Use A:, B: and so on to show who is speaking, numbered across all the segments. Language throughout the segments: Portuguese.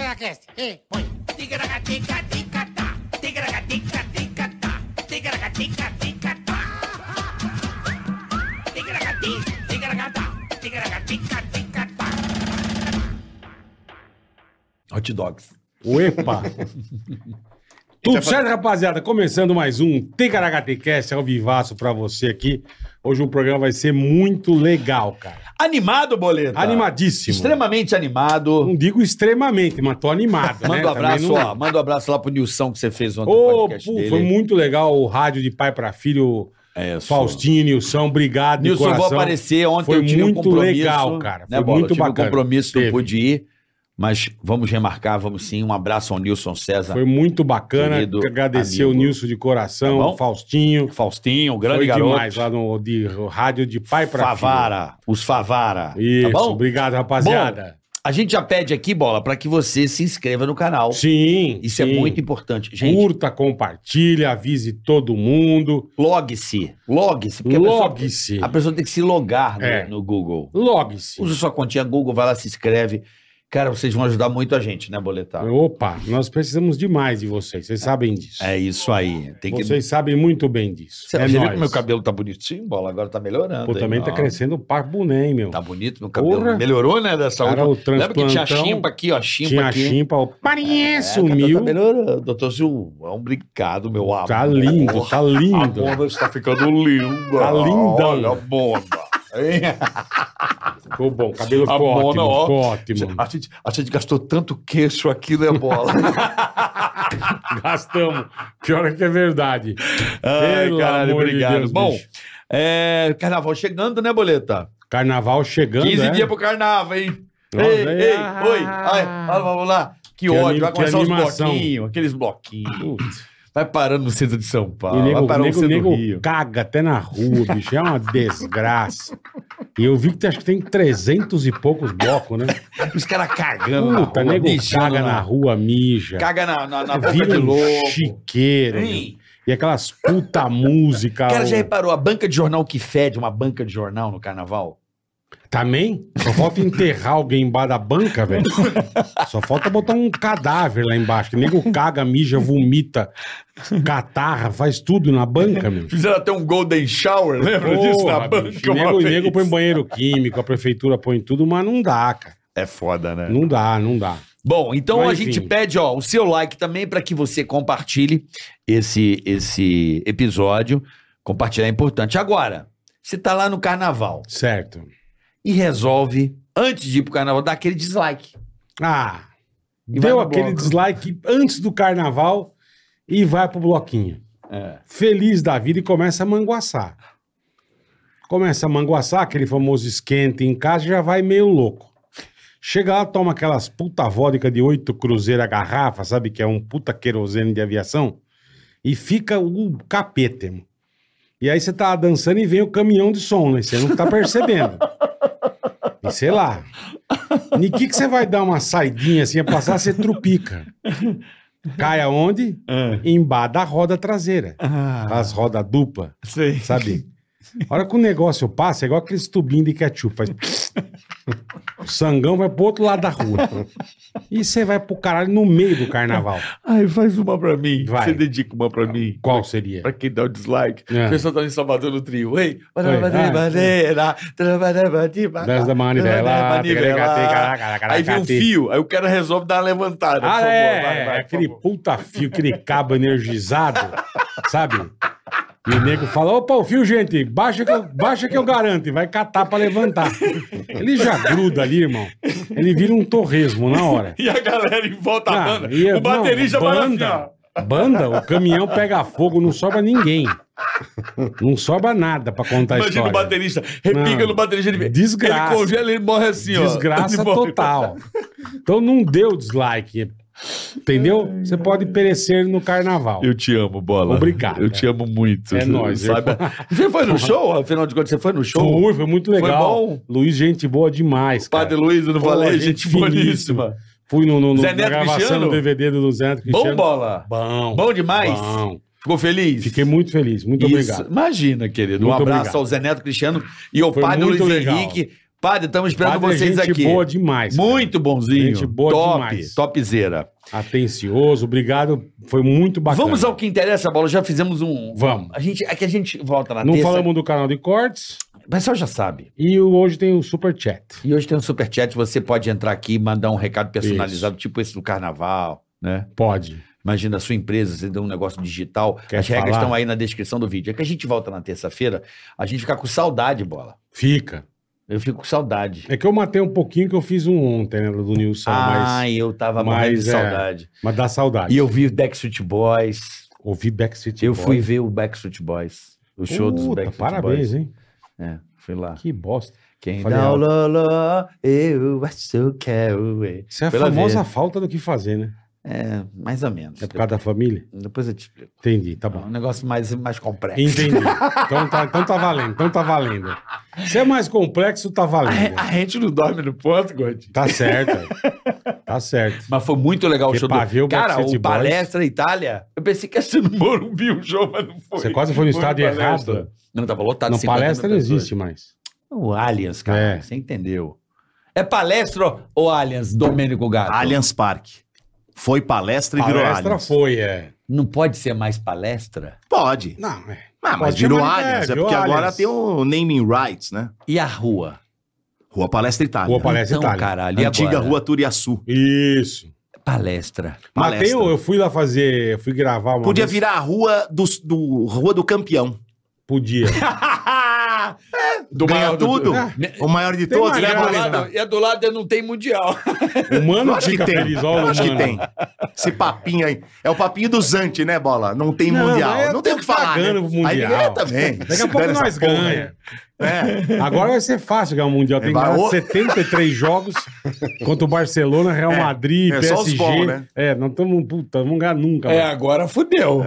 A: Tigracast, e põe. Tigragatica-tica-tá, tigragatica-tica-tá, tigragatica-tica-tá. Tigragati, tigragatá, tigragatica-tica-tá.
B: Hot dogs.
C: Opa! Tudo certo, rapaziada? Começando mais um TKHTCast ao vivaço pra você aqui. Hoje o programa vai ser muito legal,
B: Tá.
C: cara.
B: Animado, Boleta?
C: Animadíssimo.
B: Extremamente animado.
C: Não digo extremamente, mas tô animado,
B: Manda
C: né?
B: um abraço,
C: Também
B: ó.
C: não-
B: Manda um abraço lá pro Nilson que você fez ontem no
C: Ô,
B: podcast
C: pô,
B: dele.
C: foi muito legal o rádio de pai pra filho,
B: É, sou-
C: Faustinho, Nilson, obrigado
B: Nilson, eu vou aparecer. Ontem
C: Foi
B: eu tive um
C: muito
B: compromisso.
C: legal, cara.
B: Né,
C: Foi
B: Bola?
C: muito
B: eu tive
C: bacana.
B: um compromisso, não
C: Teve.
B: pude ir. Mas vamos remarcar, vamos sim. Um abraço ao Nilson César.
C: Foi muito bacana,
B: Querido
C: agradecer o
B: amigo.
C: Nilson de coração,
B: Tá
C: o
B: bom?
C: Faustinho.
B: Faustinho, um grande
C: foi
B: garoto.
C: demais lá no de, rádio de pai pra
B: Favara, os Favara.
C: filho. Isso,
B: tá bom?
C: obrigado, rapaziada.
B: A gente já pede aqui, Bola, pra que você se inscreva no canal.
C: Sim.
B: Isso é
C: sim. Uh.
B: muito importante. Gente,
C: Curta, compartilha, avise todo mundo.
B: logue-se. Logue-se. porque a pessoa-
C: Logue-se.
B: A pessoa tem que se logar no,
C: É.
B: no Google.
C: Logue-se.
B: Usa sua continha Google, vai lá, se inscreve. Cara, vocês vão ajudar muito a gente, né, Boletar?
C: Opa, nós precisamos demais de vocês. Vocês sabem disso.
B: É isso aí. Tem que...
C: Vocês sabem muito bem disso.
B: Você,
C: é
B: você viu
C: nóis.
B: que meu cabelo tá bonitinho, bola? Agora tá melhorando.
C: Pô,
B: hein,
C: também tá
B: ó.
C: crescendo o parbuné, hein, meu?
B: Tá bonito meu cabelo.
C: Porra.
B: Melhorou, né, dessa
C: Cara,
B: última.
C: o
B: Lembra que tinha
C: transplantão-
B: chimpa aqui, ó, chimpa
C: Tinha a
B: aqui.
C: chimpa, o parinha
B: É,
C: sumiu.
B: Tá melhorando. Doutor Zil, é um brincado, meu amor. Né?
C: Tá lindo, tá
B: A
C: lindo.
B: bunda está ficando linda.
C: Tá linda.
B: Olha a bunda. Hein?
C: Ficou bom, cabelo
B: tá A
C: ficou
B: bola,
C: ótimo,
B: ó.
C: ficou ótimo.
B: A gente, a gente gastou tanto queixo aqui, né, bola?
C: Gastamos. Pior é que é verdade.
B: Ai,
C: Pelo
B: caralho,
C: amor de
B: obrigado.
C: Deus,
B: Bom,
C: bicho.
B: é, carnaval chegando, né, Boleta?
C: Carnaval chegando,
B: 15
C: é?
B: dias pro carnaval, hein?
C: Nossa,
B: ei,
C: é.
B: ei, oi. Ai, ah, vamos lá. Que,
C: Que ani-
B: ódio. Vai
C: que
B: começar os
C: animação.
B: bloquinhos, aqueles bloquinhos.
C: Putz.
B: Vai parando no centro de São
C: E
B: Paulo, vai
C: nego,
B: parando no
C: nego,
B: centro do
C: nego
B: Rio.
C: caga até na rua, bicho. É uma desgraça. E eu vi que acho que tem 300 e poucos blocos, né?
B: Os caras cagando na
C: Puta,
B: rua,
C: nego
B: mijando
C: caga na rua, mija.
B: Caga na, na, na boca de
C: Vira um
B: louco.
C: chiqueiro.
B: Ei,
C: E aquelas puta música.
B: cara, já é-
C: o-
B: reparou a banca de jornal que fede uma banca de jornal no carnaval?
C: Também? Só falta enterrar alguém embaixo da banca, velho. Só falta botar um cadáver lá embaixo. Que nego caga, mija, vomita, catarra, faz tudo na banca, meu.
B: Fizeram até um golden shower, lembra disso? Na
C: Porra,
B: banca
C: bicho, e
B: uma
C: nego, e
B: vez.
C: nego põe banheiro químico, a prefeitura põe tudo, mas não dá, cara.
B: É foda, né?
C: Não dá, não dá.
B: Bom, então
C: Mas,
B: a
C: enfim.
B: gente pede ó, o seu like também para que você compartilhe esse, esse episódio. Compartilhar é importante. Agora, você tá lá no carnaval
C: Certo.
B: e resolve, antes de ir pro carnaval, dar aquele dislike.
C: Ah,
B: E vai
C: deu
B: no
C: aquele
B: bloco.
C: dislike antes do carnaval e vai pro bloquinho. Feliz da vida e começa a manguaçar. Começa a manguaçar, aquele famoso esquenta em casa já vai meio louco. Chega lá, toma aquelas puta vodka de oito cruzeiro a garrafa, sabe? Que é um puta querosene de aviação. E fica o capeta, irmão. E aí você tá dançando e vem o caminhão de som, né? Você não tá percebendo. E sei lá. E que que você vai dar uma saidinha assim, a passar, você trupica. Cai aonde? Embaixo da roda traseira.
B: Ah,
C: As rodas dupla,
B: sei.
C: sabe? A hora que o negócio passa, é igual aqueles tubinhos de ketchup. Faz... O sangão vai pro outro lado da rua. E você vai pro caralho no meio do carnaval.
B: Ai, faz uma pra mim.
C: Vai.
B: Você dedica uma pra mim.
C: Qual seria?
B: Pra quem dá o dislike.
C: É.
B: O pessoal tá em Salvador no trio. Ei,
C: ah, Dança da manivela.
B: Aí vem um fio, aí o cara resolve dar uma levantada.
C: Ah,
B: por favor.
C: é,
B: Vai, vai, por
C: aquele
B: favor.
C: puta fio, aquele cabo energizado, sabe? E o nego fala, opa, o fio, gente, baixa que eu, baixa que eu garanto, e vai catar pra levantar. Ele já gruda ali, irmão. Ele vira um torresmo na hora.
B: E a galera em volta
C: Ah,
B: banda.
C: e-
B: Tá o baterista
C: não,
B: vai assim, ó.
C: banda, banda, o caminhão pega fogo, não sobra ninguém. Não sobra nada pra contar a
B: Imagina o
C: história.
B: baterista. Repica
C: Não.
B: no baterista. Ele,
C: Desgraça.
B: ele congela e ele morre assim, ó.
C: Desgraça
B: Ele morre.
C: total. Então não deu dislike. Entendeu? Você pode perecer no carnaval.
B: Eu te amo, Bola.
C: Obrigado.
B: Eu te amo muito.
C: É nóis, eu-
B: Sabe? Você foi no show? Afinal de contas, você foi no show?
C: Foi, foi muito legal.
B: Foi bom?
C: Luiz, gente boa demais, cara.
B: Padre Luiz, eu não
C: Pô,
B: falei?
C: gente
B: Gente
C: finíssima.
B: boníssima.
C: Fui no, no- no-
B: Zé
C: na
B: Neto
C: gravação
B: Cristiano?
C: do DVD do Zé Neto
B: Bom,
C: Cristiano.
B: Bola?
C: é Bom.
B: Bom demais?
C: Bom.
B: Ficou feliz?
C: Fiquei muito feliz, muito
B: Isso.
C: obrigado.
B: Imagina, querido. um
C: Muito
B: abraço
C: obrigado.
B: ao Zé Neto Cristiano e ao
C: Foi
B: padre Luiz
C: muito legal.
B: Henrique. Padre, estamos esperando
C: Padre é
B: vocês
C: gente
B: aqui.
C: boa demais. cara.
B: Muito bonzinho.
C: Gente boa
B: Top,
C: demais.
B: topzera.
C: Atencioso, obrigado. Foi muito bacana.
B: Vamos ao que interessa, Bola. Já fizemos um...
C: Vamos.
B: A gente, é que a gente volta na
C: Não
B: terça.
C: falamos do canal de cortes.
B: O pessoal já sabe.
C: E o- hoje tem o super chat.
B: E hoje tem um superchat, você pode entrar aqui e mandar um recado personalizado, tipo esse do carnaval, né?
C: Pode.
B: Imagina a sua empresa, você tem um negócio digital.
C: Quer
B: As regras
C: falar?
B: estão aí na descrição do vídeo. É que a gente volta na terça-feira, a gente fica com saudade, Bola.
C: Fica.
B: Eu fico com saudade.
C: É que eu matei um pouquinho que eu fiz um ontem, né? Do Nilson,
B: Ah,
C: mas,
B: eu tava
C: mas
B: morrendo de
C: é.
B: saudade.
C: mas dá saudade.
B: E eu vi Backstreet Boys.
C: Ouvi Backstreet
B: Eu
C: Boys.
B: fui ver o Backstreet Boys. O show dos
C: Puta,
B: Backstreet
C: parabéns,
B: Boys.
C: hein?
B: É, fui lá.
C: Que bosta.
B: Quem
C: Falei
B: dá o
C: alto.
B: loló, eu acho que é o... é.
C: Isso é a
B: Foi lá
C: famosa falta do que fazer, né?
B: É, mais ou menos.
C: É por causa da família?
B: Depois eu te explico.
C: Entendi, tá
B: É
C: bom.
B: um negócio mais, mais complexo.
C: Entendi. Então tá, então tá valendo, então tá valendo. Se é mais complexo, tá
B: A, re-
C: valendo.
B: a gente não dorme no ponto, Gordinho.
C: Tá certo. Tá certo.
B: Mas foi muito legal o
C: Porque
B: show
C: pra
B: do...
C: ver o
B: Cara,
C: Backstreet
B: o
C: Boys-
B: Palestra Itália, eu pensei que ia ser no Morumbi o show, mas não foi.
C: Você quase foi no estádio
B: Palestra.
C: errado.
B: Não, tava
D: Tá
B: lotado.
C: Não,
B: 50 mil
C: palestra não
B: pessoas.
C: existe mais.
B: O Allianz, cara.
C: É.
B: Você entendeu. É palestra ou Allianz, Domênico Gato?
D: Allianz Parque. Foi palestra e virou
C: Palestra
D: Allianz.
C: foi, é.
B: Não pode ser mais palestra?
D: Pode.
C: Não, é.
D: Ah, mas
C: Pode
D: virou
C: chamar de-
D: Allianz.
C: é,
D: É
C: virou
D: porque agora
C: Allianz.
D: tem o naming rights, né?
B: E a rua?
D: Rua Palestra Itália.
C: Rua Palestra
B: então,
C: Itália.
B: caralho, e
D: Antiga
B: agora?
D: Rua Turiaçu.
C: Isso.
B: Palestra.
C: Mas
D: Palestra.
C: tem o- eu fui lá fazer, eu fui gravar uma
D: Podia
C: vez.
D: virar a Rua do, do, rua do Campeão.
C: Podia.
B: do
D: Ganha
B: maior do-
D: tudo.
C: Ah,
D: O maior de
C: tem
D: todos.
C: mais
B: E a
D: né,
B: do,
C: graça.
D: Palestra?
B: lado, e a do lado não tem mundial.
C: O mano
D: Eu acho
C: fica
D: que tem.
C: feliz, ó,
D: Eu
C: o
D: acho que
C: humano.
D: tem. Esse papinho aí. É o papinho do Zante, né, Bola? Não tem
C: Não, mas
D: mundial.
C: eu
D: Não tem
C: tô
D: o que falar. Né?
C: cagando pro mundial.
D: Aí ele ganha também.
C: Daqui a pouco nós ganha.
D: É.
C: Agora vai ser fácil ganhar o Mundial. Tem que
D: né? Vai,
C: ganhar
D: ô.
C: 73 jogos contra o Barcelona, Real
D: É,
C: Madrid,
D: é
C: PSG.
D: só os bons, né?
C: É, não estamos, puta, não vamos ganhar nunca. mano.
B: É, agora fudeu.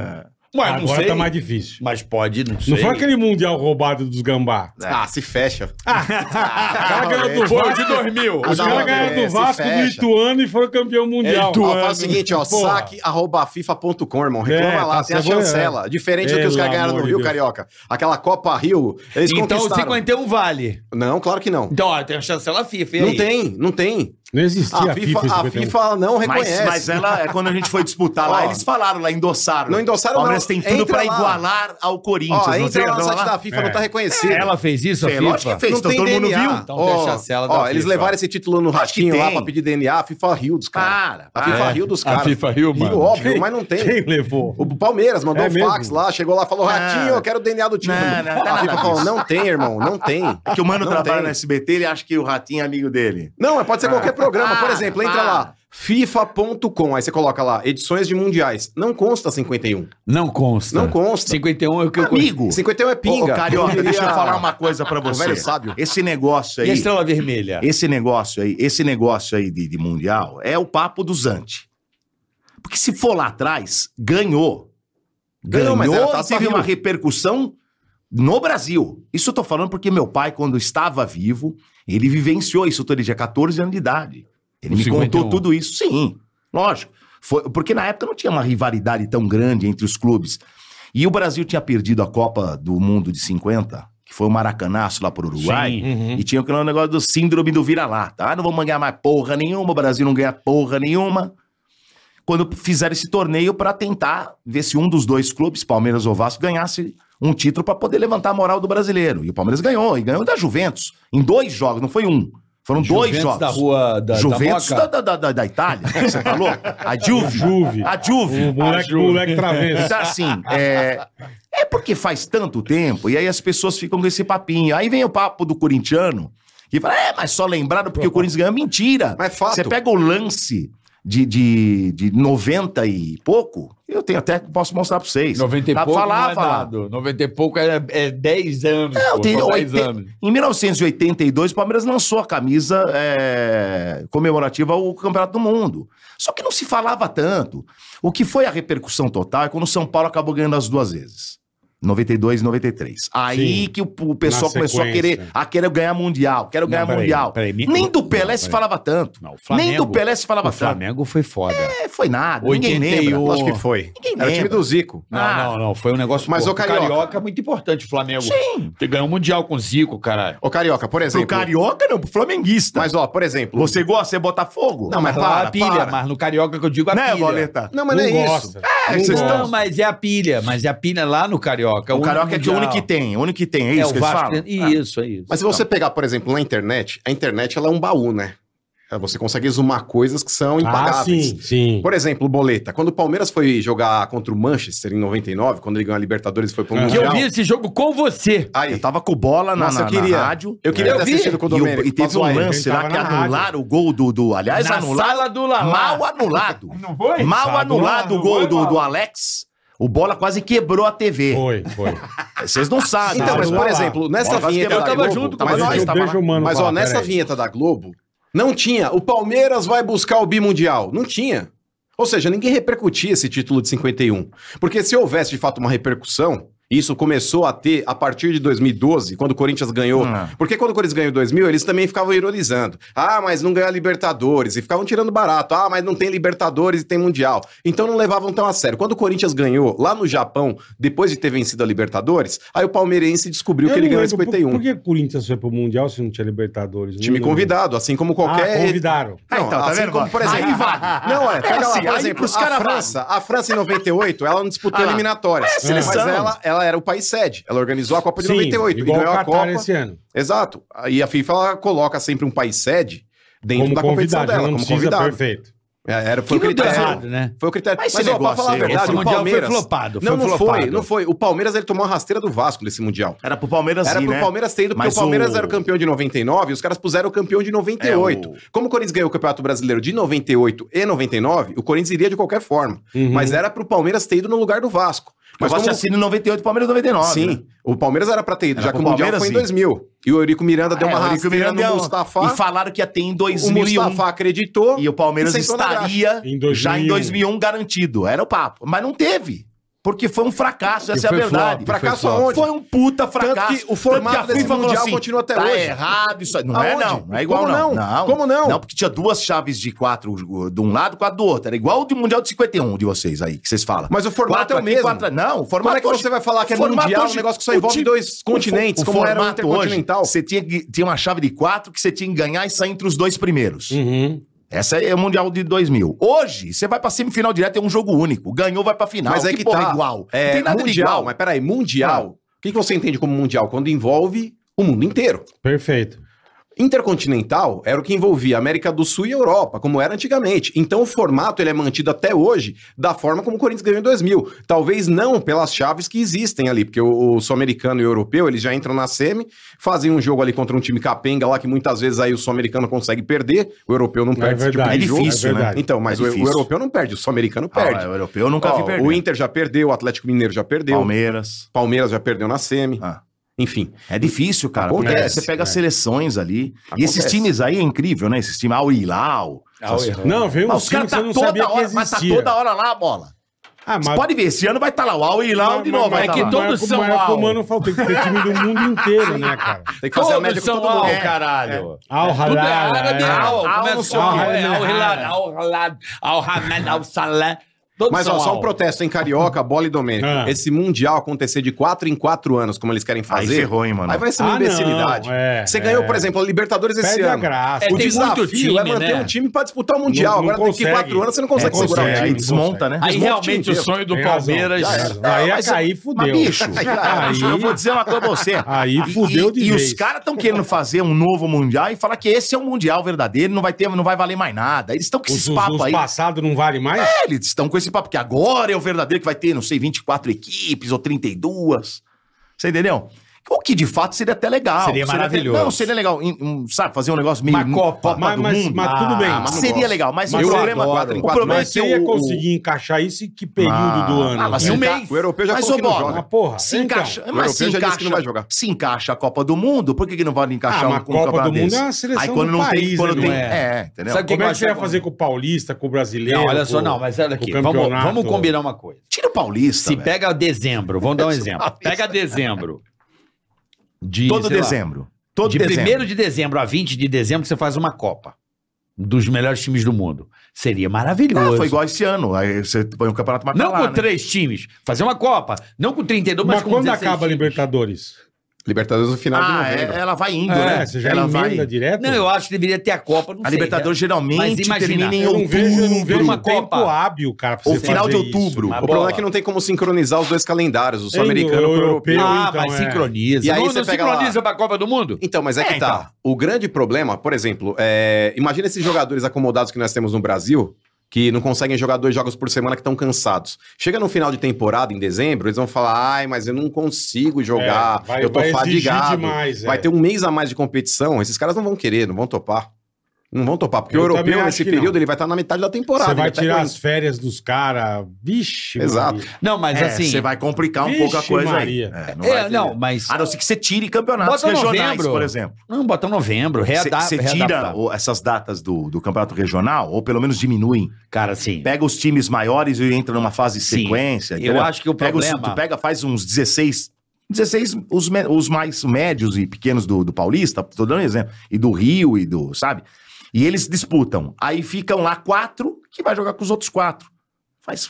B: Mas não
C: Agora
B: sei.
C: tá mais difícil.
B: Mas pode, não sei.
C: Não foi aquele Mundial roubado dos gambá.
D: Ah, se fecha.
C: cara ganhou
B: Ah,
C: do
B: é, Foi o
C: Vasco.
B: de 2000.
D: Ah,
C: Os
D: não,
C: caras
D: é,
C: ganharam do
D: se
C: Vasco, do
D: fecha.
C: Ituano e foram campeão mundial. É,
D: Ituano.
E: Ó, faz o seguinte, ó,
C: Porra.
E: saque.fifa.com, irmão. Reclama
C: É,
E: lá,
C: tá
E: tem a
C: sabendo,
E: chancela. Diferente do que os
C: Pelo
E: caras ganharam no
C: amor de
E: Rio,
C: Deus.
E: Carioca. Aquela Copa Rio, eles
B: Então o
E: conquistaram.
B: 51 vale.
E: Não, claro que não.
B: Então, ó, tem a chancela FIFA. e
E: Não
B: aí?
E: tem, não tem.
C: Não existia
E: A FIFA, um. a
C: 51.
E: FIFA não reconhece.
D: Mas, mas ela, é quando a gente foi disputar
E: Ó.
D: lá, eles falaram lá, endossaram.
E: Não endossaram,
D: O Palmeiras
E: não.
D: tem tudo
E: Entra
D: pra
E: lá.
D: igualar ao Corinthians.
E: Ó,
D: não sei,
E: entra lá no
D: não
E: site
D: lá.
E: da FIFA,
C: É.
E: não tá reconhecido.
B: Ela fez isso, a
D: É,
B: FIFA?
D: lógico que fez,
E: não
D: então
E: tem
D: todo mundo
E: DNA.
D: viu.
B: Então tem a chancela da
E: ó,
B: FIFA.
E: eles levaram esse título no
D: Acho que
E: ratinho lá
D: tem. Ah,
E: pra pedir DNA, a FIFA Rio dos caras.
D: Cara,
E: A FIFA
B: é.
E: Rio dos
B: A
E: caras.
B: FIFA Rio, mano.
E: óbvio, mas não tem.
C: Quem levou?
E: O Palmeiras mandou
C: É
E: um fax
C: mesmo?
E: lá, chegou lá, falou:
D: Não.
E: Ratinho, eu quero o DNA do título.
D: Não, tá não,
E: a
D: nada
E: FIFA falou:
D: disso.
E: Não tem, irmão, não tem.
D: É que o Mano
E: Não
D: trabalha
E: tem.
D: no SBT, ele acha que o Ratinho é amigo dele.
E: Não, mas pode ser qualquer programa. Por
D: Ah, Para,
E: exemplo, entra
D: para.
E: lá, FIFA.com. Aí você coloca lá, edições de mundiais. Não consta 51.
B: Não consta.
E: Não consta.
B: 51 é o que eu conheço.
D: Amigo.
E: 51 é
D: Ô,
E: pinga.
D: ô, Carioca, deixa eu falar uma coisa pra
E: O
D: você.
E: velho sábio.
D: Esse negócio
B: E
D: aí,
B: a estrela vermelha?
D: esse negócio aí, esse negócio aí de, de mundial é o papo do Zante. Porque se for lá atrás, ganhou. Ganhou,
E: Ganhou, mas era
D: e
E: Taça
D: teve
E: Rio.
D: uma repercussão no Brasil. Isso eu tô falando porque meu pai, quando estava vivo, ele vivenciou isso. Ele tinha 14 anos de idade. Ele
B: Os
D: me
B: 51.
D: contou tudo isso. Sim, lógico. Foi, porque na época não tinha uma rivalidade tão grande entre os clubes. E o Brasil tinha perdido a Copa do Mundo de 50, que foi o Maracanaço lá pro Uruguai.
B: Sim.
C: Uhum.
D: E tinha aquele negócio do síndrome do vira-lata. Ah, não vamos ganhar mais porra nenhuma, o Brasil não ganha porra nenhuma. Quando fizeram esse torneio para tentar ver se um dos dois clubes, Palmeiras ou Vasco, ganhasse um título para poder levantar a moral do brasileiro. E o Palmeiras ganhou, e ganhou da Juventus. Em dois jogos, não foi um. Foram dois
B: Juventus
D: jogos.
B: da rua da,
D: Juventus tá-
B: da Moca?
D: da, da, da, da Itália, você falou? A Juve.
C: Juve.
D: A Juve.
C: O moleque,
B: Ajuda.
C: moleque travesso.
D: Então, assim, é, é porque faz tanto tempo, e aí as pessoas ficam com esse papinho. Aí vem o papo do corintiano, que fala, é, mas só lembraram porque o Corinthians ganhou. Mentira!
E: Mas é fato.
D: Você pega o lance de, de, de 90 e pouco, eu tenho até que posso mostrar pra vocês.
B: 90 e
D: Dá pra
B: pouco
D: falar,
B: não é
D: falar.
B: dado. 90 e pouco é, é 10 anos,
D: Não,
B: pô,
D: tem
B: são 10
D: 80
B: anos.
D: Em 1982, o Palmeiras lançou a camisa é, comemorativa ao Campeonato do Mundo. Só que não se falava tanto. O que foi a repercussão total é quando o São Paulo acabou ganhando as duas vezes. 92, 93. Aí
C: Sim.
D: que o, o pessoal
C: Na
D: começou a
C: sequência.
D: querer, a querer ganhar mundial, quero ganhar
B: peraí,
D: mundial.
B: peraí, me-
D: Nem do
B: não,
D: Pelé se
B: peraí.
D: falava tanto.
B: Não, o Flamengo,
D: Nem do Pelé se falava
B: O
D: tanto.
B: Flamengo um. foi foda.
D: É, foi nada. Ninguém
B: 81.
D: lembra.
E: Acho que foi.
D: Ninguém
E: Era É o time
D: lembra.
E: do Zico.
B: Não,
D: Ah.
B: não, não. Foi um negócio.
E: Mas
B: pô,
E: o Carioca-
B: é muito importante, o Flamengo. Sim. Você ganhou o Mundial com o Zico, caralho.
E: Ô, Carioca, por
D: Pro
E: exemplo.
D: carioca, não, pro flamenguista.
E: Mas, ó, por exemplo.
D: Você gosta, você Botafogo?
E: Não, mas
B: lá é
E: para,
B: a pilha,
E: para.
B: mas no Carioca que eu digo é a
D: né,
B: pilha.
D: Boleta?
E: Não,
C: Um
E: mas não, é isso.
D: É,
B: Não,
D: vocês estão-
B: mas é a pilha, mas é a pilha lá no Carioca.
D: O
B: único
D: carioca é que o único que tem, o único que tem, é isso
B: É,
D: que
B: o
D: eles
B: Vasco.
D: falam?
B: e Isso, é isso.
E: Mas se você pegar, por exemplo, na internet, a internet ela é um baú, né? Você consegue exumar coisas que são impagáveis.
C: Ah, sim, sim.
E: Por exemplo, boleta. Quando o Palmeiras foi jogar contra o Manchester em 99, quando ele ganhou a Libertadores e foi pro
C: Que eu
B: Que eu
E: Mundial.
B: vi esse jogo com você.
E: Aí,
D: Ah, Eu tava com bola na,
E: Nossa,
D: na-
E: eu queria-
D: na rádio.
E: eu queria
B: Eu
E: ter
B: vi.
E: assistido com o
D: E, o-
E: Domênico.
D: e teve um
E: Pazuello.
D: lance
C: ele
D: lá
C: tava
D: que
C: na rádio.
D: anularam o gol do. do aliás,
B: Na
D: anularam.
B: sala do Lalá.
D: Mal anulado.
C: Não foi?
D: Mal
C: Sábado,
D: anulado o
C: não
D: gol
C: foi,
D: do,
C: Paulo?
D: do Alex. O bola quase quebrou a TV.
C: Foi, foi.
D: Vocês não sabem. né?
E: Então, mas
C: Sábado,
E: por
C: lá.
E: exemplo, nessa
D: Bola quase
E: vinheta.
D: quebrou.
E: da
B: Eu tava
E: Globo-
B: junto,
E: Mas,
B: tava
E: ó,
B: junto.
E: isso-
C: Deixa,
D: tava
C: deixa
D: lá.
C: o mano
E: mas ó,
C: falar,
E: nessa
C: peraí.
E: vinheta da Globo, não tinha. O Palmeiras vai buscar o bimundial. Não tinha. Ou seja, ninguém repercutia esse título de 51. Porque se houvesse de fato uma repercussão, isso começou a ter a partir de 2012, quando o Corinthians ganhou.
D: Ah.
E: Porque quando o Corinthians ganhou em 2000, eles também ficavam ironizando. Ah, mas não ganha Libertadores. E ficavam tirando barato. Ah, mas não tem Libertadores e tem Mundial. Então não levavam tão a sério. Quando o Corinthians ganhou lá no Japão, depois de ter vencido a Libertadores, aí o palmeirense descobriu
C: Eu
E: que ele
C: não
E: ganhou em
C: lembro, por-
E: 51.
C: Por, que o Corinthians foi pro Mundial se não tinha Libertadores?
E: Time
C: Não lembro.
E: convidado, assim como qualquer.
C: Ah, convidaram.
E: Não,
D: Hum. Ah, então, tá
E: assim
D: vendo,
E: como,
D: Bola?
E: por exemplo.
D: Aí vai.
E: Não, é, pega
D: É
E: lá,
D: assim,
E: por
D: aí
E: exemplo,
D: pros caras
E: a França, a França em 98, ela não disputou
D: Ah lá.
E: eliminatórias.
D: É a
E: mas
D: seleção.
E: ela, ela era o país sede. Ela organizou a Copa de
C: Sim,
E: 98 e
C: igual
E: ganhou
C: o
E: a
C: Qatar
E: Copa.
C: esse ano.
E: Exato. E a FIFA ela coloca sempre um país sede dentro
C: Como
E: da competição
C: convidado,
E: dela,
C: não
E: como
C: precisa,
E: convidado.
C: perfeito.
E: É, Era,
B: Que
E: foi o
B: não deu
E: critério.
B: errado, né?
E: Foi o critério.
D: Mas
E: Mas,
D: esse
E: ó, pra
D: negócio
E: falar a
D: aí, esse
E: verdade,
B: Esse
E: o
B: Mundial
E: Palmeiras.
B: foi flopado.
E: não, não
B: flopado.
E: foi, não foi. O Palmeiras ele tomou uma rasteira do Vasco nesse Mundial.
D: Era pro Palmeiras
E: Era
D: ir,
E: pro
D: né?
E: Palmeiras ter ido, porque
D: Mas
E: o Palmeiras
D: o-
E: era o campeão de 99 e os caras puseram o campeão de 98.
D: É, o-
E: Como o Corinthians ganhou o Campeonato Brasileiro de 98 e 99, o Corinthians iria de qualquer forma.
C: Uhum.
E: Mas era pro Palmeiras ter ido no lugar do Vasco.
D: Mas
E: Mas
D: o Vasco
E: como...
D: tinha sido em 98, o Palmeiras em 99.
E: Sim,
D: né?
E: o Palmeiras era pra ter ido,
D: Era
E: já que
D: pro
E: o Mundial
D: Palmeiras,
E: foi em
D: sim.
E: 2000. E o Eurico Miranda deu
D: É,
E: uma
D: o Eurico
E: rasteira
D: Miranda é
E: no
D: um-
E: Mustafa.
D: E falaram que ia ter em
E: O
D: 2001.
E: Mustafa acreditou.
D: E o Palmeiras
E: E sentou na
D: estaria
C: Em 2001.
D: já
B: um.
D: em 2001 garantido. Era o papo. Mas não teve. Porque foi um fracasso, essa é a
B: foi flop,
D: verdade.
B: foi
E: Fracasso
B: flop.
E: aonde?
D: Foi um puta fracasso.
E: Tanto que o formato
D: a
E: desse
D: FIFA falou
E: Mundial continua até
D: tá
E: hoje."
D: errado isso aí. Não
E: Aonde?
D: é não, não é igual
E: Como
D: não.
E: não? Como não?
D: porque tinha duas chaves de quatro de um lado, quatro do outro. Era igual o de Mundial de 51 de vocês aí, que vocês falam.
E: Mas o formato
D: Quatro
E: é o
D: aqui,
E: mesmo.
D: quatro- Não, o
E: Como
D: formato
E: é que
D: hoje-
E: você vai falar que é
D: o formato
E: mundial, um
D: hoje-
E: negócio que só
D: o
E: envolve
D: ti-
E: dois continentes,
D: o
E: como era o
D: formato hoje,
E: intercontinental?
D: Você tinha, que- tinha uma chave de quatro que você tinha que ganhar e sair entre os dois primeiros.
C: Uhum.
D: Essa é o Mundial de 2000. Hoje, você vai pra semifinal direto, é um jogo único. Ganhou, vai pra final.
E: mas é que,
D: porra
E: tá.
D: igual.
E: É,
D: não tem nada de
E: mundial,
D: igual. Ah.
E: Mas peraí, mundial. O que, que você entende como mundial? Quando envolve o mundo inteiro.
C: Perfeito.
E: Intercontinental era o que envolvia América do Sul e Europa, como era antigamente. Então o formato ele é mantido até hoje da forma como o Corinthians ganhou em 2000. Talvez não pelas chaves que existem ali, porque o, o sul-americano e o europeu eles já entram na semi, fazem um jogo ali contra um time capenga lá que muitas vezes aí o sul-americano consegue perder, o europeu não perde
C: verdade,
E: esse tipo de
D: é
E: jogo.
D: difícil, né?
C: verdade.
E: Então, mas
D: É
E: o,
D: difícil.
E: o europeu não perde, o sul-americano
D: Ah,
E: perde.
D: o europeu eu nunca
E: Ó,
D: vi perder.
E: o Inter já perdeu, o Atlético Mineiro já perdeu,
D: Palmeiras.
E: Palmeiras já perdeu na semi.
D: Ah.
E: Enfim.
D: É difícil, cara. porque
E: Acontece,
D: você
C: é.
D: pega as seleções ali. E esses
E: Acontece.
D: times aí é incrível, né? Esses times, ao Hilal.
B: Ah, o erro.
C: Não, veio um
D: os
C: time que
D: caras
C: você
D: tá
C: não
D: toda
C: sabia que
D: hora, mas tá
C: existia.
D: toda hora lá a bola.
C: Ah,
D: Você pode ver, esse ano vai estar tá lá. O Al Hilal de
B: mas-
D: novo. vai
B: é
D: tá
B: que
D: lá.
B: todos são
C: Mas o
B: al.
C: Mano falou, tem que ter time do mundo inteiro, né, cara?
E: Tem que fazer a média
B: Todos
E: com todo
B: são
E: mundo.
B: al,
E: É.
B: caralho.
C: Al
B: Tudo é
C: Halal.
B: árabe,
C: é.
B: al.
D: Al
B: Começa
D: não
B: com
D: são
B: al,
C: al,
B: é,
C: né?
B: al Hilal, al Halal, al Hamad, al Salah. Todos
E: Mas ó,
B: são
E: só
B: al.
E: um protesto, hein, Carioca, Bola e Domênico.
C: Ah.
E: Esse Mundial acontecer de 4 em 4 anos, como eles querem
D: Aí
E: fazer,
D: ferrou, hein, mano.
E: aí vai ser uma
C: Ah, não,
E: imbecilidade.
C: é,
E: Você ganhou,
C: é.
E: por exemplo, a Libertadores esse
C: Perde a
E: ano.
C: graça.
B: É,
E: O
B: tem
E: desafio
B: muito time,
E: é manter
B: né?
E: um time pra disputar o Mundial.
C: Não- não
E: Agora daqui
C: consegue.
E: 4 anos você não consegue
C: É,
E: segurar
C: consegue.
E: o
D: Aí
E: time.
D: desmonta, né?
B: Aí
E: Desmonta o
B: realmente
E: time
B: o
E: inteiro.
B: sonho do
C: Tem razão.
B: Palmeiras.
C: Já era. Aí ia cair, fudeu.
D: Ah, Mas, bicho,
C: Aí-
D: eu vou dizer uma coisa pra você.
C: Aí
D: E-
C: fudeu
D: Ah, e,
C: de
D: E
C: vez.
D: os caras estão querendo fazer um novo mundial e falar que esse é um mundial verdadeiro, não vai ter, não vai valer mais nada. Eles estão com
C: Os,
D: esses
C: os,
D: papos
C: os
D: aí.
C: passados não vale mais?
D: É, eles estão com esse papo que agora é o verdadeiro que vai ter, não sei, 24 equipes ou 32. Você entendeu? O que de fato seria até legal.
F: Seria
D: até-
F: maravilhoso.
D: não, seria legal. em- em, sabe, fazer um negócio meio.
B: Uma Copa.
C: Mas,
D: do
C: mas,
D: Mundo.
C: mas tudo bem.
D: Ah,
E: mas não
D: seria
E: gosto.
D: legal, mas,
E: Mas
D: o
E: eu
D: problema.
E: adoro. Quatro em
D: o
E: quatro,
D: problema
C: Mas
D: é
C: você
D: que o-
C: ia
D: o-
C: conseguir encaixar isso em que período
D: Ah,
C: do ano?
D: ah, mas
C: Em
D: se
C: um
D: enca-
C: mês.
E: O europeu já
D: Mas,
E: falou
D: ô,
E: que não
D: Bola,
E: joga.
C: Ah, porra.
D: Se
C: Então,
D: encaixa,
E: o
D: mas
E: europeu
D: se
E: já disse
D: encaixa,
E: que não vai jogar.
D: se encaixa a Copa do Mundo, por que, que não vale encaixar
C: Ah,
D: um
C: mas
D: com um
C: Copa do
D: campeonato
C: Mundo
D: desse?
C: é uma seleção
D: Aí quando
C: do
D: não
C: país,
D: tem, quando
C: né,
D: tem,
B: não é?
D: é, entendeu?
B: Sabe
C: Como é que você ia
B: vai-
C: fazer com o paulista, com o brasileiro?
B: Não, olha só,
C: com-
B: não, mas olha
C: com
B: aqui.
C: o
B: Vamos,
C: campeonato?
B: vamos combinar uma coisa.
D: Tira o Paulista,
B: Se
D: velho.
B: pega dezembro, vamos dar um exemplo.
D: Paulista.
B: Pega dezembro. De,
D: todo
B: sei lá,
D: dezembro. todo
B: de
D: dezembro.
B: 1 de dezembro a 20 de dezembro, você faz uma Copa dos melhores times do mundo. Seria maravilhoso.
D: Ah, foi igual esse ano. Aí você põe o campeonato mais pra
B: Não
D: lá,
B: com
D: né?
B: três times. Fazer uma Copa. Não com 32, mas,
C: Mas
B: com
C: quando
B: 16
C: acaba a
B: times.
C: Libertadores?
E: Libertadores no final de
D: Ah, é,
E: novembro.
D: ela vai indo,
C: É,
D: né?
C: você já
D: ela
C: emenda
D: vai.
C: direto?
B: Não, eu acho que deveria ter a Copa. Não sei, né?
D: A
B: Ah,
D: Libertadores
B: Mas
D: geralmente
B: imagina,
D: termina em
C: eu não
D: outubro.
C: vejo, eu não vejo
B: uma
C: um tempo
B: Copa.
C: hábil, cara, pra
D: Ou
C: você
D: final de
C: fazer isso.
D: outubro.
B: mas
E: O problema
B: bola.
E: é que não tem como sincronizar os dois calendários, o
C: Ei, o
E: sul-americano com o
C: europeu.
E: europeu.
B: Ah,
C: então,
B: mas
C: é.
B: sincroniza.
E: E aí
B: não,
E: você
B: não
E: pega
B: sincroniza
E: lá.
B: pra Copa do Mundo?
E: Então, mas é,
D: É,
E: que tá.
D: então.
E: O grande problema, por exemplo, é, imagina esses jogadores acomodados que nós temos no Brasil, que não conseguem jogar dois jogos por semana, que estão cansados. Chega no final de temporada, em dezembro, eles vão falar: ai, mas eu não consigo jogar,
C: É, vai-
E: eu tô
C: vai exigir
E: fadigado.
C: demais, é.
E: Vai ter um mês a mais de competição, esses caras não vão querer, não vão topar. Não vão topar, porque
C: Eu
E: o
C: também
E: europeu,
C: acho
E: nesse
C: que não.
E: período, ele vai estar na metade da temporada.
B: né?
C: Você vai
E: ele
B: Tá
E: tá até
C: tirar
E: aguenta.
C: as férias dos caras. Vixe,
E: Exato.
C: Maria.
B: Não, mas
D: É,
B: assim.
D: Você vai complicar um
C: Vixe,
D: pouco a coisa
C: Maria.
D: aí. É,
B: Não,
D: não vai
B: é,
D: ter-
B: não mas.
D: A não ser que você tire campeonatos
B: Bota
D: regionais,
B: novembro.
D: por exemplo.
B: Não, bota novembro, readapta.
D: Você tira
B: readapta.
D: o- essas datas do, do campeonato regional, ou pelo menos diminuem.
B: Cara, sim.
D: Pega os times maiores e entra numa fase de
B: Sim.
D: sequência.
B: Eu acho que o
D: pega os-
B: problema.
D: tu pega, faz uns 16. 16, os, me- os mais médios e pequenos do, do Paulista, tô dando um exemplo, e do Rio e do, sabe? E eles disputam. Aí ficam lá quatro que vai jogar com os outros quatro. Faz.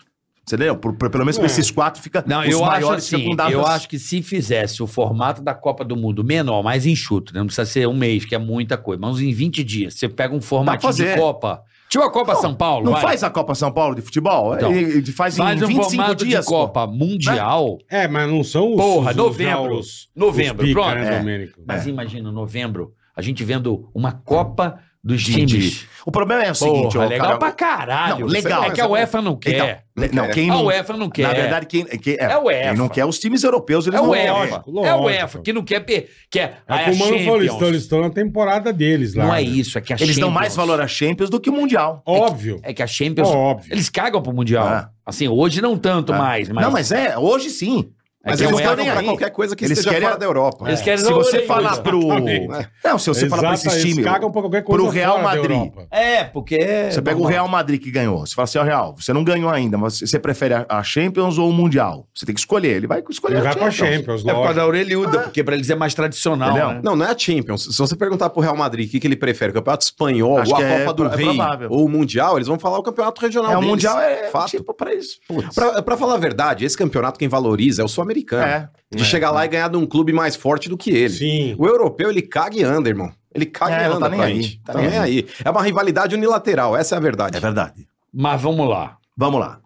D: Você entendeu? Por- por- pelo menos
C: É.
D: pra esses quatro fica.
B: Não,
D: os
B: eu acho assim,
D: ficam com datas-
B: eu acho que se fizesse o formato da Copa do Mundo menor, mais enxuto, né? não precisa ser um mês, que é muita coisa, mas uns em 20 dias, você pega um formatinho de
D: fazer.
B: Copa. Tipo a Copa
D: Não,
B: São Paulo,
D: Não
B: vai.
D: faz a Copa São Paulo de futebol?
B: Então,
D: Ele- ele faz,
B: Faz
D: em
B: um
D: 25
B: formato
D: dias.
B: de Copa Mundial.
C: É, mas não são os.
B: Porra,
C: os-
B: novembro.
C: os- os
B: Novembro,
C: pica,
B: pronto.
C: Né,
D: É.
C: Domênico?
B: Mas imagina, novembro, a gente vendo uma Copa dos
D: Gente,
B: times.
D: O problema é o
B: Porra,
D: seguinte, ó,
B: legal
D: cara,
B: pra Ah, caralho.
D: Não, legal.
B: É que a UEFA não
D: Então,
B: quer.
D: le- não, quem
B: a
D: não,
B: UEFA não quer.
D: Na verdade, quem, quem- é,
B: É o
D: quem
B: UEFA.
D: não quer os times europeus, eles
B: é o
D: não
B: UEFA.
D: querem.
C: lógico,
B: É o
C: lógico.
B: UEFA, que não quer. per- quer
C: É
B: a
C: como o Mano falou, eles estão, eles
B: Champions.
C: estão na temporada deles lá.
B: Não é
C: né?
B: isso, é que a
D: Eles dão
B: Champions-
D: mais valor a Champions do que o Mundial.
C: Óbvio.
B: É que a Champions.
C: Óbvio.
B: Eles cagam pro Mundial.
D: É.
B: Assim, hoje não tanto
D: É.
B: mais, mas.
D: Não, mas é, hoje sim.
B: É
E: Mas
B: que
E: eles
B: não
E: não
B: é
E: querem
D: nem
E: pra
D: aí.
E: qualquer coisa que
D: Eles
E: esteja
D: querem-
E: fora da Europa. É.
B: Eles querem
D: Se você
B: Exatamente.
D: falar pro.
C: Exatamente.
D: Não, se Então você falar pra esses
C: Exatamente,
D: times.
C: Eles cagam pra qualquer coisa.
D: pro Real
C: fora da
D: Madrid.
C: Europa.
B: É, porque.
D: Você pega o Real Madrid que ganhou. Você fala assim, ó, Real, você não ganhou ainda, mas você prefere a- a Champions ou o Mundial? Você tem que escolher. Ele vai escolher
C: Ele
D: a
C: vai pra
D: Champions.
C: Champions,
B: É por causa
C: lógico.
B: da orelhuda, porque pra eles é mais tradicional.
D: Entendeu?
B: né?
E: Não, não é a Champions. Se você perguntar pro Real Madrid o que, que ele prefere, o Campeonato Espanhol,
D: Acho
E: ou a
D: que
E: Copa
D: é
E: do
D: pro- é
E: Rei,
D: provável.
E: ou o Mundial, eles vão falar o Campeonato Regional
D: É, o
E: deles.
D: Mundial é
E: Fato.
D: tipo pra isso. Putz.
E: Pra, pra falar a verdade, esse campeonato quem valoriza é o sul-americano.
D: É.
E: De chegar lá e ganhar de um clube mais forte do que ele.
C: Sim.
E: O europeu, ele caga e anda, irmão. Ele caga
D: É,
E: e
D: não
E: anda
D: tá nem
E: pra
D: aí.
E: gente.
D: Tá
E: Tá
D: nem
E: nem aí. É uma rivalidade unilateral, essa é a verdade.
D: É verdade.
B: Mas vamos lá.
D: Vamos lá.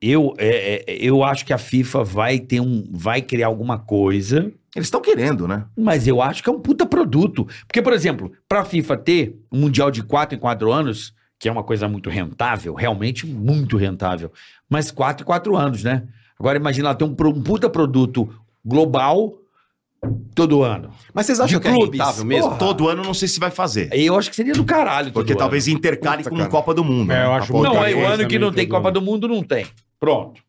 B: Eu, é, é, eu acho que a FIFA vai ter um. vai criar alguma coisa,
D: Eles estão querendo, né?
B: mas eu acho que é um puta produto. Porque, por exemplo, pra FIFA ter um Mundial de 4 em 4 anos, que é uma coisa muito rentável, realmente muito rentável. Mas 4 em 4 anos, né? Agora imagina ela ter um, pro- um puta produto global todo ano.
E: Mas vocês acham
B: De
E: que é
B: clubes,
E: rentável mesmo?
B: porra.
D: Todo ano não sei se vai fazer.
B: Eu acho que seria do caralho. todo
D: Porque
B: ano.
D: talvez intercale
E: Puta,
D: com
E: cara.
D: Copa do Mundo.
C: É,
D: né?
C: eu
D: Pra
C: acho
D: poder-
B: Não,
C: Outra
B: aí o
C: vez
B: ano que
C: também,
B: não tem
C: todo
B: Copa
C: ano.
B: do Mundo não tem. Pronto.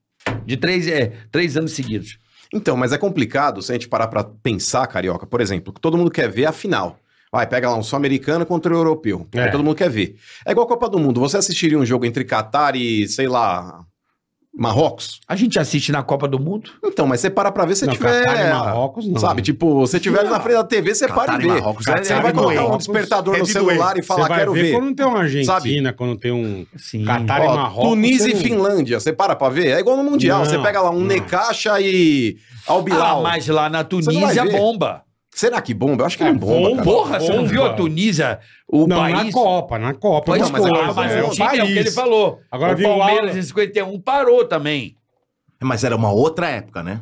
B: De três, é, três anos seguidos.
E: Então, mas é complicado se a gente parar pra pensar, Carioca, por exemplo, que todo mundo quer ver a final. Vai, pega lá um sul-americano contra o europeu.
C: É.
E: que Todo mundo quer ver. É igual a Copa do Mundo. Você assistiria um jogo entre Catar e, sei lá, Marrocos?
B: A gente assiste na Copa do Mundo.
E: Então, mas você para pra ver se
C: Não,
E: tiver...
C: Catar e Marrocos, não.
E: Sabe, tipo, se tiver ali na frente da TV, você
D: Catar
E: para
D: e
E: e vê.
D: Marrocos,
E: Você
D: é
E: vai
D: doente.
E: colocar um
D: Marrocos
E: despertador
D: é
E: no
D: de
E: celular e falar,
C: Você vai
E: quero ver.
C: quando tem uma Argentina,
E: Sabe?
C: quando tem um
B: Sim.
C: Catar e
E: Ó,
C: Marrocos.
E: Tunísia e
C: você não-
E: Finlândia, você para pra ver? É igual no Mundial,
C: Não,
E: você pega lá um
C: não.
E: Necaxa e
B: Ah,
E: Albilal.
B: mas lá na
E: Você
B: Tunísia
D: é
E: não vai ver.
B: bomba.
E: Será que bomba? Eu acho que
C: É,
E: não bomba,
C: bomba.
E: cara.
B: Porra, você não
C: Bomba.
B: viu a Tunísia, o
C: Não, na
B: país.
C: Copa, na Copa. né?
B: Pois
E: Não, mas
B: é,
E: é
B: mas,
E: coisa, é
B: o
E: um
B: time é o que ele falou.
C: Agora
B: o
C: viu lá-
B: Palmeiras em 51 parou também.
D: Mas era uma outra época, né?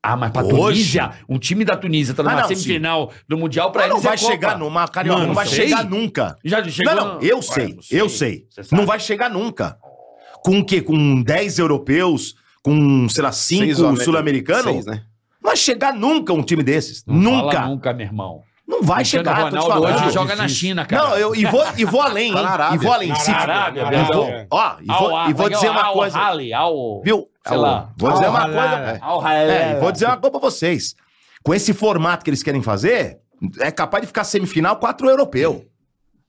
B: Ah, mas pra
D: Hoje?
B: Tunísia, um time da Tunísia tá
D: Ah,
B: numa
D: não,
B: semifinal do Mundial, pra
D: Mas
B: eles
D: não vai
B: é Copa.
D: chegar numa, carioca,
C: Mano,
D: não vai
B: sei.
D: chegar nunca.
B: Já chegou
D: não, não,
B: no-
D: eu
B: Ah,
D: sei,
B: não
D: eu sei.
B: Você sabe.
D: Não vai chegar nunca. Com o quê? Com 10 europeus? Com, sei lá,
E: Seis
D: 5
E: homens-
D: sul-americanos?
E: Seis, né?
D: Não vai chegar nunca um time desses.
B: Não fala
D: nunca.
B: nunca, meu irmão.
D: Não vai
B: Cristiano
D: chegar. tô te
B: Ronaldo
D: falando.
B: hoje
C: Ah,
B: joga na
C: difícil.
B: China, cara.
D: Não, eu, e, vou, e vou além, hein?
E: Tá na Arábia.
D: E vou alem.
C: Na
D: Se,
B: Arábia,
D: e vou,
C: Arábia.
D: ó, e vou,
B: Al-
D: e vou dizer uma
B: Al-
D: coisa.
B: Al-Hali, Al-
D: Viu?
B: Sei lá.
D: Vou dizer é uma
C: Al-
D: coisa.
B: Al-Hali.
D: É, e vou dizer uma coisa pra vocês. Com esse formato que eles querem fazer, é capaz de ficar semifinal quatro europeu.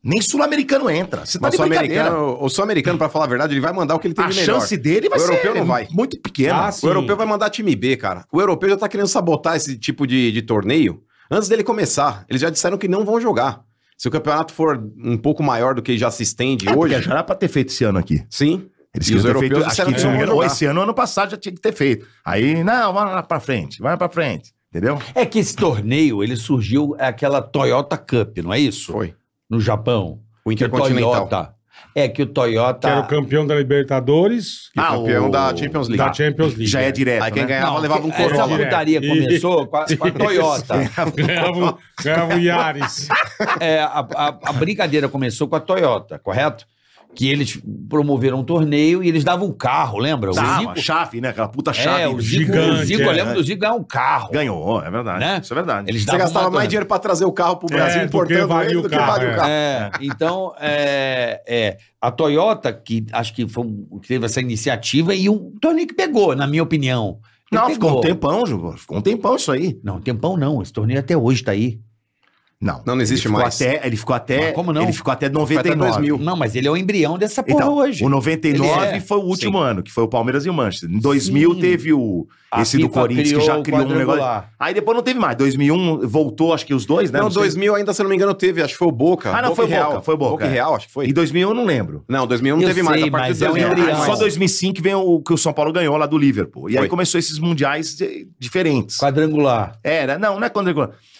D: Nem sul-americano entra. Você tá
E: Mas
D: de
E: o
D: brincadeira.
E: americano, o sul-americano, pra falar a verdade, ele vai mandar o que ele tem
D: A
E: de melhor.
D: chance tá, dele vai
E: O europeu
D: ser
E: não vai.
D: muito pequena.
C: Ah, sim.
E: O europeu vai mandar time B, cara. O europeu já tá querendo sabotar esse tipo de, de torneio antes dele começar. Eles já disseram que não vão jogar. Se o campeonato for um pouco maior do que já se estende
D: É,
E: hoje,
D: porque já era pra ter feito esse ano aqui.
E: sim.
D: Eles
E: E
D: queriam
E: os
D: ter
E: europeus
D: feito, acho
E: disseram
D: que
E: que
D: se não
E: não
D: me
E: iam
D: engano,
E: jogar.
D: esse ano, ano passado já tinha que ter feito. Aí, não, vai lá pra frente, vai pra frente, entendeu?
B: É que esse torneio, ele surgiu é aquela Toyota Cup, não é isso?
E: Foi.
B: No Japão.
E: O
B: Que o
E: Intercontinental.
B: Toyota. É que o
C: Que era o
B: Toyota.
C: campeão da Libertadores,
E: E
D: Ah,
E: campeão
D: o-
E: da Champions League.
C: da Champions League.
D: Já é direto,
E: Aí quem
D: né?
E: ganhava levava um
B: que- Essa
D: é
E: Corolla.
B: é, putaria
C: E-
B: começou com a, com a Toyota.
C: Ganhava, o- ganhava o Yaris.
B: É, a, a- a brincadeira começou com a Toyota, correto? Que eles promoveram um torneio e eles davam um carro, lembra?
D: Dá,
B: o
D: uma
B: Zico,
D: chave, né? Aquela puta chave.
B: é, o Zico,
C: gigante,
B: o Zico eu
C: é.
B: lembro do Zico ganhar um carro.
D: Ganhou, é verdade.
B: Né?
D: Isso é verdade.
B: Eles
E: Você
B: davam
E: gastava
B: uma
E: mais
B: torneio.
E: dinheiro pra trazer o carro pro Brasil
C: É, do que
E: importando
C: valia
E: ele
C: o
E: do que
C: carro,
E: valia o
C: é.
E: carro.
B: É, então, é, é, a Toyota, que acho que, foi, um- que teve essa iniciativa, e um torneio que pegou, na minha opinião. Ele
D: Não, ficou
B: pegou.
D: um tempão, Ju. Ficou um tempão isso aí.
B: Não, tempão não. Esse torneio até hoje tá aí.
D: Não.
E: Não, não existe
D: ele
E: mais.
D: Ficou até, ele ficou até.
B: Mas como não?
D: Ele ficou até
E: até
D: 99.
E: 2000.
B: Não, mas ele é o embrião dessa porra
D: Então,
B: hoje.
D: o 99
B: Ele é.
D: foi o último ano, que foi o Palmeiras e o Manchester. Em 2000
B: Sim.
D: teve o.
B: A
D: Esse do
B: FIFA
D: Corinthians, que já
B: o
D: criou um negócio.
B: quadrangular.
D: Aí depois não teve mais. 2001 voltou, acho que os dois, né?
E: Não,
D: sei.
E: 2000 ainda, se eu não me engano, teve. Acho que foi o Boca.
D: Ah, não, foi
E: e
D: Boca, foi Boca,
E: Boca e
D: é.
E: Real, acho que
D: Em
E: um foi.
D: 2000 eu não lembro.
E: Não, 2001 não
B: Eu
E: teve mais.
B: sei,
E: A partir
B: mas
E: de
B: é um
E: 2000 não
B: embrião.
E: teve mais.
D: Só 2005 vem o que o São Paulo ganhou lá do Liverpool. E aí
E: Foi.
D: começou esses mundiais eh, diferentes.
B: Quadrangular.
D: Era, não, não é quando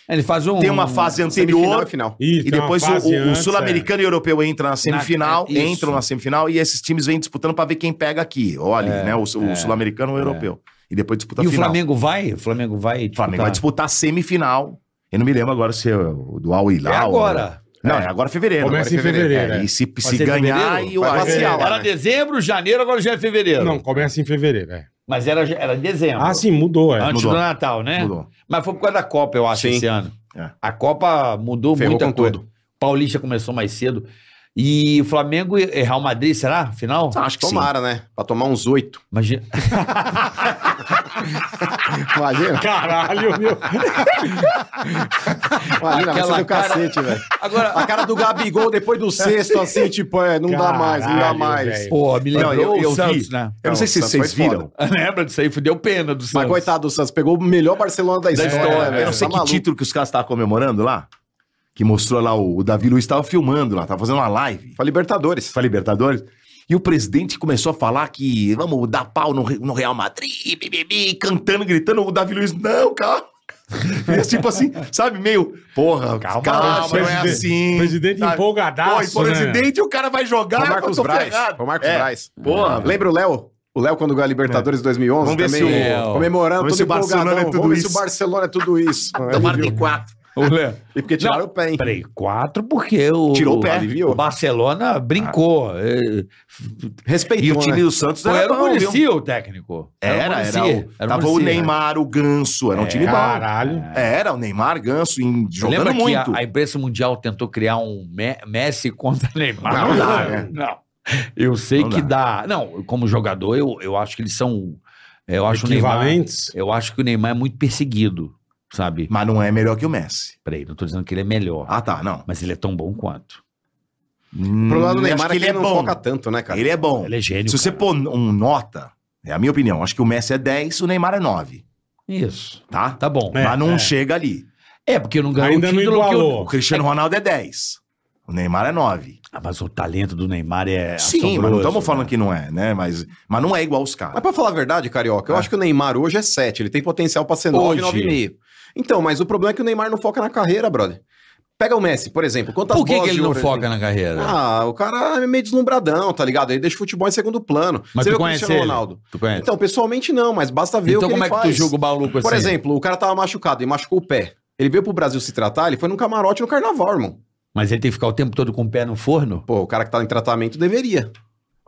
B: Ele faz um.
D: Tem uma fase
E: Semifinal
D: anterior
E: e final.
C: Isso,
D: E
C: tem uma
D: depois o-
C: fase
D: o, o
C: antes, é.
D: sul-americano e o europeu entram na semifinal,
B: é, isso.
D: entram na semifinal e esses times vêm disputando pra ver quem pega aqui. Olha,
C: É,
D: né? O, o sul-americano ou o europeu. E depois disputa a
B: E o
D: final.
B: Flamengo vai? O Flamengo vai.
D: O Flamengo vai
C: Tá.
D: disputar a semifinal. Eu não me lembro agora se é o do Al Hilal.
B: É agora.
D: Não, é agora em fevereiro.
C: Começa
D: agora
C: em fevereiro, é.
D: E se,
B: Pode
D: se
B: ser
D: ganhar,
B: fevereiro?
D: e o
E: Vai
D: Al-
E: passear lá.
B: Era dezembro, janeiro, agora já é fevereiro.
C: né? Não, começa em fevereiro, é.
B: Mas era, era dezembro.
C: Ah, sim, mudou, é.
B: Antes
D: mudou.
B: do Natal, né?
D: Mudou.
B: Mas foi por causa da Copa, eu acho,
E: Sim.
B: esse ano.
D: É.
B: A Copa mudou
E: Ferrou
B: muita
E: com
B: coisa. Paulista começou mais cedo. E o Flamengo e Real Madrid, será? Final?
D: Tá, Acho que sim.
E: Tomara, né? Pra tomar uns oito.
B: Imagina.
E: Imagina,
C: Caralho, meu.
E: imagina, vai
B: Aquela
E: ser do
B: cara-
E: cacete, velho.
B: Agora,
E: A cara do Gabigol depois do sexto, assim, tipo, é, não dá mais, não dá
C: Caralho,
E: mais.
C: velho. Então,
B: pô, me
D: Não,
B: lembrou
D: eu- eu
B: o
D: vi.
B: Santos, né?
D: Eu não sei se
E: Não, o Santos
D: vocês
E: foi
D: viram.
E: foda.
B: Lembra disso aí? Deu pena do
E: Mas
B: Santos.
E: Ah, coitado do Santos, pegou o melhor Barcelona da história,
B: história,
E: velho.
D: Eu não sei
E: Tá
D: que
E: maluco.
D: título que os caras estavam comemorando lá. Que mostrou lá o, o Davi Luiz estava filmando lá, tava fazendo uma live.
E: Foi a Libertadores.
D: pra Libertadores. E o presidente começou a falar que vamos dar pau no, Re- no Real Madrid, bibibi, cantando, gritando. O Davi Luiz, não, calma. Fez tipo assim, sabe, meio, porra,
B: Calma,
D: calma, não é
C: presidente-
D: assim.
C: presidente
D: sabe?
C: empolgadaço, né?
D: Pô, e presidente, o cara vai jogar,
E: né? Foi o
D: eu
E: Marcos
D: tô
E: Braz.
D: ferrado.
E: Foi o Marcos
D: É.
E: Braz.
D: Porra, lembra?
E: Lembra o Léo? O Léo quando ganhou a Libertadores em 2011
D: Vamos ver
E: também,
D: se
B: o-
E: comemorando
D: vamos ver
E: todo
D: se o Barcelona
E: empolgadão.
D: é tudo
E: Vamos ver se
D: isso.
E: o Barcelona é tudo isso.
D: Tomara de quatro.
B: Ô, Léo,
E: E porque tiraram o pé, hein?
B: Peraí, quatro porque o.
D: Tirou o pé.
B: aliviou. O Barcelona brincou. É,
E: Respeitou,
D: E o time
E: né?
D: do Santos
B: Pô, era o
D: bom, viu?
B: Muricy o técnico.
D: Era, era.
B: Muricy,
D: o-
B: era
D: Tava o
B: Muricy.
E: né?
D: Neymar, o Ganso,
E: É,
D: era um time bom.
C: Caralho.
D: Era o Neymar, Ganso, em- jogando
B: Lembra
D: muito.
B: que a, a imprensa mundial tentou criar um Me- Messi contra Neymar?
D: Não dá, né?
B: Não. Eu sei
D: Não
B: que dá. Não, como jogador, eu, eu acho que eles são. Eu acho, o Neymar,
C: Equivalentes.
B: eu acho que o Neymar é muito perseguido, sabe?
D: Mas não é melhor que o Messi.
B: Peraí, não tô dizendo que ele é melhor,
D: Ah, tá, não. Hum,
B: mas ele é tão bom quanto.
E: O problema do Neymar é que ele, não
D: bom.
E: foca tanto, né, cara?
D: Ele é bom.
B: Ele é gênio.
D: Se você
B: cara.
D: pôr um nota, é a minha opinião, acho que o Messi é 10, o Neymar é 9,
B: Isso.
D: tá?
B: Tá bom.
C: É,
D: Mas não
C: é.
D: chega ali.
B: É, porque não ganhou
C: Ainda
B: o
C: não
B: título que o,
D: O
C: igualou.
D: Cristiano Ronaldo é 10, o Neymar é 9.
B: Ah, mas o talento do Neymar é
D: Sim,
B: assombroso,
D: mas não estamos falando
B: né?
D: que não é, né? Mas, mas não é igual os
E: Mas
D: caras.
E: pra falar a verdade, Carioca, eu
D: É.
E: acho que o Neymar hoje é 7. Ele tem potencial pra ser 9,
B: Hoje.
E: 9,5. Então, mas o problema é que o Neymar não foca na carreira, brother. Pega o Messi, por exemplo. Quantas
B: Por que,
E: bolas
B: que ele
E: tá de
B: não
E: ouro
B: foca né? na
E: tem?
B: carreira?
E: Ah, o cara é meio deslumbradão, tá ligado? Ele deixa o futebol em segundo plano.
B: Mas
E: Você
B: tu
E: vê o
B: conhece
E: Cristiano
B: ele?
E: Ronaldo.
B: Tu conhece?
E: Então, pessoalmente não, mas basta ver
B: então
E: o que
B: como
E: ele
B: é que tu
E: faz.
B: julga o maluco assim?
E: Por exemplo, o cara tava machucado e machucou o pé. Ele veio pro Brasil se tratar, ele foi num camarote no carnaval, irmão.
B: Mas ele tem que ficar o tempo todo com o pé no forno?
E: Pô, o cara que tá em tratamento deveria.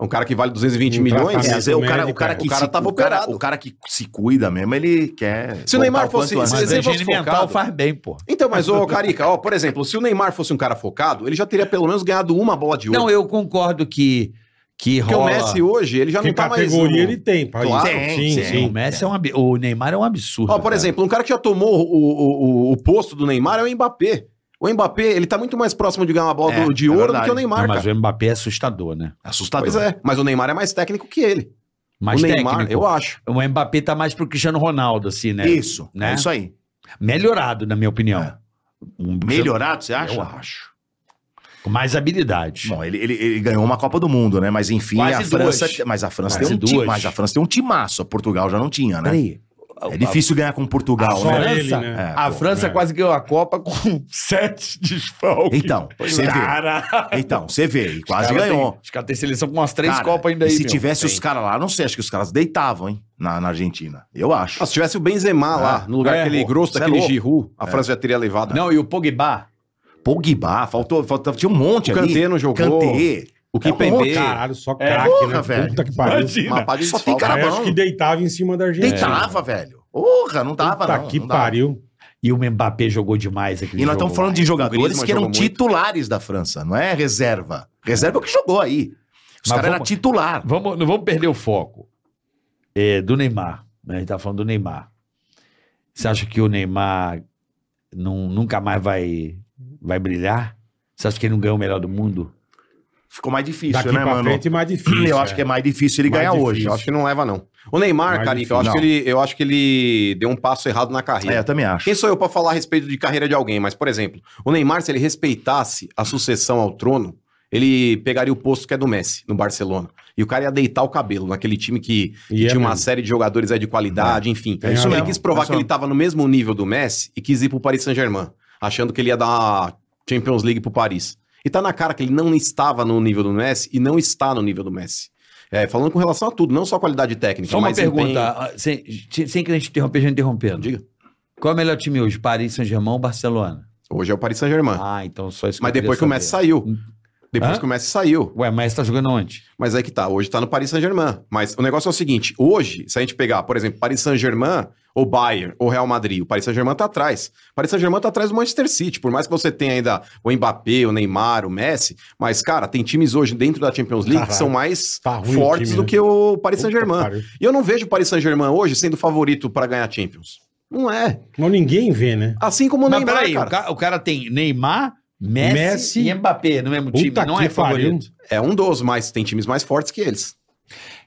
E: Um cara que vale 220
C: Um
E: milhões?
C: tratamento.
D: Às vezes é o cara, o
C: médico,
D: cara
C: é.
D: que
E: O cara
D: se,
E: tava
D: o cara-
E: operado.
D: o cara que se cuida mesmo, ele quer.
E: Se o Neymar
D: voltar
E: fosse-
D: quanto
E: se
D: antes.
B: Mas
E: ele
B: a
E: fosse
B: higiene mental
E: focado-
B: faz bem, pô.
E: Então, mas ô Carica, ó, por exemplo, se o Neymar fosse um cara focado, ele já teria pelo menos ganhado uma bola de ouro.
B: Não, eu concordo que, que
E: Porque o
B: rola...
E: Messi hoje, ele já
C: Que
E: não tá mais...
C: categoria
D: um.
E: no-
C: ele tem, pai?
E: Claro,
C: sim,
D: sim,
B: O
C: sim.
B: Messi é um ab- O Neymar é um absurdo.
E: Ó, por
B: cara.
E: exemplo, um cara que já tomou o, o, o- o posto do Neymar é o Mbappé. O Mbappé, ele tá muito mais próximo de ganhar uma bola
D: É,
E: do- de
D: é
E: ouro do
D: verdade.
E: que o Neymar,
B: Não, mas
E: cara.
B: o Mbappé é assustador, né?
D: Assustador.
E: Pois é, mas o Neymar é mais técnico que ele.
B: Mais
E: o Neymar,
B: técnico.
E: eu acho.
B: O Mbappé tá mais pro Cristiano Ronaldo, assim, né?
D: Isso,
B: Né?
D: é isso aí.
B: Melhorado, na minha opinião.
D: É.
B: Um-
D: Melhorado, você
B: Eu
D: acha?
B: acho. Com mais habilidade.
D: Bom, ele, ele, ele ganhou uma Copa do Mundo, né? Mas enfim,
B: Quase
D: a França,
B: duas.
D: mas a França
B: Quase
D: tem um time,
B: duas.
D: mas a França tem um timaço, a Portugal já não tinha, né?
B: Peraí.
D: É difícil ganhar com Portugal,
C: Só
D: né?
B: França?
C: ele, né?
D: É,
B: A
D: pô.
B: França
C: é.
B: quase ganhou a Copa com sete desfalques.
D: Então, você vê.
B: Cara,
D: Então, você vê, e quase
B: Os cara
D: ganhou.
B: tem- Os caras têm seleção com umas três
D: Cara,
B: Copas ainda
D: e
B: aí.
D: se
B: meu.
D: tivesse
B: Tem.
D: os caras lá, não sei, acho que os caras deitavam, hein? Na, na Argentina. Eu acho.
E: Ah, se tivesse o Benzema lá, no lugar
B: É, Ah.
E: daquele
B: pô,
E: grosso,
D: cê é
E: daquele
D: louco.
E: Giroud, a França já teria levado.
B: Não, e o Pogba?
D: Pogba, faltou, faltava, tinha um monte
E: o
D: ali.
E: Kanté não jogou.
D: Kanté.
E: O
D: É um monte,
E: Kimpembe.
D: cara.
C: Caralho, só
B: É,
C: craque,
D: porra,
C: né?
D: velho.
C: Puta que pariu.
E: uma pá de
D: Só
E: desfalque.
D: tem cara
C: Aí eu
D: bom.
C: acho que deitava em cima da Argentina.
D: Deitava, velho. Porra, não dava,
C: Puta
D: não.
C: que
D: não dava.
C: pariu.
B: E o Mbappé jogou demais aquele
D: E
B: jogo
D: nós estamos
B: lá.
D: falando de jogadores
E: Griezmann
D: que eram
E: jogou muito.
D: titulares da França, não é reserva. Reserva é o que jogou aí.
B: Mas
D: Os caras eram
B: vamos-
D: titular.
B: Vamos, não vamos perder o foco É, do Neymar. Né? A gente tá falando do Neymar. Você acha que o Neymar não- nunca mais vai, vai brilhar? Você acha que ele não ganhou o melhor do mundo?
D: Ficou mais difícil,
C: Daqui
D: né,
C: pra
D: mano?
C: frente é mais difícil.
D: Eu acho que é mais difícil ele
C: Mais
D: ganhar
C: difícil.
D: hoje.
E: Eu acho que não leva, não. O Neymar,
C: Mas,
E: Carica, eu acho,
D: não.
E: que ele, eu acho que ele deu um passo errado na
D: É,
E: carreira.
D: eu também acho.
E: Quem sou eu pra falar a respeito de carreira de alguém? Mas, por exemplo, o Neymar, se ele respeitasse a sucessão ao trono, ele pegaria o posto que é do Messi, no Barcelona. E o cara ia deitar o cabelo naquele time que, que
C: E é
E: tinha uma
C: mesmo.
E: série de jogadores aí de qualidade, enfim.
C: É isso
E: ele
C: mesmo,
E: quis provar
D: é isso
E: que ele
D: mesmo.
E: tava no mesmo nível do Messi e quis ir pro Paris Saint-Germain, achando que ele ia dar uma Champions League pro Paris. E tá na cara que ele não estava no nível do Messi e não está no nível do Messi. É, falando com relação a tudo, não só qualidade técnica,
B: Só uma
E: mas empenho.
B: pergunta, ah, sem, sem que a gente interromper, já interrompendo.
E: Diga.
B: Qual é o melhor time hoje? Paris, Saint-Germain ou Barcelona?
E: Hoje é o Paris Saint-Germain.
B: Ah, então só isso
E: Mas depois que o
B: eu queria
E: Messi
B: saber.
E: saiu. Depois
B: Hã?
E: que o Messi saiu.
B: Ué, o Messi tá jogando onde?
E: Mas aí que tá, hoje tá no Paris Saint-Germain. Mas o negócio é o seguinte, hoje, se a gente pegar, por exemplo, Paris Saint-Germain ou Bayern ou Real Madrid, o Paris Saint-Germain tá atrás. O Paris Saint-Germain tá atrás do Manchester City, por mais que você tenha ainda o Mbappé, o Neymar, o Messi, mas cara, tem times hoje dentro da Champions League que
C: Caralho,
E: são mais
C: tá ruim o
E: fortes
C: time,
E: do
C: né?
E: que o Paris
C: Puta que
E: Saint-Germain.
C: pariu.
E: E eu não vejo o Paris Saint-Germain hoje sendo favorito pra ganhar Champions. Não é.
C: Mas ninguém vê, né?
E: Assim como o
B: Mas
E: Neymar,
B: peraí,
E: cara.
B: O, ca- o cara tem Neymar, Messi,
C: Messi.
B: e Mbappé no mesmo
C: Puta
B: time. Não
C: que
B: é favorito.
C: pariu.
E: É um dos, mas tem times mais fortes que eles.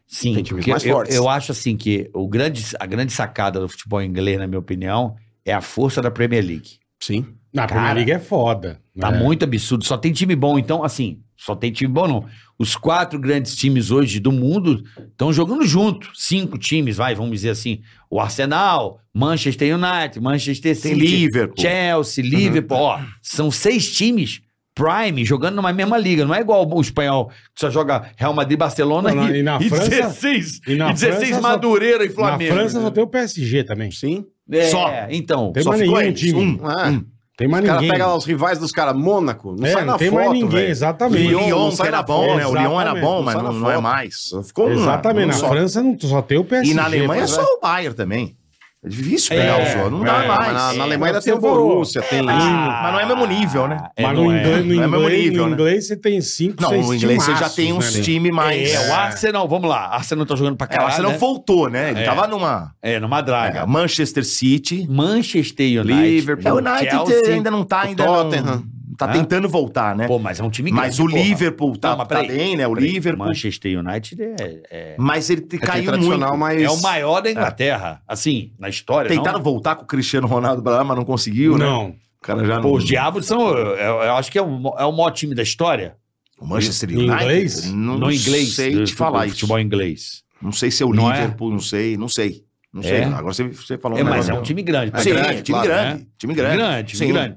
B: Sim,
E: Tem times
B: porque
E: mais
B: eu,
E: fortes.
B: eu acho assim que o grande, a grande sacada do futebol inglês, na minha opinião, é a força da Premier League.
E: Sim.
C: Na
B: Cara,
C: Primeira Liga é foda.
B: Tá
C: né?
B: muito absurdo. Só tem time bom, então, assim, só tem time bom, não. Os quatro grandes times hoje do mundo estão jogando junto. Cinco times, vai, vamos dizer assim. O Arsenal, Manchester United, Manchester
D: Tem
B: City,
D: Liverpool.
B: Chelsea, Liverpool, ó, são seis times prime jogando numa mesma liga. Não é igual o espanhol que só joga Real Madrid, Barcelona
C: Não, não,
B: e,
C: e na França-
B: 16,
C: e na
B: e 16
C: França só-
B: Madureira e
C: Na
B: Flamengo.
C: França
D: né?
C: só tem o PSG também.
E: Sim.
B: É,
D: Só.
B: Então,
C: Tem
D: Só
C: mais
D: ficou
C: nenhum
D: eles.
C: time.
D: Um,
B: Hum.
E: Ah,
D: um.
C: Tem mais
E: Os caras
C: ninguém.
E: pegam lá os rivais dos caras, Mônaco, não
C: É,
E: sai na
C: não tem
E: foto,
C: mais ninguém,
E: velho.
D: O
C: exatamente.
E: Lyon,
D: Lyon
E: sai
D: era
E: na
D: bom, né? O Lyon era
C: um exatamente,
D: bom,
E: não
D: mas
E: sai
D: não,
E: na
D: não é
E: foto.
D: mais.
E: Ficou
C: Exatamente,
E: um
C: na
E: só.
C: França não, só tem o PSG.
D: E na Alemanha é
C: pois
D: só o Bayern também. É difícil pegar
C: É,
D: os outros. Não dá
C: é,
E: Mas
D: mais.
E: na, na Alemanha ainda
C: Mas você
E: tem o
C: falou.
E: Borussia, tem...
D: Ah, mas não é mesmo nível, né?
B: É,
C: Mas
B: não
C: no,
B: é.
C: inglês, no
D: Não é meu
C: inglês-
D: nível,
C: no
D: né?
C: inglês você tem cinco,
D: Não,
C: seis
D: o inglês você já
C: timaços,
D: tem um uns
C: né,
D: times mais.
B: É, o Arsenal, vamos lá. Arsenal tá jogando pra
D: É, o
B: caralho.
D: Arsenal
B: né?
D: voltou, né? Ele
B: É.
D: tava numa.
B: É, numa
D: é,
B: draga.
D: Manchester City.
B: Manchester United.
E: Liverpool,
D: É, o United
B: Chelsea.
D: ainda não tá, ainda
E: Tottenham.
D: não. Tá
B: Hã?
D: tentando voltar, né?
B: Pô, mas é um time
D: mas
B: grande,
D: o
B: porra.
D: Liverpool tá,
B: Não, mas
D: tá
B: peraí,
D: bem, né? O
B: Peraí,
D: Liverpool.
B: Manchester United é, é-
D: Mas ele te-
E: É time
D: caiu
E: tradicional,
D: muito.
E: mas...
B: é o maior
D: Ah.
B: da Inglaterra. Assim, na história.
D: Tentaram
B: não?
D: voltar com o Cristiano Ronaldo pra lá, mas não conseguiu,
C: velho?
D: né?
C: Não,
D: O cara já
B: Pô,
D: não.
B: os Diabos são. Eu, eu acho que é o, mo- é o maior time da história.
D: O Manchester
C: Em
D: United.
C: inglês?
D: Não
B: no inglês.
D: sei
B: do-
D: te falar
B: do
D: isso.
B: futebol inglês.
D: Não sei se é o
B: Não é?
D: Liverpool, não sei, não sei. Não
B: É?
D: sei. Agora você, você falou
B: É, mas é um
D: negócio.
B: time grande. pra
D: Sim,
B: caralho.
E: grande,
D: é time
E: claro,
D: grande. Time grande.
B: grande, time
D: Sim.
B: grande.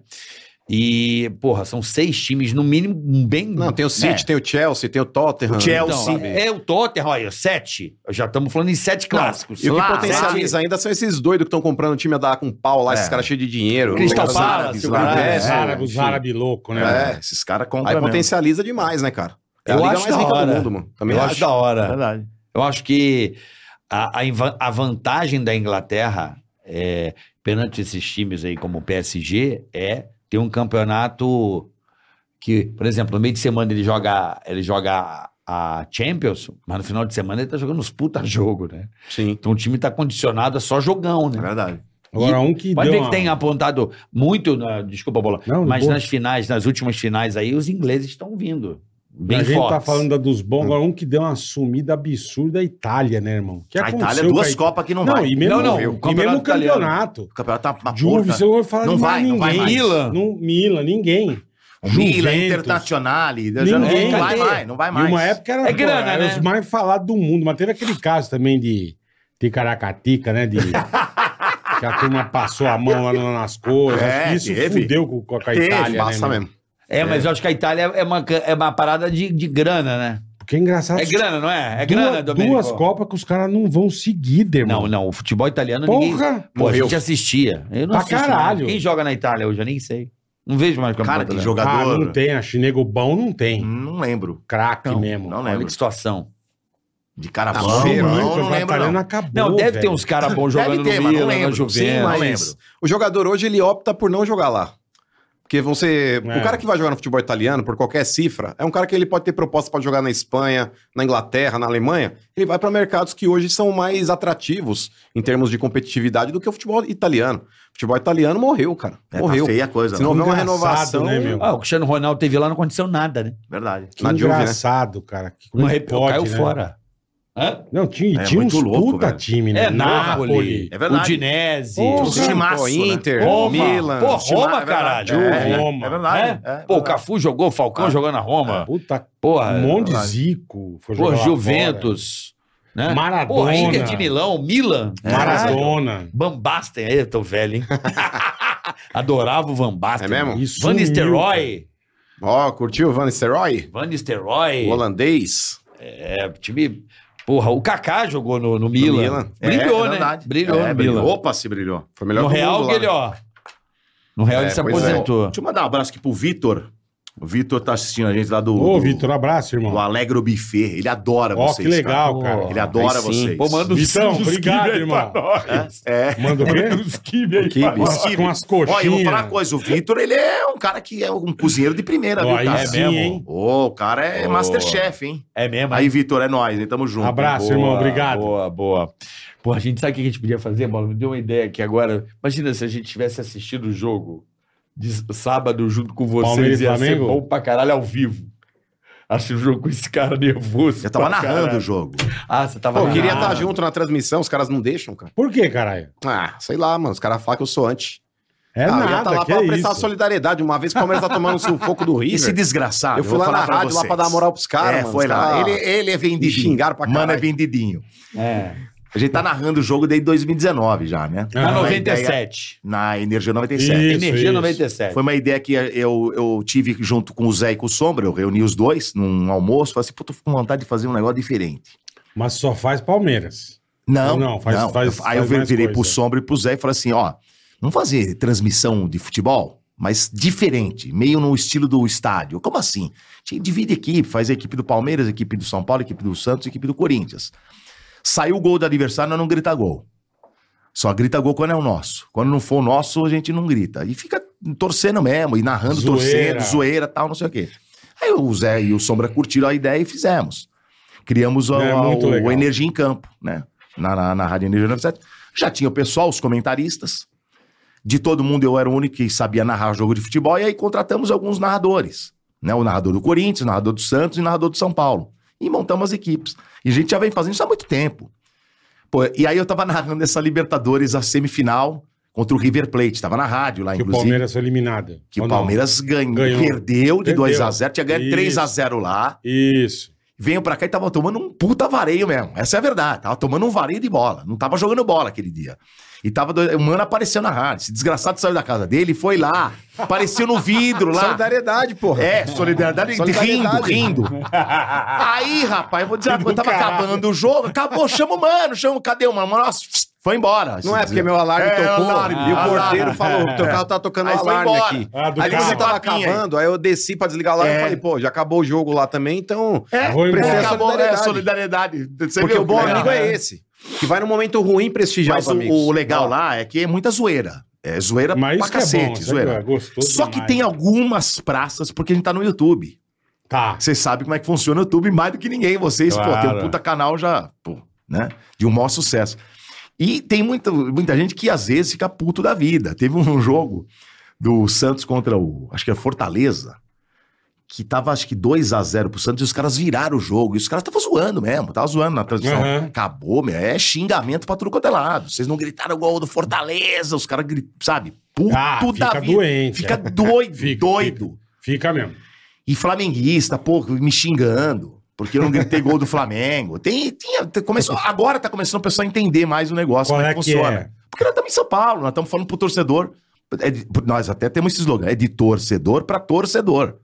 B: E, porra, são seis times, no mínimo, bem.
E: Não, tem o City,
D: É.
E: tem o Chelsea, tem o Tottenham.
D: O Chelsea.
B: Então,
D: Sim.
B: é o Tottenham, olha, sete. Já estamos falando em sete clássicos.
E: E o que
D: Lá,
E: potencializa ainda são esses doidos que estão comprando o time a dar com pau lá,
D: É.
E: esses caras cheios de dinheiro.
B: Crystal
E: Os
B: Palace,
E: árabes
B: o
E: lá,
B: caralho.
E: né?
C: os
B: É,
C: árabes, os
E: enfim.
C: árabes loucos, né?
E: É.
D: É, esses caras compram
E: Aí
D: mesmo.
E: potencializa demais, né, cara? É a
B: Eu
E: liga
B: acho
E: mais
B: da
E: rica
B: hora.
E: do mundo, mano. Também
B: Eu acho da
D: É
B: hora.
D: verdade.
B: Eu acho que a, a inva- a vantagem da Inglaterra é, perante esses times aí como o PSG é ter um campeonato que, por exemplo, no meio de semana ele joga, ele joga a Champions, mas no final de semana ele tá jogando os puta jogo, né?
E: Sim.
B: Então o time tá condicionado a só jogão,
D: É
B: né?
D: verdade.
C: Agora, um que
B: Pode
C: deu
B: ver
C: uma-
B: que tem apontado muito, na- desculpa bola,
C: Não, de
B: mas
C: boa.
B: nas finais, nas últimas finais aí, os ingleses estão vindo bem
C: a gente
B: fortes.
C: tá falando da dos
D: Hum.
C: bons, agora um que deu uma sumida absurda é a Itália, né, irmão? O Que
D: a Itália,
C: aconteceu com
D: duas
C: a
D: Copas que não,
C: Não,
D: vai.
C: e mesmo,
B: Não, não,
C: e
B: o campeonato
C: mesmo o
B: italiano.
C: campeonato.
D: O campeonato tá uma
C: Juve,
D: porra.
C: você não vai falar
D: Não
C: de mais
D: vai, não vai
C: ninguém.
D: mais.
B: Milan.
C: Não, Milan, ninguém.
D: Mila,
C: Juventus.
D: Internazionale. já
C: Ninguém.
D: Não vai
B: Cadê?
D: mais, não vai
C: E
D: mais.
C: uma época era,
B: É grana,
C: era
B: né?
C: os mais falados do mundo, mas teve aquele caso também de Ticaracatica, né? De, que a turma passou a mão lá na- nas coisas.
D: É,
C: Isso
D: teve.
C: fudeu com, com a
D: Teve,
E: Itália,
C: Itália. né,
E: passa
C: meu?
E: mesmo.
B: É, mas eu acho que a Itália é uma, é uma parada de, de grana, né?
C: Porque é engraçado.
B: É grana, não é? É grana,
C: duas,
B: Domenico.
C: duas Copas que os caras não vão seguir, irmão.
B: Não, não, o futebol italiano ninguém...
C: Porra!
B: Pô, a
E: morreu.
B: gente assistia. Eu não
C: Pra
B: assisto mais.
C: caralho.
B: Quem joga na Itália hoje? Eu nem sei. Não vejo mais
D: Cara,
B: campeonato.
D: que
B: né?
C: Ah,
D: jogador.
C: não tem. A Chinego bom não tem.
D: Não lembro.
C: Craque
B: Não,
C: mesmo. Ah,
D: Não
B: Olha
D: lembro.
B: que situação.
D: De cara
E: Tá
D: bom,
E: feio,
D: não,
E: né?
D: não, lembro, não.
C: Acabou,
B: Não, deve ter
C: velho.
B: uns caras bons
D: Deve
B: jogando
D: ter,
B: no
D: mas não
B: Milan, na
D: lembro. Sim,
B: Juventus.
D: mas-
E: Mas o jogador hoje ele opta por não jogar lá. Porque você.
C: É.
E: O cara que vai jogar no futebol italiano, por qualquer cifra, é um cara que ele pode ter proposta pra jogar na Espanha, na Inglaterra, na Alemanha. Ele vai pra mercados que hoje são mais atrativos em termos de competitividade do que o futebol italiano. O futebol italiano morreu, cara.
D: É, tá
E: morreu.
D: feia a coisa.
E: Se não
D: né?
E: houver uma
C: Engraçado,
E: renovação.
C: né, meu?
B: Ah, o Cristiano Ronaldo teve lá, não aconteceu nada, né?
D: Verdade.
C: Que
E: Na Juve, né?
C: engraçado, cara. Que como
B: não
C: é que
B: arrepiou,
C: pode,
B: caiu
C: né?
B: fora. Hã?
C: Não, tinha,
D: É
C: tinha uns
D: muito louco,
C: puta
D: velho.
C: time, né?
B: É, Napoli,
D: É verdade.
B: Udinese,
C: Porra,
D: Os timaço, né?
E: Inter,
B: Roma.
E: Milan.
B: Pô,
E: time-
B: Roma,
D: é verdade.
B: caralho.
D: É,
C: Roma.
D: É verdade.
B: né?
D: é
B: Pô, o
D: verdade.
B: Cafu jogou, o Falcão
D: Ah.
B: jogou na Roma.
C: Puta,
B: Porra,
C: um monte de
D: é verdade.
C: zico. Foi
B: Pô,
C: jogar lá
B: Juventus. Né?
C: fora. Maradona. É.
B: Porra, Inter de Milão, Milan. Caralho.
C: Maradona.
B: Van Basten, aí eu tô velho, hein? Adorava o Van Basten.
E: É mesmo?
C: Isso.
B: Van Nistelrooy.
E: Ó, curtiu o Van Nistelrooy?
B: Van Nistelrooy.
E: O holandês.
B: É, time... Porra, o Kaká jogou no, no Milan.
E: Milan.
D: É,
B: Brilhou,
D: é
B: né?
D: verdade.
B: Brilhou
D: É,
B: no Milan.
D: Opa, se brilhou.
E: Foi o melhor
B: no
E: do
B: Real,
E: mundo lá,
B: ele, ó. No Real,
E: É,
B: ele se
E: pois é.
B: aposentou.
D: Deixa eu mandar um abraço aqui pro Vitor. O Vitor tá assistindo a gente lá do.
C: Ô,
D: do-
C: Vitor, abraço, irmão.
D: Do Alegro Buffet. Ele adora
C: Ó,
D: vocês.
C: que legal, cara.
B: Pô,
D: Ele adora
E: Aí sim.
D: vocês.
B: Pô, manda uns-
C: Vitão,
B: uns
C: obrigado,
B: quibe aí
C: irmão.
B: pra nós.
D: É.
C: Manda o quê?
B: Uns quibe aí pra nós.
E: Quibe.
C: Nossa, com umas coxinhas.
D: Ó, eu vou falar uma coisa, o Vitor, ele é um cara que é um cozinheiro de primeira,
C: Ó,
D: viu,
C: aí
D: cara?
C: sim,
B: É mesmo?
C: hein?
D: Ô, o cara é
B: Ô.
D: Masterchef, hein?
B: É mesmo?
D: Aí, Vitor, é nóis, hein? Tamo junto.
C: Abraço, irmão, obrigado.
B: Boa, boa. Pô, a gente sabe o que a gente podia fazer, Bola? Me deu uma ideia aqui agora. Imagina se a gente tivesse assistido o jogo de s- sábado junto com vocês
C: Palmeiras e
B: ia ser
C: Flamengo?
B: bom pra caralho ao vivo. Acho o jogo com esse cara nervoso.
D: Eu tava
B: pra
D: narrando
B: caralho.
D: o jogo.
B: Ah, você tava
E: Pô, eu queria
B: narrando.
E: estar junto na transmissão, os caras não deixam, cara.
C: Por que, caralho?
E: Ah, sei lá, mano. Os caras falam que eu sou anti.
C: É
E: ah, eu ia
C: nada,
E: tá lá
C: que
E: pra
C: é
E: prestar
C: isso.
E: solidariedade. Uma vez o Palmeiras tá tomando um sufoco do River.
D: Esse desgraçado.
E: eu fui lá na rádio lá pra dar moral pros
D: cara,
E: caras,
D: É,
E: mano.
D: foi
E: Os
D: lá.
E: caras
D: Ele, ele é
E: me
D: vendidinho.
E: xingaram pra caralho.
D: Mano, é vendidinho.
B: É.
D: A gente tá narrando o jogo desde 2019 já, né?
C: Ah,
B: Na
D: Uma ideia-
B: 97.
D: Na Energia 97.
C: Isso,
B: Energia
C: isso.
B: 97.
D: Foi uma ideia que eu, eu tive junto com o Zé e com o Sombra, eu reuni os dois num almoço, falei assim, pô, tô com vontade de fazer um negócio diferente.
C: Mas só faz Palmeiras.
D: Não,
C: Não, faz- faz-
D: aí eu
C: faz mais
D: virei pro
C: coisa.
D: Sombra e pro Zé e falei assim, ó, vamos fazer transmissão de futebol, mas diferente, meio no estilo do estádio. Como assim? A gente divide equipe, faz a equipe do Palmeiras, a equipe do São Paulo, a equipe do Santos, a equipe do Corinthians. Saiu o gol do adversário, nós não grita gol. Só grita gol quando é o nosso. Quando não for o nosso, a gente não grita. E fica torcendo mesmo, e narrando,
C: Zoeira.
D: torcendo, zoeira, tal, não sei o quê. Aí o Zé e o Sombra curtiram a ideia e fizemos. Criamos o,
C: É, muito
D: o- o
C: legal.
D: Energia em Campo, né? Na, na, na Rádio Energia 97. Já tinha o pessoal, os comentaristas. De todo mundo, eu era o único que sabia narrar jogo de futebol. E aí contratamos alguns narradores. Né? O narrador do Corinthians, o narrador do Santos e o narrador do São Paulo. E montamos as equipes. E a gente já vem fazendo isso há muito tempo. Pô, e aí eu tava narrando essa Libertadores, a semifinal, contra o River Plate. Tava na rádio lá,
C: Que o
D: Ah, inclusive.
C: Palmeiras foi eliminado.
D: Que
C: Ou
D: o
C: não?
D: Palmeiras ganhou,
C: Ganhou.
D: perdeu de
C: Perdeu.
D: 2x0, tinha ganho
C: Isso.
D: 3x0 lá.
C: Isso.
D: Venho pra cá e tava tomando um puta vareio mesmo. Essa é a verdade. Tava tomando um vareio de bola. Não tava jogando bola aquele dia. E tava. do- O mano apareceu na rádio. Esse desgraçado saiu da casa dele e foi lá. Apareceu no vidro lá.
E: Solidariedade, porra.
D: É, solidariedade,
E: Solidariedade.
D: rindo, rindo. Aí, rapaz, eu vou dizer, uma
C: Que
D: coisa,
C: Ah. do
D: tava
C: caralho.
D: acabando o jogo, acabou, chama o mano, chama, cadê o mano? Mano, Nossa, Foi embora. assim
E: Não é
D: dizer.
E: porque meu alarme
D: É,
E: tocou
D: alarme,
E: e o
D: alarme.
E: porteiro falou: teu carro tá tocando
D: Aí foi
E: alarme
D: embora.
E: aqui.
C: Ah, do
E: Ali
C: carro.
E: você tava
D: Papinho aí.
E: acabando, aí eu desci pra desligar o alarme e
D: É.
E: falei: pô, já acabou o jogo lá também, então.
D: É,
C: Ah, Vou
D: porque
C: embora.
D: acabou
E: Solidariedade.
D: solidariedade. solidariedade. Você
E: Porque
D: viu
E: o bom
D: como
E: amigo é esse. Que vai num momento ruim prestigiar
D: Mas
E: os
D: o,
E: amigos.
D: o legal lá é que é muita zoeira. É zoeira
C: Mas
D: pra
C: isso que é bom,
D: cacete,
C: isso é
D: zoeira.
C: gostoso
D: Só que
C: demais.
D: tem algumas praças, porque a gente tá no YouTube.
C: Tá.
D: Você sabe como é que funciona o YouTube mais do que ninguém. Vocês, pô,
C: Claro.
D: tem um puta canal já, pô, né? De um maior sucesso. E tem muita, muita gente que às vezes fica puto da vida. Teve um jogo do Santos contra o, acho que é Fortaleza, que tava acho que 2 a 0 pro Santos e os caras viraram o jogo. E os caras estavam zoando mesmo, tava zoando na transmissão.
C: Uhum.
D: Acabou, meu, é xingamento pra tudo quanto é lado. Vocês não gritaram igual o do Fortaleza, os caras, gri- sabe? um Puto
C: Ah,
D: da
C: fica
D: vida.
C: doente,
D: Fica
C: é.
D: doido,
C: Fica,
D: doido.
C: Fica mesmo.
D: E flamenguista, pô, me xingando. Porque eu não gritei gol do Flamengo. Tem, tinha, tem- começou, agora tá começando o pessoal a entender mais o negócio,
C: Qual
D: como
C: é
D: é
C: que
D: que funciona.
C: é?
D: Porque nós estamos em São Paulo, nós estamos falando pro torcedor. É de- nós até temos esse slogan: é de torcedor pra torcedor.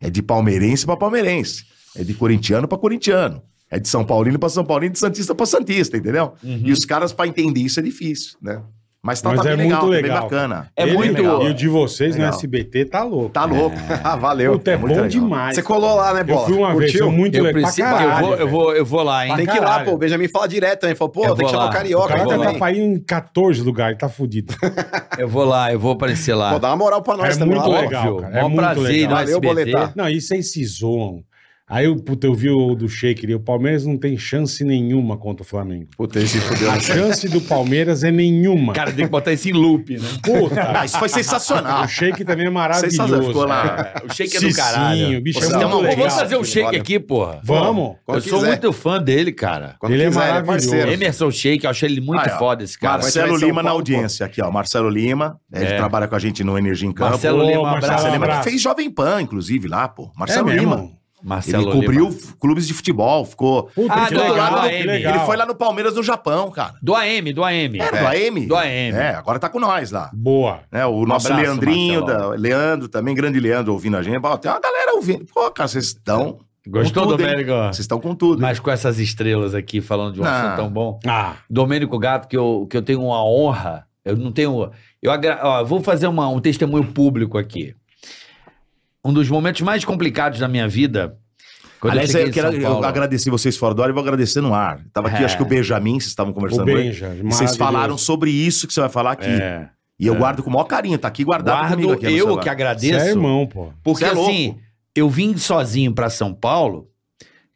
D: É de palmeirense pra palmeirense. É de corintiano pra corintiano. É de São Paulino pra São Paulino, é de Santista pra Santista, entendeu? E os caras, pra entender isso, é difícil, né? Mas tá,
C: Uhum. Mas
D: tá
C: é
D: bem
C: muito
D: legal, tá
C: legal.
D: bem bacana.
B: É
C: Ele-
B: muito-
C: E o de vocês
D: Legal.
C: no SBT tá louco.
D: Tá louco.
E: Ah, valeu.
C: Puta, é, bom
D: muito legal.
C: demais.
E: Você colou lá, né,
C: Eu
E: Bola?
C: fui uma vez,
E: Curtiu?
C: foi muito
B: eu
C: legal.
B: preciso,
C: pra caralho,
B: eu, vou, eu,
C: velho.
B: vou, eu vou lá, hein?
E: Tem que ir lá,
C: Caralho.
E: pô. O Benjamin fala direto, hein? Fala,
B: é Eu
E: pô, tem
B: vou
E: que chamar
B: lá.
E: o
C: O
E: Carioca.
C: cara
B: vou
E: também.
C: tá
B: lá.
C: atrapalhando em 14 lugares, tá fudido.
B: Eu vou lá, eu vou aparecer lá.
E: Pô, dá uma moral pra nós
C: É
E: também.
C: muito
E: lá, ó.
C: legal,
B: Óbvio,
C: cara, é
B: maior
C: muito
B: prazer
C: legal.
B: ir no
E: Valeu,
B: SBT.
E: Boletar.
C: Não, isso aí se zoam. Aí eu, puta, eu vi o do Shaker e o Palmeiras não tem chance nenhuma contra o Flamengo.
E: Puta, esse fudeu.
C: A chance do Palmeiras é nenhuma.
B: Cara, tem que botar isso em loop, né?
D: Ah,
C: Puta,
D: isso foi sensacional.
C: o Shake também é maravilhoso.
D: Sensacional, ficou lá.
C: cara.
B: O shake é do caralho.
C: Cicinho, bicho,
D: Você
C: é
D: tem
C: muito
D: uma-
B: Vamos
C: legal.
B: fazer um
E: filho,
B: shake
E: olha.
B: aqui, porra.
C: Vamos.
E: Quando
B: eu sou
E: quiser.
B: muito fã dele, cara.
E: Quando
C: Ele é
E: quiser,
C: maravilhoso.
E: parceiro.
B: Emerson Shake, eu achei ele muito
D: Aí, ó.
B: foda esse cara. um
E: Mas-
D: Marcelo
E: vai ser em
D: Lima
E: São
D: na
E: Paulo,
D: audiência aqui, ó. Marcelo Lima, né, ele
B: É.
D: trabalha com a gente no Energia em Campo.
B: Marcelo
C: Ô,
B: Lima,
C: Marcelo,
B: abraço.
D: Marcelo Lima
C: abraço.
D: que fez Jovem Pan, inclusive, lá, pô. Marcelo
C: É mesmo?
D: Lima.
B: Marcelo
D: Ele cobriu
B: Lima.
D: f- clubes de futebol, ficou.
C: Puta,
B: Ah,
C: que,
B: do
C: legal,
B: lado
C: que
B: dele.
C: legal.
D: Ele foi lá no Palmeiras do Japão, cara.
B: Do AM, do AM.
D: Era do AM?
B: É. Do AM.
D: É, agora tá com nós lá.
C: Boa.
D: É, o nosso
B: abraço,
D: Leandrinho,
B: Marcelo.
D: da- Leandro também, grande Leandro ouvindo a gente. Ó, tem uma galera ouvindo. Pô, cara, vocês estão.
B: Gostou,
D: com tudo, hein?
B: Domênico?
D: Vocês estão com tudo.
B: Mas com essas estrelas aqui falando de um
D: Não.
B: assunto tão bom.
C: Ah,
B: Domênico Gato, que eu, que eu tenho uma honra. Eu não tenho. Eu agra- ó, vou fazer uma- um testemunho público aqui. Um dos momentos mais complicados da minha vida. Quando
D: Aliás,
B: eu cheguei
D: eu
B: em
D: quero
B: São
D: eu
B: Paulo.
D: agradecer vocês fora do ar e vou agradecer no ar. Tava aqui,
B: É.
D: acho que o Benjamin, vocês estavam
C: o
D: conversando com ele.
C: Benja.
D: E Vocês falaram sobre isso que você vai falar aqui.
B: É.
D: E eu guardo com o maior carinho, tá aqui guardado comigo
B: Guardo,
D: aqui. no
B: eu
D: celular.
B: que
C: Você
B: agradeço.
C: é irmão, pô.
B: Porque
D: Você é louco.
B: assim, eu vim sozinho pra São Paulo,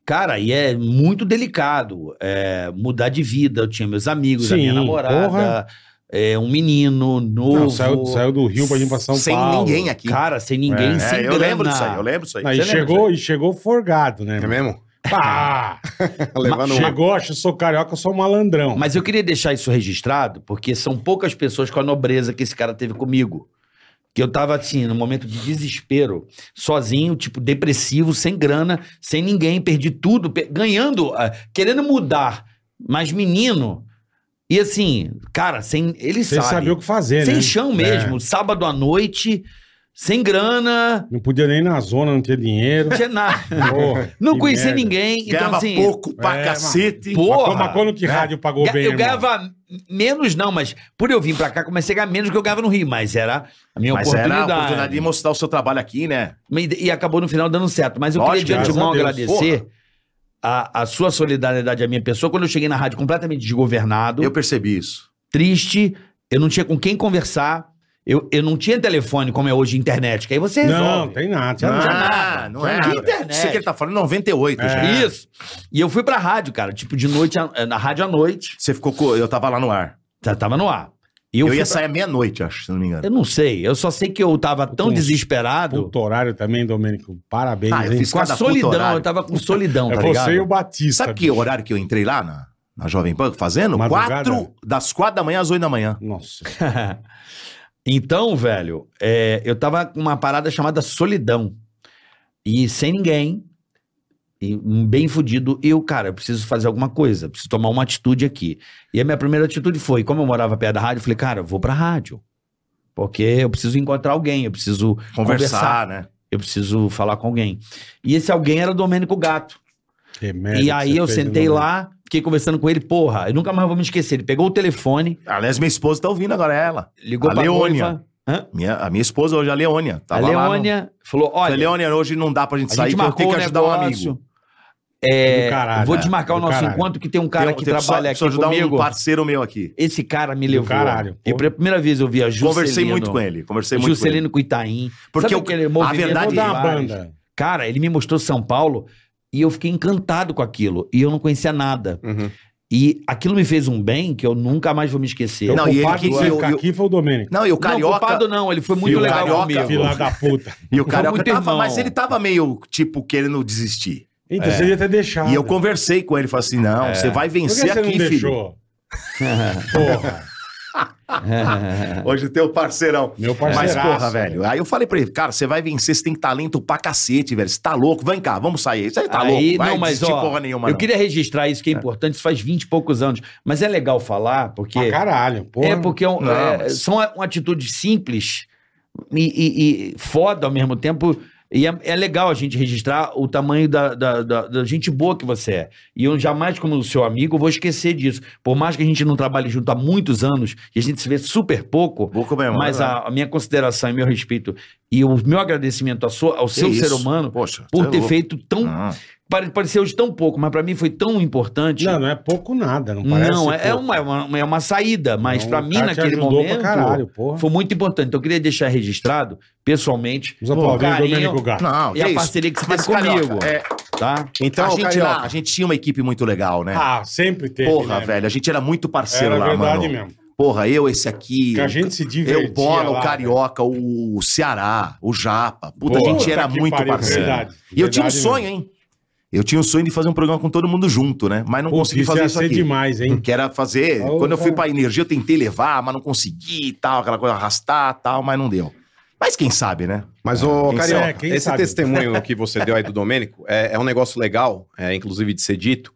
B: cara, e é muito delicado é, mudar de vida. Eu tinha meus amigos, a minha
C: Sim,
B: namorada,
C: porra.
B: é, um menino novo.
C: Não, saiu, saiu do Rio pra vir pra São
D: Sem
C: Paulo.
D: ninguém aqui.
B: Cara, sem ninguém,
C: É,
B: sem
D: É, eu lembro
B: grana.
D: disso aí, eu lembro disso aí.
C: Aí
D: Você lembra disso
C: chegou, e chegou forgado, né?
E: É
C: mano?
E: mesmo?
C: Pá!
E: Levando um.
C: chegou, acho que eu sou carioca, eu sou um malandrão.
B: Mas eu queria deixar isso registrado, porque são poucas pessoas com a nobreza que esse cara teve comigo. Que eu tava assim, num momento de desespero, sozinho, tipo, depressivo, sem grana, sem ninguém, perdi tudo, pe- ganhando, ah, querendo mudar, mas menino. E assim, cara, sem. Ele
C: Você
B: sabe.
C: sabia o que fazer,
B: sem
C: né?
B: chão mesmo, sábado à noite, sem grana,
C: Não podia nem ir na zona, não tinha dinheiro.
B: não tinha nada.
C: Porra,
B: Não
C: que
B: conhecia
C: merda.
B: ninguém.
D: aí? Ganhava
B: então, assim,
D: pouco pra
C: é,
D: cacete.
B: pô,
C: Mas
B: Porra!
C: quando- Mas quando que rádio pagou
B: Ga-
C: bem,
B: eu
C: irmão?
B: ganhava menos, não, mas por eu vir pra cá, comecei a ganhar menos do que eu ganhava no Rio, mas era a minha
D: Mas era a
B: oportunidade.
D: oportunidade de mostrar o seu trabalho aqui, né?
B: E, e acabou no final dando certo. Mas eu
D: Lógico,
B: queria de
C: graças
B: antemão
C: a Deus.
B: agradecer a, a sua solidariedade à minha pessoa. Quando eu cheguei na rádio completamente desgovernado,
D: Eu percebi isso.
B: triste, eu não tinha com quem conversar, eu, eu não tinha telefone como é hoje internet, que aí você resolve.
C: Não, tem nada.
B: Não,
C: tem nada.
B: nada,
D: não
B: não
D: é.
B: nada. Internet.
D: Isso que ele tá falando, 98,
C: É.
D: gente.
B: Isso. E eu fui pra rádio, cara, tipo de noite, a- na rádio à noite,
D: Você ficou. co- Eu tava lá no ar.
B: já tava no ar. E
D: Eu,
B: fui
D: ia
B: pra-
D: sair à meia-noite, acho, se não me engano.
B: Eu não sei, eu só sei que eu tava tão
C: Puta,
B: desesperado.
C: Puto horário também, Domênico. Parabéns,
D: Ah, eu
C: hein?
D: fiz
B: Com a
D: cada puto
B: solidão,
D: horário.
B: eu tava com solidão,
C: é
B: tá
C: você
B: ligado?
C: e o Batista.
D: Sabe que horário que eu entrei lá na, na Jovem Pan fazendo?
C: Madrugada?
D: Quatro, das quatro da manhã às oito da manhã.
C: bicho. Nossa.
B: então, velho, é, eu tava com uma parada chamada solidão. E sem ninguém, e um bem fudido, eu, cara, eu preciso fazer alguma coisa, preciso tomar uma atitude aqui. E a minha primeira atitude foi, como eu morava perto da rádio, eu falei, cara, eu vou pra rádio. Porque eu preciso encontrar alguém, eu preciso
D: Conversar, né?
B: eu preciso falar com alguém. E esse alguém era o Domênico Gato.
C: Que merda
B: e
C: É, que
B: aí
C: você
B: eu
C: fez, hein,
B: sentei
C: Domênico?
B: lá, Fiquei conversando com ele, porra, eu nunca mais vou me esquecer. Ele pegou o telefone,
D: Aliás, minha esposa tá ouvindo agora, é ela.
B: ligou
D: A
B: pra
D: Leônia.
B: noiva, Hã?
D: Minha, a minha esposa hoje, é a Leônia.
B: A
D: Tava lá no-
B: Leônia falou:
D: Falei,
B: olha,
D: Leônia, hoje não dá pra gente sair, que eu tenho que ajudar um amigo.
B: É,
C: Do caralho,
B: vou
C: é.
B: desmarcar o
C: Do
B: nosso
C: caralho.
B: encontro que tem um cara
D: Tem-
B: que
D: tem-
B: trabalha
D: preciso
B: aqui
D: ajudar
B: comigo.
D: um parceiro meu aqui.
B: Esse cara me
C: Do
B: levou.
C: caralho,
B: e
C: pô.
B: pela primeira vez eu vi a Juscelino.
D: Conversei muito com ele, conversei muito
B: Juscelino com Itaim.
D: Porque
B: Sabe
D: eu-
B: aquele movimento
D: verdade- é
C: Vou dar uma
B: vários?
C: banda.
B: Cara, ele me mostrou São Paulo e eu fiquei encantado com aquilo. E eu não conhecia nada.
E: Uhum.
B: E aquilo me fez um bem que eu nunca mais vou me esquecer.
C: Então,
D: Não,
C: não,
D: e ele
C: e
D: que-
C: que você
D: eu-
C: ficar
D: eu-
C: aqui foi o Domênico.
D: com ele. Não, e o Carioca...
B: culpado não, ele foi muito
D: E o
B: legal
D: Carioca,
B: comigo.
C: Fila da puta.
D: E o Carioca
B: muito
D: tava,
B: irmão.
D: mas ele tava meio, tipo, querendo desistir.
C: Então,
B: É.
C: você devia ter deixado.
D: E eu conversei com ele, falei assim, não, você vai
C: Por que
D: vencer
C: você não
D: aqui, filho.
C: deixou? Porra.
D: Hoje teu parceirão.
C: Meu
D: Mas,
C: parceiraço.
D: porra, velho. Aí eu falei pra ele, cara, você vai vencer, você tem talento pra cacete, velho. Você tá louco, vem cá, vamos sair. Você tá
B: Aí,
D: louco, vai
B: não, mas
D: desistir
B: ó,
D: porra nenhuma,
B: eu
D: não.
B: queria registrar isso que é importante, isso faz 20 e poucos anos. Mas é legal falar, porque.
C: Pra caralho, porra.
B: É porque é um-
D: Não,
B: é,
D: mas-
B: são a- uma atitude simples e, e- e foda ao mesmo tempo. E é, é legal a gente registrar o tamanho da, da- da- da gente boa que você é. E eu jamais, como seu amigo, vou esquecer disso. Por mais que a gente não trabalhe junto há muitos anos e a gente se vê super pouco,
D: Vou comer, mano.
B: mas a, a minha consideração e meu respeito e o meu agradecimento a sua- ao
D: Que
B: seu ser
D: isso?
B: humano
D: Poxa,
B: por
D: você é
B: ter
D: louco. Ah.
B: feito um tão.
D: Não.
B: pare- Pareceu hoje tão pouco, mas pra mim foi tão importante.
C: Não, não é pouco nada, não parece.
B: Não, é, é
C: pouco.
B: uma, é uma, é uma saída, mas
C: Então,
B: pra
C: o
B: mim,
C: cara te
B: naquele
C: ajudou
B: momento,
C: Pra caralho, porra.
B: foi muito importante. Então, eu queria deixar registrado, pessoalmente,
C: Os
B: o
C: aplausos do
B: carinho
C: Domênico Gato.
D: Não,
B: e
D: que
B: a
D: isso.
B: parceria que você
D: Mas,
B: teve comigo,
D: Carioca, é,
B: tá?
D: Então,
E: Então,
D: a gente,
E: Carioca,
D: lá, a gente tinha uma equipe muito legal, né?
C: Ah, sempre teve.
D: Porra,
C: né?
D: velho, a gente era muito parceiro
C: Era
D: lá,
C: verdade
D: mano.
C: mesmo.
D: Porra, eu, esse aqui.
C: Que a gente se divertia.
D: eu, Bola,
C: lá,
D: o Carioca, o Ceará, o Japa. Puta,
C: Puta
D: a gente era
C: que
D: muito
C: pariu,
D: parceiro.
C: verdade.
D: e eu tinha um
C: Verdade
D: sonho, hein? Eu tinha um sonho de fazer um programa com todo mundo junto, né? Mas não
C: Putz,
D: consegui
C: ia
D: fazer isso
C: ser
D: aqui.
C: demais, hein?
D: Que era fazer.
C: Ô,
D: Quando eu fui
C: cara.
D: pra energia, eu tentei levar, mas não consegui e tal, aquela coisa arrastar e tal, mas não deu. Mas quem sabe, né?
E: Mas, ô,
D: Quem
E: Carioca,
C: sabe, quem
E: esse
C: sabe?
E: testemunho que você deu aí do Domênico é, é um negócio legal, é, inclusive de ser dito,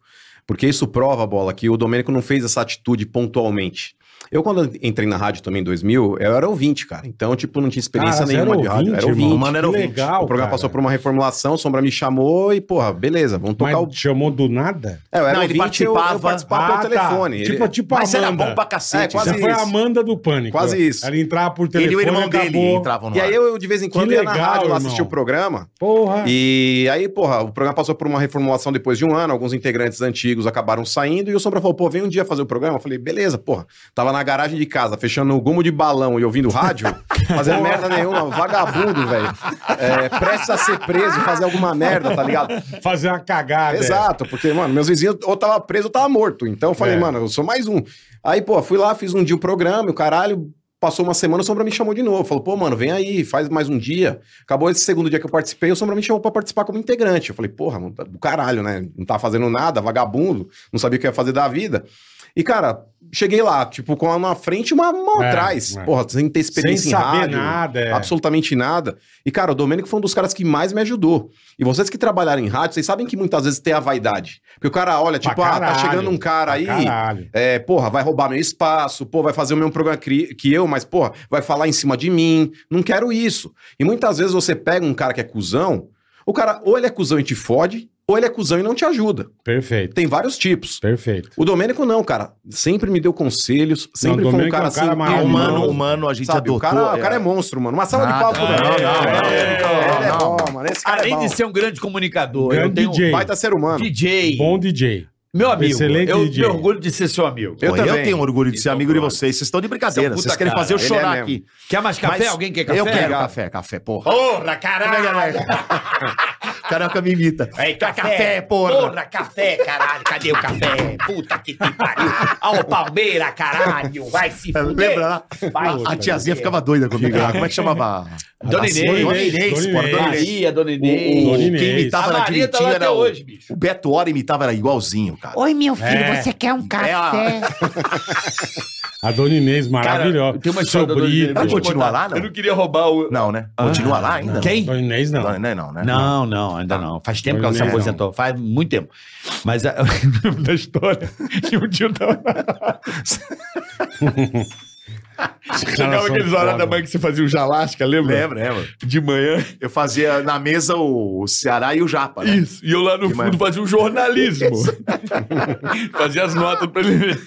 E: porque isso prova, Bola, que o Domênico não fez essa atitude pontualmente. Eu, quando entrei na rádio também em 2000, eu era ouvinte, cara. Então, tipo, não tinha experiência
C: Cara, você
E: nenhuma
C: era
E: de rádio. Era
C: ouvinte, irmão.
E: ouvinte.
D: Mano, era
C: Que
D: ouvinte.
C: legal,
E: o
C: Ah,
E: programa
C: cara.
E: passou por uma reformulação, Sombra me chamou e, porra, beleza, vamos tocar
C: Mas chamou do nada?
E: o... É, eu
D: Não, ele
E: eu- eu
D: participava.
E: participava pelo
C: Ah, tá.
E: é telefone. Ele-
C: Tipo, tipo a
D: Mas era
C: Amanda.
D: bom pra
E: É,
D: cacete.
E: quase
D: né?
C: Você foi a
E: isso.
C: Amanda do Pânico.
E: Quase isso.
C: Ela entrava por telefone
D: Ele e o irmão
C: acabou.
D: dele entravam no
E: E
D: ar.
E: aí, eu, de vez em quando,
C: Que
E: ia na
C: legal,
E: rádio lá
C: irmão. Ah.
E: assistir o programa.
C: Porra.
E: E aí, porra, o programa passou por uma reformulação depois de um ano, alguns integrantes antigos acabaram saindo, e o Sombra falou, pô, vem um dia fazer o programa. Eu falei, beleza, porra. Tava na garagem de casa, fechando o gumo de balão e ouvindo rádio, fazendo merda nenhuma, vagabundo, velho. É, prestes a ser preso e fazer alguma merda, tá ligado?
C: Fazer uma cagada. é.
E: Exato, porque, mano, meus vizinhos ou tava preso ou tava morto. Então eu falei,
C: É.
E: mano, eu sou mais um. Aí, pô, fui lá, fiz um dia o programa, e o caralho. Passou uma semana, o Sombra me chamou de novo. Falou, pô, mano, vem aí, faz mais um dia. Acabou esse segundo dia que eu participei, o Sombra me chamou pra participar como integrante. Eu falei, porra, mano, tá do caralho, né? Não tá fazendo nada, vagabundo, não sabia o que ia fazer da vida. E, cara, cheguei lá, tipo, com uma na frente e uma mão
C: É,
E: atrás.
C: é.
E: Porra, sem ter
C: Sem
E: experiência em
C: saber
E: rádio
C: nada. é.
E: absolutamente nada. E, cara, o Domênico foi um dos caras que mais me ajudou. E vocês que trabalharam em rádio, vocês sabem que muitas vezes tem a vaidade. Porque o cara olha,
C: Pra
E: tipo, ah, tá
C: caralho,
E: chegando um cara
C: pra
E: aí,
C: Caralho.
E: é, porra, vai roubar meu espaço, pô, vai fazer o mesmo programa cri- que eu, mas, porra, vai falar em cima de mim. Não quero isso. E muitas vezes você pega um cara que é cuzão, o cara ou ele é cuzão e te fode, ou ele é cuzão e não te ajuda.
C: Perfeito.
E: Tem vários tipos.
C: Perfeito.
E: O Domênico não, cara. Sempre me deu conselhos, sempre
C: o
E: foi um
C: Domênico é
E: cara,
C: um cara
E: assim,
C: maravilhoso.
E: humano,
D: Humano,
E: humano,
D: humano, a gente
E: Sabe,
D: adotou.
E: o, cara, o cara é monstro, mano. Uma salva
D: Nada.
E: de palmas pro
D: Não,
E: Domênico.
D: não, não,
E: Ele é
D: não.
E: bom, mano. Esse cara
B: Além
E: é bom.
B: de ser um grande comunicador, eu
C: Grande
B: tenho
C: DJ.
B: um
E: Baita ser humano.
B: DJ.
C: Bom DJ.
B: Meu amigo,
C: Excelente
B: eu
C: DJ.
B: tenho orgulho de ser seu amigo.
E: Eu
D: Pô, Eu,
E: também.
D: tenho orgulho de
B: Isso
D: ser
B: é um
D: amigo de
B: brother.
D: vocês. Vocês estão de brincadeira.
B: Isso é um
D: Vocês
B: puta
D: querem
B: cara,
D: fazer eu
E: ele é
D: chorar
E: mesmo.
D: aqui.
B: Quer mais café?
D: Mas
B: Alguém quer café? é
D: Eu quero café, café, porra.
A: Porra, caralho!
D: Caraca, me imita.
A: Aí,
D: Tá café, porra.
A: Porra, café, caralho! Cadê o café? Puta que te pariu! Ó, o Palmeira, caralho! Vai se
B: Tá
A: fuder!
D: Lembra lá?
A: Vai
D: A- A tiazinha ficava doida comigo lá. Como é que chamava?
B: Dona
D: A-
B: Inês.
D: Dona Inês,
C: Dona
D: porra. Dona
B: Maria,
D: Inês.
B: Tá Dona
D: O-
B: Inês.
C: Dona
D: Quem
C: Inês.
B: A
D: imitava era
B: Maria tá
D: direitinho
B: lá até
D: era o...
B: hoje, bicho.
D: O Beto Hora imitava era igualzinho, cara.
A: Oi, meu filho,
C: É.
A: você quer um café?
C: A Dona Inês, maravilhosa.
B: Cara, tem uma história da Dona Inês.
D: Vai
B: Vou te
D: continuar
B: contar.
D: lá, não?
B: Eu não queria roubar o...
D: Não, né? Continua lá ainda.
B: Quem?
C: Dona Inês, não.
D: Não, né? Não, né?
B: Não, não, ainda não. Faz tempo que ela se
C: Não.
B: aposentou, faz muito tempo. Mas a, da história que um dia eu tava.
F: Chegava aqueles horários da manhã que você fazia o Jalasca, lembra?
D: Lembra, lembra?
F: De manhã.
D: Eu fazia na mesa o Ceará e o Japa, né?
F: Isso. E eu lá no
D: De manhã.
F: fundo fazia um jornalismo. fazia as notas pra ele ver.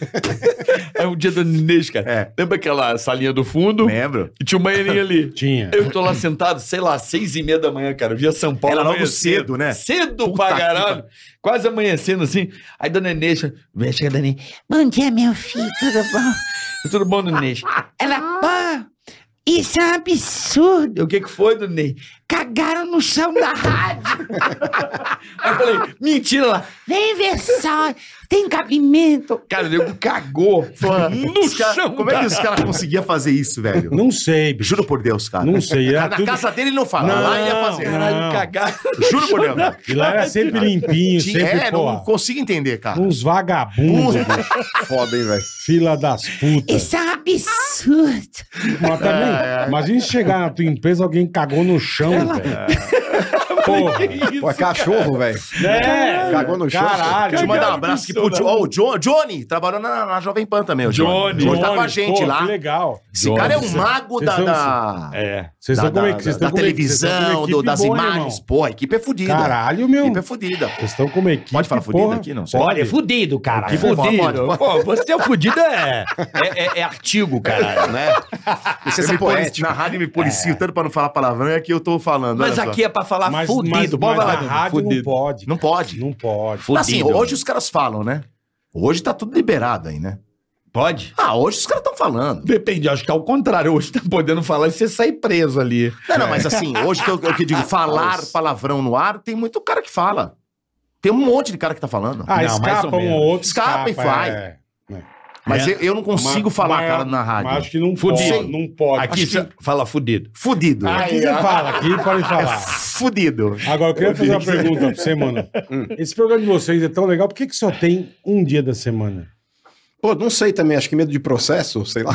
F: Aí um dia da Inês, cara.
D: É.
F: Lembra aquela salinha do fundo?
D: Lembro.
F: E tinha um banheirinho ali.
C: Tinha.
F: Eu tô lá sentado, sei lá, seis e meia da manhã, cara. Eu via São Paulo.
D: Era logo
F: amanhecendo.
D: cedo, né?
F: Cedo pra caralho. Quase amanhecendo assim. Aí dona Inês vem chega a Dani. Bom dia, meu filho, tudo bom? tudo bom, dona Inês? Ela, pá, isso é um absurdo. O que que foi, dona Inês? Cagaram no chão da rádio. Aí eu falei, mentira lá. Vem ver só, tem cabimento. Cara, o nego cagou.
D: Porra,
F: no
D: os cara-
F: chão
D: como é
F: da
D: que os caras conseguiam fazer isso, velho?
C: Não sei, bicho.
D: Juro por Deus, cara.
C: Não sei. Era
D: na
C: tudo...
D: casa dele ele não fala.
C: Não,
D: lá ele ia fazer.
C: cara.
F: Caralho,
C: Não.
F: cagaram.
D: Juro por Deus.
C: E lá era sempre limpinho,
D: Tinha-
C: sempre,
D: é, não
C: pô.
D: consigo entender, cara.
C: Uns vagabundos, bicho.
E: Foda, hein, velho?
C: fila das putas.
G: é um absurdo.
C: Mas também, imagina chegar na tua empresa alguém cagou no chão, velho. Porra.
E: Pô, é cachorro, velho.
C: É,
E: Cagou no chão.
C: caralho.
D: Deixa eu mandar um abraço aqui pro
F: Cara,
D: Jo- ó, o Jo- Johnny. Trabalhou na, na Jovem Pan também, o Johnny.
F: Johnny.
D: Johnny tá com a
C: Olha,
D: gente
C: pô,
D: lá.
C: Que legal.
D: Esse cara é um
C: Vocês-
D: mago
C: vocês
D: da,
C: são-
D: da,
F: É.
C: Vocês
D: da,
C: estão como é
D: da-
C: que vocês
D: da
C: estão como é que- vocês estão com uma
D: televisão, do-
C: equipe
D: das
C: boa, né,
D: imagens.
C: irmão.
D: Pô, a equipe é fodida.
C: Caralho,
D: A
C: meu.
D: equipe é
C: Vocês
D: fodida.
C: estão como é equipe.
D: Pode falar fudida
C: porra.
D: aqui, não? Pode.
B: Olha, é fudido, cara.
D: Pode, pode,
B: fudido.
D: pode.
B: Pô, você é fudido, é, é, é- é artigo, cara.
D: Né?
E: Licença
D: Eu me polici-
E: poética.
D: é? na rádio eu me policio tanto pra não falar palavrão, é que eu tô falando.
B: Mas
D: olha só.
B: aqui é pra falar
C: É. Mas, mas,
B: fudido.
C: mas
B: Bora
C: na
B: lá,
C: rádio não
B: fudido.
C: pode.
D: Não pode.
C: Não pode.
B: Fudido.
D: Assim, hoje os caras falam, né? Hoje tá tudo liberado aí, né?
B: Pode?
D: Ah, hoje os caras estão falando.
F: Depende, acho que tá ao contrário. Hoje tá podendo falar e você sai preso ali.
D: Não, não, mas assim,
C: É.
D: hoje que eu, eu que digo falar palavrão no ar, tem muito cara que fala. Tem um monte de cara que tá falando.
B: Não,
C: Ah,
B: mais
C: escapa
B: ou
C: um
B: menos.
C: ou outro.
D: Escapa e vai.
C: é.
D: mas eu, eu não consigo
C: Mas-
D: falar,
C: mas-
D: cara, na rádio.
C: Mas acho que não
B: Fudido.
C: pode. Não pode.
B: Aqui
C: Acho que-
B: você fala fudido.
D: Fudido. É
C: aqui você fala, aqui pode falar.
D: Fudido.
C: Agora, eu queria fazer uma pergunta pra você, mano. Esse programa de vocês é tão legal, por que, que só tem um dia da semana?
E: Pô, não sei também, acho que medo de processo, sei lá.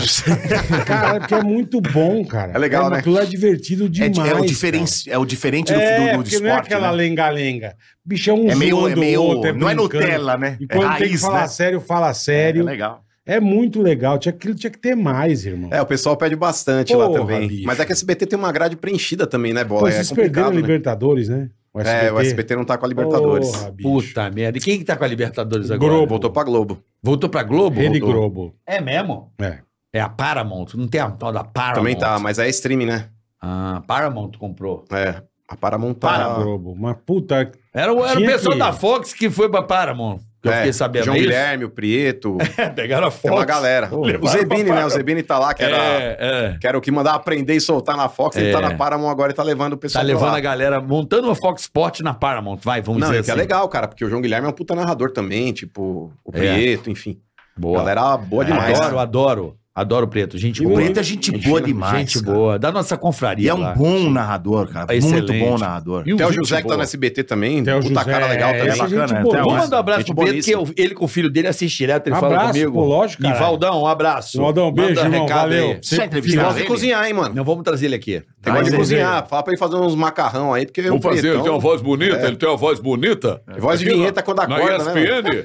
C: Cara, porque é muito bom, cara.
E: É legal, né?
C: Aquilo é divertido
D: É,
C: demais.
D: di- é o diferen-
C: cara.
D: é o diferente do,
C: É,
D: do- do
C: porque
D: esporte.
C: não é aquela
D: né?
C: lenga-lenga. Bicho, é um
D: É meio. É
C: zoando o
D: meio
C: outro,
D: não é
C: brincando.
D: Nutella, né?
C: E
D: É
C: quando tem que
D: raiz,
C: falar
D: né?
C: sério, fala
D: É
C: sério. É,
D: legal.
C: muito legal. Tinha, aquilo tinha que ter mais, irmão.
E: É, o pessoal pede bastante lá
C: Porra,
E: também.
C: bicho.
E: Mas é que a SBT tem uma grade preenchida também, né,
C: Pô,
E: Bola? É
C: vocês perderam a
E: complicado, né?
C: Libertadores, né?
E: É, o SBT não tá com a Libertadores.
C: Porra, bicho.
B: Puta merda. E quem que tá com a Libertadores agora?
C: Globo.
E: Voltou pra Globo.
B: Voltou pra Globo?
C: Rede
B: Voltou.
C: Globo.
B: É mesmo?
C: É.
B: É a Paramount. Não tem a tal da Paramount.
E: Também tá, mas é streaming, né?
B: Ah, Paramount comprou.
E: É. A Paramount tá...
C: Para, Globo. Mas puta,
B: Era, o- era o
C: Tinha
B: pessoal
C: que-
B: da Fox que foi pra Paramount. Que Eu
E: É,
B: fiquei sabendo
E: João
B: isso.
E: Guilherme, o Prieto,
B: Pegaram a Fox.
E: tem uma galera.
B: levaram
E: o Zebini,
B: pra
E: né? O Zebini tá lá, que era,
B: É, é.
E: que era o que mandava aprender e soltar na Fox. Ele
B: É.
E: tá na Paramount agora e tá levando o
B: Tá
E: pessoal pra
B: levando
E: lá.
B: a galera, montando uma Fox Sport na Paramount, vai, vamos
E: Não,
B: dizer
E: e
B: assim.
E: que é legal, cara, porque o João Guilherme é um puta narrador também, tipo, o
B: É.
E: Prieto, enfim.
B: Boa. É,
E: Galera boa demais.
B: adoro,
E: né?
B: adoro. Adoro o Preto, gente
D: O
B: boa.
D: Preto é gente boa demais.
B: gente
D: cara.
B: boa, da nossa confraria
D: E é um
B: lá.
D: bom narrador, cara. Muito
B: Excelente.
D: bom narrador.
B: E
E: Até o
B: gente
E: José que tá
B: boa.
E: no SBT também,
C: Até o
E: puta
C: José,
E: cara legal
C: é,
E: também.
C: esse é gente
D: Bacana,
C: boa.
D: até
B: Vamos
D: mais.
B: mandar um abraço pro
E: Gente
B: Pedro, que eu-
E: boníssima.
B: ele com o filho dele assiste direto, ele fala
C: Abraço,
B: comigo.
C: pô, lógico, cara.
B: Nivaldão, um abraço.
C: Valdão, beijo,
B: Manda
C: irmão.
B: recado
C: Valeu.
B: aí.
D: Você é
E: Ele
D: entrevistado
E: gosta de
D: ele?
E: cozinhar, hein, mano.
B: Não, é vamos trazer ele aqui.
E: Ele gosta de
D: Mas
E: cozinhar. Fala pra ele fazer uns macarrão aí, porque
F: Vou
E: o
F: fazer, ele tem uma
E: Prietão...
F: voz bonita, ele tem uma voz bonita.
E: então. É. Voz de
F: Aqui
E: vinheta
F: na-
E: quando
D: Tá
F: na
E: acorda, né? mano?
F: ESPN.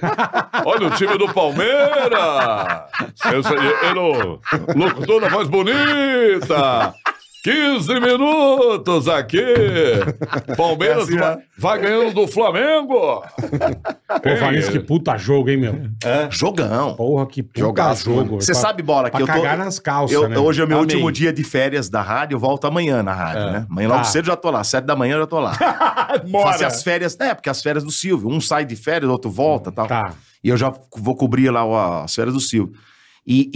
F: Olha o time do Palmeiras. Eu sou- eu- eu não- locutor da voz bonita. 15 minutos aqui.
D: É
F: Palmeiras
D: assim, né?
F: vai, vai ganhando do Flamengo.
C: Pô, Farinhas, que puta jogo, hein, meu?
D: Jogão.
C: Porra, que puta
E: Jogaço,
C: jogo.
D: Você
C: Pra-
D: sabe, bola,
C: pra
D: que eu tô.
C: cagar nas calças,
D: eu-
C: né?
D: Hoje é meu
F: Amei.
D: último dia de férias da rádio, eu volto amanhã na rádio, né? Amanhã logo
C: Tá.
D: cedo eu já tô lá, sete da manhã eu já tô lá. Fazer as férias, né? Porque as férias do Silvio, um sai de férias, o outro volta e tal.
C: Tá.
D: E eu já vou cobrir lá o- as férias do Silvio. E,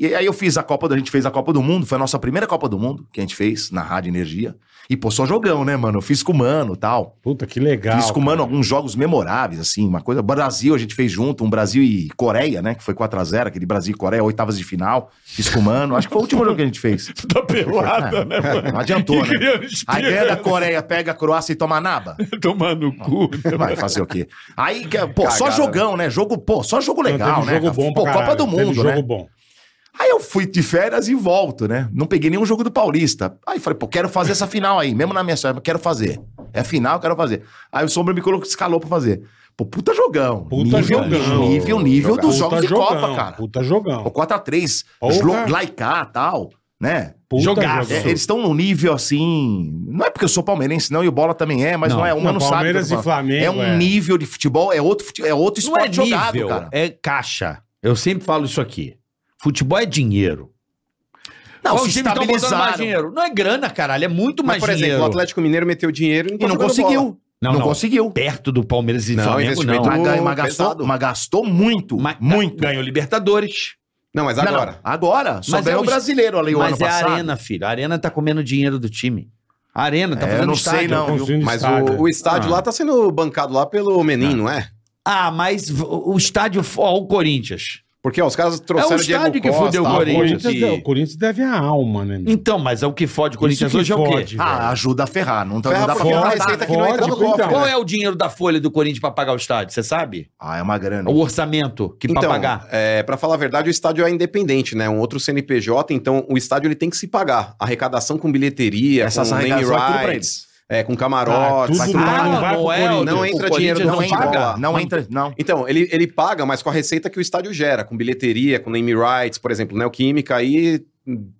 D: e- e aí eu fiz a Copa, do- a gente fez a Copa do Mundo, foi a nossa primeira Copa do Mundo que a gente fez na Rádio Energia. E pô, só jogão, né, mano? Eu fiz com o Mano e tal.
C: Puta, que legal.
D: Fiz com o Mano alguns jogos memoráveis, assim, uma coisa. Brasil, a gente fez junto, um Brasil e Coreia, né? Que foi 4x0, aquele Brasil e Coreia, oitavas de final. Fiz com o Mano. Acho que foi o último jogo que a gente fez.
F: Tá pelada, né, mano? é
D: Não adiantou, né?
F: Criando
D: Aí ganha da
F: esperança.
D: Coreia, pega a Croácia e toma a naba.
F: Tomar no cu. né,
D: Vai fazer o quê? Aí, que- pô, só
E: Cagada.
D: jogão, né? Jogo, pô, só jogo
C: Não,
D: legal,
C: teve
D: né?
C: jogo
D: cara?
C: bom pra
D: pô, Copa
C: caralho,
D: do
C: teve
D: Mundo,
C: jogo
D: né?
C: bom.
D: Aí eu fui de férias e volto, né? Não peguei nenhum jogo do Paulista. Aí falei, pô, quero fazer essa final aí, mesmo na minha história, quero fazer. É final, quero fazer. Aí o Sombra me colocou, escalou pra fazer. Pô, puta jogão.
C: Puta
D: nível,
C: jogão.
D: nível, nível dos
C: Puta
D: jogos de
C: jogão,
D: Copa, cara.
C: Puta jogão.
D: O 4x3,
C: Porra.
D: Laicá e tal, né?
C: Puta
B: Jogaço.
D: É, eles estão num nível assim. Não é porque eu sou palmeirense, não, e o bola também é, mas não,
B: Não.
D: é uma, não,
C: Não,
D: sabe.
C: Palmeiras
D: do que eu tô
C: e
D: falando.
C: Flamengo,
D: É um
C: é.
D: nível de futebol, é outro, fute- é outro
B: Não é
D: esporte jogado,
B: nível,
D: cara.
B: é caixa. Eu sempre falo isso aqui. Futebol é dinheiro.
D: Não,
B: Qual
D: se
B: time que tá botando mais
D: estabilizaram.
B: dinheiro. Não é grana, caralho. É muito
E: Mas,
B: mais
E: por
B: dinheiro.
E: exemplo, o Atlético Mineiro meteu dinheiro e não,
D: E
E: tá
D: não
E: jogando bola.
D: conseguiu.
B: não,
D: Não,
B: não,
D: conseguiu.
B: Perto do Palmeiras e
E: Não,
B: Flamengo, não.
E: investimento
D: Mas, ga- mas
E: pesado.
D: gastou, mas gastou muito.
B: Mas- tá-
D: muito.
B: Ganhou Libertadores.
E: Não, mas
D: Não, não,
E: agora.
D: agora. Só
B: Mas
D: ganhou
B: é
D: o
B: o-
D: brasileiro ali o ano
B: Mas é
D: passado.
B: a Arena, filho. A Arena tá comendo dinheiro do time. A Arena tá
D: É,
B: fazendo
D: eu não sei,
B: estádio.
D: não. viu?
C: Construindo
E: Mas
C: estádio.
E: o, o estádio
B: Ah.
E: lá tá sendo bancado lá pelo Menin, não é?
B: Ah, mas v- o estádio ó, o Corinthians.
E: Porque ó, os caras trouxeram
B: É o estádio
E: Diego
B: que
E: Costa,
B: fudeu o
E: Arthur.
C: O Corinthians,
B: Corinthians
C: deve-
B: e-
C: o Corinthians deve a alma, né? meu?
B: Então, mas é o que fode o Corinthians
C: Isso que
B: hoje é o quê?
C: fode, velho.
D: Ah, ajuda a ferrar. Não, tá, não
E: Ferra
D: dá pra
E: porque é uma
D: ferrar.
E: receita que não
C: fode,
E: entra no cofre.
C: então.
B: Qual é o dinheiro da folha do Corinthians pra pagar o estádio? Você sabe?
D: Ah, é uma grana.
B: O orçamento que pra
E: Então,
B: pagar.
E: é, para falar a verdade, o estádio é independente, né? Um outro CNPJ, então o estádio ele tem que se pagar. Arrecadação com bilheteria,
D: Essas
E: com name
D: arrecadações, tudo pra
E: rights,
D: eles.
E: é, com camarote.
C: Ah,
E: vai
C: tudo
E: tudo
C: lá.
E: lá.
C: não vai pro Corinthians.
E: Não entra
B: o
E: dinheiro,
B: Corinthians
D: Não
E: não
D: entra,
E: paga.
D: não entra, não.
E: Então, ele, ele paga, mas com a receita que o estádio gera, com bilheteria, com name rights, por exemplo, Neoquímica, aí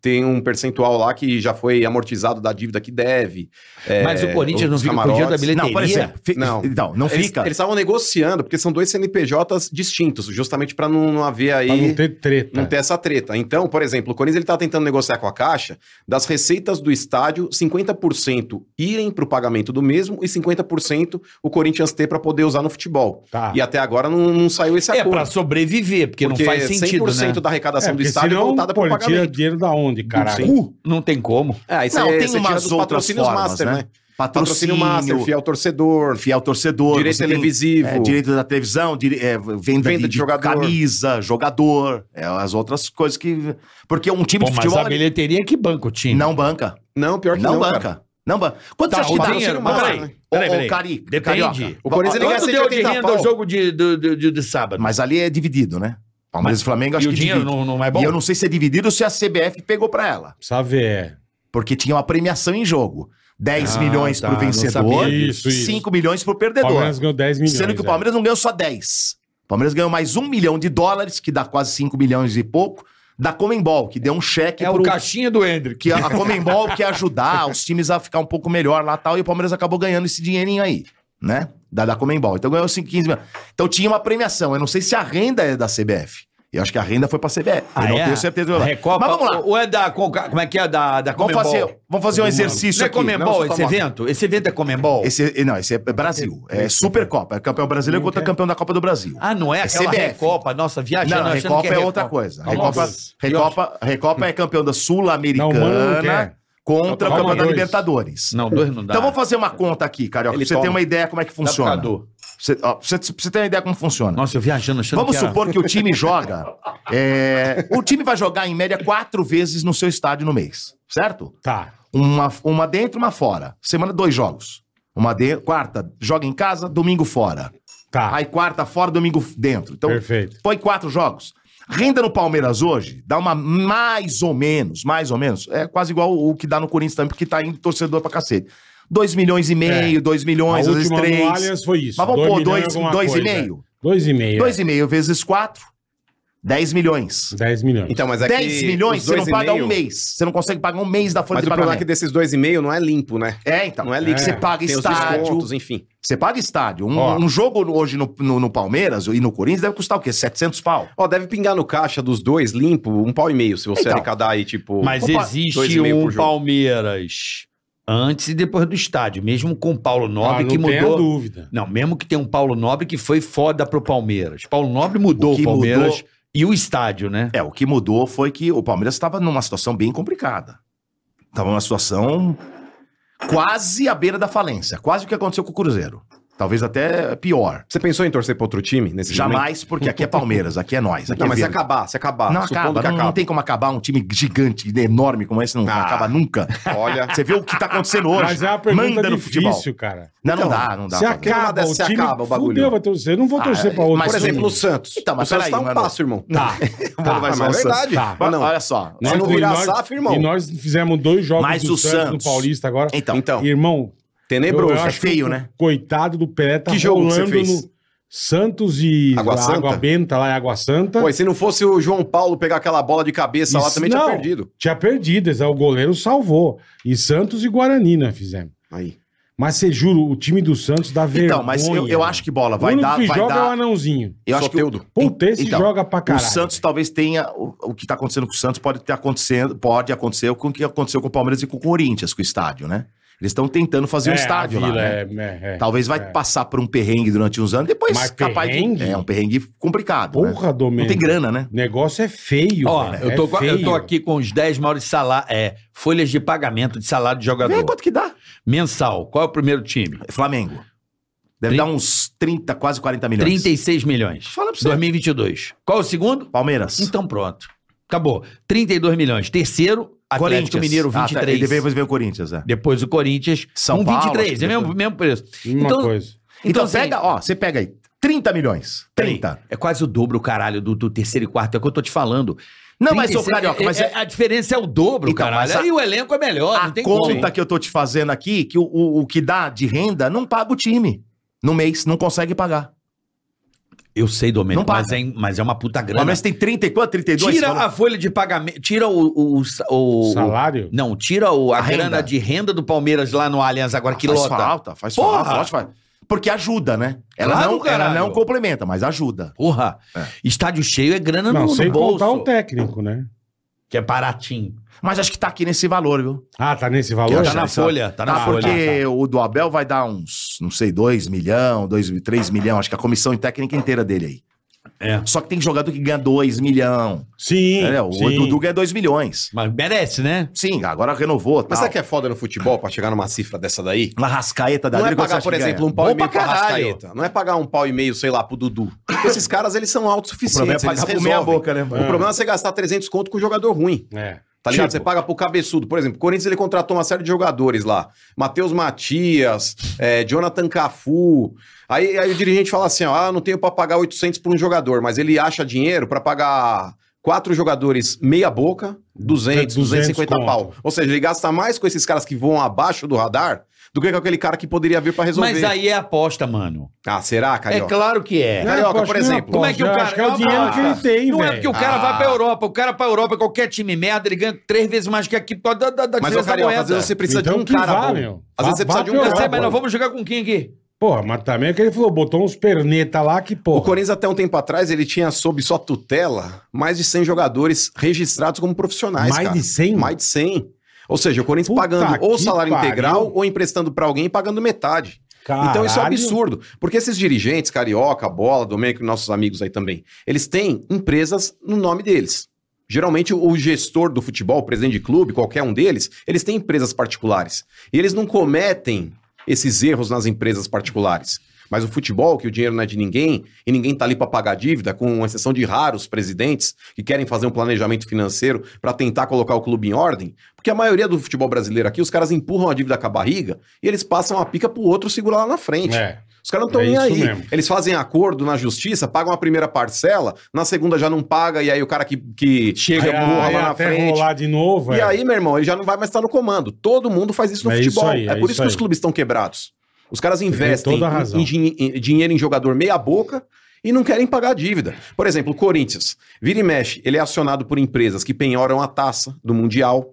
E: tem um percentual lá que já foi amortizado da dívida que deve. é,
B: Mas o Corinthians não
E: os
B: fica com o dinheiro da
E: camarotes.
B: bilheteria.
D: Não, por exemplo, fi-
E: Não.
D: então, não
E: Eles-
D: fica.
E: Eles estavam negociando, porque são dois CNPJs distintos, justamente para não, não haver aí.
C: Pra não ter treta.
D: É.
E: Não tem essa treta. Então, por exemplo, o Corinthians ele tá tentando negociar com a Caixa das receitas do estádio, 50% irem para o pagamento do mesmo e 50% o Corinthians ter para poder usar no futebol.
D: Ah.
C: Tá.
E: E até agora não, não saiu esse
B: é
E: acordo.
B: pra sobreviver, porque, não faz sentido,
E: 100%
B: né?
E: da arrecadação
C: É,
E: do
C: porque
E: estádio é
C: senão,
E: voltada
C: pô,
E: para o
C: ele tira
E: pagamento.
C: dinheiro da onde, caralho?
B: Cu, não tem como.
E: É,
D: Não,
E: é-
D: tem
E: você tira
D: umas
E: dos
D: outras
E: patrocínios
D: formas,
E: master,
D: né?
E: né? Patrocínio master, fiel torcedor,
D: fiel torcedor,
E: direito
D: você tem,
E: televisivo.
D: é, direito da televisão, dire- é, venda,
E: Venda
D: de,
E: de
D: de
E: jogador.
D: camisa, jogador, é, as outras coisas que porque um time
B: Pô,
D: de
B: mas
D: futebol
B: a bilheteria que banca o
D: ele
B: time.
D: não banca,
E: Não, pior que
D: não,
E: não,
D: banca,
E: cara.
D: não banca. Quanto
B: Tá,
D: você acha que
B: o
D: dá?
B: dinheiro,
D: Ô,
B: mas
D: Cari-
B: peraí, peraí,
D: ô,
B: peraí.
D: Cari-
B: Depende.
D: Carioca.
E: O Corinthians ele ganha
B: Quanto deu de
E: 180
B: renda o
E: pau.
B: jogo de, do- do- de, de sábado?
D: Mas ali é dividido, né? Palmeiras e Flamengo acho
B: e o
D: que
B: dinheiro
D: divide.
B: não, não é bom?
D: E eu não sei se é dividido ou se a CBF pegou pra ela,
C: Precisa ver.
D: porque tinha uma premiação em jogo. 10
B: Ah,
D: milhões
B: tá,
D: pro
B: não
D: vencedor,
B: sabia
C: disso, isso.
D: 5 milhões pro
C: O
D: perdedor.
C: Palmeiras ganhou 10 milhões.
D: Sendo que o
C: é.
D: Palmeiras não ganhou só 10. O Palmeiras ganhou mais um milhão de dólares, que dá quase 5 milhões e pouco, da Comembol, que deu um cheque
B: É o caixinha do Hendrick.
D: que a a Comembol quer ajudar os times a ficar um pouco melhor lá tal, e o Palmeiras acabou ganhando esse dinheirinho aí, né? Da, da Comembol. Então ganhou 5, 15 mil. Então tinha uma premiação. Eu não sei se a renda é da CBF. Eu acho que a renda foi pra CBF.
B: Ah,
D: eu não
B: é?
D: tenho certeza.
B: A Recopa,
D: Mas vamos lá.
B: Ou é da. Conca- Como é que é? Da, da
D: Vamos
B: Comembol?
D: fazer, vamos fazer um exercício
B: Não é
D: aqui.
B: Comembol
D: Não,
B: esse evento? Esse evento é Comembol?
D: esse, não, esse é Brasil. É Supercopa. É campeão brasileiro contra campeão da Copa do Brasil.
B: Ah, não é? Aquela
D: CBF.
B: Recopa. Nossa, viajando.
D: Não, a
B: achando
D: Recopa
B: que
D: é, outra
B: Recopa.
D: coisa.
B: Nossa.
D: Recopa, Recopa, Recopa é campeão da
C: Não, mano, não
B: é.
D: Sul-Americana
C: quer.
D: contra o
C: Toma
D: campeão da
C: dois.
D: Libertadores.
B: Não, dois não dá.
D: Então vamos fazer uma conta aqui, Carioca,
E: Ele
D: pra você
E: toma.
D: ter uma ideia como é que
B: Dá pro
D: funciona.
B: Cadu.
D: Você, ó, pra você, pra você ter uma ideia como funciona.
B: Nossa, eu viajando, achando
D: Vamos
B: que era-
D: supor que o time joga. é, o time vai jogar, em média, quatro vezes no seu estádio no mês, certo?
C: Tá.
D: Uma, uma dentro, uma fora. Semana, dois jogos. Uma de, quarta, joga em casa, domingo fora.
C: Tá.
D: Aí quarta fora, domingo dentro. Então,
C: Perfeito.
D: Põe quatro jogos. Renda no Palmeiras hoje dá uma mais ou menos, mais ou menos. É quase igual o que dá no Corinthians também, porque tá indo torcedor pra cacete. 2 milhões e meio, 2 milhões,
C: É. a
D: às vezes
C: última no
D: 3.
C: Allianz foi isso.
D: Mas vamos
C: Dois
D: pôr
C: milhões e
D: 2
C: alguma
D: e
C: coisa. É.
D: meio.
C: Dois e meio.
D: 2 e meio vezes 4, 10 milhões.
C: 10 milhões.
E: Então, mas é
D: 10
E: que
D: milhões
E: os
D: você
E: dois
D: não paga
E: e meio-
D: um mês. Você não consegue pagar um mês da folha
E: Mas
D: de
E: o problema é que
D: pagamento.
E: desses dois e meio não é limpo, né?
D: É, então.
E: Não é líquido.
D: Você
C: É.
D: paga
E: Tem os
D: estádio,
E: descontos, enfim.
D: você paga estádio. Um,
C: Ó.
D: um jogo hoje no, no- no Palmeiras e no Corinthians deve custar o quê? 700 pau.
E: Ó, deve pingar no caixa dos dois limpo um pau e meio, se você
D: Então.
E: arrecadar aí, tipo.
B: Mas
E: opa, dois
B: existe
E: e meio
B: um
E: por jogo.
B: Palmeiras antes e depois do estádio. Mesmo com o Paulo
C: Ah,
B: Nobre
C: não
B: que
C: tenha
B: mudou.
C: dúvida.
B: Não, mesmo que tenha um Paulo Nobre que foi foda pro Palmeiras. Paulo Nobre mudou
D: O que
B: o Palmeiras
D: mudou-
B: e o estádio, né?
D: É, o que mudou foi que o Palmeiras estava numa situação bem complicada. Estava numa situação quase à beira da falência, quase o que aconteceu com o Cruzeiro. Talvez até pior.
E: Você pensou em torcer pra outro time nesse momento?
D: Jamais, porque aqui é Palmeiras, aqui é nós. Aqui
E: Não,
D: é
E: mas se
D: verde.
E: acabar, se acabar.
D: Não
E: supondo
D: acaba,
E: que
D: não, não
E: acaba.
D: tem como acabar um time gigante, enorme como esse, não
E: Ah.
D: acaba nunca.
E: Olha.
D: Você vê o que tá acontecendo hoje.
C: Mas é uma pergunta
D: Manda no futebol.
C: difícil, cara.
D: Não, não
E: Então,
D: dá, não dá.
C: se
D: pra-
C: acaba,
E: dessa,
C: o
E: se
C: time
E: acaba o bagulho.
C: Fudeu, vai torcer. Eu não vou
D: Ah,
C: torcer pra outro.
D: mas,
E: por
C: time.
E: exemplo, o Santos.
D: Então, mas
E: o Santos
D: peraí,
E: tá um
D: mano.
E: passo, irmão.
C: Tá.
D: Quando vai
E: mas
D: ser o
E: é
D: Santos?
E: verdade.
C: Tá.
E: Ou não?
D: Olha só.
E: Não.
D: se
E: não
C: e
E: virar
C: nós-
E: SAF, irmão.
C: E nós fizemos dois jogos
D: Mas o Santos-
C: no Paulista agora.
D: Então,
E: Então,
C: Irmão, eu
E: tenebroso.
C: acho que
D: feio,
C: o
D: né?
C: Coitado do Pelé tá
E: Que jogo que você
C: rolando
E: fez?
C: no Santos e
E: Água
C: lá,
E: Santa?
C: Água Benta lá em Água Santa.
E: Pô, e se não fosse o João Paulo pegar aquela bola de cabeça lá,
C: Isso-
E: também
C: não.
E: tinha perdido.
C: Tinha perdido, exa- o goleiro salvou. E Santos e Guarani, né, fizemos.
E: Aí.
C: Mas você juro, o time do Santos dá vergonha.
D: Então, mas eu, eu acho que bola vai
C: o único
D: dar,
C: que
D: vai
C: joga é o
D: dar.
C: anãozinho.
D: Eu acho que o,
E: Soteudo.
C: Puta, esse
D: Então,
C: joga pra
D: o
C: caralho.
D: Santos talvez tenha o, o que tá acontecendo com o Santos pode ter acontecendo, pode acontecer com o que aconteceu com o Palmeiras e com o Corinthians, com o estádio, né? Eles estão tentando fazer um
C: É,
D: estádio
C: a
D: lá,
C: Vila,
D: né?
C: é, é, é.
D: Talvez vai
C: É.
D: passar por um perrengue durante uns anos, depois
C: Mas
D: capaz
C: perrengue?
D: de. É um perrengue complicado. né?
C: Porra,
D: Não
C: Domênico.
D: tem grana, né?
C: O negócio é feio.
B: Ó,
C: velho,
B: eu,
C: é
B: tô, com- eu
C: feio.
B: tô aqui com os 10 maiores salar, é, folhas de pagamento de salário de
D: Vê
B: jogador.
D: quanto que dá.
B: Mensal, qual é o primeiro time?
D: Flamengo.
B: Trin-
D: Deve dar uns 30, quase 40 milhões.
B: 36 milhões.
D: Fala pra você.
B: 2022. Qual é o segundo?
D: Palmeiras.
B: Então pronto. Acabou. 32 milhões. Terceiro, Atlético Mineiro,
D: Ah, tá,
B: 23.
D: e depois vem o Corinthians, é.
B: Depois o Corinthians,
D: São
B: um
D: Paulo,
B: 23.
D: acho que
B: É mesmo,
D: depois-
B: mesmo preço.
C: Uma
B: Então-
C: coisa.
D: Então,
B: assim,
D: pega, ó, você pega aí. 30 milhões. 30.
B: É quase o dobro, caralho, do, do terceiro e quarto. É o que eu tô te falando.
D: Não, mas, ô,
B: 36,
D: Carioca,
B: é-
D: mas
B: é-
D: é-
B: a diferença é o dobro,
D: Então,
B: caralho.
D: mas a-
B: Aí o elenco é melhor,
D: a
B: não
D: conta tá-
B: tem como.
D: que eu tô te fazendo aqui, que o, o, o que dá de renda, não paga o time. No mês, não consegue pagar.
B: Eu sei, Domênico,
D: Não paga.
B: mas é, mas é uma puta
D: O
B: grana.
D: Palmeiras tem 30 e quanto? 32?
B: Tira
D: Falou.
B: a folha de pagamento, tira o... o, o- o-
C: Salário?
B: não, tira o, a,
D: A
B: grana
D: renda.
B: de renda do Palmeiras lá no Allianz agora, que
D: faz
B: lota.
D: falta, faz
B: Porra!
D: falta, lógico, faz. Porque ajuda, né? Ela,
B: Claro,
D: não, ela
B: caralho.
D: não complementa, mas ajuda.
B: Porra,
D: É.
B: estádio cheio é grana
C: Não,
B: no,
C: sem
B: no bolso,
C: contar o técnico, né?
B: que é baratinho.
D: Mas acho que tá aqui nesse valor, viu?
C: Ah, tá nesse
D: Eu
C: valor?
D: acho
B: tá na
D: isso-
B: folha, tá na
D: Ah,
B: folha.
D: porque o do Abel vai dar uns, não sei, 2 milhão, 2, 3 milhão, acho que a comissão técnica inteira dele aí.
B: É.
D: Só que tem jogador que ganha 2 milhão.
C: Sim,
D: entendeu? É, né? O
C: sim.
D: Dudu ganha 2 milhões.
B: Mas merece, né?
D: Sim, agora renovou.
E: Mas
D: tal.
E: sabe que é foda no futebol pra chegar numa cifra dessa daí?
D: Na rascaeta da
E: Não é
D: dele, quanto
E: pagar,
D: você
E: por
D: acha que
E: exemplo,
D: ganha?
E: um pau
B: Bom
E: e meio
B: pra
E: pra
B: caralho.
E: Rascaeta. Não é pagar um pau e meio, sei lá, pro Dudu. Porque esses caras, eles são
D: O problema
E: autossuficientes,
D: é
E: eles
D: pagar por meia
E: resolvem.
D: boca, né?
E: O
C: Ah.
D: mano?
E: problema é você gastar 300 conto com jogador ruim.
C: É.
E: Tá ligado?
B: Tipo?
E: Você paga pro cabeçudo. Por exemplo, o Corinthians ele contratou uma série de jogadores lá. Matheus Matias, é, Jonathan Cafu. Aí, aí o dirigente fala assim, ó, ah, não tenho pra pagar 800 por um jogador, mas ele acha dinheiro pra pagar quatro jogadores meia boca, 200, 250
C: É, conto.
E: pau. Ou seja, ele gasta mais com esses caras que voam abaixo do radar do que com aquele cara que poderia vir pra resolver.
B: Mas aí é aposta, mano.
E: Ah, será,
B: É
E: Carioca?
B: claro que é.
E: Carioca,
C: Eu acho
E: por
C: que não
E: exemplo.
C: aposta,
B: Como é que o
C: eu
B: cara-
C: acho que é o
B: Ah,
C: dinheiro que ele tem,
B: Não é
C: velho.
B: porque o cara
E: Ah.
B: vai pra Europa. O cara pra Europa, é qualquer time merda, ele ganha três vezes mais que aqui por causa da, da, da
E: Mas, ô,
B: diferença da
E: Carioca, às
B: moeda.
E: vezes você precisa
C: Então
E: de um
C: que
E: cara
C: vá,
E: bom.
C: meu.
E: Às vezes você
C: Vá-
E: precisa de um
C: vá
E: cara
B: Eu sei,
E: bom.
B: mas nós vamos jogar com quem aqui?
C: Porra, mas também é que ele falou, botou uns perneta lá que,
E: O
C: porra.
E: Corinthians, até um tempo atrás, ele tinha sob sua tutela mais de 100 jogadores registrados como profissionais.
C: Mais
E: cara.
C: de 100?
E: Mais de 100. Ou seja, o Corinthians
C: Puta
E: pagando ou
C: que
E: salário
C: pariu.
E: integral ou emprestando pra alguém e pagando metade. Então isso é um
C: Caralho.
E: absurdo. Porque esses dirigentes, Carioca, Bola, Domênico e nossos amigos aí também, eles têm empresas no nome deles. Geralmente o gestor do futebol, o presidente de clube, qualquer um deles, eles têm empresas particulares. E eles não cometem esses erros nas empresas particulares. Mas o futebol, que o dinheiro não é de ninguém, e ninguém tá ali para pagar dívida, com exceção de raros presidentes que querem fazer um planejamento financeiro para tentar colocar o clube em ordem, porque a maioria do futebol brasileiro aqui, os caras empurram a dívida com a barriga e eles passam a pica pro outro segurar lá na frente.
C: É.
E: Os caras não estão
C: É
E: nem
C: isso
E: aí.
C: mesmo.
E: Eles fazem acordo na justiça, pagam a primeira parcela, na segunda já não paga, e aí o cara que, que
B: Chega,
E: empurra
C: Aí, aí
E: lá na
C: até
E: frente.
C: rolar de novo,
E: E
C: é.
E: aí, meu irmão, ele já não vai mais estar no comando. Todo mundo faz isso no
C: É isso
E: futebol.
C: aí,
E: é,
C: é
E: por
C: isso
E: isso que os
C: aí.
E: clubes estão quebrados. Os caras
C: tem
E: investem
C: toda a
E: em-
C: razão.
E: em din- em dinheiro em jogador meia boca e não querem pagar a dívida. Por exemplo, o Corinthians. Vira e mexe, ele é acionado por empresas que penhoram a taça do Mundial.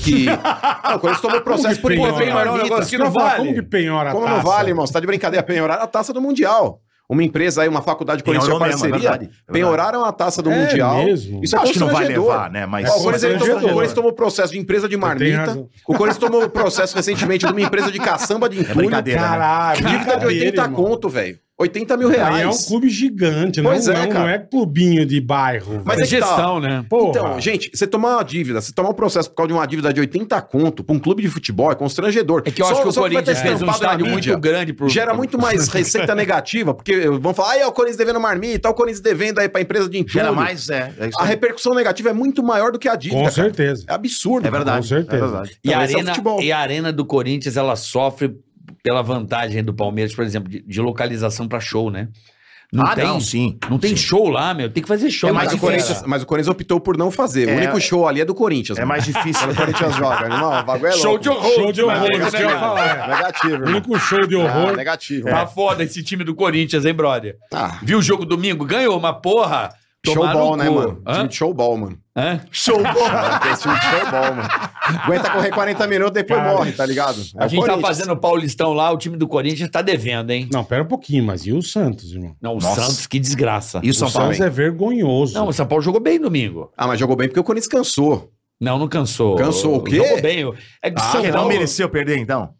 E: que. não, o Corinthians tomou processo por é
C: Penhora.
E: envolver
B: Penhorar um
E: marmita.
B: negócio que não
C: Eu ia falar, Como
B: vale.
C: que penhora a
E: Como não
C: taça?
E: vale, irmão? Você tá de brincadeira. Penhoraram a taça do Mundial. Uma empresa aí, uma faculdade
D: Penhorou
E: corintiana
D: mesmo, é
E: parceria,
D: verdade, é verdade.
E: penhoraram a taça do
C: É
E: Mundial.
C: mesmo?
E: Isso é
D: Acho que não vai
E: constrangedor.
D: levar, né? Mas.
C: É
E: Ó, o, Corinthians ele tomou,
C: constrangedor.
E: o
B: né?
E: Corinthians tomou processo de empresa de marmita.
C: razão.
E: O Corinthians tomou processo recentemente de uma empresa de caçamba
B: É
E: de entulho.
D: brincadeira, né?
C: Caralho,
E: dívida de 80
C: irmão.
E: conto, velho. 80 mil
C: Aí é um
E: reais.
C: clube gigante, não,
E: Pois é,
C: não,
E: cara.
C: não é clubinho de bairro.
E: Mas
B: é
E: é que tá.
B: gestão, né?
C: Porra.
E: Então, gente, você tomar uma dívida, você tomar um processo por causa de uma dívida de 80 conto pra um clube de futebol é constrangedor.
B: É que eu acho
E: Só-
B: que o
E: só vai
B: Corinthians
E: estar
B: fez um
E: estampado na
B: estádio
E: mídia.
B: muito grande pro...
E: Gera muito mais receita negativa, porque vão falar, ah, é o Corinthians devendo marmita, é o Corinthians devendo aí pra empresa de entulho.
D: Gera mais, é. é isso
E: A
D: aí.
E: repercussão negativa é muito maior do que a dívida.
C: Com
E: cara.
C: certeza.
E: É absurdo.
D: É verdade.
C: Com certeza.
D: É verdade.
B: E a,
E: Então, esse é o
B: arena,
E: futebol.
B: e a arena do Corinthians, ela sofre pela vantagem do Palmeiras, por exemplo, de, de localização pra show, né? Não
D: ah,
B: tem,
D: não,
B: não,
D: sim.
B: tem
D: sim.
B: show lá, meu. Tem que fazer show. né?
D: É mais
E: Mas,
B: cara.
E: o Corinthians, mas o Corinthians optou por não fazer.
D: É.
E: o único show ali é do Corinthians.
D: É mais difícil.
E: O Corinthians joga. Não, o bagulho é louco.
B: Show de horror.
C: Show de
B: Tá
C: horror,
E: né?
C: isso que eu ia
B: ligado?
C: falar.
E: Negativo,
C: O
E: irmão.
C: único show de
E: Ah,
C: horror.
E: negativo.
B: Tá foda esse time do Corinthians, hein, brother?
E: Tá.
B: Viu o jogo domingo? Ganhou uma porra. Tomar
E: Showball,
B: no
E: né,
B: cu.
E: mano?
B: Hã?
E: Time de É showball, mano.
B: Hã?
E: Showball. Esse time de showball, mano. Aguenta correr 40 minutos, depois
C: Cara,
E: morre, tá ligado? É
B: A
E: o
B: gente tá
E: Corinthians.
B: fazendo o Paulistão lá, o time do Corinthians tá devendo, hein?
C: Não, pera um pouquinho, mas e o Santos, irmão?
B: Não, o
D: Nossa.
B: Santos, que desgraça.
D: E o
C: O
D: São Paulo?
C: Santos é vergonhoso.
B: Não, o São Paulo jogou bem domingo.
E: Ah, mas jogou bem porque o Corinthians cansou.
B: Não, não cansou.
E: Cansou, o quê?
B: Jogou bem. É que o
D: Ah,
B: São
D: que não
B: Paulo-
D: mereceu perder, então?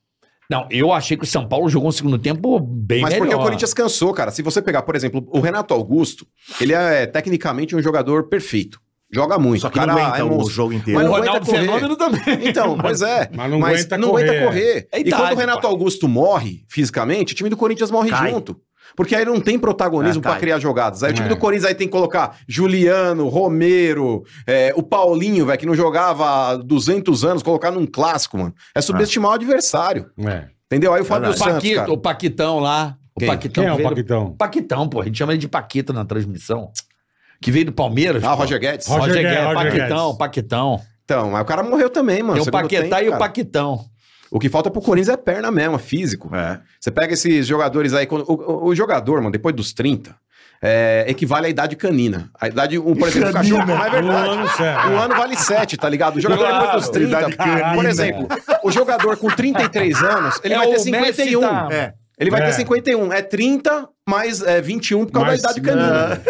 B: Não, eu achei que o São Paulo jogou um segundo tempo bem
E: mas
B: melhor.
E: porque o Corinthians cansou, cara. Se você pegar, por exemplo, o Renato Augusto, ele é tecnicamente um jogador perfeito. Joga muito.
D: Só que não
E: Cara,
D: aguenta
E: é
D: o
E: monstro.
D: jogo inteiro.
E: Mas
B: O
E: não
B: Ronaldo
E: aguenta correr.
B: Fenômeno também.
E: Então, pois
C: Mas
E: é. Mas
C: não
E: não
C: aguenta
E: aguenta correr.
C: correr.
B: É
E: e
B: idade,
E: quando o Renato
B: pai.
E: Augusto morre fisicamente, o time do Corinthians morre
D: Cai.
E: junto. Porque aí não tem protagonismo
B: Ah,
D: É,
E: pra
D: cai.
E: criar jogadas. Aí o time
C: É.
E: do Corinthians aí tem que colocar Juliano, Romero, é, o Paulinho, velho, que não jogava há 200 anos, colocar num clássico, mano. É subestimar o adversário.
C: É.
E: Entendeu? Aí o Fábio
B: O
E: Santos,
B: Paquito,
E: cara.
B: o Paquitão lá. O
E: Quem?
B: Paquitão
C: Quem é o
B: veio do-
C: Paquitão?
B: Paquitão, pô. A gente chama ele de Paquita na transmissão. Que veio do Palmeiras.
E: Ah,
B: pô.
E: Roger Guedes.
C: Roger
B: Roger
C: Guedes,
B: Guedes,
C: Roger
B: Paquitão,
C: Guedes.
B: Paquitão.
E: Então, aí o cara morreu também, mano.
B: Tem o
E: Segundo
B: Paquetá
E: tempo,
B: e o
E: cara.
B: Paquitão.
E: O que falta pro Corinthians é perna mesmo, é físico.
D: É.
E: Você pega esses jogadores aí, quando- o, o- o jogador, mano, depois dos 30, é, equivale à idade canina. A idade, um, por exemplo, o cachorro. Não é verdade.
C: Um ano, sério.
E: Um ano vale 7, tá ligado? O jogador
B: Claro.
E: depois dos 30.
D: Idade canina.
E: Por exemplo, o jogador com 33 anos, ele
B: É,
E: vai
B: o
E: ter
B: Messi
E: 51.
B: tá-
D: É.
E: Ele vai
C: É.
E: ter 51. É 30 mais é, 21 por causa
C: Mais-
E: da idade canina.
B: Balada-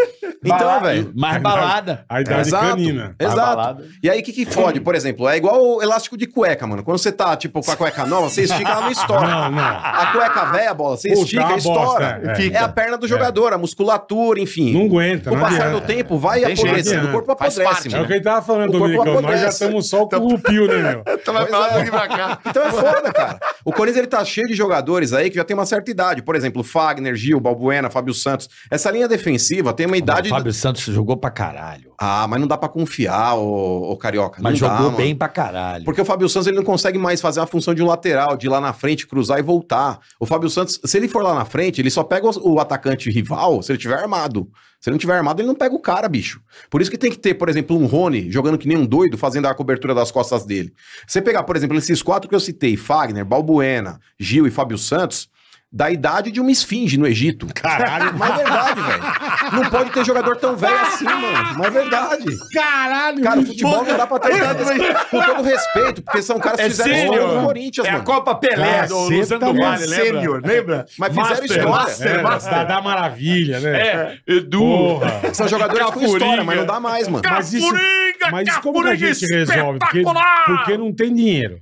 E: Então, velho.
B: Mais balada.
C: A idade
E: Exato.
C: canina.
E: Exato.
B: balada.
E: E aí, o que, que fode? Por exemplo, é igual o elástico de cueca, mano. Quando você tá, tipo, com a cueca nova, você estica ela não estoura.
C: Não, não.
E: A cueca velha, bola, você
C: Ah. Puta,
E: estica
C: uma
E: e estoura.
C: bosta, é.
E: é. a perna do jogador, a musculatura, enfim.
C: Não aguenta,
E: Com o
C: não
E: passar
C: adianta.
E: do tempo, vai
D: Tem jeito, né?
E: apodrecendo.
C: não
E: O corpo
D: Faz
E: apodrece,
D: parte,
C: É
D: né?
C: o
E: mano.
C: que ele tava falando,
E: O corpo
C: Dominicão. Nós já
E: apodrece.
C: estamos só
E: Então,
C: com o pio, né, meu?
E: Pois é.
D: pra cá.
E: Então é foda, cara. O Corinthians ele tá cheio de jogadores aí que já tem uma certa idade. Por exemplo, Fagner, Gil, Balbuena, Fábio Santos. Essa linha defensiva tem uma idade.
B: O Fábio Santos jogou pra caralho.
E: Ah, mas não dá pra confiar, ô, ô Carioca.
B: Mas
E: não dá,
B: jogou
E: mano.
B: bem pra caralho.
E: Porque o Fábio Santos ele não consegue mais fazer a função de um lateral, de ir lá na frente, cruzar e voltar. O Fábio Santos, se ele for lá na frente, ele só pega o, o atacante rival se ele tiver armado. Se ele não tiver armado, ele não pega o cara, bicho. Por isso que tem que ter, por exemplo, um Rony jogando que nem um doido, fazendo a cobertura das costas dele. Você pegar, por exemplo, esses quatro que eu citei, Fagner, Balbuena, Gil e Fábio Santos, da idade de uma esfinge no Egito.
C: Caralho.
E: Mas é verdade, velho. Não pode ter jogador tão velho assim, mano. Mas é verdade.
C: Caralho.
E: Cara, o futebol não dá pra tratar isso. Com todo respeito, porque são caras que
B: É
E: fizeram
B: sênior.
E: história no
C: É
E: Corinthians, mano.
B: Copa
C: Pelé, do- do Santo Vale,
D: Sênior, lembra?
E: Mas fizeram
D: Master,
E: história.
D: Master,
C: É,
D: Master.
C: da, da maravilha, né?
B: É, Edu.
C: Porra.
E: São
C: É
E: jogadores com história, mas não dá mais, mano.
C: Mas isso, mas isso como que a gente resolve? Porque, porque não tem dinheiro.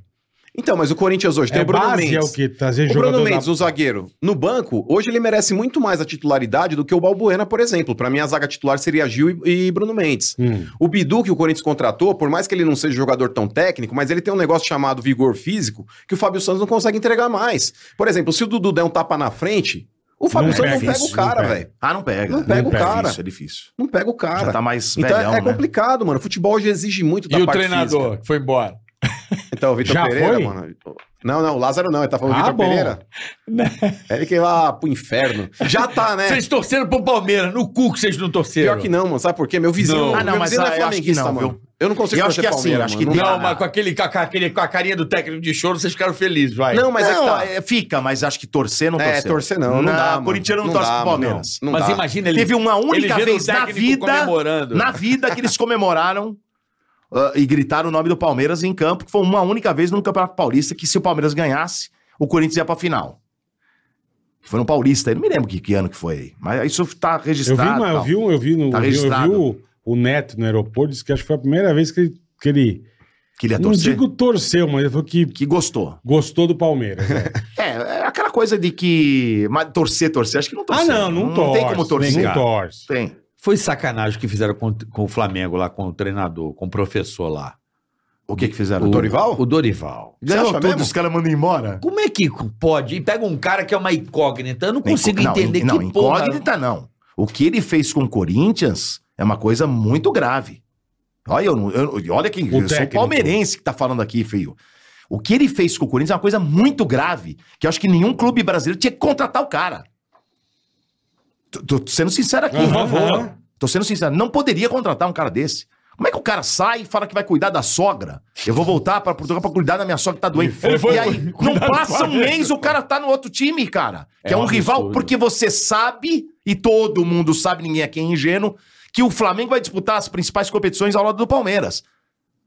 E: Então, mas o Corinthians hoje tem
C: É
E: o Bruno
C: base é
E: Mendes.
C: o que? Trazer
E: O Bruno
C: jogador da-
E: Mendes, o zagueiro, no banco, hoje ele merece muito mais a titularidade do que o Balbuena, por exemplo. Pra mim, a zaga titular seria Gil e, e Bruno Mendes.
C: Hum.
E: O Bidu, que o Corinthians contratou, por mais que ele não seja um jogador tão técnico, mas ele tem um negócio chamado vigor físico que o Fábio Santos não consegue entregar mais. Por exemplo, se o Dudu der um tapa na frente, o Fábio
C: Não
E: Santos
C: pega
E: não pega
C: isso,
E: o cara,
C: não pega.
E: velho.
D: Ah, não pega.
E: Não pega
C: o
E: cara.
D: É difícil, é difícil.
E: Não pega o cara.
D: Já tá mais
E: Então
D: velhão,
E: é é
D: né?
E: complicado, mano. O futebol hoje exige muito
B: E
E: da
B: o
E: parte
B: treinador,
E: física.
B: que foi embora.
E: Então, o Vitor
C: Já
E: Pereira,
C: foi?
E: mano. Não, não, o Lázaro não. Ele tá falando
C: Ah,
E: Vitor
C: bom.
E: Pereira. Ele que lá pro inferno. Já tá, né?
B: Vocês torceram pro Palmeiras, no cu que vocês não torceram.
E: Pior que não, mano. Sabe por quê? Meu vizinho,
D: Não. Ah, não,
E: meu
D: mas,
E: vizinho
D: ah,
E: é
D: eu acho que
E: flamenguista,
D: não,
E: mano.
D: viu?
E: Eu não consigo
D: Eu acho
E: torcer
D: que é assim,
E: Palmeiras,
D: eu acho
E: mano.
D: que
E: Não
B: Não,
E: dá.
B: mas com, aquele, com, aquele, com a carinha do técnico de choro, vocês ficaram felizes, vai.
E: Não, mas é que
D: Não,
E: tá.
D: é, fica, mas acho que torcer não
E: É,
D: torcer.
E: torcer não, não dá, mano.
D: Corintiano não
E: Não
D: torce
E: dá,
D: pro
E: mano,
D: Palmeiras.
E: não
B: mas
E: dá.
B: imagina ele.
D: Teve uma única
B: ele vendo o
D: vez na
B: técnico
D: vida,
B: comemorando.
D: na vida que eles comemoraram ah, e gritaram o nome do Palmeiras em campo, que foi uma única vez no Campeonato Paulista que se o Palmeiras ganhasse, o Corinthians ia pra final. Foi no Paulista, eu não me lembro que, que ano que foi, mas isso tá
C: Eu
D: registrado.
C: vi, mas eu
D: tal.
C: vi, um- eu vi, no,
D: Tá
C: eu vi- eu vi
D: registrado.
C: o, o Neto no aeroporto, disse que acho que foi a primeira vez que ele. Que ele
D: Que ele ia
C: não
D: torcer.
C: um digo torceu, mas ele falou que
D: Que gostou.
C: gostou do Palmeiras. né?
D: É, é aquela coisa de que. Mas torcer, torcer, acho que não
C: ah,
D: torcer.
C: não, não torce.
D: tem como torcer.
C: Não torce.
D: Tem.
B: Foi sacanagem o que fizeram com, com o Flamengo lá, com o treinador, com o professor lá.
D: O que que fizeram?
E: O Dorival?
B: O Dorival.
D: Ganhou
E: Você acha
D: tudo,
E: mesmo?
D: os caras mandam embora?
B: Como é que pode? E pega um cara que é uma incógnita. Eu não consigo
D: Não,
B: entender
D: in- não,
B: que porra.
D: incógnita não. O que ele fez com o Corinthians é uma coisa muito grave. Olha, eu, não- eu- eu- olha que eu sou
C: técnico.
D: palmeirense que tá falando aqui, filho. O que ele fez com o Corinthians é uma coisa muito grave, que eu acho que nenhum clube brasileiro tinha que contratar o cara. Tô, tô sendo sincero aqui.
C: Por favor.
D: Tô sendo sincero. Não poderia contratar um cara desse. Como é que o cara sai e fala que vai cuidar da sogra? Eu vou voltar pra Portugal pra cuidar da minha sogra que tá doente.
C: Ele foi-
D: e aí, não passa um mês, o cara tá no outro time, cara. Que é, um, rival, porque você sabe, e todo mundo sabe, ninguém aqui é ingênuo, que o Flamengo vai disputar as principais competições ao lado do Palmeiras.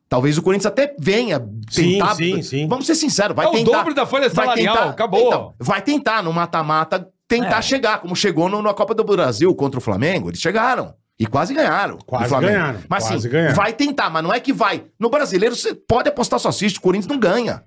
D: Talvez o Corinthians até venha
C: Sim,
D: tentar.
C: sim, sim.
D: Vamos ser sinceros, vai
B: É o
D: tentar.
B: dobro da folha
D: Vai
B: salarial,
D: tentar-
B: acabou.
D: Então, vai tentar no mata-mata tentar chegar, como chegou no- na Copa do Brasil contra o Flamengo. Eles chegaram. E quase ganharam. do
C: Quase
D: Flamengo.
C: ganharam,
D: Mas
C: quase
D: assim,
C: ganharam.
D: vai tentar, mas não é que vai. No brasileiro, você pode apostar só assiste, o Corinthians não ganha.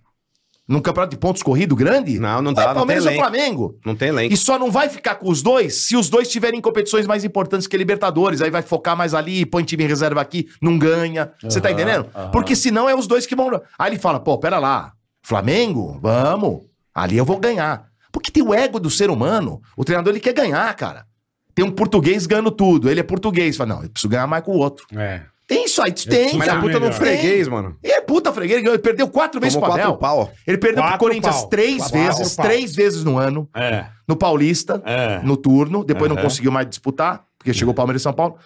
D: Num campeonato de pontos corrido grande?
E: Não, não dá,
D: É
E: não tem
D: Palmeiras ou
E: elenco.
D: Flamengo.
E: Não tem elenco.
D: E só não vai ficar com os dois se os dois tiverem competições mais importantes que Libertadores. Aí vai focar mais ali, põe time em reserva aqui, não ganha. Você tá entendendo? Porque senão é os dois que vão. Aí ele fala: pô, pera lá, Flamengo, vamos, ali eu vou ganhar. Porque tem o ego do ser humano. O treinador ele quer ganhar, cara. Tem um português ganhando tudo. Ele é português. Fala, não, eu preciso ganhar mais com o outro.
C: É.
D: Tem isso aí, tem,
E: Mas
C: Mas
E: a
C: é
D: cara.
E: puta
C: melhor.
E: no freguês, mano.
D: E é puta fregueira, ele ganhou- ele perdeu quatro vezes
E: Tomou
D: pro Abel.
E: quatro pau.
D: Ele perdeu
C: Quatro
D: pro Corinthians
C: pau.
D: três
C: Quatro
D: vezes,
C: pau.
D: três vezes no ano.
B: É.
D: No Paulista
B: É.
D: no turno, depois não
B: Aham.
D: conseguiu mais disputar, porque chegou o Palmeiras e São Paulo.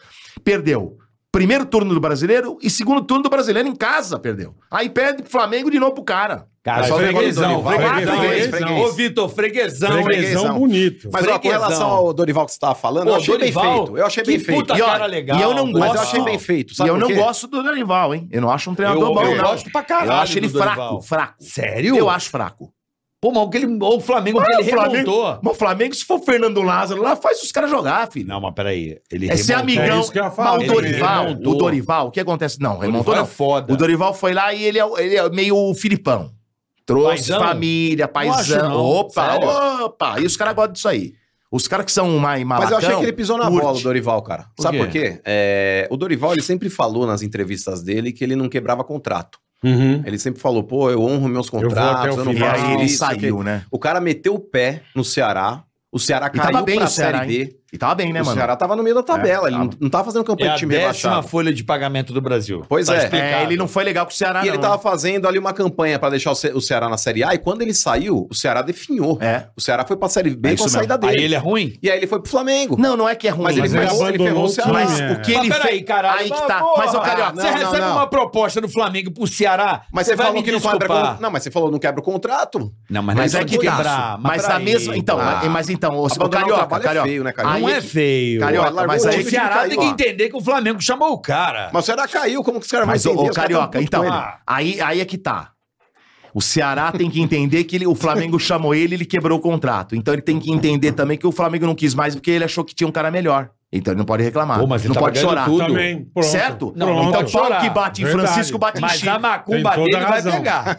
D: Perdeu. Primeiro turno do brasileiro e segundo turno do brasileiro em casa, perdeu. Aí perde pro Flamengo de novo pro cara.
B: Cara,
E: Mas
B: só freguesão,
E: freguesão,
B: freguesão,
E: freguesão,
B: freguesão.
E: freguesão.
B: Ô, Vitor, freguesão, hein?
C: Freguesão
E: freguesão.
C: bonito.
E: Mas ó, com
B: Freguesão.
E: relação ao Dorival que você tava falando, eu
B: Ô,
E: achei bem
B: Dorival,
E: feito. Eu achei
B: que
E: bem feito.
B: puta
D: é E, ó,
B: cara legal.
D: e eu não
E: Mas eu
D: gosto.
E: achei bem feito,
D: e
E: sabe
D: eu
E: por
D: não
E: quê?
D: gosto do Dorival, hein? Eu não acho um
B: Eu,
D: treinador bom,
B: eu
D: não.
B: gosto pra caralho
D: eu acho ele
B: do Dorival.
D: fraco, fraco.
B: Sério?
D: Eu acho fraco.
B: Pô, mas o que ele, o Flamengo que
D: Ah,
B: ele
D: o Flamengo-
B: remontou.
D: Mas o Flamengo, se for Fernando Lázaro lá, faz os caras jogar, filho.
B: Não, mas peraí. Ele
D: É ser
B: remontou.
D: amigão.
C: É isso que eu ia falar.
D: Mas o
B: Ele
D: Dorival,
B: remontou.
D: o Dorival, o que acontece? Não, remontou
B: Dorival é
D: não.
B: foda.
D: O Dorival foi lá e ele é, ele é meio o Filipão. Trouxe
B: Paizão?
D: família,
B: acho
D: paizão.
B: não,
D: Opa,
B: sério.
D: opa. E os caras gostam disso aí. Os caras que são mais
E: Mas
D: malacão...
E: eu achei que ele pisou na
D: curte.
E: bola, o Dorival, cara.
B: Por
E: Sabe
B: quê?
E: por quê? É, o Dorival, ele sempre falou nas entrevistas dele que ele não quebrava contrato.
C: Uhum.
E: Ele sempre falou, pô, eu honro meus
C: vou até o
E: contratos, eu, não
C: fim.
D: E
E: faço
D: aí ele
E: isso,
D: saiu,
E: que-
D: né?
E: O cara meteu o pé no Ceará, o Ceará
D: tava
E: caiu
D: bem
E: pra
D: o Ceará,
E: Série B.
D: E tava bem, né,
E: o
D: mano?
E: Ceará tava no meio da tabela,
D: É,
E: ele não,
D: tava.
E: não tava fazendo campanha
B: É
E: de
B: a
E: time
B: décima
E: rebaixado.
B: folha de pagamento do Brasil. Tá
E: Pois é.
D: É, ele não foi legal com o Ceará,
E: E ele
D: não.
E: tava fazendo ali uma campanha pra deixar o Ce- o Ceará na Série A, e quando ele saiu, o Ceará definhou.
D: É.
E: O Ceará foi pra Série B
D: É
E: com a
D: isso
E: saída
B: Aí
E: dele.
B: ele é ruim?
E: E aí ele foi pro Flamengo.
D: Não, não é que é ruim.
E: mas ele,
C: mas ele
E: ferrou, ele
C: abandonou
E: ferrou
C: o
E: o Ceará.
C: time,
D: Mas
C: é.
D: o que ele fez... Aí que tá. Mas, ô, Carioca,
E: não,
B: você
E: não,
B: recebe
E: não.
B: uma proposta do Flamengo pro Ceará,
E: Mas você,
B: vai
E: falou
B: me
E: que não quebra
B: desculpar.
E: contrato. Não, mas você falou não quebra o contrato.
B: Não, mas,
D: Mas
B: não
D: é que tá.
B: quebrar,
D: Mas
B: peraí,
D: da mesma... Então,
B: cara.
E: Ah.
D: mas- mas então... ô, Ô,
E: Abandonar o
D: Carioca,
E: trabalho é feio, né,
D: Carioca. aí
E: Carioca?
B: Não é
D: que-
B: feio.
D: Carioca,
E: Largou
D: mas
E: o
D: aí
E: time
B: O
E: de
D: que
B: Ceará
E: cair
B: tem que
E: lá.
B: entender que o Flamengo chamou o cara.
E: Mas o Ceará caiu, como que os caras vão
D: Mas, ô,
E: entender?
D: ô,
E: Os caras tão
D: Carioca,
E: puto
D: então,
E: com ele.
D: ah, aí, aí é que tá. O Ceará tem que entender que ele- o Flamengo chamou ele ele quebrou o contrato. Então ele tem que entender também que o Flamengo não quis mais porque ele achou que tinha um cara melhor. Então ele não pode reclamar.
B: Pô, mas ele
D: não
B: tava
D: pode
B: ganhando
D: chorar. Tá
B: tudo.
C: Também. Pronto.
D: Certo?
B: Não,
C: Pronto.
B: então
D: Então, Paulo
B: chorar.
D: que bate em
C: Verdade.
D: Francisco bate em
B: Mas
D: Chico.
B: a macumba
C: Tem toda
B: dele
C: a
B: vai
C: razão.
B: pegar.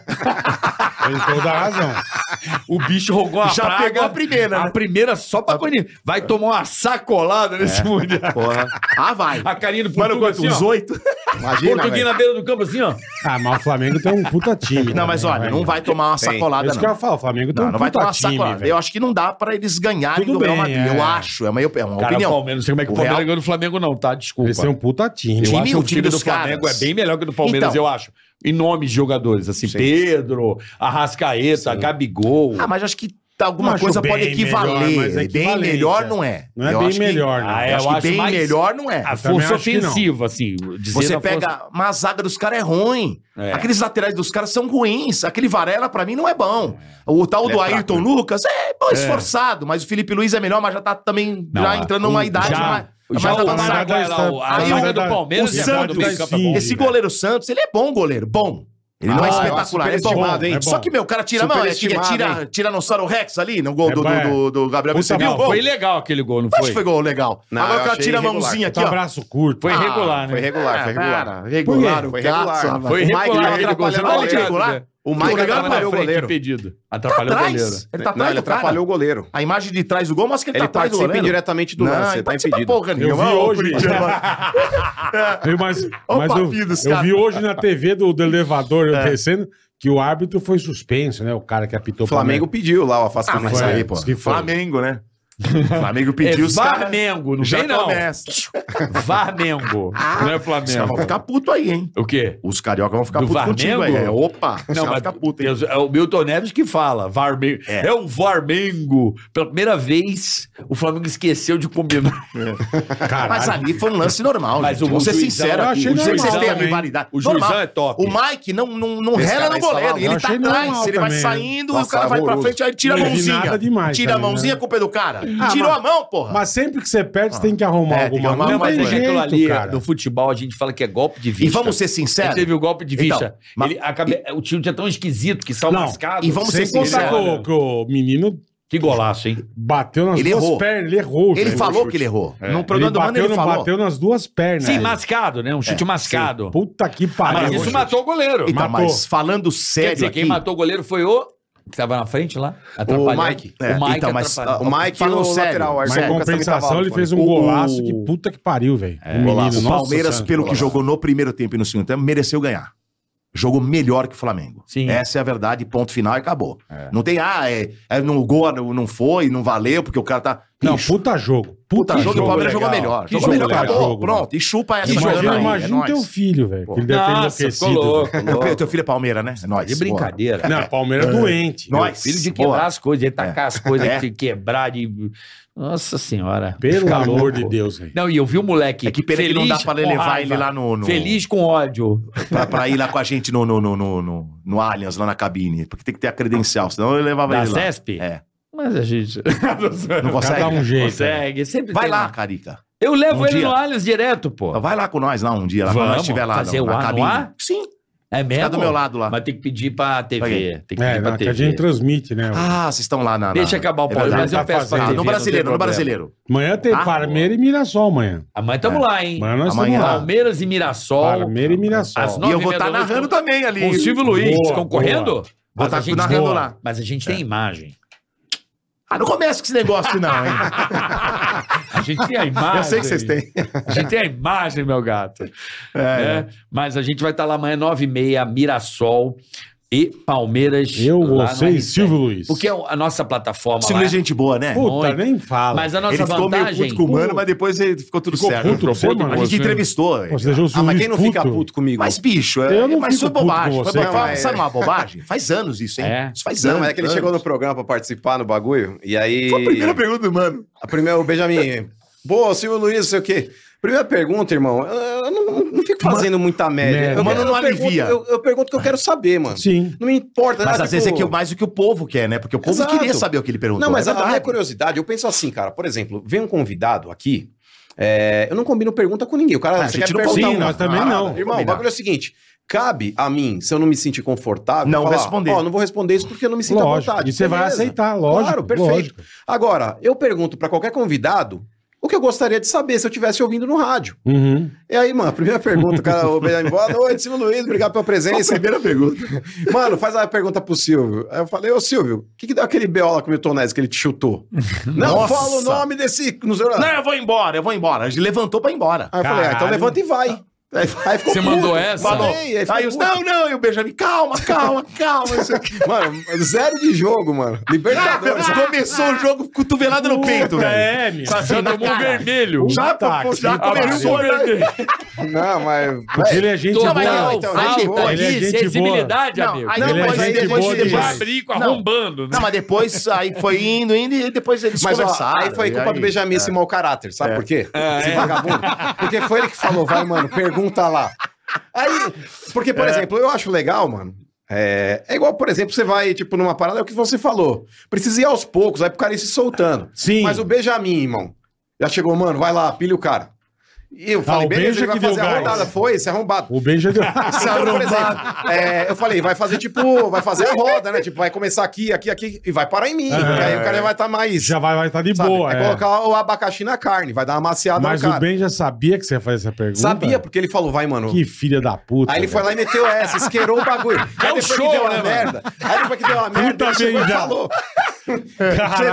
C: Tem toda a razão.
B: O bicho rogou a
D: Já
B: praga.
D: pegou a primeira,
B: A É.
D: né?
B: primeira só pra Coni. Vai tomar uma sacolada nesse mundial.
D: Porra. Ah, vai.
B: A carinha do
D: Mano,
B: Portugal
D: quanto?
B: assim,
D: Uns
B: ó.
D: oito?
E: Imagina,
B: Portuguinho
E: velho.
B: na beira do campo assim, ó.
C: Ah, mas o Flamengo tem um puta time.
D: Não, mas
C: também,
D: olha, não vai tomar uma
E: Tem.
C: É
D: sacolada,
C: isso que eu
D: não.
C: ia falar. O Flamengo tem
D: Não,
C: um
D: não vai
C: puta
D: tomar uma
C: time,
D: sacolada.
C: velho.
D: Eu acho que não dá pra eles ganharem
C: Tudo
D: do Real
C: bem,
D: Madrid.
C: é.
D: Eu acho. É uma, é uma
B: Cara, o
D: opinião.
B: Palmeiras, não sei como é que o
D: O Real-
B: Palmeiras ganhou do Flamengo não, tá? Desculpa.
C: Eles têm um puta time.
B: Eu
D: Time-
B: acho que
D: o
B: o
D: time
B: time do
D: dos
B: Flamengo
D: caras.
B: é bem melhor que o do Palmeiras,
D: Então.
B: eu acho. Em nome de jogadores, assim, Pedro, Arrascaeta, Gabigol.
D: Ah, mas acho que alguma
C: Não acho
D: coisa
C: bem
D: pode equivaler.
C: melhor, mas é
D: bem
C: equivalente,
D: melhor
C: é.
D: não é.
C: Não é
D: Eu
C: bem
D: acho que-
C: melhor, não.
B: Ah,
D: Eu acho que bem
B: mais
D: melhor não é.
B: A
C: também
B: força
C: acho que não.
B: ofensiva, assim. dizendo
D: Você
B: a
D: pega.
B: força-
D: Mas a zaga dos caras é ruim.
B: É.
D: Aqueles laterais dos caras são ruins. Aquele Varela, pra mim, não é bom. O tal
E: Ele
D: do
E: é fraco,
D: Ayrton
E: né?
D: Lucas é bom, esforçado, mas o Felipe Luiz é melhor, mas já tá também
B: Não,
D: já
B: é.
D: entrando numa idade
B: já-
D: mais.
B: Já
D: mais
B: o
D: avançada.
B: Zaga,
C: Zaga
B: lá, o- a
D: está-
B: zaga
D: o
B: do
C: Zaga-
B: Palmeiras
D: o
B: é boa do meio
D: Santos,
B: campo, é boa.
D: Esse goleiro Santos, ele é bom goleiro, bom. Ele não é
E: Ah, eu acho
D: espetacular, ele é bom.
E: superestimado, hein?
C: É bom.
D: Só que, meu, o cara tira, mano, é, tira,
E: Superestimado,
D: tira,
E: hein?
D: Tiranossauro Rex ali no gol
C: É
D: do,
C: bom,
D: do-
C: é.
D: do, do Gabriel.
C: Puta
D: Você viu
C: mal,
D: o gol?
B: Foi legal aquele gol, não
D: Acho que
B: foi?
D: é foi gol legal.
E: Não,
D: Agora o
E: eu
D: cara
E: achei
D: tira a
E: irregular.
D: mãozinha aqui,
C: Tá
D: ó.
C: braço curto.
B: Foi
D: Ah,
B: regular, né?
E: Foi regular, foi regular.
D: Cara, regular,
E: Por quê?
D: o
E: Foi
D: gato.
E: regular.
D: rapaz.
B: Foi
D: O Mike
B: regular,
D: não
B: regular,
D: atrapalhou
B: regular,
D: ele de regular.
B: né?
E: O
D: Mike
E: Mike
D: atrapalhou
E: atrapalhou
D: o
E: o goleiro.
B: impedido.
D: Tá
B: Atrapalhou o goleiro.
D: atrás. Ele tá
E: Não,
D: atrás
E: ele
D: do cara.
E: atrapalhou o goleiro.
D: A imagem de trás do gol mostra que ele, tá
E: Ele
D: atrás do
E: participa
D: goleiro.
E: indiretamente do lance, ele tá
D: participa
E: impedido.
D: Porra,
C: Eu
D: nenhuma,
C: vi
D: ô,
C: hoje.
D: corintiano.
C: Eu- Mas,
D: Ó o
C: mas eu,
D: papinho dos
C: eu
D: caras.
C: vi hoje na TV do, do elevador eu descendo que o árbitro foi suspenso, né? O cara que apitou
E: O Flamengo pediu lá o afastamento.
D: Ah, mas é,
E: Foi.
D: aí, pô.
C: Diz que foi.
D: Flamengo, né? O Flamengo pediu
B: é
D: os caras.
B: Varmengo, não
D: Já
B: vem não.
D: começa.
B: Varmengo, não é
D: Os caras
B: Flamengo.
D: vão ficar putos aí, hein?
B: O quê?
D: Os cariocas vão ficar
B: Do
D: putos contigo aí.
B: Varmengo?
D: É, opa,
B: Não,
D: os caras vão
B: mas
D: ficar putos, hein?
B: Deus, é o Milton Neves que fala, Varmengo. É.
D: É.
B: o Varmengo. Pela primeira vez, o Flamengo esqueceu de combinar.
D: Mas ali foi um lance normal,
B: Mas
D: gente.
B: o-
D: Vou ser
B: o juizão-
D: sincero
C: eu
D: aqui.
C: achei
D: Não sei se
C: normal
D: vocês têm a
B: também.
D: rivalidade.
B: O
D: Normal.
B: juizão é
C: Tá
B: top.
D: O Mike não, não, não
E: Esse
D: rela
E: cara
D: no
E: vai
D: goleiro.
E: falar,
D: Ele
C: eu
D: tá
C: achei normal
D: atrás, ele vai
C: também, né?
D: saindo e o
E: Nossa,
D: cara vai pra
E: horroroso.
D: frente, aí ele tira a
C: Não vi
D: mãozinha.
C: nada demais
D: Tira a
C: também,
D: mãozinha,
C: né?
D: culpa é do cara.
C: Ah,
D: Tirou
C: mas-
D: a mão, porra.
C: Mas sempre que você perde, você tem que arrumar
D: É, tem que
C: alguma
D: arrumar
C: coisa.
B: Não,
D: mas
B: mas
C: tem
B: é aquilo ali
C: cara.
B: no futebol, a gente fala que é golpe de
D: E
B: vista.
D: vamos ser
B: Ele
D: sinceros.
B: teve o golpe de
D: Então,
B: vista.
D: mas-
B: Ele acaba- O tiro é tão esquisito que saiu
C: Não,
B: mascado.
D: e vamos
C: Sem
D: ser
C: contar que
D: sinceros.
C: o, que o menino
B: Que golaço, hein?
C: bateu nas
D: Ele
C: duas
D: errou.
C: pernas, ele errou.
D: Ele
C: velho.
D: falou que ele errou. No
C: um É. Ele
D: programa do Mano,
C: bateu,
D: ele
C: não
D: falou.
C: bateu nas duas pernas.
B: Sim,
C: Ele-
B: mascado, né? Um chute mascado.
C: Puta que
B: Ah,
C: pariu.
B: mas
D: É, eu
B: isso
D: vou-
B: matou o goleiro.
D: Então,
C: Matou.
D: mas falando
B: Quer
D: sério
B: dizer,
D: aqui,
B: quem matou o goleiro foi o... Que tava na frente lá?
E: O
B: atrapalhando.
E: Mike.
D: É,
B: O Mike
D: então, mas,
B: atrapalhou.
E: O Mike
D: Falando
E: e o
D: sério,
E: lateral. o
D: mas
C: Mas é, em
E: Arthur Lucas também tava
C: compensação,
E: lá,
C: ele
E: foi.
C: fez um
D: tá O-
C: golaço que puta que pariu, velho. O menino,
D: Golaço. o
C: nossa
D: Palmeiras,
C: senhora.
D: pelo que
E: golaço.
D: jogou no primeiro tempo e no segundo tempo, mereceu ganhar. Jogou melhor que o Flamengo.
B: Sim.
D: Essa é a verdade, ponto final e acabou. Não tem, ah, é, é, não, o gol não não foi, não valeu, porque o cara tá.
C: Não,
D: Ixi,
C: puta jogo. Puta,
D: puta jogo, o
C: jogo.
D: Palmeiras
E: legal.
D: jogou melhor.
C: Que
D: Jogou
C: jogo
D: melhor,
C: legal,
D: acabou.
C: jogo,
D: Pronto, e chupa essa
C: Imagina,
D: grana aí,
C: imagina o
D: é
C: teu
D: nóis.
C: filho, velho. que Ele deve ter
B: Nossa, ficou
C: enlouquecido. né?
B: louco.
D: Teu filho- Teu filho é Palmeira, né? É nóis.
B: De
D: bora.
B: brincadeira.
C: Não, Palmeiras é doente.
D: Nós.
B: Meu filho de
D: Boa.
B: quebrar as coisas, de tacar as coisas,
D: É.
B: de quebrar, de. Nossa senhora.
C: Pelo
B: Fica
C: amor
B: louco.
C: de Deus, velho.
B: Não, e eu vi o moleque.
D: É que pena que não dá pra
B: com
D: levar
B: raiva,
D: ele lá no. no-
B: Feliz com ódio.
D: Pra, pra ir lá com a gente no, no, no, no, no, no Allianz, lá na cabine. Porque tem que ter a credencial, senão eu levava
B: Da
D: ele lá.
B: CESP?
D: É.
B: Mas a gente.
D: Não
C: Cada
D: consegue?
C: um jeito. né?
B: consegue. Sempre
D: Vai
B: tem
D: lá, Carica.
B: Eu levo
D: Um
B: ele
D: dia. Tá
B: no Allianz direto, pô.
D: Vai lá com nós lá um dia, lá quando
B: Vamos
D: nós estiver lá
B: fazer o ar no ar?
D: Sim,
B: É mesmo?
D: fica do meu lado lá.
B: Mas tem que pedir pra TV. Tem que
C: É,
B: pedir pra
C: não, que
B: TV.
C: a gente transmite, né?
D: Ah, vocês estão lá na, na-
B: Deixa acabar o
D: É
B: Palmeiras,
D: verdade.
B: eu peço pra TV.
C: Tá
D: Ah, no
B: não
D: brasileiro,
B: tem
D: no
B: problema.
D: brasileiro.
C: Amanhã tem
D: Ah,
C: Parmeira e Mirassol amanhã.
B: Amanhã tamo lá, hein?
C: Amanhã nós
D: Amanhã.
C: estamos lá.
B: Palmeiras e Mirassol.
C: Parmeira e Mirassol.
B: Às
D: E
B: nove
D: eu vou
B: e meia
D: estar
B: da noite,
D: narrando também ali.
B: Com o Silvio
C: Boa,
B: Luiz,
C: boa.
B: concorrendo?
D: Vou
B: Mas a
D: estar
B: gente
D: narrando
B: boa.
D: lá.
B: Mas a gente tem imagem.
D: Ah, não começa com esse negócio não, hein?
B: A gente tem a imagem.
D: eu sei que vocês têm.
B: A gente tem a imagem, meu gato. né? Mas a gente vai estar lá amanhã, nove e meia, Mirassol e Palmeiras.
C: Eu,
B: lá no
C: você
B: RCN.
C: e Silvio Luiz.
B: Porque é a nossa plataforma
D: Silvio
B: lá...
D: é gente boa, né?
C: Puta,
B: muito.
C: nem fala.
B: Mas a nossa
D: ele ficou meio
B: vantagem... Uh.
D: puto com o Mano, mas depois ele ficou tudo
C: Ficou
D: certo.
C: puto com você, mano?
D: a gente
C: Você-
D: entrevistou.
C: Pô, Você deixou o
E: Ah,
C: Silvio
E: mas
C: Luiz
E: quem não fica puto comigo?
D: Mas, bicho, é-
C: Eu não
D: mas foi
C: fico puto com
D: bobagem. Foi
C: você,
D: bobagem.
E: não, é-
D: Sabe uma bobagem? Faz anos isso, hein?
B: É.
D: Isso faz anos.
E: Não, mas é que ele
D: anos.
E: chegou no programa pra participar no bagulho, e aí...
D: Foi a primeira pergunta do Mano.
E: A primeira, o Benjamin. Pô, Silvio Luiz, não sei o quê. Primeira pergunta, irmão. Eu, eu não, não fico fazendo muita
C: Merda.
E: média. Eu,
D: Mano,
E: eu
D: não
E: pergunto-
D: alivia.
E: Eu, eu pergunto o que eu quero saber, mano.
C: Sim.
E: Não me
B: Tá,
E: importa.
D: Mas
E: ah,
D: às vezes é
E: tipo-
D: que é mais do que o povo quer, né? Porque o povo
E: Exato.
D: queria saber o que ele perguntou.
E: Não, mas
D: é
E: a minha
D: verdade.
E: curiosidade, eu penso assim, cara. Por exemplo, vem um convidado aqui, é, eu não combino pergunta com ninguém. O cara,
D: Ah, a
E: você
D: gente
E: quer
D: não
E: perguntar um
D: combina,
E: uma
C: nós também
E: parada?
C: não.
E: Irmão, o
D: Combinar.
E: bagulho é o seguinte, cabe a mim, se eu não me sentir confortável,
D: Não
E: falar,
D: responder.
E: Ó, não vou responder isso porque eu não me sinto à
C: Lógico.
E: vontade.
C: E você vai
E: Beleza.
C: aceitar, lógico.
E: Claro, perfeito.
C: lógico.
E: Agora, eu pergunto pra qualquer convidado o que eu gostaria de saber se eu estivesse ouvindo no rádio.
C: Uhum.
E: E aí, mano, primeira pergunta, o cara, o Benjamin, boa noite, Silvio Luiz, obrigado pela presença. primeira pergunta. Mano, faz a pergunta pro Silvio. Aí eu falei, ô Silvio, o que, que deu aquele BO lá com o Milton Neves que ele te chutou? Não
D: Nossa.
E: fala o nome desse. Não sei lá.
D: Não, eu vou embora, eu vou embora. Ele levantou pra ir embora.
E: Aí eu falei, ah, então
C: Caralho.
E: levanta e vai. Aí, aí ficou
B: Você
E: puto.
B: mandou essa?
E: Falei,
D: Falou.
E: aí ficou
D: Aí os,
E: puto.
D: não, não, e o Benjamin, calma, calma, calma. isso aqui.
E: Mano, zero de jogo, mano. Libertadores.
D: Começou o é jogo cotovelado no peito,
C: Puta,
D: velho.
C: É, meu.
D: Sabe,
B: Já
D: na
B: tomou
D: cara.
B: vermelho. Ah,
D: Já,
E: tá,
C: Puta
D: pô,
C: que
D: já
C: pariu.
D: começou. né?
E: não, mas.
C: Porque ele é gente
B: Total,
C: boa.
D: não, então,
B: falta
D: gente boa.
B: de
C: Ele é gente
B: sensibilidade,
D: Não,
B: amigo.
D: aí
E: Não,
C: ele é
E: mas aí
C: gente
E: depois-
C: boa
E: depois-
C: demais.
B: Fabrico
D: Não.
B: arrombando, né?
D: Não, mas depois aí foi indo, indo e depois eles
E: Mas ó,
D: conversaram.
E: aí É. foi
D: e
E: culpa do Benjamin esse mau caráter, sabe por quê?
D: É,
E: Esse vagabundo. Porque foi ele que falou, vai, mano, pergunta lá. Aí, porque,
D: É.
E: por exemplo, eu acho legal, mano. É, é igual, por exemplo, você vai, tipo, numa parada, é o que você falou. Precisa ir aos poucos, aí pro cara ir se soltando.
C: Sim.
E: Mas o Benjamin, irmão, já chegou, mano, vai lá, pilha o cara. E eu falei,
C: o
E: beleza,
C: Benja
E: ele vai
C: que deu
E: fazer a
C: gás.
E: rodada. Foi, esse arrombado.
C: O Benja deu.
E: Esse arrombado, por exemplo, é, eu falei, vai fazer tipo, vai fazer a roda, né? Tipo, vai começar aqui, aqui, aqui e vai parar em
C: É.
E: mim. E aí o cara já vai estar mais.
C: Já vai estar de
E: Sabe?
C: boa.
E: é,
C: é.
E: colocar o abacaxi na carne, vai dar uma maciada
C: Mas
E: no
C: o
E: cara.
C: Ben já sabia que você ia fazer essa pergunta.
E: Sabia, porque ele falou, vai, mano.
C: Que filha da puta.
E: Aí ele foi
C: velho.
E: lá e meteu essa, isqueirou o bagulho. Aí
B: um
E: depois
B: show,
E: que deu
B: né,
E: uma
B: mano?
E: merda. Aí depois que deu uma merda, ele
C: bem
E: chegou e
C: já.
E: falou. Você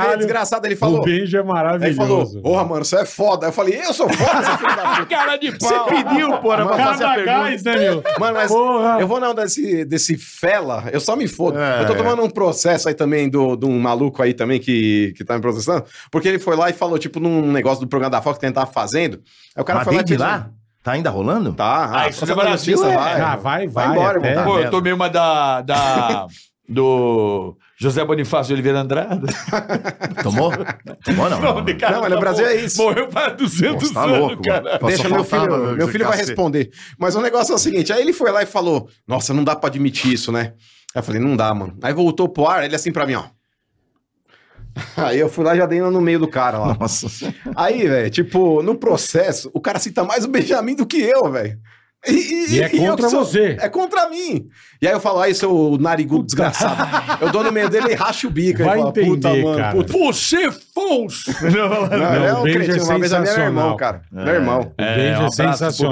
E: vê, desgraçado, ele falou.
C: O Benji é
E: Aí ele falou,
C: maravilhoso.
E: porra, mano, você é foda. Eu falei, eu sou foda, seu filho da puta.
B: Cara de
D: Você pediu, porra, pra fazer a
C: Cada
D: pergunta.
C: gás, né, meu?
E: Mano, mas
C: Porra.
E: eu vou não desse, desse fela, eu só me fodo.
D: É.
E: eu tô tomando um processo aí também do- de um maluco aí também que, que tá me processando, porque ele foi lá e falou, tipo, num negócio do programa da Fox que ele tava fazendo. Aí o cara
D: Mas
E: foi lá e
D: desde
E: fez um-
D: lá? Tá ainda rolando?
E: Tá,
B: Ah,
E: ah,
B: isso
E: só
B: no
E: tá na
B: Brasil
E: justiça,
B: é-
E: vai.
C: Ah, vai, vai.
E: embora,
C: até.
E: irmão.
B: Pô,
D: merda.
B: eu tomei uma da. da do José Bonifácio de Oliveira Andrade.
E: Tá.
D: Tomou? Tomou não.
B: Não, de cara,
E: Não, mas no
B: tá
E: Brasil
B: bom.
E: é isso.
B: Morreu para 200
D: Nossa, tá
B: anos,
D: louco,
B: cara.
D: mano.
E: Deixa
D: Só
E: meu
D: faltava,
E: filho, meu filho vai
D: cacete.
E: responder. Mas o negócio é o seguinte, aí ele foi lá e falou: "Nossa, não dá pra admitir isso, né?" Aí eu falei: "Não dá, mano". Aí voltou pro ar, ele assim pra mim, ó. Aí eu fui lá e já dei no meio do cara lá.
D: Nossa. é
E: Aí, velho, tipo, no processo, o cara cita mais o Benjamin do que eu, velho. E,
C: E é
E: e eu
C: contra
E: que sou-
C: você.
E: É contra mim. E aí eu falo, aí, seu narigudo desgraçado. Eu dou no meio dele e racho o bico.
C: Vai
E: ele fala, puta,
C: entender,
E: mano,
C: cara.
E: puta.
B: Você falso!
E: Não,
C: Não,
E: é
C: o
E: um
C: Benja é
E: cretino, uma vez a minha é meu irmão,
C: sensacional.
E: cara. Meu irmão.
C: O Benji é, sensacional.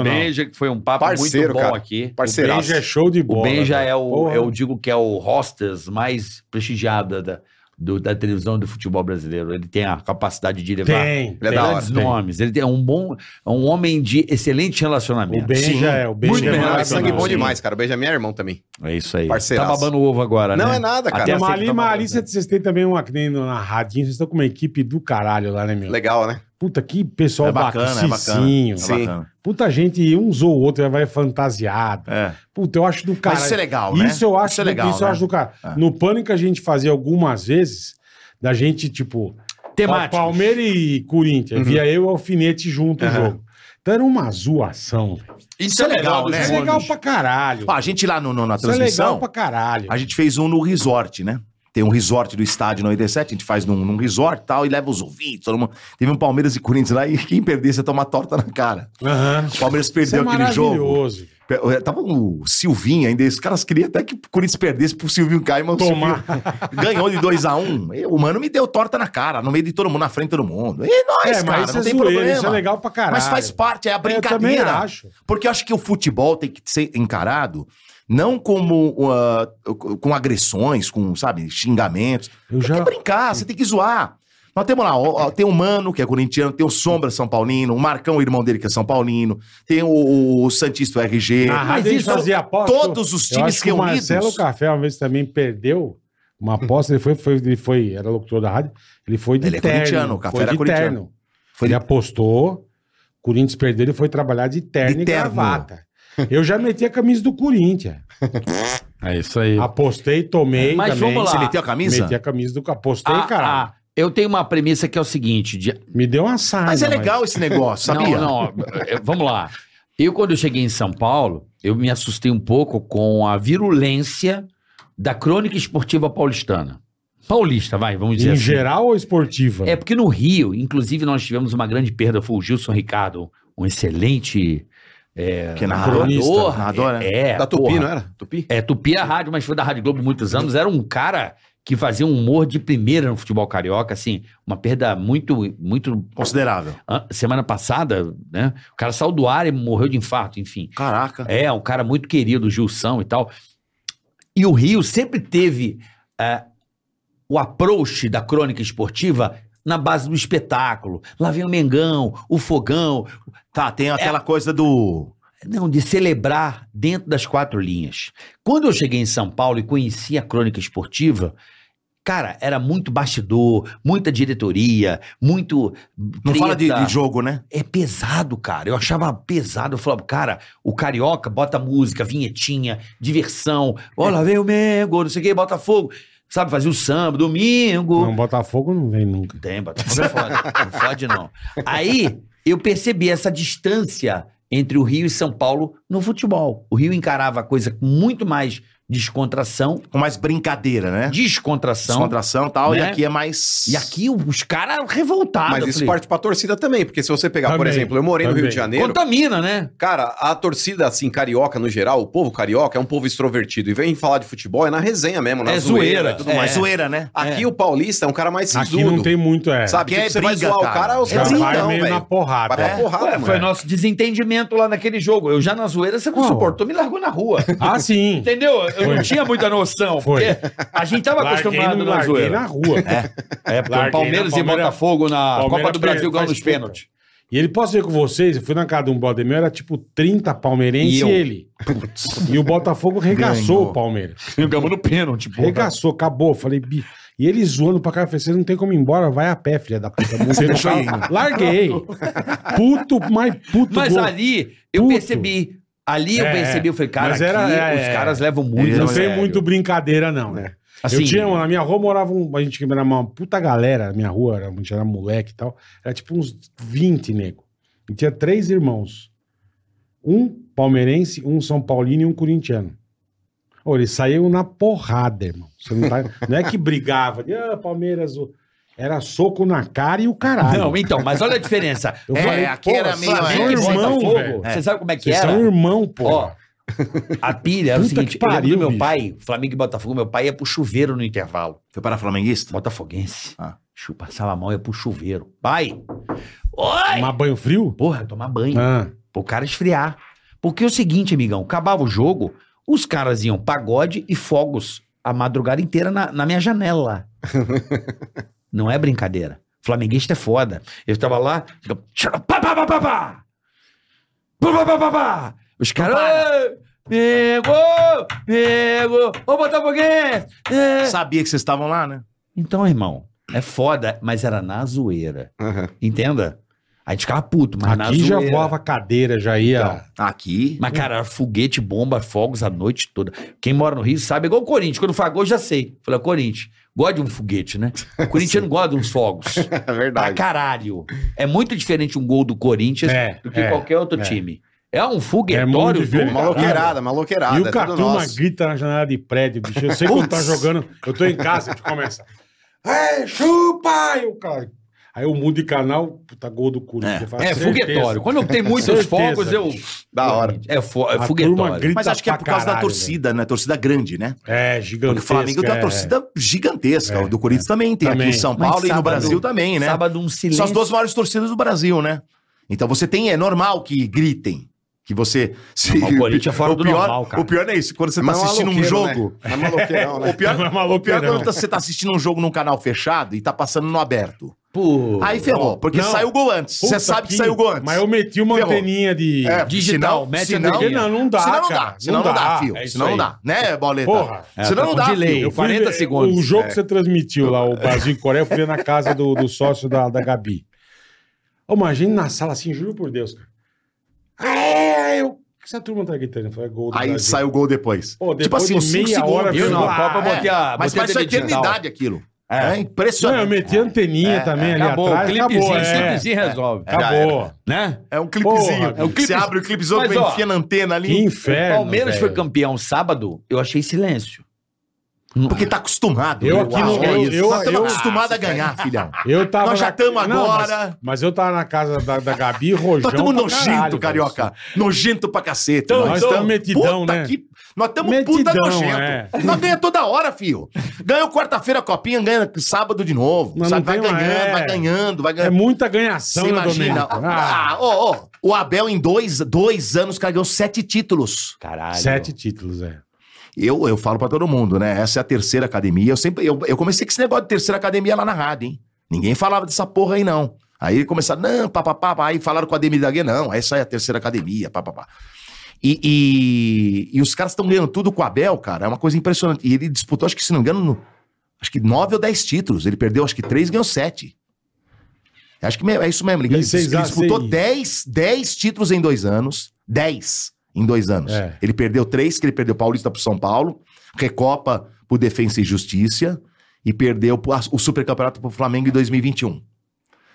B: O um Benja, que foi um papo
E: Parceiro,
B: muito bom
E: cara.
B: aqui.
E: Parceiraço.
C: Benji é show de bola.
B: o Benja é o,
C: Porra.
B: eu digo que é o hostess mais prestigiado da, do- da televisão do futebol brasileiro. Ele tem a capacidade de levar
C: Tem.
E: Ele é
C: tem.
E: da hora.
B: grandes nomes. Ele é um bom, é um homem de excelente
C: O
B: relacionamento.
C: Benja é, o Benja
B: Muito
C: é
B: bem,
E: Não, é
C: maravilhoso.
E: sangue bom
B: Sim.
E: demais, cara. O Benjamin é irmão também.
B: É isso aí.
E: Parceiraço.
B: Tá babando ovo agora, né?
E: Não é nada, cara.
B: Até
C: Mas
B: aceito
C: ali,
D: tá
B: tomar
C: mas ali
B: vacina.
C: você- vocês têm também uma que nem no- na radinha, vocês estão com uma equipe do caralho lá, né, meu?
E: Legal, né?
C: Puta, que pessoal
D: É bacana, é bacana.
C: Cicinho.
D: É
E: Sim.
D: bacana.
C: Puta gente, e uns ou outro já vai fantasiado.
D: É.
C: Puta, eu acho do
D: Mas
C: caralho.
D: isso é legal, né?
C: Isso eu acho,
D: é legal.
C: isso eu
D: né?
C: acho do cara.
D: É.
C: No pânico a gente fazia algumas vezes da gente tipo
B: Temático.
C: Pa- Palmeiras e
D: Uhum.
C: Corinthians, via eu e o Alfinete junto o jogo. Então era uma zoação. velho.
D: Isso é legal, né?
C: Isso é legal pra caralho.
D: Pô, a gente lá no, no- na
C: Isso é legal
D: transmissão,
C: pra caralho.
D: a gente fez um no resort, né? Tem um resort do estádio 97, a gente faz num, num resort e tal, e leva os ouvintes, todo mundo. Teve um Palmeiras e Corinthians lá, e quem perdesse ia tomar torta na cara.
C: Aham.
D: O Palmeiras
C: Isso
D: perdeu
C: é
D: aquele jogo.
C: maravilhoso.
D: Pe- Tava o Silvinho ainda, os caras queriam até que o Corinthians perdesse pro Silvinho cair, mas o
C: Tomar.
D: Silvinho ganhou de 2x1. O mano me deu torta na cara, no meio de todo mundo, na frente de todo mundo. E nós,
C: é, mas
D: cara,
C: isso
D: não
C: é
D: tem
C: zoeira,
D: problema.
C: isso é legal pra caralho.
D: Mas faz parte, é a
C: Eu também
D: brincadeira.
C: acho.
D: Porque eu acho que o futebol tem que ser encarado não como ah, com agressões, com, sabe, xingamentos.
C: Eu
D: Tem
C: já...
D: que brincar, você tem que zoar. Nós temos lá, ó, ó, tem o Mano, que é corintiano, tem o Sombra São Paulino, o Marcão, o irmão dele, que é São Paulino, tem o, o, o Santista RG.
C: Na rádio a gente
B: isso-
C: fazia aposta.
D: Todos os
C: Ah, Eu
D: times
C: acho que o
D: reunidos.
C: Marcelo Café uma vez também perdeu uma aposta, ele foi, foi- ele foi, era locutor da rádio, ele foi de
D: Ele é
C: terno,
D: corintiano, o Café
C: foi
D: era
C: de
D: corintiano.
C: terno.
D: Foi
C: Ele apostou, o Corinthians perdeu, ele foi trabalhar de terno
D: De
C: e
D: terno.
C: gravata. Eu já meti a camisa do Corinthians.
B: É isso aí.
C: Apostei, tomei
B: Mas
C: também.
B: vamos lá.
D: Você meteu a camisa?
C: Meti a camisa do... Apostei,
B: Ah,
C: caralho.
B: ah, eu tenho uma premissa que é o seguinte: de-
C: Me deu uma saia.
D: Mas é legal esse negócio, sabia?
B: Não, não. eh, Vamos lá. Eu, quando eu cheguei em São Paulo, eu me assustei um pouco com a virulência da crônica esportiva paulistana. Paulista, vai, vamos dizer
C: Em
B: assim.
C: geral ou esportiva?
B: É porque no Rio, inclusive, nós tivemos uma grande perda. Foi o Gilson Ricardo, um excelente
D: Que é narrador.
B: narrador.
D: narrador, né?
B: É,
C: Tá
E: da Tupi,
B: porra.
E: não era? Tupi?
B: É, Tupi a rádio, mas foi da Rádio Globo muitos anos. Era um cara que fazia um humor de primeira no futebol carioca, assim, uma perda muito, muito.
D: Considerável.
B: Ah, Semana passada, né? O cara saiu do ar e morreu de infarto, enfim.
D: Caraca.
B: É, um cara muito querido, Gilson e tal. E o Rio sempre teve é, o approach da crônica esportiva na base do espetáculo. Lá vem o Mengão, o Fogão,
D: Tá,
B: É.
D: tem aquela coisa do.
B: não, de celebrar dentro das quatro linhas. Quando eu cheguei em São Paulo e conheci a crônica esportiva, cara, era muito bastidor, muita diretoria, muito.
D: Não fala de,
B: treta.
D: de jogo, né?
B: É pesado, cara. Eu achava pesado. Eu falava, cara, o carioca bota música, vinhetinha, diversão. Olha, vem o Mengo, não sei o que, Botafogo. Sabe, fazia o samba, domingo.
C: Não, Botafogo não vem nunca.
B: Tem, Botafogo é foda. não fode, não. Aí eu percebi essa distância entre o Rio e São Paulo no futebol. O Rio encarava a coisa com muito mais descontração,
D: Com mais brincadeira,
E: É.
D: né?
B: descontração.
D: Descontração e tal, e
B: né?
D: aqui é mais.
B: E aqui os caras revoltados.
E: Mas
B: eu
E: isso
B: falei,
E: parte pra torcida também, porque se você pegar, por
C: Também,
E: exemplo, eu morei no Rio
C: também.
E: de Janeiro.
B: Contamina, né?
E: Cara, a torcida, assim, carioca no geral, o povo carioca é um povo extrovertido. E vem falar de futebol é na resenha mesmo, na
B: É zoeira,
E: e tudo
B: é.
E: mais.
D: Mais zoeira, né?
E: Aqui o paulista é um cara mais
C: Aqui
E: sisudo.
C: não tem muito, é.
E: Sabe?
D: Aqui
E: Tipo,
D: é
E: você
D: briga,
E: vai zoar
D: cara.
E: o cara, os
D: É
E: caras
C: Já
E: não
D: briga.
C: vai
E: dão,
C: meio na
E: velho. Vai
C: porrada.
E: pra
C: É.
E: porrada,
B: Ué,
E: mano.
B: foi nosso desentendimento lá naquele jogo. Eu já na zoeira, você não
C: Não.
B: suportou, me largou na rua.
C: Ah, sim.
B: Entendeu? eu não tinha muita noção.
C: Foi.
B: porque A gente tava
C: Larguei,
B: acostumado na
C: larguei
B: zoeira.
C: na rua.
B: É, porque
C: Larguei né?
B: o Palmeiras
C: na
B: e
C: Palmeira-
B: Botafogo na
C: Palmeira
B: Copa do Brasil
C: per-
B: ganham
C: faz
B: nos
C: puta.
B: pênaltis.
C: E ele, posso ver com vocês, eu fui na casa de um brother meu, era tipo 30 palmeirense
B: E
C: e,
B: eu?
C: ele. E o Botafogo regaçou
D: Ganhou.
C: o Palmeiras.
B: Ganhamos no pênalti, porra.
C: Regaçou, acabou. Falei, bi. E ele zoando pra cá, eu falei, você não tem como ir embora, vai a pé, filha da puta. Você
D: deixou ele indo.
C: Larguei. Puto, mais puto.
B: Mas
C: gol.
B: ali eu
C: Puto.
B: percebi. Ali eu
C: É,
B: percebi, eu falei, cara,
C: mas era-
B: aqui
C: é,
B: os
C: é.
B: caras levam muito.
D: Eles
C: Não
B: a
D: Não,
C: tem
B: sério.
C: muito brincadeira, não, né?
B: Assim,
C: eu tinha, na minha rua morava um. A gente era uma puta galera, na minha rua, era, a gente era moleque e tal. Era tipo uns 20, nego. E tinha três irmãos: um palmeirense, um São Paulino e um corintiano. Ô, eles saíam na porrada, irmão. Você não, tá- não é que brigava, de, ah, Palmeiras. o-". Era soco na cara e o caralho.
B: Não, então, mas olha a diferença.
C: Eu
D: É,
C: falei,
D: aqui era meio-
B: Flamengo
D: é,
B: e
C: irmão,
B: Botafogo,
C: velho.
B: você sabe como é que
C: Vocês
B: era?
C: são irmão, pô.
B: Ó, A pilha era o
C: Puta
B: seguinte,
C: que
B: eu lembro
C: pariu,
B: do meu
C: bicho.
B: pai, Flamengo e Botafogo, meu pai ia pro chuveiro no intervalo.
D: Foi para flamenguista?
B: Botafoguense.
D: Ah.
B: Chu- Passava a mão, ia pro chuveiro. Pai! Oi!
C: Mas banho frio?
B: Porra, tomar banho.
C: Ah,
B: Pro cara esfriar. Porque é o seguinte, amigão, acabava o jogo, os caras iam pagode e fogos a madrugada inteira na, na minha janela. Não é brincadeira. Flamenguista é foda. Eu tava lá, ficava, tchá, pá, pá, pá, pá, pá. Pá, pá, pá, pá, pá. Os caras. Pegou! Pegou! Ô, Botafoguense! é."
D: Sabia que vocês estavam lá, né?
B: Então, irmão, é foda, mas era na zoeira.
E: Aham.
B: Entenda? A gente ficava puto, mas na
C: aqui já
B: zoeira. Então,
C: voava cadeira, já ia.
D: Aqui.
B: É. Mas, cara, foguete, bomba, fogos a noite toda. Quem mora no Rio sabe, é igual o Corinthians. Quando fala gol, já sei. Falei, Corinthians, gosta de um foguete, né? O Corinthians não gosta de uns fogos.
E: É
B: pra
D: Tá
E: verdade.
B: caralho. É muito diferente um gol do Corinthians
C: É,
B: do que
C: é,
B: qualquer outro
C: é.
B: time. É um foguetório.
C: É muito diferente.
B: do-
E: Maloqueirada, maloqueirada.
C: E
E: é
C: o
E: tudo
C: Catuma
E: nosso.
C: grita na janela de prédio, bicho. Eu sei quando tá jogando. Eu tô em casa, a gente começa. É, chupa! E o cara. Aí eu mudo de canal, puta gol do Corinthians. Eu falo,
B: é
C: "Certeza."
B: foguetório. Quando tem muitos
C: Certeza.
B: fogos, eu.
E: Da hora.
B: É, fo... é
C: A turma
B: foguetório.
C: grita
D: Mas acho que é
C: pra
D: por causa da
C: caralho,
D: torcida, né? Torcida grande, né?
C: velho. É,
D: Porque
C: gigantesca.
D: o Flamengo tem uma
C: é.
D: torcida gigantesca.
C: É,
D: o do Corinthians também tem.
C: Também.
D: Aqui em São
B: Mas
D: Paulo e no
B: sábado-
D: Brasil também, né?
B: Sábado, um silêncio.
D: São as duas maiores torcidas do Brasil, né? Então você tem, é normal que gritem. Que você. se-
B: Normal, o Corinthians é fora do
D: pior,
B: normal, cara.
D: O pior não é isso. Quando você tá
E: Mas é
D: assistindo um
E: maloqueiro,
D: jogo.
E: Né? É maloqueirão, né?
D: O pior,
C: Não é
D: o pior é
C: maloqueirão.
D: quando você tá assistindo um jogo num canal fechado e tá passando no aberto.
B: Pô.
D: Aí ferrou, porque
C: Não.
D: saiu o gol antes.
C: Puta
D: Você sabe que
C: que-
D: saiu o gol antes.
C: Mas eu meti uma
D: Ferrou.
C: anteninha de.
D: É,
B: Digital,
D: sinal-
B: mete
D: sinal-
B: a
C: Porque não, não dá.
D: Senão não
C: cara.
D: dá. Senão não dá, filho.
C: É isso
D: Senão não
C: aí.
D: dá. Né, Boleta?
C: Porra.
B: É,
D: Senão
B: tá
D: não
B: com
D: dá,
B: delay.
D: filho.
B: Eu 40
C: ver-
B: segundos. é.
C: O jogo que você transmitiu lá, o Brasil e Coreia, eu fui na casa do, do sócio da, da Gabi. Ô, imagina na sala assim, juro por Deus, cara. Aê, eu... O que essa turma tá gritando? Eu falei, gol do
D: Aí
C: Brasil.
D: saiu o gol depois.
C: Pô, depois de
D: tipo assim, uns cinco
C: meia hora,
D: segundos.
B: Eu na
C: Ah,
B: Copa
D: é.
B: botei a. botei a
D: Mas parece uma
B: TV digital.
D: eternidade aquilo. É,
C: Não, eu
D: impressionante.
C: meti anteninha
D: É,
C: também ali
B: Acabou,
C: atrás.
B: o clipezinho,
C: acabou,
B: o
C: é.
B: clipezinho resolve.
C: Acabou.
B: Né?
D: É um clipezinho.
C: Porra, é um
D: Você
B: clipe-
D: abre o clipezinho,
B: Mas,
D: vem
B: ó,
D: enfia na antena
C: Que
D: ali.
C: inferno,
B: o Palmeiras
C: É, velho.
B: foi campeão sábado, eu achei silêncio.
D: Porque tá acostumado.
C: Eu aqui
D: acho
C: no-
D: que é
C: eu-
D: isso.
C: eu-
D: Nós estamos
C: eu-
D: acostumados a ganhar, filhão.
C: Eu tava
D: Nós já
C: na-
D: tamo agora.
C: mas, mas eu tava na casa da, da Gabi, Rojão.
D: Nós estamos
C: pra
D: nojento,
C: caralho, velho.
D: carioca. Nojento pra cacete.
C: Então, nós
D: tamo-
C: tamo metidão,
D: puta
C: né?
D: que- Nós estamos puta
C: Metidão,
D: nojento.
C: é.
D: Nós ganha toda hora, filho. Ganhou quarta-feira a copinha, ganha sábado de novo.
C: Mas não
D: sabe? Vai
C: tem uma-
D: ganhando,
C: é.
D: vai ganhando, vai
C: É
D: ganhando.
C: muita ganhação,
D: Você
C: né,
D: imagina.
C: Domênico? Ah,
D: Ah, ó, ó, o Abel em dois, dois anos, cara, ganhou sete títulos.
B: Caralho.
C: sete títulos, é.
D: Eu, eu falo pra todo mundo, né? Essa é a terceira academia. Eu sempre eu, eu comecei com esse negócio de terceira academia lá na rádio, hein? Ninguém falava dessa porra aí, não. Aí começaram, não, papapá, aí falaram com a Ademir da Guia, não, essa é a terceira academia, papapá. E, e, e os caras estão ganhando tudo com o Abel, cara, é uma coisa impressionante. E ele disputou, acho que se não me engano, no- acho que nove ou dez títulos. Ele perdeu, acho que três, ganhou sete. Acho que me- é isso mesmo, ele,
C: E seis
D: ele
C: a
D: disputou
C: seis.
D: dez, dez títulos em dois anos. Dez em dois anos.
C: É.
D: Ele perdeu três, que ele perdeu Paulista pro São Paulo, Recopa pro Defensa e Justiça e perdeu pro- a- o Supercampeonato pro Flamengo em 2021.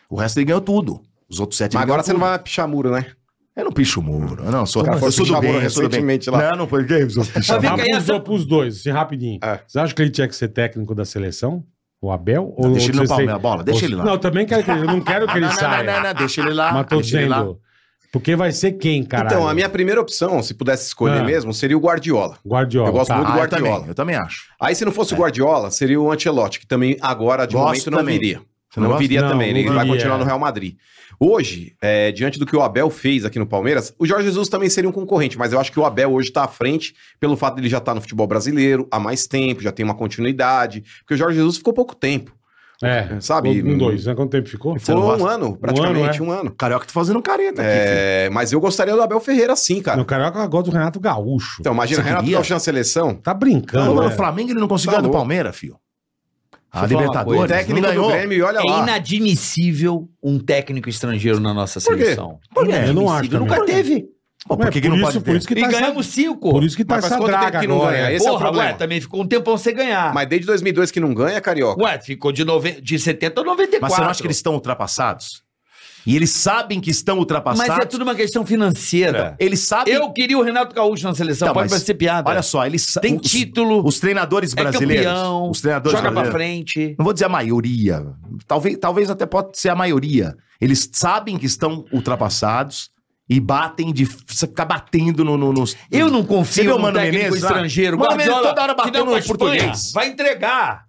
D: O resto ele ganhou tudo. Os outros sete
E: Mas
D: ele
E: agora você
D: ganhou
E: não vai pichar muro, né?
D: tudo. Eu não picho muro. Eu não, sou,
E: O cara
D: eu
E: foi
D: sou do
E: pichar
D: bem,
E: muro
D: eu sou do bem.
E: recentemente lá.
D: Não, não foi. que é isso,
E: Tá
D: pichar
B: Mas vem
D: muro?
B: cá, e
C: Abusou
B: essa-
C: pros dois, assim, rapidinho.
E: É.
C: Você acha que ele tinha que ser técnico da seleção? O Abel? Ou
D: Deixa ele
C: ou
D: no
C: você-
D: Palmeiras, bola, deixa ele lá.
C: Não, eu também quero que ele, eu não quero que ele
D: não, não,
C: saia.
D: não, não, não, deixa ele lá.
C: Mas tô
D: deixa ele lá.
C: dizendo. Porque vai ser quem, cara?
E: Então, a minha primeira opção, se pudesse escolher
C: Ah.
E: mesmo, seria o Guardiola.
C: Guardiola.
E: Eu gosto
C: tá.
E: muito
D: Ah, eu
E: Guardiola.
D: também, eu também acho.
E: Aí, se não fosse o Guardiola, seria o Ancelotti, que também agora, de
D: É. Gosto
E: momento, não
D: também.
E: viria. Não,
D: gosta?
E: viria
C: Não,
E: também, né?
C: não
E: ele vai
C: viria.
E: continuar no Real Madrid. Hoje, é, diante do que o Abel fez aqui no Palmeiras, o Jorge Jesus também seria um concorrente, mas eu acho que o Abel hoje está à frente pelo fato dele já estar no futebol brasileiro há mais tempo, já tem uma continuidade, porque o Jorge Jesus ficou pouco tempo,
C: É.
E: sabe?
C: Um, dois, né? Quanto tempo ficou?
E: Foi
D: não
E: um
D: gosta?
E: ano, praticamente
C: ano,
E: um ano.
D: Carioca tá fazendo careta aqui, filho.
E: É, mas eu gostaria do Abel Ferreira sim, cara.
C: No Carioca gosta do Renato Gaúcho.
E: Então, imagina,
D: Você
E: Renato
D: queria?
E: Gaúcho na seleção,
C: tá
D: Jogou
C: brincando,
D: no
C: né?
D: Flamengo ele não conseguiu
E: Tá
D: ganhar do
E: louco.
D: Palmeiras, filho. A
B: Deixa eu falar uma
D: Libertadores né?
B: coisa.
D: não
E: técnico do
D: ganhou.
E: Grêmio, e olha
B: É
E: lá.
B: inadmissível um técnico estrangeiro na nossa
E: Por quê?
B: seleção.
D: Por quê?
C: Eu não acho
B: Inadmissível.
C: também.
B: Nunca teve.
D: Pô,
C: Ué,
B: é
D: por que, que
C: por
D: não
C: isso-
D: pode
C: por
D: ter?
C: isso que
B: E
C: tá essa-
B: ganhamos cinco.
C: Por isso que tá
E: Mas
C: essa
E: faz quanto
C: draga
E: tempo que não
C: agora.
E: ganha?
C: né?
E: Esse é o
B: Porra,
E: problema.
B: ué, também ficou um tempão sem ganhar.
E: Mas desde 2002 que não ganha, Carioca.
B: Ué, ficou de, nove... de 70 a 94.
D: Mas você não acha que eles estão ultrapassados? E eles sabem que estão ultrapassados?
B: Mas é tudo uma questão financeira.
D: Eles sabem...
B: Eu queria o Renato Gaúcho na seleção,
D: Tá,
B: pode
D: É. mas
B: parecer piada.
D: Olha só, eles sa-
B: Tem
D: os-
B: título,
D: Os treinadores
B: é
D: brasileiros...
B: campeão,
D: os treinadores
B: joga pra
D: brasileiros...
B: frente.
D: Não vou dizer a maioria. Talvez, talvez até pode ser a maioria. Eles sabem que estão ultrapassados e batem de... Você ficar batendo no... no- nos-
B: Eu não
D: Você
B: confio
D: viu o
B: num
D: Mano
B: técnico
D: Menezes lá?
B: estrangeiro.
D: Mano
B: Guardiola,
D: Menezes toda hora
B: que
D: bateu
B: deu
D: no
B: pra Espanha,
D: português.
B: Vai entregar.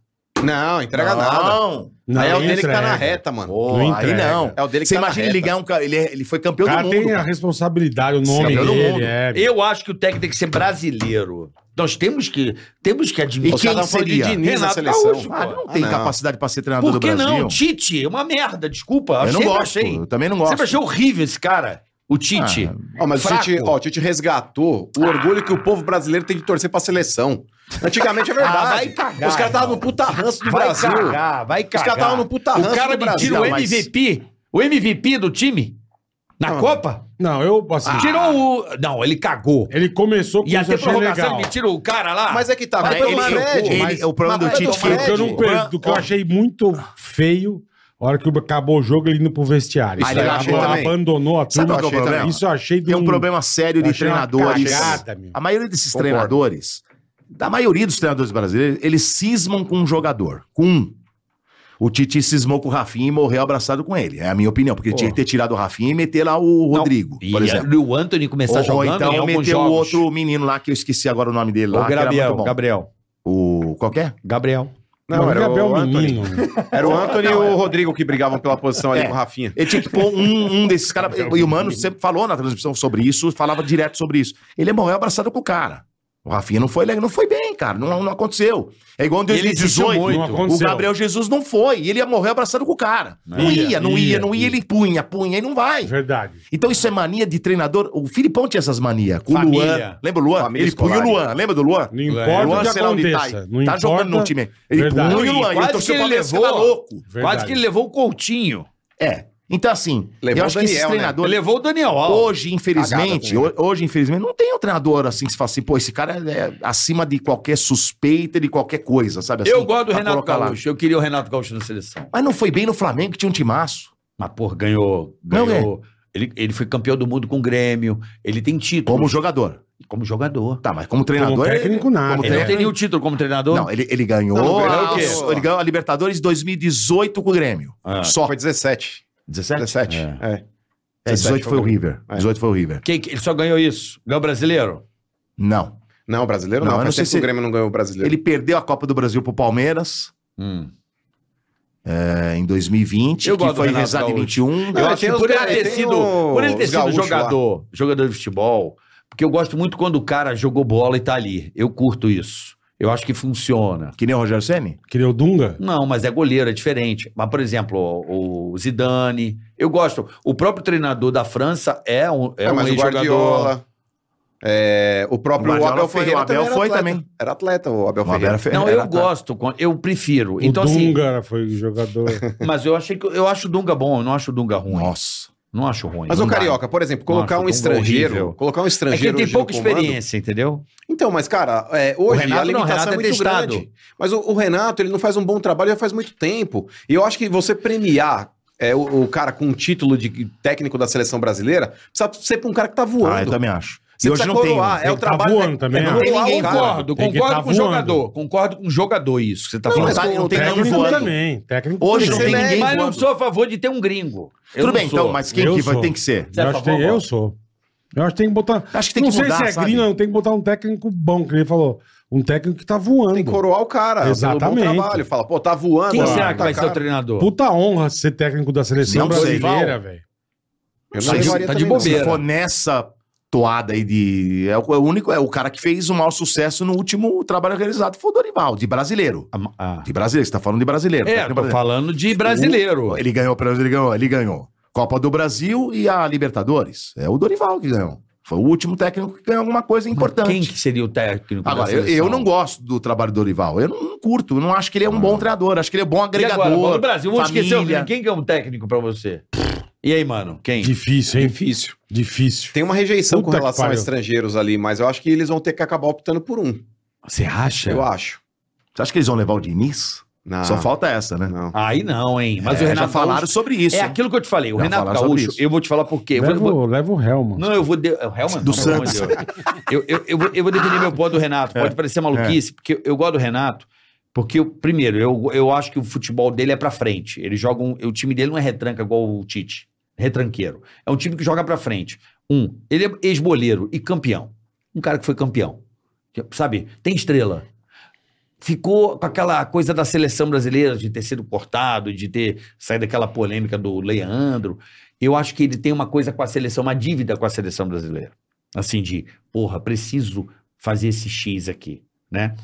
E: Não, entrega nada.
D: Não.
C: Não,
E: Aí é o dele que
C: entrega.
E: tá na reta, mano.
D: Pô,
C: Não
D: aí
C: entrega.
D: não.
E: É o dele que
D: Você
E: tá na
D: imagina
E: reta.
D: ele ganhar um cara. Ele, é- ele foi campeão
C: O cara
D: do mundo.
C: tem a
D: cara.
C: responsabilidade, o nome
D: Campeão do
C: dele
D: mundo.
C: é...
B: Eu acho que o técnico tem que ser brasileiro. Nós temos que, temos que admitir.
D: E quem
E: Os caras falam de
D: seria?
E: Diniz na
B: Renato
E: seleção.
B: Gaúcho,
D: Ah,
B: pô.
D: não tem
E: Ah, não.
D: capacidade pra ser treinador
B: Por que
D: do Brasil.
B: não? Tite é uma merda, desculpa.
D: Eu não
B: sempre
D: gosto.
B: achei.
D: Eu também não gosto.
B: Sempre achei horrível esse cara, o Tite.
E: Ó, mas o
B: Fraco.
E: Tite, ó, o Tite resgatou o orgulho que o povo brasileiro tem de torcer pra seleção. Antigamente é verdade.
B: Ah, vai cagar,
E: Os caras estavam
B: irmão.
E: no puta ranço do
B: vai
E: Brasil.
B: cagar, vai
E: Os
B: cagar.
E: caras estavam no puta ranço
B: o cara
E: do
B: me
E: Brasil.
B: tira o
D: mas-
B: MVP, o MVP do time, na
E: Não.
B: Copa,
C: Não, eu, assim...
B: Ah. tirou o... Não, ele cagou.
C: Ele começou com
B: E
C: isso,
B: até
C: eu achei
B: prorrogação
C: legal.
B: ele me tirou o cara lá.
E: Mas é que tá,
D: Mas
E: culpa
D: ele-
E: do Fred.
D: ele-
E: mas-
D: o problema do
E: mas culpa
D: Tite que-
C: O que eu não
E: Fred.
C: perdi, o que eu achei muito feio, a hora que acabou o jogo, ele indo pro vestiário.
E: Ah,
C: Isso
E: eu
C: aí,
E: achei
C: ela
E: também.
C: abandonou a
D: Sabe
C: turma.
D: qual que é o problema?
C: Isso eu achei de
D: Tem um problema sério de
C: achei uma
D: treinadores.
C: Cagada, meu.
D: A maioria desses
E: Concordo.
D: treinadores, da maioria dos treinadores brasileiros, eles cismam com um jogador. Com um. O Tite cismou com o Rafinha e morreu abraçado com ele. É a minha opinião, porque ele tinha que ter tirado o Rafinha e meter lá o Rodrigo,
B: E
D: por exemplo.
B: o Anthony começar
D: Ou, ou
B: tá jogando em
D: então
B: alguns
D: meter o
B: jogos.
D: outro menino lá, que eu esqueci agora o nome dele lá.
B: O
D: que era
B: Gabriel,
D: muito bom.
B: Gabriel,
D: O é? qualquer?
B: Gabriel.
E: Não,
C: Mas
E: era
C: Gabriel é um
E: o Anthony.
C: menino.
E: Era o Antony e o Rodrigo que brigavam pela posição ali
D: É.
E: com o Rafinha.
D: Ele tinha que pôr um, um desses caras. E o Mano sempre falou na transmissão sobre isso, falava direto sobre isso. Ele morreu abraçado com o cara. O Rafinha não foi legal, não foi bem, cara. Não, não aconteceu. É igual em
B: Ele insistiu
D: 2018.
B: muito.
C: Não
D: O
C: aconteceu.
D: Gabriel Jesus não foi. E ele ia morrer abraçado com o cara. Não
C: Ia,
D: ia, não
C: ia,
D: ia, não ia.
C: ia.
D: Ele punha, punha e não vai.
C: Verdade.
D: Então isso é mania de treinador. O Filipão tinha essas manias. Com o
B: Família.
D: Luan. Lembra o Luan?
E: Família
D: ele punha o
E: escolar.
D: Luan. Lembra do Luan?
C: Não
D: É. O
C: importa o
D: Luan,
C: que
D: sei lá onde tá.
C: aconteça. Não
D: Tá
C: importa.
D: jogando no time. Ele
C: Verdade.
D: punha o Luan.
B: Quase
D: Ele torceu
B: que
D: pra
B: ele
D: ele
B: levou.
D: louco.
C: Verdade.
B: Quase que ele levou o Coutinho.
D: É. Então, assim,
E: Levou
D: eu
E: o
D: acho que esses
E: Daniel, né?
D: treinadores.
B: Levou o Daniel Alves.
D: Hoje, infelizmente,
E: Cagada
D: ho- hoje, infelizmente, não tem um treinador assim que se fala assim, pô, esse cara é acima de qualquer suspeita, de qualquer coisa, sabe? Assim,
B: eu gosto do
D: pra
B: Renato
D: colocar lá.
B: Gaúcho. Eu queria o Renato Gaúcho na seleção.
D: Mas não foi bem no Flamengo, que tinha um timaço.
B: Mas, porra, ganhou.
D: Não,
B: ganhou. Ele, ele foi campeão do mundo com o Grêmio. Ele tem título.
D: Como jogador.
B: como jogador.
D: Tá, mas como treinador.
C: Como
D: ele-
C: técnico, nada.
D: como
B: Ele não tem
D: técnico-
B: nenhum título como treinador?
D: Não, ele, ele ganhou.
E: Não, não ganhou
D: a-
E: o quê?
D: ele ganhou a Libertadores 2018 com o Grêmio.
B: Ah.
D: Só.
E: Foi 17.
D: 17?
E: 17.
B: É.
E: É.
D: É, 18 foi o River.
E: É.
D: 18 foi o River.
B: Quem- ele só ganhou isso? Ganhou o brasileiro?
D: Não.
E: Não, brasileiro não.
D: Não, eu
E: Faz
D: não sei
E: tempo
D: se-
E: que o Grêmio não ganhou o brasileiro.
D: Ele perdeu a Copa do Brasil pro Palmeiras
B: Hum.
D: é, em 2020,
B: Eu
D: que
B: gosto do
D: foi
B: Renato
D: rezado em
B: Gaúcho.
D: 21.
E: Eu
B: Eu
E: acho
B: acho que
E: tem
B: por
E: os
B: ele
E: cara-
B: ter
E: tem
B: sido,
E: o-
B: por ele ter
E: os
B: sido
E: gaúchos
B: jogador, jogador de futebol, porque eu gosto muito quando o cara jogou bola e tá ali. Eu curto isso. Eu acho que funciona.
D: Que nem o Rogério Senni?
C: Queria o Dunga?
B: Não, mas é goleiro, é diferente. Mas, por exemplo, o, o Zidane. Eu gosto. O próprio treinador da França é um, é
E: É,
B: um
E: mas o
B: ex-jogador.
E: Guardiola. é, o próprio
D: O Guardiola
E: Abel
D: foi,
E: Ferreira.
D: o Abel
E: era
D: foi
E: atleta.
D: também.
E: Era atleta o Abel
D: O Abel
E: Ferreira.
D: Ferreira.
B: Não, eu
D: Era-
B: gosto, eu prefiro. Então,
C: o
B: assim,
C: Dunga foi o jogador.
B: mas eu achei que eu acho o Dunga bom, eu não acho o Dunga ruim.
D: Nossa.
B: Não acho ruim.
E: Mas
B: não
E: o
B: dá.
E: Carioca, por exemplo, colocar
B: Nossa,
E: um
B: Dunga
E: estrangeiro.
B: horrível.
E: Colocar um
B: É que
E: estrangeiro.
B: ele tem
E: hoje no
B: pouca
E: comando-
B: experiência, entendeu?
E: Então, mas, cara, é, hoje
B: Renato
E: a
B: não, o
E: limitação
B: Renato
E: é
B: é
E: muito
B: testado.
E: grande. Mas o, o Renato, ele não faz um bom trabalho já faz muito tempo. E eu acho que você premiar é, o, o cara com um título de técnico da seleção brasileira precisa ser pra um cara que tá voando.
D: Ah, eu também acho.
E: Você
D: e hoje
E: precisa
D: não tem. um.
B: né?
E: coroar. É o
C: que tá
E: trabalho.
C: voando também,
E: é
C: né?
E: coroar
B: Ninguém
E: o cara.
B: concordo,
C: Tem que
B: concordo
C: tá
B: com o
C: voando.
B: jogador. Concordo com o jogador isso que você tá
E: Não,
B: falando.
E: mas
D: não tem nenhum
C: Técnico
D: voando.
C: também. Técnico
D: Hoje não
C: também.
D: tem
E: Excelente.
D: ninguém
B: mas
D: voando.
B: não sou a favor de ter um gringo. Eu
D: Tudo
B: não
D: bem,
B: sou.
D: então, mas quem
C: Eu
D: que vai
C: sou.
D: tem que ser?
B: Você é
C: Eu
B: a
C: acho que tem-
B: favor,
C: eu
B: Bob?
C: sou. Eu acho que tem que botar.
D: Acho que tem
C: não
D: que
C: sei
D: mudar,
C: se é
D: sabe?
C: gringo, não. Tem que botar um técnico bom, que ele falou. Um técnico que tá voando.
E: Tem que coroar o cara. pelo
C: Exatamente.
E: Bom trabalho. Fala, pô, tá voando.
B: Quem
E: ó,
B: será que
E: tá
B: vai ser
E: cara.
B: o treinador?
C: Puta honra ser técnico da seleção
D: Não sei.
C: brasileira, velho.
E: Eu
D: Tá
E: não
D: de-
E: levaria
B: tá de
E: também, não.
B: bobeira.
D: Se for nessa toada aí de. É o, é o único, é o cara que fez o maior sucesso no último trabalho realizado foi o Dorival, de brasileiro.
B: Ah,
D: De brasileiro, você tá falando de brasileiro.
B: É,
D: técnico
B: tô
D: brasileiro.
B: falando de brasileiro.
D: Ele ganhou, pelo menos ele ganhou, ele ganhou. Copa do Brasil e a Libertadores. É o Dorival que ganhou. Foi o último técnico que ganhou alguma coisa é importante.
B: Quem que seria o técnico
D: Agora, eu, eu não gosto do trabalho do Dorival. Eu não curto, eu não acho que ele é um
B: Ah.
D: bom treinador, acho que ele é bom
B: E
D: agregador.
B: agora, bola do Brasil, vamos esquecer
D: família.
B: o quem que é um técnico pra você? E aí, mano, quem?
C: Difícil, hein?
E: Difícil.
C: Difícil.
E: Tem uma rejeição
C: Puta
E: com
C: que
E: relação a
C: pariu.
E: estrangeiros ali, mas eu acho que eles vão ter que acabar optando por um.
B: Você acha?
E: Eu acho.
D: Você acha que eles vão levar o Diniz?
B: Ah.
E: Não.
D: Só falta essa, né?
E: Não.
B: Aí não, hein? Mas
D: É,
B: o Renato
D: já falaram
B: Gaúcho-
D: sobre isso.
B: É
D: hein?
B: aquilo que eu te falei. O
D: Já
B: Renato
D: falaram sobre
B: Gaúcho,
D: isso. é
B: eu vou te falar por quê. Eu
C: Leva,
B: vou-
C: o- leva o réu, mano.
B: Não, eu vou. De... é o Hellman?
D: Do
B: Não, pelo amor de Deus. Eu, eu, eu, vou, eu vou defender meu ponto do Renato. Pode parecer maluquice, porque eu gosto do Renato. Porque, eu- primeiro, eu, eu acho que o futebol dele é pra frente. Ele joga um, o time dele não é retranca igual o Tite. Retranqueiro. É um time que joga pra frente. Um, ele é ex-boleiro e campeão. Um cara que foi campeão. Sabe? Tem estrela. Ficou com aquela coisa da seleção brasileira de ter sido cortado, de ter saído daquela polêmica do Leandro. Eu acho que ele tem uma coisa com a seleção, uma dívida com a seleção brasileira. Assim, de, porra, preciso fazer esse X aqui, né?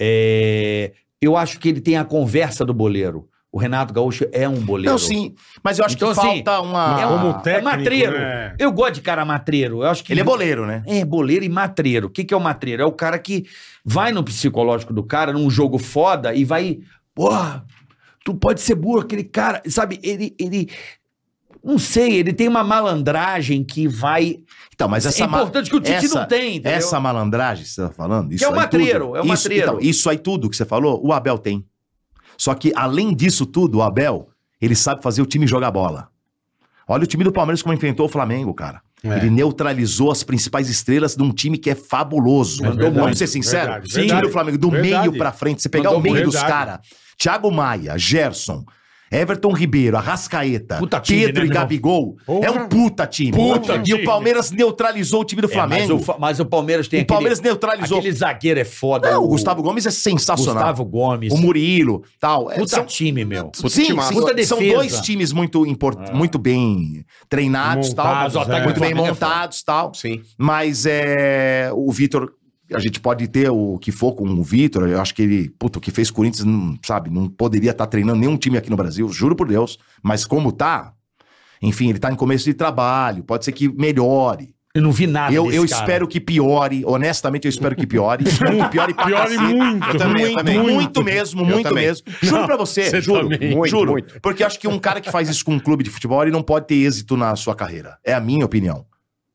B: É, eu acho que ele tem a conversa do boleiro. O Renato Gaúcho é um boleiro.
D: Não, sim. Mas eu acho
B: Então,
D: que
B: assim,
D: falta uma.
B: é
C: Como
B: uma-
C: técnico,
B: matreiro.
C: né?
B: Eu gosto de cara matreiro. Eu acho que
D: Ele é boleiro, né?
B: é, boleiro e matreiro. O que, que é o matreiro? É o cara que vai no psicológico do cara, num jogo foda, e vai. Porra, tu pode ser burro, aquele cara. Sabe, ele. ele não sei, ele tem uma malandragem que vai.
D: Então, mas essa
B: é
D: ma-
B: importante que o Tite
D: essa-
B: não tem, entendeu?
D: Essa malandragem que você tá falando, isso
B: é o
D: aí
B: matreiro,
D: tudo,
B: é o
D: isso,
B: matreiro.
D: então, isso aí tudo que você falou, o Abel tem. Só que, além disso tudo, o Abel, ele sabe fazer o time jogar bola. Olha o time do Palmeiras como enfrentou o Flamengo, cara.
C: É.
D: Ele neutralizou as principais estrelas de um time que é fabuloso.
B: É verdade,
D: Vamos ser sinceros?
C: verdade,
D: Sim, time
C: verdade.
D: do Flamengo, do
C: Verdade.
D: meio pra frente, você pegar
B: Mandou
D: o meio
C: muito.
D: dos
C: Verdade.
D: caras. Thiago Maia, Gerson, Everton Ribeiro, Arrascaeta,
B: Puta time, né,
D: Pedro e
B: meu irmão?
D: Gabigol.
C: Porra.
D: É um puta time.
C: Puta
D: e
C: time.
D: o Palmeiras neutralizou o time do
B: É,
D: Flamengo.
B: mas, o, Fa- mas o Palmeiras tem
D: O Palmeiras neutralizou.
B: Aquele zagueiro é foda.
D: Não, o Gustavo Gomes é sensacional.
B: Gustavo Gomes.
D: O Murilo, tal. É,
B: Puta
D: são,
B: time, meu.
D: sim, sim,
E: timaço.
B: Puta
D: são
B: defesa.
D: dois times muito, import, muito bem treinados,
C: Montados,
D: tal. tá
C: é.
D: Muito bem
B: Flamengo é
D: montados, tal.
E: Sim.
D: Mas é, o Vitor, a gente pode ter o que for com o Vitor. Eu acho que ele, puta, o que fez Corinthians, não, sabe, não poderia estar treinando nenhum time aqui no Brasil, juro por Deus. Mas como tá, enfim, ele tá em começo de trabalho, pode ser que melhore.
B: Eu não vi nada.
D: Eu,
B: Ah, desse
D: eu
B: cara.
D: espero que piore, honestamente, eu espero que piore. espero que piore pra
C: Piore
D: cacete.
C: muito.
D: Ah, Eu também,
E: Muito,
D: eu também.
E: muito.
D: muito, mesmo,
E: Eu
D: muito
E: também.
D: mesmo. Juro pra você, juro,
C: também.
E: Muito,
D: juro.
E: muito.
D: Porque eu acho que um cara que faz isso com um clube de futebol, ele não pode ter êxito na sua carreira. É a minha opinião.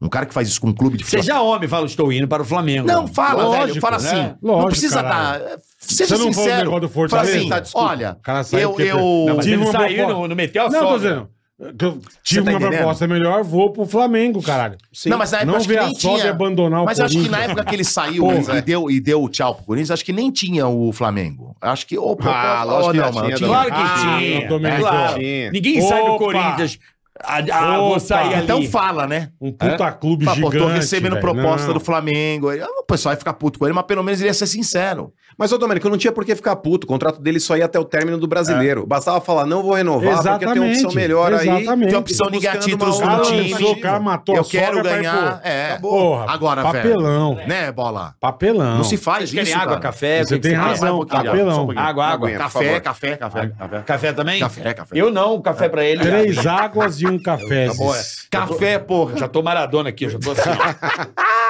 D: Um cara que faz isso com um clube de futebol.
B: Seja homem, fala, estou indo para o Flamengo.
D: Não, fala,
B: Lógico,
D: velho, fala
B: né?
D: assim. não
C: Lógico,
D: precisa
C: caralho.
D: dar. Seja
C: Você não falou do
D: sincero.
C: negócio do
D: Fala
C: Fortaleza?
D: assim,
E: Tá, desculpa.
D: olha,
C: O cara saiu
D: eu,
C: porque-
D: eu...
B: Não, mas
C: Tive
B: ele
C: uma
B: saiu,
C: proposta.
B: não, não meteu a
C: Não, tô
B: sogra.
C: dizendo. que eu tive
D: tá
C: uma
D: entendendo?
C: proposta melhor, vou pro Flamengo, caralho.
E: Sim.
D: Não, mas na época
C: Não
D: acho que
C: ver a
D: nem
C: sogra e
D: tinha.
C: abandonar o
D: Mas eu acho que na
C: Corinthians.
D: época que ele saiu
C: Porra,
D: e,
C: é.
D: deu, e deu o tchau pro Corinthians, acho que nem tinha o Flamengo. Acho que. tá Ou,
E: Ah, lógico que já tinha,
B: É Claro que
C: Ah,
B: tinha. É
C: não, Domênico.
B: claro.
E: Tinha.
B: Ninguém sai do
C: Opa.
B: Corinthians. Ah, ah,
C: Opa.
B: vou sair ali.
D: Então fala, né?
C: Um puta clube
D: Fala, pô,
C: gigante.
D: tô recebendo
C: velho.
D: proposta
C: Não.
D: do Flamengo. Aí, ah, O pessoal vai ficar puto com ele, mas pelo menos ele ia ser sincero.
E: Mas, ô Domênico, não tinha por que ficar puto. O contrato dele só ia até o término do brasileiro. Bastava falar, não vou renovar, porque tem uma opção
C: Exatamente,
E: melhor aí.
C: exatamente.
D: Tem opção de
E: Buscando
D: ganhar títulos
E: uma
D: no
C: Cara,
E: outra
D: time.
C: lançou,
E: alternativa.
C: o cara matou
D: Eu
C: a sogra,
D: quero
C: vai, pô,
D: ganhar. É.
C: Porra,
D: Agora,
C: papelão.
D: velho. Né, bola?
C: Papelão.
D: Não se faz
B: Vocês querem
D: isso.
B: água,
D: cara.
B: café?
C: Você
B: O que que
C: tem
B: vocês
C: razão,
B: querem? Mais um pouquinho,
C: papelão.
B: ó. Água, água. Tá,
E: Aguinha, por
D: Café,
E: favor.
D: café, café, café.
B: Café também?
D: Café, café.
B: Eu não, café pra ele.
C: Três
D: né?
C: águas e um café.
D: Tá
B: bom, é.
D: Café, porra.
B: Já tô maradona aqui, eu já tô assim. ó.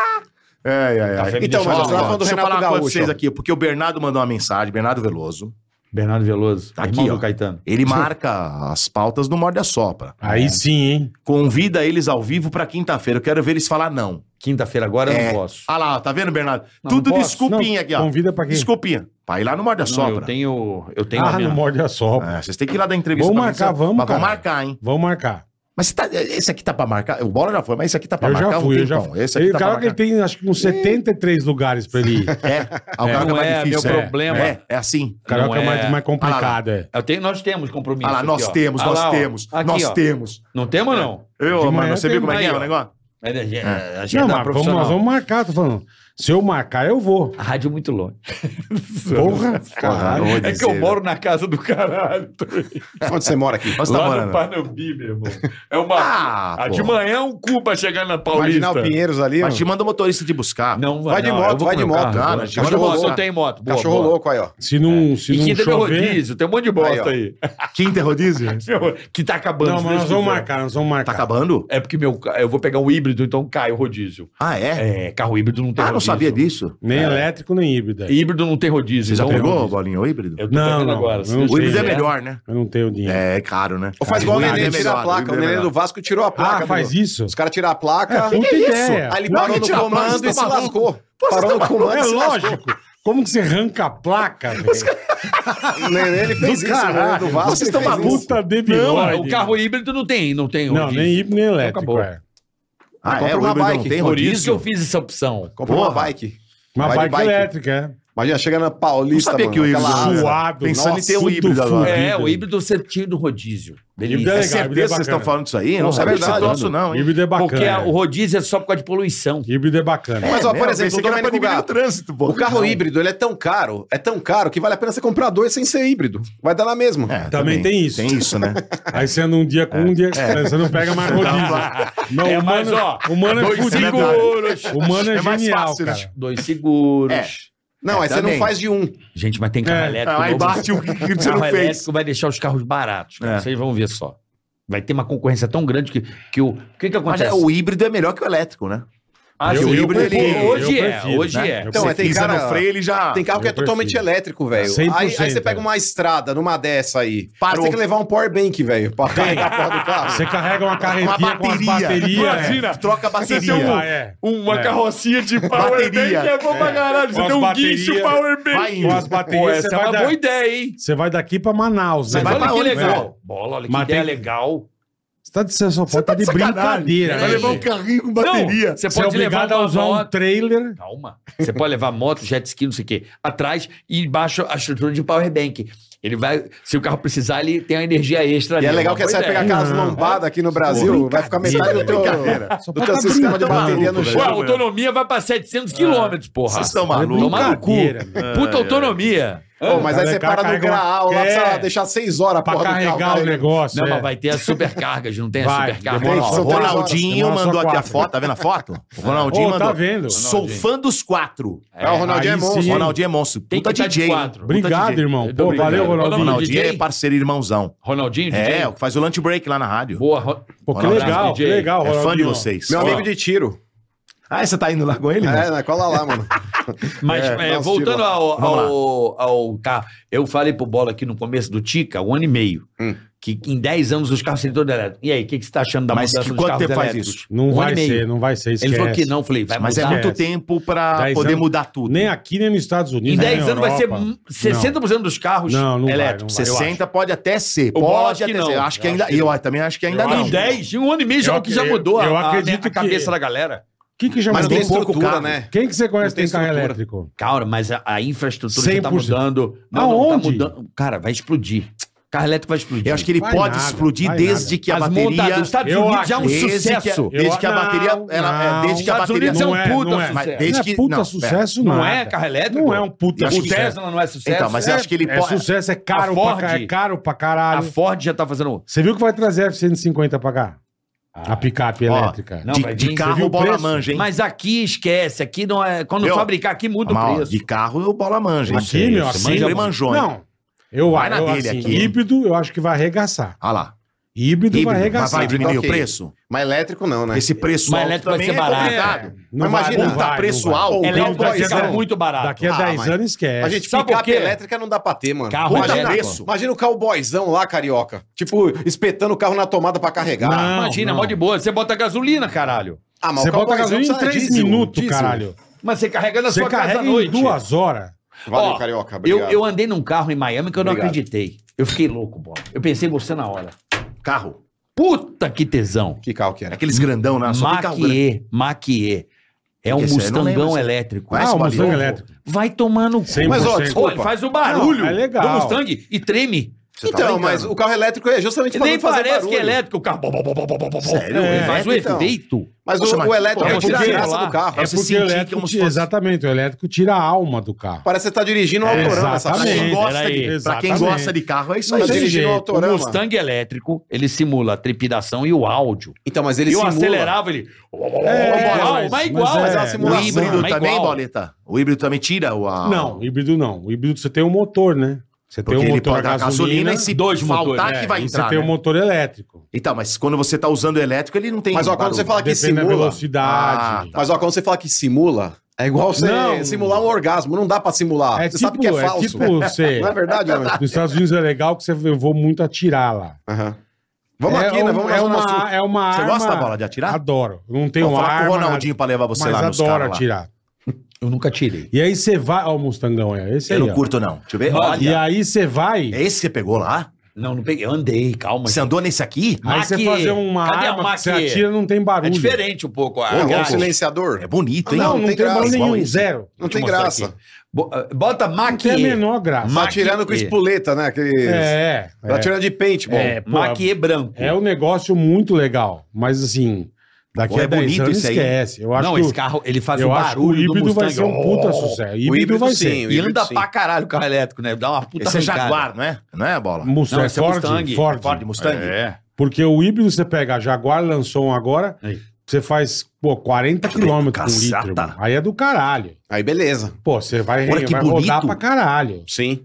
D: É, é, é.
B: Café me deixa
D: então, mas eu
B: maluco.
D: tava falando do
E: Deixa eu
D: Renato
E: falar
D: Gaúcho. Pra
E: uma coisa pra
D: vocês
E: vocês
D: aqui, porque o Bernardo mandou uma mensagem, Bernardo Veloso.
B: Bernardo Veloso,
D: Tá
B: irmão
D: aqui, ó.
B: do Caetano.
D: Ele marca as pautas do Morde a Sopra.
C: Aí sim, hein?
D: Convida eles ao vivo pra quinta-feira. Eu quero ver eles falar não.
B: Quinta-feira agora eu
D: É.
B: não posso.
D: Ah lá, tá vendo, Bernardo?
B: Não,
D: Tudo
B: não posso.
D: desculpinha
C: Não,
D: aqui, ó.
C: Convida pra quem?
D: Desculpinha. Vai lá no Morde a
B: Não,
D: Sopra.
B: eu tenho. Eu tenho. a
C: ah,
B: minha-
C: não morde a sopa.
D: É, vocês têm que ir lá dar entrevista.
C: Vamos
D: pra
C: marcar,
D: mim,
C: vamos,
D: Mas vamos
C: cara.
D: marcar, hein?
C: Vamos marcar.
D: Mas você tá, esse aqui tá pra marcar. O Bola já foi, mas esse aqui tá pra
C: Eu
D: marcar
C: já
D: um
C: fui, eu já
D: tempão.
C: fui.
D: Esse aqui
C: Ele-
D: tá pra
C: cara, que ele
D: marcar.
C: tem acho que uns 73 lugares pra ele ir.
D: É, Ah, o
C: É,
D: Carioca é
B: não
D: mais
B: é meu
D: difícil. é.
B: problema.
D: É, é assim.
C: Carioca
B: Não
C: é mais,
B: é.
C: mais complicado, é.
B: Eu tenho, nós temos compromisso.
D: Ah lá,
B: aqui,
D: nós
B: ó.
D: temos,
B: Ah
D: nós
B: lá, ó.
D: temos.
B: Aqui,
D: nós
B: ó.
D: temos.
B: Não temos, É. não?
D: Eu,
C: De manhã
D: mano, você
C: tem
D: viu como é que é
B: mais,
D: o
B: ó.
D: negócio?
B: É, é, é,
D: É.
B: agenda
C: Não, mas vamos,
B: profissional.
C: nós vamos marcar, tô falando. Se eu marcar, eu vou.
B: A rádio é muito longe.
D: é
C: Porra, caralho.
D: não vou
B: É que eu
D: dizer,
B: moro na casa do caralho. Tô...
E: né? Onde você mora aqui?
D: Mas tá
B: Lá no
D: morando.
B: Panambi, meu irmão. É uma.
D: Ah,
B: Ah,
D: pô.
B: de manhã é um cu pra chegar na Paulista.
G: Marginal Pinheiros ali.
D: Mas
G: ó.
D: te manda o motorista te buscar.
B: Não,
G: Vai de
B: não,
G: moto,
B: eu vou
G: vai
B: com
G: de
B: meu
G: moto,
B: Carro,
D: cara,
B: cara,
D: de
B: cachorro
D: moto.
B: moto eu tenho moto. Boa,
G: Cachorro
B: boa.
G: louco aí, ó.
C: Se não, se
B: E
C: não
D: é
B: quinta tem
C: chover...
B: rodízio, tem um monte de bosta aí.
D: Quinta é rodízio?
B: que tá acabando.
C: Não,
B: se
C: mas
B: Deus
C: nós vamos
B: quiser.
C: marcar, nós vamos
D: Tá
C: marcar.
D: acabando?
B: É porque meu, ca- eu vou pegar um híbrido, então cai o rodízio.
D: Ah, é?
B: É, carro híbrido não tem
D: Ah, não
B: rodízio. É,
D: sabia disso.
C: Nem elétrico, nem híbrido. é. aí.
B: Híbrido não tem rodízio.
D: Você já
B: então-
D: pegou, Bolinha, o híbrido?
B: Eu tô
C: Não,
B: pegando
C: não,
B: agora.
C: não
B: se Deus
D: O híbrido é
B: quiser.
D: melhor, né?
C: Eu não tenho dinheiro.
D: É, é caro, né?
E: Ou faz igual o
D: Híbrido
E: Nenê,
D: é
E: tira a
D: melhor,
E: placa. O
D: híbrido é
E: Nenê
D: melhor.
E: do Vasco tirou a placa.
C: Ah, faz
E: do-
C: isso?
E: Os caras tiraram a placa.
C: puta ideia.
E: Aí ele
C: Não,
E: parou
D: que
E: no
D: tira a placa,
E: comando
D: tá
E: e se
D: maluco.
E: lascou.
D: Pô, você
E: Parou
D: tá
E: no comando
C: É
E: e se lascou.
C: lógico. Como que você arranca a placa, velho?
E: O Nenê, ele fez
C: Do
E: isso. o Nenê
C: caralho,
E: do Vasco,
D: vocês
E: ele
D: tão
E: fez
D: malucos.
E: isso.
C: Puta
B: Não, é
C: debilóide.
B: o carro híbrido não tem, não tem
C: é Não, nem híbrido, nem elétrico,
B: Acabou.
C: é.
D: Ah, é?
E: Compra
D: O
E: uma
D: híbrido não
E: bike.
D: tem
B: Por isso que eu
D: rodízio?
B: fiz essa opção.
E: Comprou uma
D: Porra.
E: bike.
C: Uma
E: Vai
C: bike,
E: de bike.
C: elétrica, é.
E: Imagina, chega na Paulista,
D: Não sabia
E: mano,
D: que o
E: aquela
D: Igor-
E: asa.
C: Suado.
D: Pensando em ter um
C: tudo
D: híbrido agora.
C: fudido.
B: É, o híbrido você tira do rodízio.
C: Híbrido é
D: É
B: Beleza.
C: legal, híbrido é
D: certeza que vocês
C: bacana.
D: estão falando disso aí? Eu não
E: Porra,
D: sabia
E: é
D: desse troço,
E: verdade.
D: não, hein?
C: Híbrido é bacana.
B: Porque a-
C: é.
B: o rodízio é só por causa de poluição.
C: Híbrido é bacana.
E: Mas, ó,
D: É mesmo?
E: por exemplo,
D: Pensei
E: o
D: que era pra
E: Domênico
D: diminuir o
E: Gato.
D: trânsito, pô.
E: O carro híbrido, ele é tão caro, é tão caro, que vale a pena você comprar dois sem ser híbrido. Vai dar na mesma.
D: É,
C: Também tem isso.
D: Tem isso, né?
C: Aí você anda um dia com um dia. Você não pega mais rodízio. Não,
B: É,
C: o
B: mas,
C: mano,
B: ó,
C: o mano é
B: dois
C: fudido.
B: seguros.
C: O mano é,
D: É mais
C: genial,
D: fácil, né?
C: cara.
B: Dois seguros.
D: É.
E: Não,
D: É,
E: aí você não
D: também.
E: faz de um.
B: Gente, mas tem carro
C: É.
B: elétrico.
D: Aí
B: novo.
D: bate o que que você
B: carro
D: não fez.
B: elétrico vai deixar os carros baratos. cara.
D: É.
B: Vocês vão ver só. Vai ter uma concorrência tão grande que, que o. O que, que
D: Mas
B: acontece?
D: é, o híbrido é melhor que o elétrico, né?
B: Ah,
C: eu-
B: sim, o
C: eu
B: híbrido,
C: prefiro,
B: ele- hoje
C: eu
B: é,
C: prefiro,
B: hoje
C: né?
B: é.
C: Eu
E: Então,
C: prefiro.
E: é, tem cara-
D: ele já...
E: Tem carro que é
C: eu prefiro.
E: totalmente elétrico, velho.
C: 100%,
E: Aí, aí você pega
C: velho.
E: uma estrada numa dessa aí.
D: Parou.
E: Você tem que levar um power bank, velho, pra carregar a porra do carro.
C: Você carrega uma carretinha com as baterias. né?
D: Imagina, um troca a bateria.
C: é. Ah, é.
B: um, Uma
C: É.
B: carrocinha de powerbank
D: Bateria.
B: é bom pra caralho. Você
C: Com
B: tem
C: as
B: um
C: baterias.
B: guincho powerbank.
D: Vai
C: Com as
D: indo.
B: Pô,
C: baterias,
B: essa
C: você
B: é uma
C: vai,
B: boa
C: da...
B: ideia, hein?
C: você vai daqui pra Manaus, né?
B: Mas
D: vai
B: olha
D: pra
B: que
D: onde,
B: legal.
D: velho?
B: Bola, olha que
C: Mas
B: ideia
C: tem-
B: legal.
C: Você tá de você só pode tá de brincadeira, né?
B: Vai levar um
C: gente?
D: carrinho com
B: Não, você
C: Você é
B: pode levar
C: obrigado a
B: uma
C: usar um
B: moto.
C: trailer.
B: Calma. Você pode levar moto, jet ski, não sei o quê, atrás e embaixo a estrutura de powerbank. Ele vai, se o carro precisar, ele tem a energia extra
E: E
B: ali.
E: é legal
B: uma
E: que você
B: boa
E: vai pegar
B: ideia.
E: aquelas
C: Não.
E: lombadas aqui no Brasil, vai ficar metade do teu, do teu
C: tá
E: sistema de
C: brincando,
E: bateria no
D: maluco,
B: Ué, a
E: chão.
B: autonomia vai pra 700 quilômetros, porra.
D: Vocês estão
C: É
D: malucos.
B: Tomar no cu.
C: brincadeira, meu.
B: Puta autonomia.
E: Pô, mas aí
C: Cara,
E: você
C: cara,
E: para no
C: carrega uma-
E: graal lá,
C: É.
E: precisa deixar seis horas a
C: Pra
E: porra do carro
C: carregar o
E: carregando.
C: negócio.
B: Não,
C: é.
B: mas vai ter as supercargas, não tem
C: Vai,
B: a supercarga.
C: demora
B: Não.
E: só-
D: O Ronaldinho
C: Demora só
D: mandou aqui a
C: quatro.
D: foto, tá vendo a foto? O Ronaldinho
C: Ô, tá
D: mandou.
C: vendo?
D: Sou fã dos quatro.
E: É, o Ronaldinho
C: Aí
E: é monstro.
C: sim. tá
D: O Ronaldinho é monstro.
B: Tem que
D: Puta
B: estar de
D: DJ. hein?
B: quatro.
C: Obrigado,
D: DJ.
C: irmão. Pô,
B: Obrigado.
C: valeu,
B: Olha o
D: O
C: Ronaldinho.
D: Ronaldinho
B: DJ?
D: é parceiro e irmãozão.
B: Ronaldinho, DJ?
D: É, o que faz o lunch break lá na rádio.
B: Boa. Ro-
C: Pô, que
D: Ronaldinho,
C: legal, que
B: DJ.
C: legal,
D: É fã de
C: Ronaldinho.
D: vocês.
E: Meu
D: Ó.
E: amigo de tiro.
D: Ah, você tá indo lá com ele? mano?
E: É, né? Cola lá, mano.
B: Mas
E: É,
B: é,
E: dá uns tiros
B: voltando
E: lá.
B: ao,
D: um Vamos
B: ao, ao carro, eu falei pro Bola aqui no começo do Tica, um ano e meio,
E: Hum.
B: que em 10 anos os carros seriam todos elétricos. E aí, o que, que você tá achando da
D: Mas
B: mudança
D: que-
B: dos
D: quanto
B: carros
D: tempo faz
B: elétricos?
D: isso?
C: Não
B: Um ano
C: vai
B: e meio.
C: ser, não vai ser. Esquece.
B: Ele falou que não, falei, vai
D: Mas é
B: mudar.
D: muito tempo pra
C: Dez
D: poder
C: anos-
D: mudar tudo.
C: Nem aqui, nem nos Estados Unidos.
B: Em
C: nem
B: 10
C: na
B: anos vai ser
C: Europa.
B: hum, 60% dos carros É,
C: Não, não vai,
B: elétricos.
C: não vai.
D: 60 pode até ser.
B: O Bola
D: Pode
B: acho que
D: até ser.
B: não.
D: Acho que ainda. Eu também acho que ainda
C: Eu
D: não.
C: acho
B: Em 10, em um ano e meio, já,
C: Eu
B: que já
C: acredito-
B: mudou
C: eu
B: a, a-
C: acredito
B: a cabeça
C: que-
B: da galera.
C: Quem que já
E: Mas não
C: mandou?
E: tem
D: pouco
E: estrutura,
D: carro.
E: né?
C: Quem que você conhece
E: Não
C: que tem
E: tem
C: carro
E: estrutura.
C: elétrico?
B: Cara, mas a, a infraestrutura que tá
C: 100%.
B: mudando. Não, não,
C: Aonde?
B: tá mudando. Cara, vai explodir. Carro elétrico vai explodir.
D: Eu acho que ele
C: Vai
D: pode
C: nada,
D: explodir
C: vai
D: desde que a
B: As
D: bateria.
B: montadoras, Estados
C: Eu
B: Unidos já é um
D: desde
B: sucesso.
D: Que, desde que a
C: Não,
D: bateria. ela- é,
C: não.
D: desde que a
B: Estados
D: bateria.
B: Unidos é um puta
C: não é.
D: Mas
B: sucesso. né?
D: desde
C: Não é
D: que-
C: puta
D: não,
C: sucesso,
B: Não
C: nada.
B: é carro elétrico?
C: Não é um puta
B: O
C: sucesso.
B: Tesla não é sucesso.
D: Então, mas eu acho que ele
C: É
D: pode.
C: sucesso, é caro
B: A
C: pra
B: Ford-
C: caralho. É caro pra
B: A
C: caralho.
B: Ford já tá fazendo.
C: Você viu que vai trazer a F-150 pra cá? A picape
D: Ah, Ó,
C: elétrica.
B: Não,
D: de,
B: vai
D: de
B: vir,
C: você viu
D: carro
C: o
D: o bola
C: preço?
D: manja, hein?
B: Mas aqui esquece, aqui não é. Quando
D: Meu,
B: fabricar, aqui muda
D: Mas, ó,
B: o preço. É
D: de carro o bola manja, hein?
C: Aqui, meu,
D: Você sempre manjou, hein?
C: Não. Eu acho
D: Vai na
C: eu,
D: dele
C: assim,
D: aqui.
C: híbrido, eu acho que vai arregaçar.
D: Olha lá.
C: Híbrido, vai
D: Híbrido, mas
C: arregaçar.
D: vai diminuir
E: Ok.
D: o preço?
E: Mas elétrico não, né?
D: Esse preço
B: Mas
D: alto
B: elétrico vai
D: também
B: ser
D: é
B: barato.
D: complicado.
C: Não
E: Mas imagina,
C: não
D: tá preço
C: não vai. é um
D: alto.
E: Ou
B: Elétrico vai
E: daqui a
B: ficar
E: dez-
B: é muito barato.
C: Daqui a
D: tá,
E: Ah,
C: 10
E: mas-
C: anos esquece.
E: A gente,
B: Sabe por
E: picape
B: quê?
E: elétrica não dá pra ter, mano.
B: Carro
E: imagina,
B: elétrico.
E: imagina o cowboyzão lá, carioca. Tipo, espetando o carro na tomada pra carregar.
C: Não.
B: Imagina, mó de boa. Você bota gasolina, caralho.
E: Ah, mas
C: Você
E: o
C: bota
E: cowboyzão
C: gasolina em
E: precisa
C: 3
E: diesel,
C: minutos,
E: diesel.
C: caralho.
B: Mas você carrega na
C: Você
B: sua casa
C: carrega
B: à
C: em
B: noite.
C: duas horas.
E: Valeu,
B: Ó,
E: carioca.
B: Eu,
E: Obrigado.
B: eu andei num carro em Miami que eu não
E: Obrigado.
B: acreditei. Eu fiquei louco, bola. Eu pensei em você na hora.
D: Carro.
B: Puta que tesão.
E: Que carro que era?
D: Aqueles grandão, né? Só tem carro grande.
B: Maquiê, Maquiê. É um
D: Esse aí eu não lembro,
B: Mustangão
D: esse-
B: elétrico.
D: Vai,
C: Ah, o
D: Paulinho.
C: Mustang elétrico.
B: Vai tomar no cu.
C: 100%.
E: Mas, ó,
B: Pô, ele
E: Opa.
B: faz o barulho
C: Não, é legal.
B: do Mustang e treme.
D: Você tá
E: então,
D: brincando.
E: mas o carro elétrico é justamente
B: E
E: pra
B: nem
E: não fazer
B: parece
E: barulho.
B: que é elétrico o carro. Bom, bom, bom, bom, bom, bom, bom.
D: Sério?
B: Ele faz o
D: É, então.
B: efeito.
E: Mas
D: Poxa,
E: o,
D: mas-
E: o elétrico
D: Pô, é
E: é a
D: porque-
E: desgraça do carro.
D: É
C: É
D: você
C: porque
D: sentir
C: o elétrico,
D: como se
C: tira-
D: fosse-
C: exatamente, o elétrico tira a alma do carro.
E: Parece que você tá dirigindo um autorama essa
D: Pra quem
C: Exatamente.
E: porra.
D: gosta
B: Peraí.
D: de- Pra quem
C: Exatamente.
D: gosta de carro, é isso
E: Não
D: aí.
E: Tá
C: tem
E: dirigindo um
C: jeito,
B: O
E: autorama.
B: Mustang elétrico, ele simula a trepidação e o áudio.
E: Então, mas ele
B: Eu
E: simula.
B: acelerava, ele...
C: É,
B: igual,
C: mas-
B: mas igual.
C: mas é
B: né?
C: uma
D: O
E: simulação.
D: híbrido
B: Mas
D: também,
B: igual.
D: Boleta? O híbrido também tira o... a-
C: Não, híbrido não. O híbrido você tem um motor, né? Você
D: Porque
C: tem um
D: ele
C: motor a
D: pode dar gasolina
C: gasolina.
D: e se
B: dois
D: faltar
B: motores,
D: que
C: é,
D: vai
C: e
D: entrar,
C: Você tem
D: né?
C: um motor elétrico.
D: Então, mas quando você tá usando elétrico, ele não tem
E: Mas ó, quando
D: barulho.
E: você fala que
C: Depende da
E: simula.
C: velocidade.
D: Ah,
E: Mas ó, quando você fala que simula, é igual você
C: Não.
E: simular um orgasmo. Não dá pra simular.
C: É
E: você
C: tipo,
E: sabe que é falso.
C: tipo você.
E: Não é verdade, não.
C: Nos Estados Unidos é legal que você, eu vou muito atirar lá.
E: Aham. Vamos
C: é
E: aqui, né? Vamos
C: é
E: lá no nosso-
C: uma, é uma
D: Você
C: arma...
D: gosta, Bola, de atirar?
C: Adoro. Eu Não tenho
D: Vou falar
C: arma,
D: com o Ronaldinho pra levar você
C: mas
D: lá nos
C: adoro
D: caras lá.
C: atirar.
B: Eu nunca tirei.
C: E aí você vai... Ó o Mustangão, é esse
D: Eu
C: aí,
D: não
C: ó.
D: curto, não. Deixa eu ver.
C: E
D: Olha,
C: aí você vai...
D: é esse que você pegou lá?
B: Não, não peguei. Eu andei, calma. É
D: Você andou nesse aqui?
C: Aí você
B: Maqui.
C: fazer uma
B: Cadê a
C: arma que você
B: maqui?
C: atira não tem
B: É
C: barulho.
B: diferente um pouco. a
E: Ô, louco,
B: graça.
E: silenciador.
D: É bonito, hein?
E: Não,
C: Ah, Não, não,
E: tem
C: tem,
E: graça.
C: barulho
D: Igual
C: nenhum,
D: esse.
C: zero.
E: Não
B: Deixa eu
E: tem
B: mostrar
E: graça.
B: aqui. Bo- eh, Bota
C: Aqui é a
B: maquiê.
C: menor graça.
E: Tá
B: Maqui-
E: tirando com
B: é.
E: espoleta, né? Aquele...
C: É,
E: Tá
C: é.
E: tirando de paintball.
C: É, pô,
B: Maquiê branco.
C: É um negócio muito legal, mas assim, daqui
D: Pô,
C: a
D: é
C: 10
D: bonito
C: anos
D: isso aí.
C: esquece. Eu acho
B: Não,
C: que,
B: esse
C: o-
B: carro, ele faz o
C: eu acho que o
B: barulho do
C: híbrido
B: Mustang.
C: vai ser um puta sucesso. Híbrido,
E: híbrido
C: vai
E: sim,
C: ser.
E: o
B: E anda
E: sim.
B: pra caralho o carro elétrico, né? Dá uma puta
D: Esse é
C: tá
B: arrancada.
D: Jaguar, não é? Não é, Bola?
C: Mustang,
B: Não, esse é
C: né? Ford,
B: Mustang.
C: Ford.
D: Ford Mustang?
B: É.
C: Porque o híbrido você pega, a Jaguar lançou um agora,
B: Aí.
C: você faz, pô, 40 km com
D: Caceta.
C: litro. mano. Aí é do caralho.
E: Aí beleza.
C: Pô, você vai,
D: Olha que
C: vai rodar
D: bonito.
C: pra caralho.
E: Sim.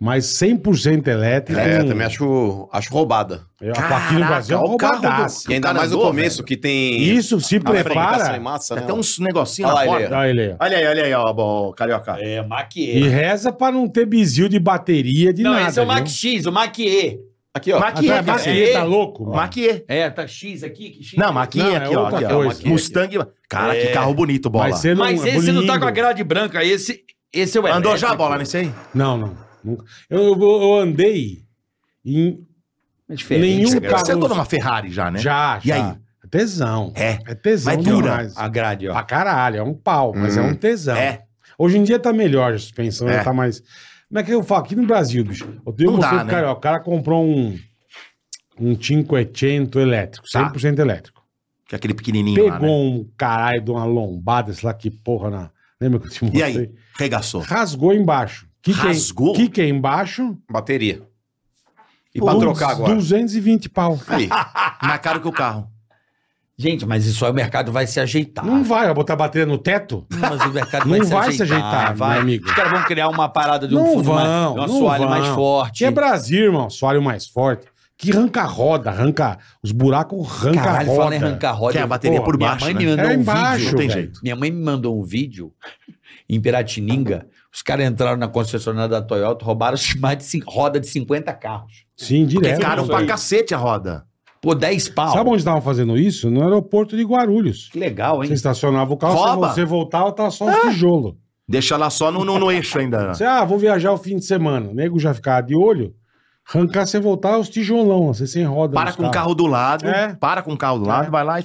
C: Mas 100% elétrico.
E: É,
C: não-
E: também acho, acho roubada.
C: eu- Aqui no Brasil é
D: Caraca, o carro do-
C: roubadaço.
E: E ainda
D: cara
E: mais no
D: andou,
E: começo, que tem...
C: é Isso se
E: a fragmentação em
C: prepara. um
E: massa,
D: Tem
E: né?
D: até uns negocinhos
E: Olha
D: na
E: lá,
D: porta.
E: ele
C: Tá Olha ele é. aí, ó.
D: Olha aí, olha aí, ó, bo- carioca.
B: É,
C: E
B: Maquiê.
C: reza pra não ter bizil de bateria de
B: Não,
C: nada.
B: esse é o
C: viu? Ah,
B: Max X, o Maquiê.
E: Aqui, ó.
D: Maqui-
C: Até a bateria
B: É.
C: tá louco? mano.
D: Maquiê.
B: É, tá X aqui, que X.
D: Não, Maquiê
C: Não, é
D: aqui, ó.
C: outra
D: Aqui, ó.
C: coisa.
D: Maquiê. Mustang. Cara, que
B: É.
D: carro bonito, Bola.
C: Mas, você não,
B: Mas
C: é
B: esse não tá
C: lindo.
B: com a grade branca, esse, esse é o
D: Andou
B: elétrico.
D: já a Bola nesse aí?
C: Não, não. Nunca. Eu, eu, eu andei em
B: É diferente,
C: Nenhum
B: a grade.
C: um carro-
D: Você andou numa Ferrari já, né?
C: já,
D: E
C: já.
D: aí?
C: É tesão.
D: É.
C: É tesão
D: Mas dura Ah,
C: demais.
B: A grade, ó.
C: Pra caralho, é um pau, mas é um tesão.
D: É.
C: Hoje em dia tá melhor a suspensão,
D: É.
C: já tá mais... Como é que eu falo? Aqui no Brasil, bicho. Eu tenho
D: Não
C: um
D: dá,
C: mostrei pro
D: né?
C: cara, ó, o cara comprou um, um 500 elétrico,
D: Tá.
C: 100% elétrico.
D: Que é aquele pequenininho
C: Pegou
D: lá, né?
C: um caralho de uma lombada, sei lá que porra na... Lembra que eu te mostrei?
D: E aí? Regaçou.
C: Rasgou embaixo. Que que é-
D: Rasgou?
C: Que que é embaixo?
E: Bateria. E pra trocar agora?
C: 220 pau.
E: Aí.
D: Mais caro que o carro.
B: Gente, mas isso aí o mercado vai se ajeitar.
C: Não vai, vai botar bateria no teto?
B: Mas o mercado
C: Não
B: vai,
C: vai
B: se
C: se
B: ajeitar,
C: ajeitar, meu amigo.
B: Os caras vão criar uma parada de um
C: Não
B: fundo mais, de
C: vão,
B: um
C: não
B: assoalho
C: vão.
B: mais forte.
C: Que é Brasil, irmão. Soalho mais forte. Que arranca roda, arranca. Os buracos arranca
B: Caralho,
C: roda.
B: fala em arrancar roda.
D: Que é a
B: eu-
D: bateria
C: Pô,
D: por
B: minha
D: baixo,
B: mãe
D: né?
B: me mandou
C: É
B: um
C: embaixo,
B: vídeo.
D: Não tem
C: velho.
D: jeito.
B: Minha mãe me mandou um vídeo em Piratininga. Os caras entraram na concessionária da Toyota, roubaram mais de cin- roda de 50 carros.
C: Sim,
D: Porque
C: direto.
D: é caro
C: Isso
D: pra
C: aí.
D: cacete a roda.
B: Pô, 10 pau.
C: Sabe onde estavam fazendo isso? No aeroporto de Guarulhos.
B: Que legal,
C: Você
B: hein?
C: estacionava o carro, você
D: Rouba.
C: vo- você voltava, tava só um tijolo.
D: Deixa lá só no, no, no eixo ainda.
C: Você, ah, vou viajar o fim de semana. O nego já ficava de olho. Arrancar, você voltar, os tijolão, você sem roda.
D: Para
C: nos
D: com o carro do lado,
C: É.
D: para com o carro do lado,
C: É.
D: vai lá e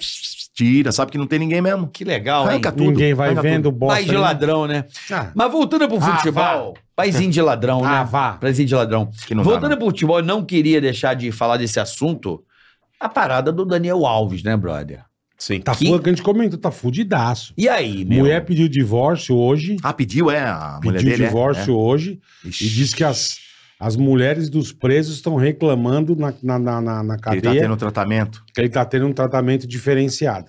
D: tira. Sabe que não tem ninguém mesmo.
B: Que legal, hein?
D: Arranca
C: Ninguém vai
D: Arranca
C: vendo bosta.
B: País de
C: né?
B: ladrão, né?
C: Ah,
B: Mas voltando pro
C: Ah,
B: futebol, paizinho de ladrão, né?
C: ah, vá.
B: Paizinho de ladrão.
D: Que não dá,
B: Voltando
D: não.
B: pro futebol, eu não queria deixar de falar desse assunto. A parada do Daniel Alves, né, brother?
E: Sim.
C: Tá
B: Que-
C: que... que a gente comentou, tá fudidaço.
B: E aí, meu?
C: Mulher pediu divórcio hoje.
D: Ah, pediu, é. A mulher
C: pediu
D: dele. é,
C: divórcio hoje
D: É.
C: e diz que as, as mulheres dos presos estão reclamando na, na, na, na- na
D: Que ele tá
C: cadeia
D: tendo tratamento.
C: que ele tá tendo um tratamento diferenciado.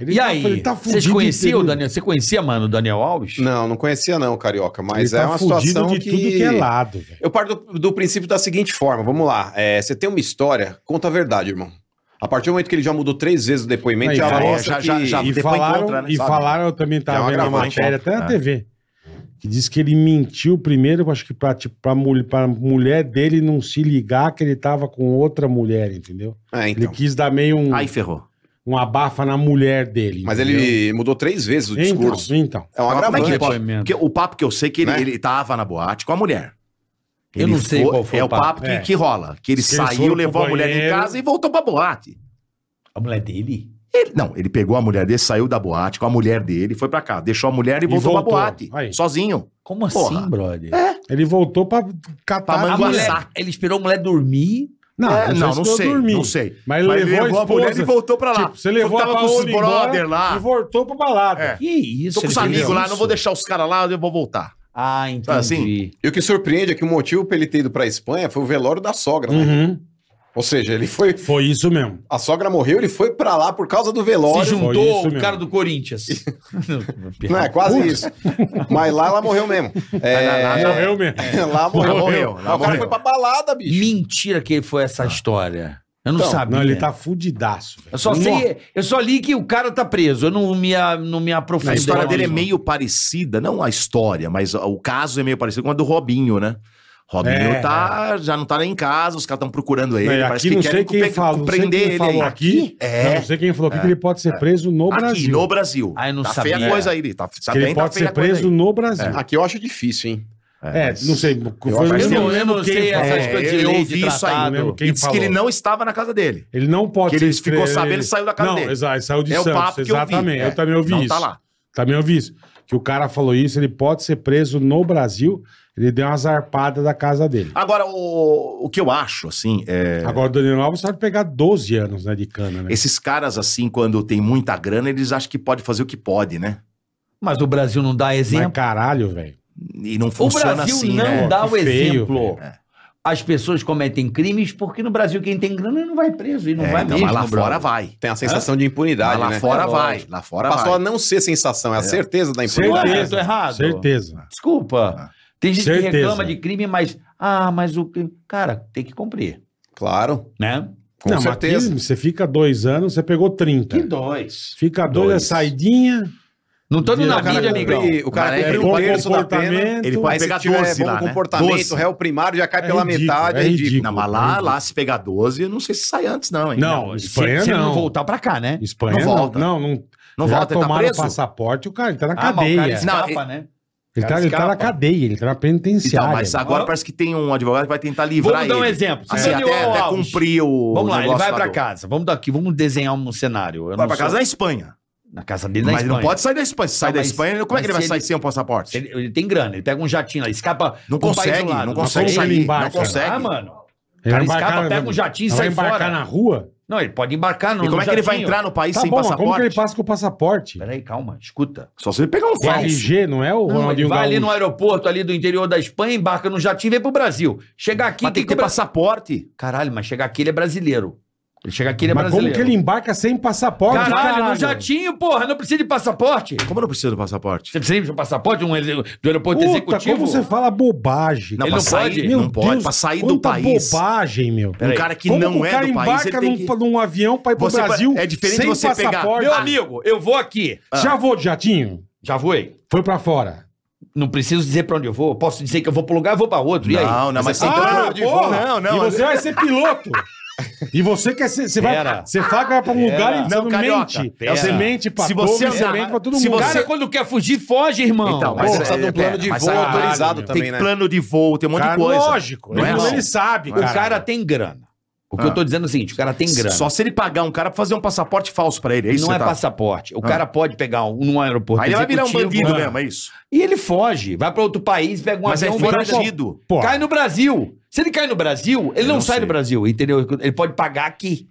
C: Ele
B: E
C: tá-
B: aí?
C: ele tá
B: Vocês
C: fudido
B: conheciam
C: de-
B: o Daniel? Você conhecia, mano, o Daniel Alves?
E: Não, não conhecia não, Carioca, mas
C: ele
E: é
C: tá
E: uma
C: fudido
E: situação
C: de
E: que...
C: tudo que é lado, velho.
E: Eu parto do, do princípio da seguinte forma, vamos lá. É, você tem uma história, conta a verdade, irmão. A partir do momento que ele já mudou três vezes o depoimento,
C: Aí,
E: já
C: cara,
D: já-
E: mostra que...
D: já- já- Ah,
C: E
D: depois
C: falaram,
D: encontra, né,
C: e
D: sabe?
C: falaram, eu também
E: É
C: tava
E: uma
C: vendo a
E: agravante,
C: matéria, até na
D: é.
C: TV, que diz que ele mentiu primeiro, acho que pra, tipo, pra, mul- pra mulher dele não se ligar que ele tava com outra mulher, entendeu?
E: É,
C: Ele
E: então.
C: quis dar meio um,
D: Aí ferrou.
C: um abafa na mulher dele.
E: Mas
C: entendeu?
E: ele mudou três vezes o
C: Então,
E: discurso.
C: então.
E: É um
D: Mas como é que
E: agravante.
D: pode?
B: Depoimento.
D: Porque o papo que eu sei que ele,
E: Né?
D: ele tava na boate com a mulher.
B: Eu não sei qual foi
D: É
B: o
D: o papo
B: papo.
D: que,
C: É.
D: que rola. Que ele
C: Que eles
D: saiu,
C: foram pro
D: levou a mulher em
C: banheiro.
D: casa e voltou pra boate.
B: A mulher dele?
D: Ele- não, ele pegou a mulher dele, saiu da boate com a mulher dele, foi pra cá, deixou a mulher e,
C: E
D: voltou,
C: voltou.
D: pra boate.
C: Aí.
D: Sozinho.
B: Como
D: Porra. É,
B: assim, brother?
C: Ele voltou pra
D: Pra
C: catar.
B: A
D: manguaçar.
B: mulher- ele esperou a mulher dormir.
C: Não,
D: É,
C: ele só
D: não, não
C: esperou
D: sei,
C: dormir.
D: não sei.
C: Mas ele levou, a, esposa,
D: mulher e voltou pra lá.
C: Tipo, você levou a
D: tava com os
C: Paola
D: brother
C: embora
D: lá.
C: e voltou pra balada.
D: É.
B: Que isso?
D: Tô com os
B: ele fez
D: amigos lá,
B: isso?
D: não vou deixar os caras lá, eu vou voltar.
B: Ah, entendi.
D: assim?
E: E o que surpreende é que o motivo pra ele ter ido pra Espanha foi o velório da sogra, né?
C: Uhum.
E: Ou seja, ele foi.
C: Foi isso mesmo.
E: A sogra morreu, ele foi pra lá por causa do
B: Se
E: velório.
C: Foi isso
B: juntou o
C: mesmo.
B: cara do Corinthians.
E: Não, é quase isso. Mas lá ela morreu mesmo. É,
D: Lá- lá- lá
C: Morreu mesmo.
E: lá morreu.
D: Lá morreu, lá
E: Mas o cara
D: morreu.
E: foi pra balada, bicho.
B: Mentira que foi essa história. Eu não
E: Então,
B: sabia.
C: Ah. Não,
D: né?
C: ele tá fudidaço. velho.
B: Eu só sei, eu só li que o cara tá preso. Eu não me, a- não me aprofundei.
D: A história dele é
B: nisso.
D: meio parecida, não a história, mas o caso é meio parecido com a do Robinho, né? Robinho
C: É.
D: tá, já não tá nem em casa, os caras estão procurando ele,
C: Não, e
D: parece
C: aqui
D: que
C: não
D: querem
C: sei quem
D: cupe-
C: falou, não sei
D: prender
C: quem
D: ele aí.
C: falou aqui.
D: É.
C: Não sei quem falou aqui que ele pode ser preso no
D: Aqui,
C: Brasil.
D: no Brasil.
B: Ah, eu não
D: tá feia
B: sabia.
D: a coisa aí, tá, tá
C: Que ele
D: bem, tá
C: pode
D: feia
C: ser
D: a coisa
C: preso no Brasil.
E: Aqui eu acho difícil, hein?
D: aí.
C: É,
D: mas-
C: não sei.
E: acho
B: Eu
E: Mas
B: não,
C: lembro
B: eu não sei
C: quem
B: essas
C: falou.
D: É,
B: coisas
D: eu-
B: de
D: eu
B: lei
D: ouvi
B: de
D: isso aí,
B: tratado.
C: não lembro
D: E
C: quem
D: disse que ele
C: falou.
D: não estava na casa dele.
C: É. Ele não pode
D: que ele ficou
C: escre-
D: sabendo e saiu da casa
C: Não,
D: dele.
C: exato, ele saiu de
D: É o
C: Santos.
D: papo que eu vi,
C: exatamente.
D: é.
C: Eu também ouvi
D: Não
C: isso.
D: tá lá.
C: Também ouvi isso. Que o cara falou isso, ele pode ser preso no Brasil. Ele deu uma zarpada da casa dele.
D: Agora, o, o que eu acho, assim, é,
C: Agora o Daniel Alves pode pegar 12 anos né, de cana, né?
D: esses caras, assim, quando tem muita grana, eles acham que pode fazer o que pode, né?
B: Mas o Brasil não dá
D: é um
C: Mas
B: exemplo.
C: caralho, velho.
D: E não
B: O
D: funciona
B: Brasil
D: assim,
B: não
D: né?
B: dá
C: Que
B: o
C: feio,
B: exemplo.
D: velho.
B: As pessoas cometem crimes porque no Brasil quem tem grana não vai preso e não
D: É,
B: vai
D: então,
B: mesmo.
D: mas lá
B: brother.
D: fora vai.
E: Tem a sensação de
D: Mas
E: impunidade,
D: lá
E: né?
D: fora
B: É
D: vai.
B: lógico.
D: Lá fora
E: Passou a
D: vai.
E: não ser sensação, é a certeza da
B: Ué,
E: impunidade.
B: eu tô errado.
C: Certeza.
B: Desculpa. Tem gente que
C: Certeza.
B: reclama de crime, mas. Ah, mas o. crime- Cara, tem que cumprir.
E: Claro,
B: Né?
E: com
C: não, mas
E: certeza.
C: aqui você fica dois anos, você pegou 30.
B: Que dois.
C: Fica dois,
B: Dois.
C: é saidinha.
B: Não tô indo
C: Vira
B: na
E: O cara
B: mídia,
E: cumpre-
B: amigão.
E: o cara
D: Mas é
E: cumpre
D: bom
E: um terço da pena.
C: comportamento.
D: ele pode
E: Mas se
D: pegar
E: tiver
D: 12
E: é bom
D: lá, né?
E: comportamento,
D: 12.
E: réu primário já cai
C: É
E: pela
C: ridículo,
E: metade.
C: é
E: É ridículo.
D: Não, mas lá, lá se pegar 12, eu não sei se sai antes, não, hein?
C: Não, Espanha
B: se, se ele
C: não.
B: não voltar pra cá, né?
C: Espanha
D: Não
C: não.
D: volta.
C: Não, não,
D: Não
C: já
D: volta, ele tá
C: tomaram o
D: preso.
C: passaporte, o cara ele tá na
B: Ah, mas
C: cadeia.
B: o cara
C: ele,
B: escapa,
D: Não,
B: né?
C: tá, ele tá
D: escapa.
C: na cadeia, ele tá na penitenciária.
D: Então, mas agora
B: Ah.
D: parece que tem um advogado que vai tentar livrar
B: Vamos dar um
D: ele.
B: exemplo. Se
D: Assim,
B: Daniel
D: até, até
B: Alves-
D: cumprir o
B: Vamos lá, ele
D: negócio
B: vai
D: lá
B: pra
D: do-
B: casa. Vamos daqui, vamos desenhar um cenário. Eu
D: Vai
B: não
D: pra
B: sou-
D: casa na Espanha.
B: na casa dele, na
D: Mas
B: Espanha.
D: não pode sair da Espanha. Se sai
B: Ah,
D: da
B: mas-
D: Espanha, como é que
B: mas
D: ele vai
B: se
D: sair
B: ele-
D: sem o passaporte?
B: Ele, ele tem grana, ele pega um jatinho lá, escapa.
D: Não
B: pra um país
D: consegue,
B: do lado.
D: não consegue
C: como ele
D: sair. Não
C: embarca?
D: consegue. Tá
B: Ah, mano. cara
C: Ele vai embarcar
B: escapa,
C: na-
B: pega um jatinho e
C: vai
B: sai
C: embarcar
B: fora.
C: na rua?
B: Não, ele pode embarcar no
D: E como é que ele vai
B: jatinho.
D: entrar no país
C: Tá
D: sem
C: bom, mas
D: passaporte?
C: como que ele passa com o passaporte?
B: Peraí, calma, escuta.
D: Só se ele pegar um
C: O
D: falso.
C: RG não é o
B: Não, ele
D: um
C: Ronaldinho
B: vai ali
C: Gaúcho.
B: no aeroporto ali do interior da Espanha, embarca no jatinho e vem pro Brasil. Chegar aqui
D: Mas tem que ter
B: o Bra-
D: passaporte.
B: Caralho, mas chegar aqui ele é brasileiro. Ele chega aqui ele é
C: mas como
B: brasileiro.
C: que ele embarca sem passaporte?
B: Caralho, no jatinho, porra, não precisa de passaporte.
D: Como não precisa do passaporte?
B: Você precisa de um passaporte um, ele- do aeroporto
C: Puta,
B: executivo?
C: como você fala bobagem.
D: Não,
B: Ele
D: pra
B: não
D: sair,
B: pode?
D: não
C: Meu
D: pode.
C: Deus,
D: Pra sair do
C: quanta
D: país.
C: bobagem, meu.
D: Um
B: Peraí.
D: cara que
C: Como
D: não
C: o
D: é
C: cara
D: do país, ele
C: embarca num,
D: tem que...
C: num avião pra ir pro
D: Você-
C: Brasil
D: é diferente
C: sem
D: você pegar-
C: passaporte?
B: Meu amigo, eu vou aqui.
D: Ah.
C: Já vou de jatinho?
B: Já voei.
C: Foi pra fora.
B: Não preciso dizer pra onde eu vou. Posso dizer que eu vou pra um lugar, eu vou pra outro. e aí?
D: Não, não, mas
B: Você-
D: tem
C: Ah,
D: plano de voo.
C: porra!
D: Não, não.
C: e você vai ser piloto. E você quer ser. Você vai.
B: Pera.
C: Você vai pra um lugar e você
D: Não,
C: não,
D: carioca,
C: mente.
D: pera.
C: Você mente pra
D: Se
C: povo,
D: você
C: você
D: andar-
C: mente pra todo
D: se
C: mundo.
B: O cara,
D: você- um
B: quando quer fugir, foge, irmão.
D: Então,
E: Mas
D: Porra,
E: precisa
B: é,
E: de um plano
D: pera,
E: de
D: mas
E: voo
D: caralho,
E: autorizado
C: meu.
E: também,
D: tem
E: né?
D: plano de voo, tem um monte
C: Cara,
D: de coisa.
C: lógico.
D: Não é
C: ele,
D: assim.
C: ele sabe,
B: o
C: cara.
B: cara tem grana. O que
D: Ah.
B: eu tô dizendo é o seguinte: o cara tem grana.
D: Só se ele pagar um cara pra fazer um passaporte falso pra ele. É isso
B: não
D: que
B: é
D: você tá-
B: passaporte. O cara pode pegar um, num aeroporto
D: Aí ele vai virar um
B: executivo,
D: bandido
B: né?
D: mesmo, é isso.
B: E ele foge, vai pra outro país, pega um
D: Mas é
B: avião, vai pra-
D: fugido.
C: Pô,
B: cai no Brasil. Se ele cai no Brasil, ele
D: Eu
B: não,
D: não
B: sai
D: sei.
B: do Brasil, entendeu? Ele pode pagar aqui.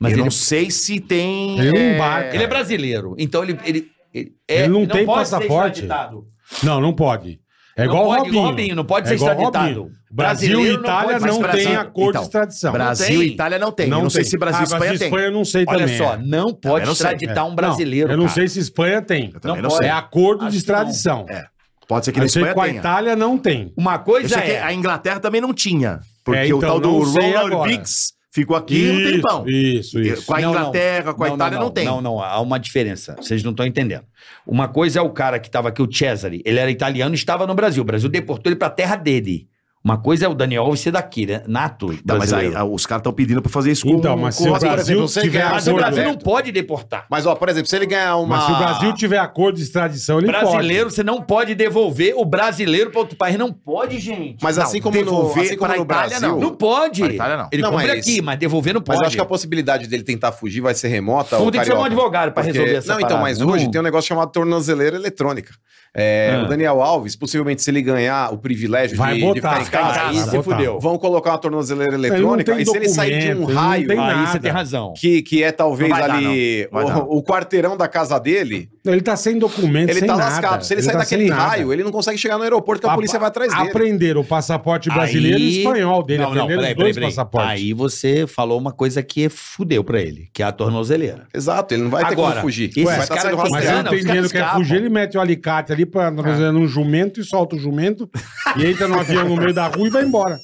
B: Mas
D: eu
B: ele, é um
D: não sei se tem.
C: Ele não
D: é,
C: embarca.
B: ele é brasileiro. Então ele. Ele, ele,
C: Ele não tem
B: pode ser
C: passaporte.
B: extraditado.
C: Não, não pode. É
B: Não
C: igual o
B: pode,
C: Robinho.
B: igual Robinho, não pode
C: É
B: ser
C: igual o
B: extraditado.
C: Robinho. Brasil e
B: Brasileiro não
C: Itália
B: pode-
D: mas
C: não,
D: Brasil-
C: tem acordo
D: então,
C: de extradição.
D: Brasil e
B: tem.
D: Itália não tem. eu não sei
C: tem.
D: se Brasil e
C: Ah,
D: Espanha
C: Brasil e
D: tem. tá
C: Espanha eu não sei
B: Olha
C: também.
B: só, é. não pode
D: não sei.
B: extraditar um
C: Não,
B: brasileiro.
C: eu não
B: cara.
C: sei se Espanha tem.
D: Eu também
B: Não
D: não sei.
C: É acordo
B: Acho
C: de
B: que não.
C: extradição.
D: É, Pode ser que
C: Eu
D: na
C: sei
D: Espanha
C: que com a
D: tenha.
C: Itália não tem.
B: Uma
D: Eu
B: coisa
D: sei que
B: é.
D: a Inglaterra também não tinha. Porque
C: É, então,
D: o tal do
C: não sei
D: Ronald
C: agora.
D: Biggs ficou aqui um tempão.
C: Isso, isso.
D: Com a
B: Não, não.
D: Inglaterra, com a Itália não, tem.
B: Não, não, há uma diferença. Vocês não estão entendendo. Uma coisa é o cara que estava aqui, o Cesare. Ele era italiano e estava no Brasil. O Brasil deportou ele para a terra dele. Uma coisa é o Daniel Alves ser daqui, né? Nato.
D: Tá, mas aí
B: brasileiro.
D: ah, os caras estão pedindo pra fazer isso com
C: Então, mas se o
D: com-
C: Brasil tiver
D: ganhar-
B: Mas o Brasil
C: Acordo.
B: não pode deportar.
E: Mas, ó, por exemplo, se ele ganhar uma.
C: Mas se o Brasil tiver acordo de extradição, ele
B: brasileiro, você não pode devolver o brasileiro para outro país. Não pode, gente.
E: Mas assim como no,
D: devolver
E: assim como
D: pra
E: no
D: Itália,
E: Brasil.
D: não.
B: Não pode.
D: Pra Itália, não.
B: Ele
E: Não,
B: compra
E: mas-
B: aqui, mas devolver não
E: Mas
B: pode.
E: eu acho que a possibilidade dele tentar fugir vai ser remota.
B: Ou
E: ô
B: tem que ser um
E: Carioca.
B: advogado para
E: Porque-
B: resolver essa
E: Não, então,
B: parada.
E: mas hoje tem um negócio chamado tornozeleira eletrônica. É,
B: Ah.
E: O Daniel Alves, possivelmente, se ele ganhar o privilégio
C: Vai
E: de, de
C: botar,
E: ficar em
C: vai
E: casa,
B: Aí
C: botar.
B: você fudeu.
E: vão colocar uma tornozeleira
C: não
E: eletrônica
C: tem
E: e se ele sair de um
C: documento, ele não
E: raio
C: tem
B: Aí
C: nada.
B: você tem razão.
E: que, que é talvez
D: Não vai dar,
E: ali
D: não. Vai dar.
E: o, o quarteirão da casa dele,
C: pode. Ele tá sem documento,
E: ele
C: sem
E: tá
C: nada.
E: lascado. Se ele, sair
C: tá
E: daquele
C: sem nada.
E: raio, ele não consegue chegar no aeroporto porque a, polícia vai atrás dele.
C: Aprenderam o passaporte brasileiro e o espanhol dele.
B: Não, não,
C: aprenderam
B: peraí,
C: os
B: peraí,
C: dois
B: peraí.
C: passaportes.
B: Aí você falou uma coisa que fudeu pra ele, que é a tornozeleira.
E: Exato, ele não vai ter
B: Agora,
E: como fugir.
B: esses
E: vai tá
B: caras que
C: Mas
B: Os
C: ele
B: caras- os
C: não tem dinheiro,
B: caras
C: quer
B: escapam.
C: fugir, ele mete o alicate ali pra pra- num jumento e solta o jumento e entra num avião no meio da rua e vai embora.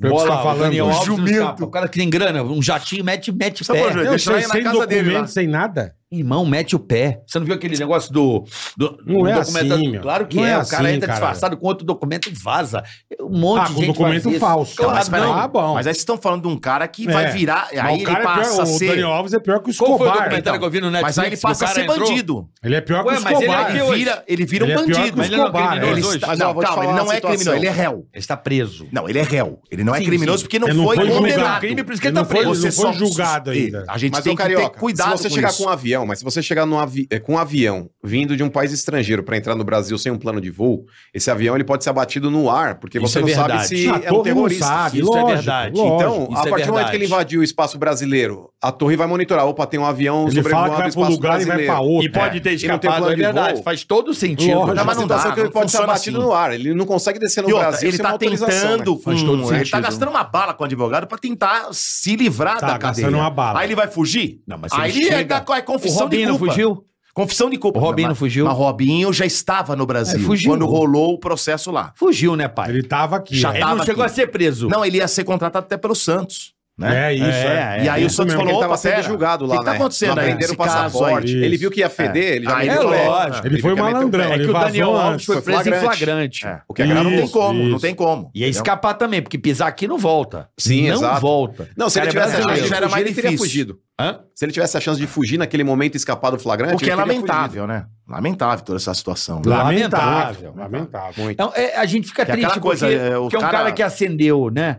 C: Pelo que você tá
B: o Daniel
C: falando.
B: Alves não
D: jumento.
B: escapa. O cara que tem grana, um jatinho, mete, mete o
D: Só
B: pé.
D: pra-
C: Não,
D: Deixa
C: sem,
D: ele na
C: sem
D: casa dele lá.
C: documento, sem nada.
B: Irmão, mete o pé. Você não viu aquele negócio do. do
C: Não
B: do
C: é
B: documento-
C: assim, meu.
B: Claro que
C: Não
B: é.
C: é
B: o cara
C: assim,
B: entra
C: cara.
B: disfarçado com outro documento e vaza. Um monte
C: Ah,
B: de
C: com
B: gente
C: documento
B: faz isso.
C: falso.
B: Claro,
D: Mas peraí,
B: não.
C: Ah, bom.
D: Mas aí vocês estão falando de um cara que
C: É.
D: vai virar.
C: Mas
D: Aí
C: o
D: ele
C: cara é
D: passa
C: pior,
D: a
C: o
D: ser.
C: Daniel Alves é pior que
B: Qual foi o
C: o Escobar.
B: documentário
C: então.
B: que eu vi no Netflix?
D: Mas aí ele
B: que o
D: passa a
B: cara
D: ser
B: entrou-
D: bandido.
C: Ele é pior que o
B: Ué, mas ele é
C: Escobar.
B: aqui
D: Ele
B: hoje.
D: vira, ele
C: Ele
D: vira um
C: é pior
D: bandido.
C: que o
B: Mas ele não é
C: Escobar,
B: criminoso
C: né?
D: Ele
B: hoje?
D: está-
E: Mas, ó,
D: não,
E: vou te
D: calma,
E: falar
D: ele
E: uma
D: não é
E: situação.
D: criminoso, ele é réu.
B: Ele está preso.
D: Não, ele é réu. Ele não é
B: Sim,
D: criminoso
B: sim.
D: porque não
C: Ele não
D: foi
C: foi
D: condenado.
C: julgado.
B: crime, por isso que
C: Ele
B: ele tá
C: não foi,
B: preso.
C: ele não foi
D: só-
C: julgado ainda.
D: A gente
E: Mas,
D: tem
E: ô, Carioca,
D: que ter cuidado
E: se você
D: com
E: chegar
D: isso.
E: com um avião, mas se você chegar num avi- eh, com um avião vindo de um país estrangeiro pra entrar no Brasil sem um plano de voo, esse avião ele pode ser abatido no ar, porque
B: Isso
E: você
B: é
E: não
B: verdade.
E: sabe se
C: Ah,
E: é
C: todo
E: um
C: mundo
E: terrorista.
C: sabe,
B: Isso é
C: lógico,
B: verdade.
C: lógico.
E: Então,
B: Isso
E: a
B: é
E: partir do momento que
B: verdade.
E: ele invadiu o espaço brasileiro, a torre vai monitorar. Opa, tem um avião
C: ele fala que
E: sobrevoando
C: vai
E: o
C: pro
E: espaço
C: lugar e vai
E: brasileiro.
C: pra outro.
B: E pode ter
E: E não tem
B: escapado,
E: plano
B: é
E: de
B: verdade.
E: voo.
B: Lógico. Faz todo sentido.
C: Lógico.
E: Não, mas não dá,
D: não
E: que ele pode ser
D: funciona
E: abatido
D: assim.
E: no ar. Ele não consegue descer no
D: E outra,
E: Brasil
D: ele
E: sem
D: tá
E: uma autorização,
D: tentando
E: né?
D: com.
C: um
B: Faz todo
D: Ele tá
B: sentido.
D: gastando uma bala com o advogado pra tentar se livrar
C: Tá
D: da cadeia.
C: gastando uma bala.
D: Aí ele vai fugir?
B: Não, mas
D: Aí ele é, da- é
B: O
D: confissão de
B: Robinho não
D: culpa.
B: fugiu?
D: Confissão de culpa.
B: O Robinho não
D: Mas-
B: fugiu?
D: Mas Robinho já estava no Brasil
B: É, fugiu.
D: quando rolou o processo lá.
B: Fugiu, né, pai?
C: Ele tava aqui.
D: Já
B: Ele
C: é.
D: tá-
B: não
D: tava
B: chegou
D: aqui.
B: a ser preso.
D: Não, ele ia ser contratado até pelo Santos. né?
C: É isso, é.
B: É,
D: e aí
B: é.
D: o Santos
C: mesmo,
E: Porque
D: falou:
E: ele
D: opa,
E: tava
D: pera,
E: sendo julgado
D: o
E: lá,
D: que que tá
E: né?
D: acontecendo
E: Não
D: aí?
E: aprenderam
D: nesse
E: o passaporte.
D: caso aí?
E: Ele viu que ia feder, ele já
D: Aí
E: meteu
B: É
E: o pé.
B: lógico.
C: Ele foi
E: Ele meteu o pé.
C: malandrão,
B: É
C: ele
B: que o Daniel
C: vazou
B: Alves
C: antes.
B: foi
E: foi
B: preso em
E: flagrante.
B: flagrante.
D: É.
E: O que é grave
D: não tem
C: Isso,
D: como, não
C: isso.
D: tem como.
B: Ia
D: entendeu?
B: escapar também, porque pisar aqui não volta.
E: Sim,
B: não
E: exato.
B: volta.
E: Não, se
B: O
E: ele
B: cara é
E: tivesse a chance
B: brasileiro.
E: de
D: já era
E: fugir,
D: mais
E: ele teria
D: difícil.
E: fugido.
B: Hã?
E: Se ele tivesse a chance de fugir naquele momento e escapar do flagrante,
D: O que
E: ele
D: é
E: teria
D: lamentável, né? Lamentável toda essa situação. né?
C: Lamentável, lamentável.
E: fugido. Muito.
B: Então, é, a gente fica
D: Que é
B: triste
D: aquela coisa,
B: porque,
D: é, o
B: porque é um
D: cara-
B: cara que acendeu, né?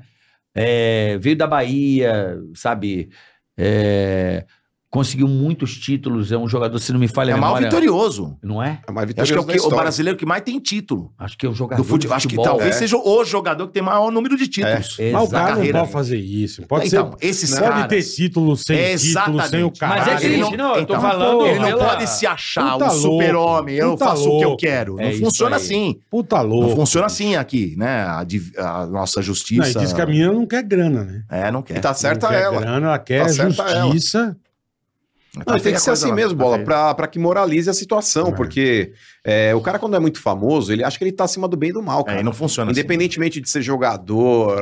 B: É, veio da Bahia, sabe? É, conseguiu muitos títulos, é um jogador, se não me falha
D: É
B: a
D: mal
B: memória.
D: vitorioso.
B: Não é?
E: É mais
D: Eu Acho que é
E: vitorioso
D: o,
E: da
D: que- o
E: história.
D: brasileiro que mais tem título
B: Acho que é um jogador
D: do futebol. Acho que talvez seja o jogador que tem maior número de títulos.
B: É.
D: É.
C: Mas o cara não
D: Exato.
C: pode fazer isso. Pode ser.
D: Então, esses
C: Pode
D: caras...
C: ter título sem
D: É,
C: título,
D: exatamente.
C: sem o
D: Mas
C: caralho.
B: Mas é
D: Ele
B: triste,
D: não-
B: não, eu tô
D: então,
B: falando.
D: Ele não
B: pela-
D: pode se achar
C: Puta
D: o super-homem, eu
C: louco,
D: faço
C: puta
D: o que eu
C: louco.
D: quero.
B: É
D: não
B: isso
D: funciona
B: aí.
D: assim.
C: Puta louco.
D: Não funciona assim aqui, né? A, div- a nossa
C: Não, e
D: justiça...
C: diz que a menina não quer grana, né?
D: É, não quer.
E: E tá certa
C: não quer
E: ela.
C: Grana, ela quer
E: Tá certa ela.
C: justiça.
D: Tá
E: Não, tem que ser assim mesmo, Bola, pra, pra que moralize a situação,
C: É.
E: porque é, o cara, quando é muito famoso, ele acha que ele tá acima do bem e do mal, cara.
D: É, e não funciona assim.
E: Independentemente de ser jogador,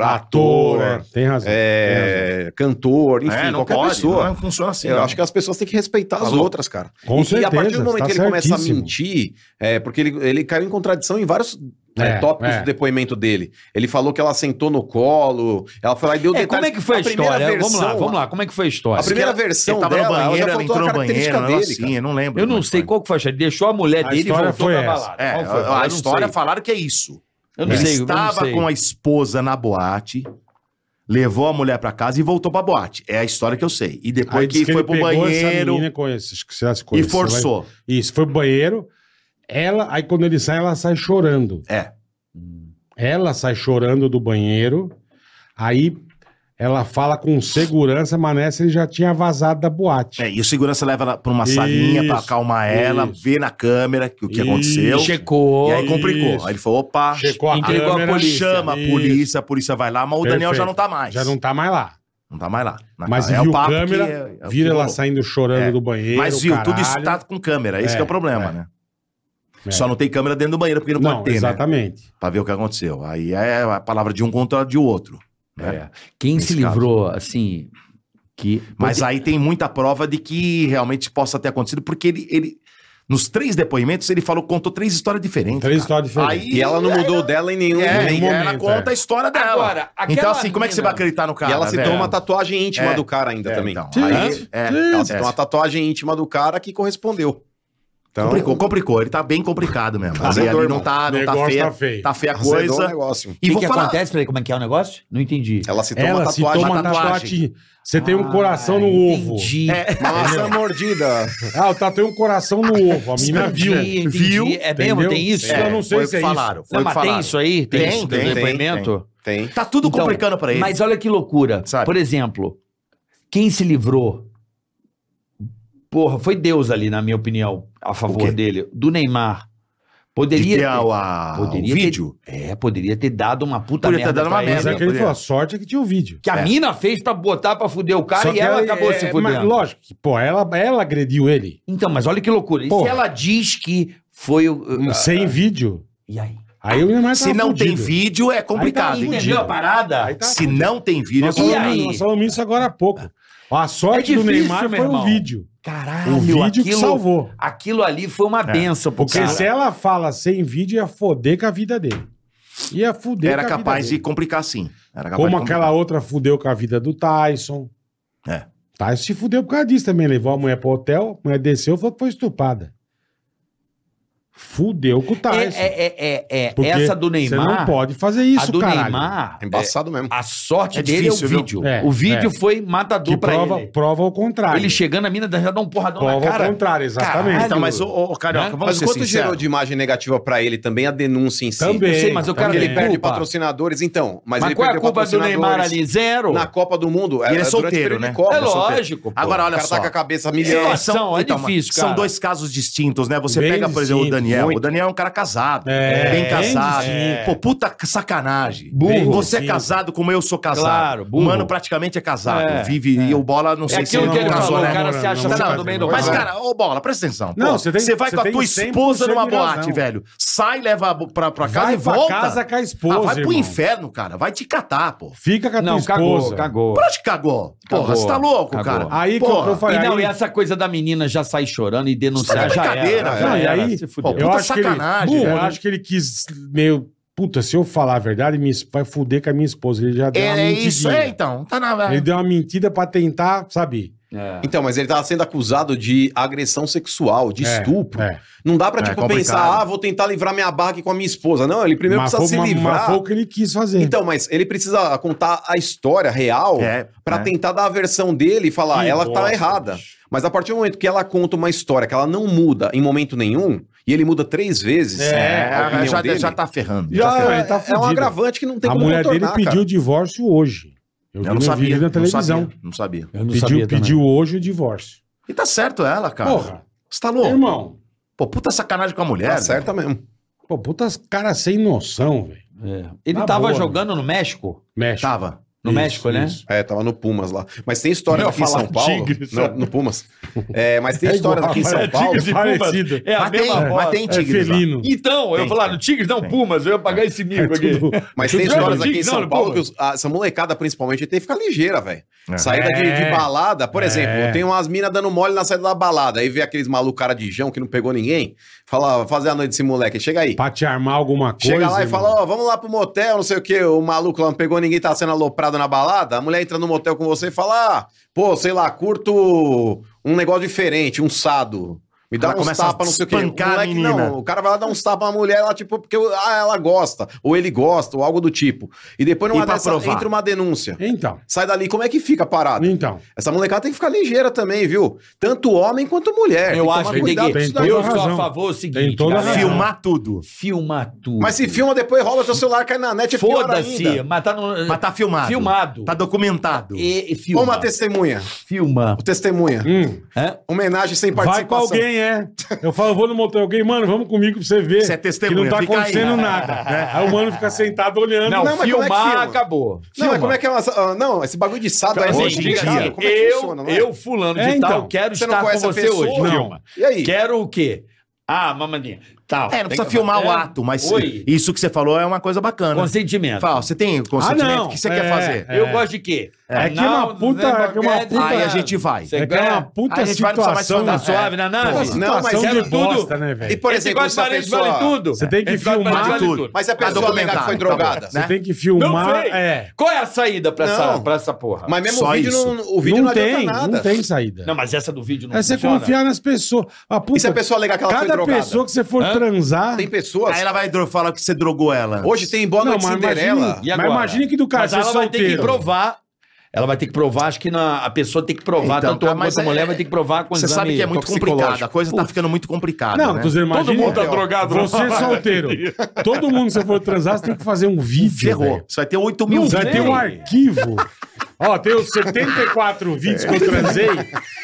C: Ator,
E: ator,
C: é, tem razão.
E: é, cantor, enfim,
D: É, não
E: qualquer
D: pode,
E: pessoa.
D: Não funciona assim.
E: Eu
D: não.
E: acho que as pessoas têm que respeitar
D: Tá
E: as
D: louco.
E: outras, cara.
C: Com
E: e,
C: certeza.
E: e a partir do momento
C: tá
E: que ele começa a
C: certíssimo.
E: mentir, é, porque ele, ele caiu em contradição em vários é,
C: É,
E: tópicos
C: é.
E: do depoimento dele. Ele falou que ela sentou no colo, ela foi lá e deu
B: É,
E: detalhes.
B: como é que foi a,
E: primeira
B: história?
E: versão,
B: vamos lá, vamos lá. Como é que foi a história?
E: A primeira versão
D: Ele tava
E: dela,
D: no banheiro,
E: ela já
D: ela
E: faltou
D: entrou
E: a
D: no
E: característica
D: banheiro, um negócio
E: dele,
D: assim,
E: cara.
D: eu não lembro.
B: Eu não
D: como
B: sei
D: foi.
B: qual que foi a história. Ele Deixou a mulher
C: A
B: dele e
C: história
B: voltou
C: foi
B: pra
C: essa.
B: balada.
D: É,
B: Qual foi?
D: a, a
B: Eu não
D: história
B: sei.
D: falaram que é isso.
B: Eu não
D: Ele
B: sei, eu não
D: estava
B: sei.
D: com a esposa na boate, levou a mulher pra casa e voltou pra boate. É a história que eu sei. E depois
C: Aí diz
D: que foi
C: ele
D: pro
C: pegou essa
D: banheiro
C: menina, conhece, acho que você já se
D: e
C: conheceu,
D: forçou.
C: né? Isso, foi pro banheiro. Ela, aí quando ele sai, ela sai chorando.
D: É.
C: Ela sai chorando do banheiro. Aí ela fala com segurança, mas nessa ele já tinha vazado da boate.
D: É, e o segurança leva ela pra uma salinha pra
C: Isso,
D: acalmar ela,
C: isso.
D: vê na câmera que- o que
C: Isso.
D: aconteceu.
B: Checou.
D: E aí complicou.
C: Isso.
D: Aí ele falou: opa,
C: Checou a
B: Entregou a
C: câmera,
B: polícia.
D: chama a
C: Isso.
D: polícia, a polícia vai lá, mas o Daniel já
C: Perfeito.
D: não tá mais.
C: Já não tá mais lá.
D: Não tá mais lá. Na
C: Mas
D: casa. É o
C: viu
D: papo que
C: câmera,
D: é- é
C: Vira
D: o que
C: ela
D: rolou.
C: saindo chorando
D: É.
C: do banheiro.
D: Mas viu, tudo isso
C: caralho.
D: tá com câmera, esse
C: É,
D: que é o problema,
C: é.
D: né?
C: É.
D: Só não tem câmera dentro do banheiro, porque não,
C: Não,
D: pode ter, né?
C: exatamente.
D: Pra ver o que aconteceu. Aí é a palavra de um contra de outro. né?
B: É. Quem
D: Nesse
B: se livrou, assim, que...
D: Mas aí tem muita prova de que realmente possa ter acontecido, porque ele, ele Nos três depoimentos, ele falou, contou três histórias diferentes.
C: Três
D: cara.
C: histórias diferentes.
D: Aí,
E: E ela um não mudou dela em nenhum
D: É,
E: nem-
D: e ela
C: momento, é.
D: conta a história dela.
B: Agora, aquela
D: então, assim, como é que você
B: mina-
D: vai acreditar no cara?
E: e ela citou
D: velho?
E: uma tatuagem íntima
D: É.
E: do cara ainda
D: É,
E: também.
D: então,
E: Sim.
D: aí-
E: Sim.
D: é,
E: Ela
D: ela
E: citou
D: citou
E: uma
D: uma
E: tatuagem íntima do cara que correspondeu. Então,
D: Complicou, complicou. Ele tá bem complicado mesmo. Mas
E: Azedou,
D: ele ali
E: irmão.
D: não tá, não tá
C: Negócio
D: feia.
C: tá feio.
D: Tá feia a
E: azedou o
D: coisa.
E: negócio.
D: E
B: O que,
D: vou
B: que
D: falar.
B: acontece? Peraí, como é que é o negócio? Não entendi.
E: Ela citou uma
C: Ela se
E: tatuagem.
C: toma uma
E: Uma
D: tatuagem.
C: tatuagem. Você tem um coração no
B: Ah,
C: ovo.
B: Entendi.
D: É.
E: maçã mordida.
C: Ah, eu tatuei um coração no ovo. A menina
B: Entendi,
C: viu.
B: entendi.
D: Viu?
B: É mesmo,
C: Entendeu?
B: tem isso?
C: É. Eu não sei
D: foi o
C: se
D: que
C: é isso.
D: falaram. Foi
B: Não,
D: o que
B: mas tem
D: falaém.
B: isso aí? Tem,
D: Tem,
B: isso
D: tem,
B: do
D: tem,
B: depoimento?
E: Tem.
D: Tá tudo
B: Então,
D: complicando pra ele.
B: Mas olha que loucura.
D: Sabe?
B: Por exemplo, quem se livrou? Porra, foi Deus ali, na minha opinião, a
D: O
B: favor
D: quê?
B: dele, do Neymar.
D: De
B: Poderia
D: ter
B: ter,
D: a- o
B: poderia ter-
D: vídeo.
B: é, poderia ter dado uma puta
D: Poderia ter
B: merda
D: dado uma
B: pra
D: merda.
C: Mas
B: ele.
C: é que ele
D: mulher.
C: falou, a sorte é que tinha o vídeo.
B: Que a mina fez pra botar pra fuder o cara
C: Só
B: e
C: que
B: ela acabou
C: é-
B: se
C: mas
B: fudendo.
C: Lógico, que, pô, ela, ela agrediu ele.
B: então, mas olha que loucura. E
C: Porra. Hum.
B: se ela diz que foi o...
C: sem vídeo.
B: E aí?
C: Aí o Neymar
D: Se não tem vídeo, é complicado.
C: tá Aí tá
D: entendeu?
B: Entendeu a parada?
C: Aí tá
D: Se não tem vídeo, é
C: Nós
B: E
D: complicado.
C: falamos,
B: aí?
C: nós falamos isso agora há pouco. A sorte
B: É
C: do
B: difícil,
C: Neymar
B: meu
C: foi o
B: irmão.
C: vídeo.
B: Caralho,
C: O vídeo
B: aquilo,
C: que salvou. É.
B: aquilo ali foi uma benção pro
C: Porque é
B: cara.
C: se ela fala sem vídeo, ia foder com a vida dele. Ia foder
D: Era
C: com a vida
D: capaz de
C: dele.
D: complicar, sim. Era capaz
C: Como
D: de
C: aquela
D: complicar.
C: outra fudeu com a vida do Tyson.
D: É.
C: Tyson se fudeu por causa disso também. Levou a mulher pro hotel, a mulher desceu e falou que foi estuprada. Fudeu com o
B: É,
C: Tyson.
B: é, é, é, é.
C: Porque
B: essa do Neymar...
C: Você não pode fazer isso,
B: a do
C: caralho.
B: Neymar,
E: É Embaçado mesmo.
B: a sorte
D: É
B: dele é o
D: difícil, viu?
B: vídeo.
C: É,
B: o vídeo
C: é.
B: foi matador
C: Que
B: pra
C: prova,
B: ele.
C: prova ao contrário.
B: Ele chegando, a mina já dá um porradão
C: prova
B: na
C: ao
B: cara.
C: contrário, exatamente.
B: Caralho.
D: Então, mas, ô, ô, Carioca,
B: Né?
D: vamos
E: Mas
D: ser
E: quanto
D: sincero.
E: gerou de imagem negativa pra ele também a denúncia em si?
C: Também.
B: Eu sei, mas o cara
E: Porque
C: também.
E: ele perde
B: Culpa.
E: patrocinadores, então. Mas,
B: Mas,
E: ele
B: qual é a
E: perdeu
B: culpa do Neymar
E: patrocinadores
B: ali? Zero.
E: Na Copa do Mundo.
D: ele é
E: durante
D: solteiro,
E: o período de
D: né?
E: Copa,
B: é
E: solteiro.
B: lógico. pô.
D: Agora,
E: O
D: olha
E: cara
D: só.
E: tá com a cabeça a milhão.
B: Situação, é difícil, cara.
D: Então, São dois casos distintos, né? Você
C: Bem
D: pega, por exemplo, o
C: distinto,
D: Daniel.
C: muito.
D: O Daniel é um cara casado.
C: É,
D: bem
C: bem
D: casado.
C: distinto.
D: Pô, puta sacanagem.
C: Bem
D: Você é
C: distinto.
D: casado como eu sou casado.
B: Claro, burro.
D: o mano praticamente é casado.
B: É,
D: vive e o bola, não
B: É
D: sei
B: aquilo
C: não
B: que ele
C: casou,
B: falou,
C: né?
B: o cara
C: Não,
B: se acha
C: não,
B: só
D: não,
B: no meio do
D: Mas,
B: mato.
D: cara, ô bola, presta atenção.
C: Não,
D: Pô,
C: você tem-
D: vai
C: você
D: com a
C: tem
D: tua
C: 100%
D: esposa numa
C: de
D: boate,
C: razão.
D: velho. Sai, leva pra, pra casa
C: Vai
D: e
C: pra
D: volta.
C: casa com a esposa,
D: Ah, vai pro
C: irmão.
D: inferno, cara. Vai te catar, pô.
C: Fica com a tua
B: Não,
C: esposa.
B: cagou, cagou.
D: Por onde cagou? Porra,
B: Cagou,
D: você tá louco,
B: cagou.
D: cara.
C: Aí que
D: Porra.
C: eu falei,
B: E não,
C: aí-
B: e essa coisa da menina já sair chorando e denunciar
D: Isso
B: já
D: é brincadeira,
B: era.
D: velho.
B: já
C: Não, e
B: era,
C: aí-
B: se
D: Pô,
B: fudeu.
D: puta
C: que ele-
D: sacanagem,
C: Burro, eu
D: velho.
C: acho que ele quis meio. Puta, se eu falar a verdade, me vai fuder com a minha esposa. Ele já deu uma
D: É,
C: mentidinha.
D: isso, é, então. Tá na
C: né? Ele deu uma mentira pra tentar, sabe?
B: É.
E: Então, mas ele tava sendo acusado de agressão sexual, de
C: É,
E: estupro.
C: é.
E: Não dá pra,
D: É
E: tipo,
D: complicado.
E: pensar, ah, vou tentar livrar minha barra aqui com a minha esposa. Não, ele primeiro
C: mas, foi,
E: precisa se
C: mas-
E: livrar.
C: mas foi o que ele quis fazer.
E: Então, mas ele precisa contar a história real
D: É,
E: pra
D: é.
E: tentar dar a versão dele e falar,
C: Que
E: ela tá
C: bosta,
E: errada.
C: bicho.
E: Mas a partir do momento que ela conta uma história que ela não muda em momento nenhum, e ele muda três vezes,
C: É,
E: a opinião
D: já,
E: dele,
D: já tá ferrando.
C: Já-
D: ferrando.
C: ele tá
E: é um
C: fudido.
E: agravante que não tem
C: a
E: como
C: mulher dele
E: contornar,
C: pediu
E: cara.
C: o divórcio hoje. Eu, vi
D: Eu não
C: no
D: sabia.
C: vídeo na
D: Não
C: televisão.
D: sabia, não sabia.
B: Eu não
C: Pediu,
B: sabia também.
C: pediu hoje o divórcio.
D: E tá certo ela, cara.
C: Porra,
D: Você tá louco?
C: irmão.
D: Pô, puta sacanagem com a mulher.
E: Tá certa mesmo.
C: Pô, puta cara sem noção, velho.
B: É. Ele
C: Na
B: tava
C: boa,
B: jogando no México?
D: velho.
C: Mexe.
D: Tava.
B: No
C: Isso,
B: México, né?
C: isso.
E: É, tava no Pumas lá. Mas tem história
D: Não,
E: aqui em
D: falar
E: São Paulo.
D: tigre,
E: não, no Pumas. É, mas tem história aqui em São Paulo.
C: É parecido.
B: É
D: mas, tem, mas tem
C: É
D: tigres lá.
C: felino.
B: Então, eu
D: Tem,
B: ia falar,
D: tem,
B: no Tigres não,
D: tem.
B: Pumas, eu ia pagar esse
C: É
B: mico aqui.
E: Mas tem
B: Não,
E: histórias
B: não
E: aqui em
B: diz não,
E: São
B: no
E: Paulo que
B: Pumas.
E: os- a- essa molecada, principalmente, tem que ficar ligeira, velho.
D: É.
E: Saída de, de
C: É.
E: balada, por
C: É.
E: exemplo, tem umas minas dando mole na saída da balada. Aí vê aqueles malucos cara de jão que não pegou ninguém. Fala, fazer a noite desse moleque. Chega aí.
C: Pra te armar alguma coisa.
E: Chega lá e
C: irmão.
E: fala, ó, vamos lá pro motel, não sei o quê. O maluco lá não pegou ninguém, tá sendo aloprado na balada. A mulher entra no motel com você e fala, ah, pô, sei lá, curto um negócio diferente, um sado. Me dá
D: Ela
E: uns
D: começa
E: tapas,
D: a
E: não sei o quê. O
D: espancar a menina.
E: não, o cara vai lá dar uns tapas na mulher, ela, tipo, porque ah, ela gosta, ou ele gosta, ou algo do tipo. E depois
D: E
E: numa
D: pra
E: dessa,
D: provar?
E: entra uma denúncia.
C: Então,
E: Sai dali, como é que fica a parada?
C: então.
E: Essa molecada tem que ficar ligeira também, viu? Tanto homem quanto mulher.
B: Eu
E: que
B: acho que É, um tem
E: cuidado
B: que.
E: com isso
C: Tem
E: daí.
B: Eu
C: toda a
B: sou a
C: razão.
B: favor do seguinte:
C: Tem toda a
B: galera.
C: razão.
D: Filmar tudo.
B: Filma tudo.
E: Mas se filma depois, rouba seu celular, cai na net, é pior ainda.
B: Foda-se, mas tá no.
D: Mas tá filmado.
B: filmado.
D: Tá documentado.
B: E, e filma.
E: Ou uma testemunha.
B: Filma.
E: O testemunha.
C: Hum,
E: Homenagem sem
C: vai com
E: participação.
C: alguém, é. Eu falo, eu vou no motel alguém, mano, vamos comigo pra você ver.
D: Você é
C: Que
D: testemunha,
C: não tá
D: fica aí.
C: acontecendo nada. né? Aí o mano fica sentado olhando.
B: Não,
E: Não, mas como é que
B: filmar
E: filma?
B: acabou.
E: Não,
B: Filma.
E: mas como é que é uma... ah, Não, esse bagulho de sado aí é
B: tá Hoje
E: muito
B: em dia,
E: complicado. Como é que
B: eu,
E: funciona? não é?
B: eu, fulano de
C: É, então.
B: tal, quero
E: Você não
B: estar com
E: conhece a
B: você
E: pessoa?
B: hoje.
C: Não.
B: Filma.
E: E aí?
B: Quero o quê? Ah, mamadinha. Tal.
D: É, não
B: Tem
D: precisa
B: que-
D: filmar o
B: É.
D: ato, mas
B: Oi.
D: isso que você falou é uma coisa
B: né?
D: bacana.
B: Consentimento.
D: Fala, você tem
C: Ah,
D: consentimento?
C: não.
D: o que você
C: É.
D: quer fazer?
B: Eu
C: É.
B: gosto de quê?
C: É que é uma puta- é que é uma puta-
D: Aí a gente vai.
B: Você
C: É que é uma
B: ganha-
C: puta
D: a gente vai no Só Mais
C: situação.
B: Tá
D: Falar.
B: suave na nave?
E: Porra.
C: Não, mas
B: quero
C: de bosta,
B: tudo.
C: né,
E: é E
C: velho?
E: por
B: Esse
E: exemplo,
B: gosto
E: se a
B: parede vale
E: pessoa...
B: tudo.
C: Você tem que
B: Esse gosto
C: filmar
B: parede vale
D: tudo.
B: tudo.
E: Mas se a
D: Pra
E: pessoa negar que foi
D: documentar,
E: drogada.
D: né?
C: Você tem que
B: Não
C: filmar.
B: sei.
C: É.
B: Qual é a saída pra, essa,
E: Não.
B: pra essa porra?
E: Mas mesmo
D: Só
E: o vídeo,
D: isso.
E: não, o vídeo não,
C: não tem,
E: adianta nada.
C: não tem saída.
B: Não, mas essa do vídeo não
C: é você
B: funciona?
C: confiar nas pessoas. Ah, puta,
E: E se a pessoa alegar que ela foi
C: cada
E: drogada?
C: pessoa que você for
B: Hã?
C: transar.
E: Tem pessoas...
D: Aí ela vai dro- falar que você drogou ela.
E: Hoje tem Boa Noite Cinderela.
B: E
C: Imagine, mas
B: agora?
C: imagine que do cara
B: Mas
C: ser
B: ela vai ter que
C: solteiro.
B: provar. Ela vai ter que provar, acho que na- a pessoa tem que provar,
D: Então,
B: tanto o
D: cara,
B: homem
D: mas
B: quanto a
D: é-
B: mulher vai ter que provar com
D: Você
B: exame
D: sabe que é muito
B: toxicológico.
D: complicado. A coisa tá ficando muito complicada.
C: Não,
D: né?
C: tô dizendo, imagine,
B: tá drogado. né?
C: Você solteiro. Todo mundo que você for transar, você tem que fazer um vídeo.
D: Ferrou.
C: velho.
D: Você vai ter 8 mil
C: Você vai ter um arquivo. Ó, tem os 74 vídeos que eu transei,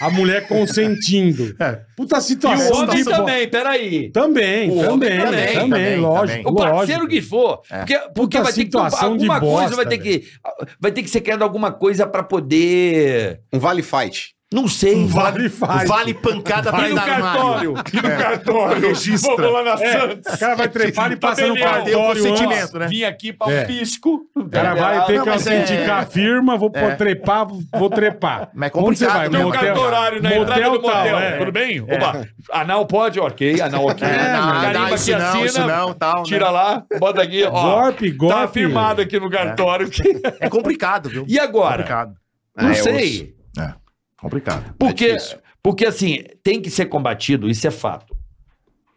C: a mulher consentindo. É. Puta situação.
B: E o homem
C: de bo-
B: também, peraí.
C: Também,
B: O homem
C: também,
B: também,
C: também,
D: também,
C: lógico.
B: O parceiro
C: lógico.
B: que for.
D: É.
B: Porque, porque
C: Puta
B: vai ter que tomar
C: situação de
B: alguma coisa,
C: bosta,
B: vai ter que. Vai ter que ser criado alguma coisa pra poder.
E: Um vale fight.
B: Não sei.
C: Vale,
D: O
C: vale.
D: Vale pancada atrás da armário. É.
B: E no cartório.
D: Registra.
B: Vamos lá na
C: É,
B: Santos.
C: o cara vai trepar e passa no
B: Tabelião.
C: cartório.
D: Deu consentimento.
C: antes.
D: né?
B: Vim aqui pra um
C: É.
B: pisco.
C: O cara vai ter
D: Não,
C: que
D: mas é-
C: autenticar a firma, vou
B: É.
C: pôr trepar, vou trepar.
D: Mas é
C: Onde você
D: complicado,
C: vai?
D: né?
B: Tem um
D: Motel.
B: cartão horário na entrada do motel. né?
C: tal, é.
B: Tudo bem? Opa, anal pode? Ok, anal ok.
D: É, não, não,
B: Carimba
D: isso
B: que
D: não, isso
B: assina,
D: não, tal, né?
B: tira lá, bota aqui, ó.
C: Golpe,
B: Tá
C: golpe.
B: firmado aqui no cartório.
D: É complicado, viu?
B: E agora?
D: Complicado.
B: Não
E: Ah, é
B: sei.
D: Complicado.
B: Porque,
E: difícil.
B: porque, assim, tem que ser combatido, isso é fato.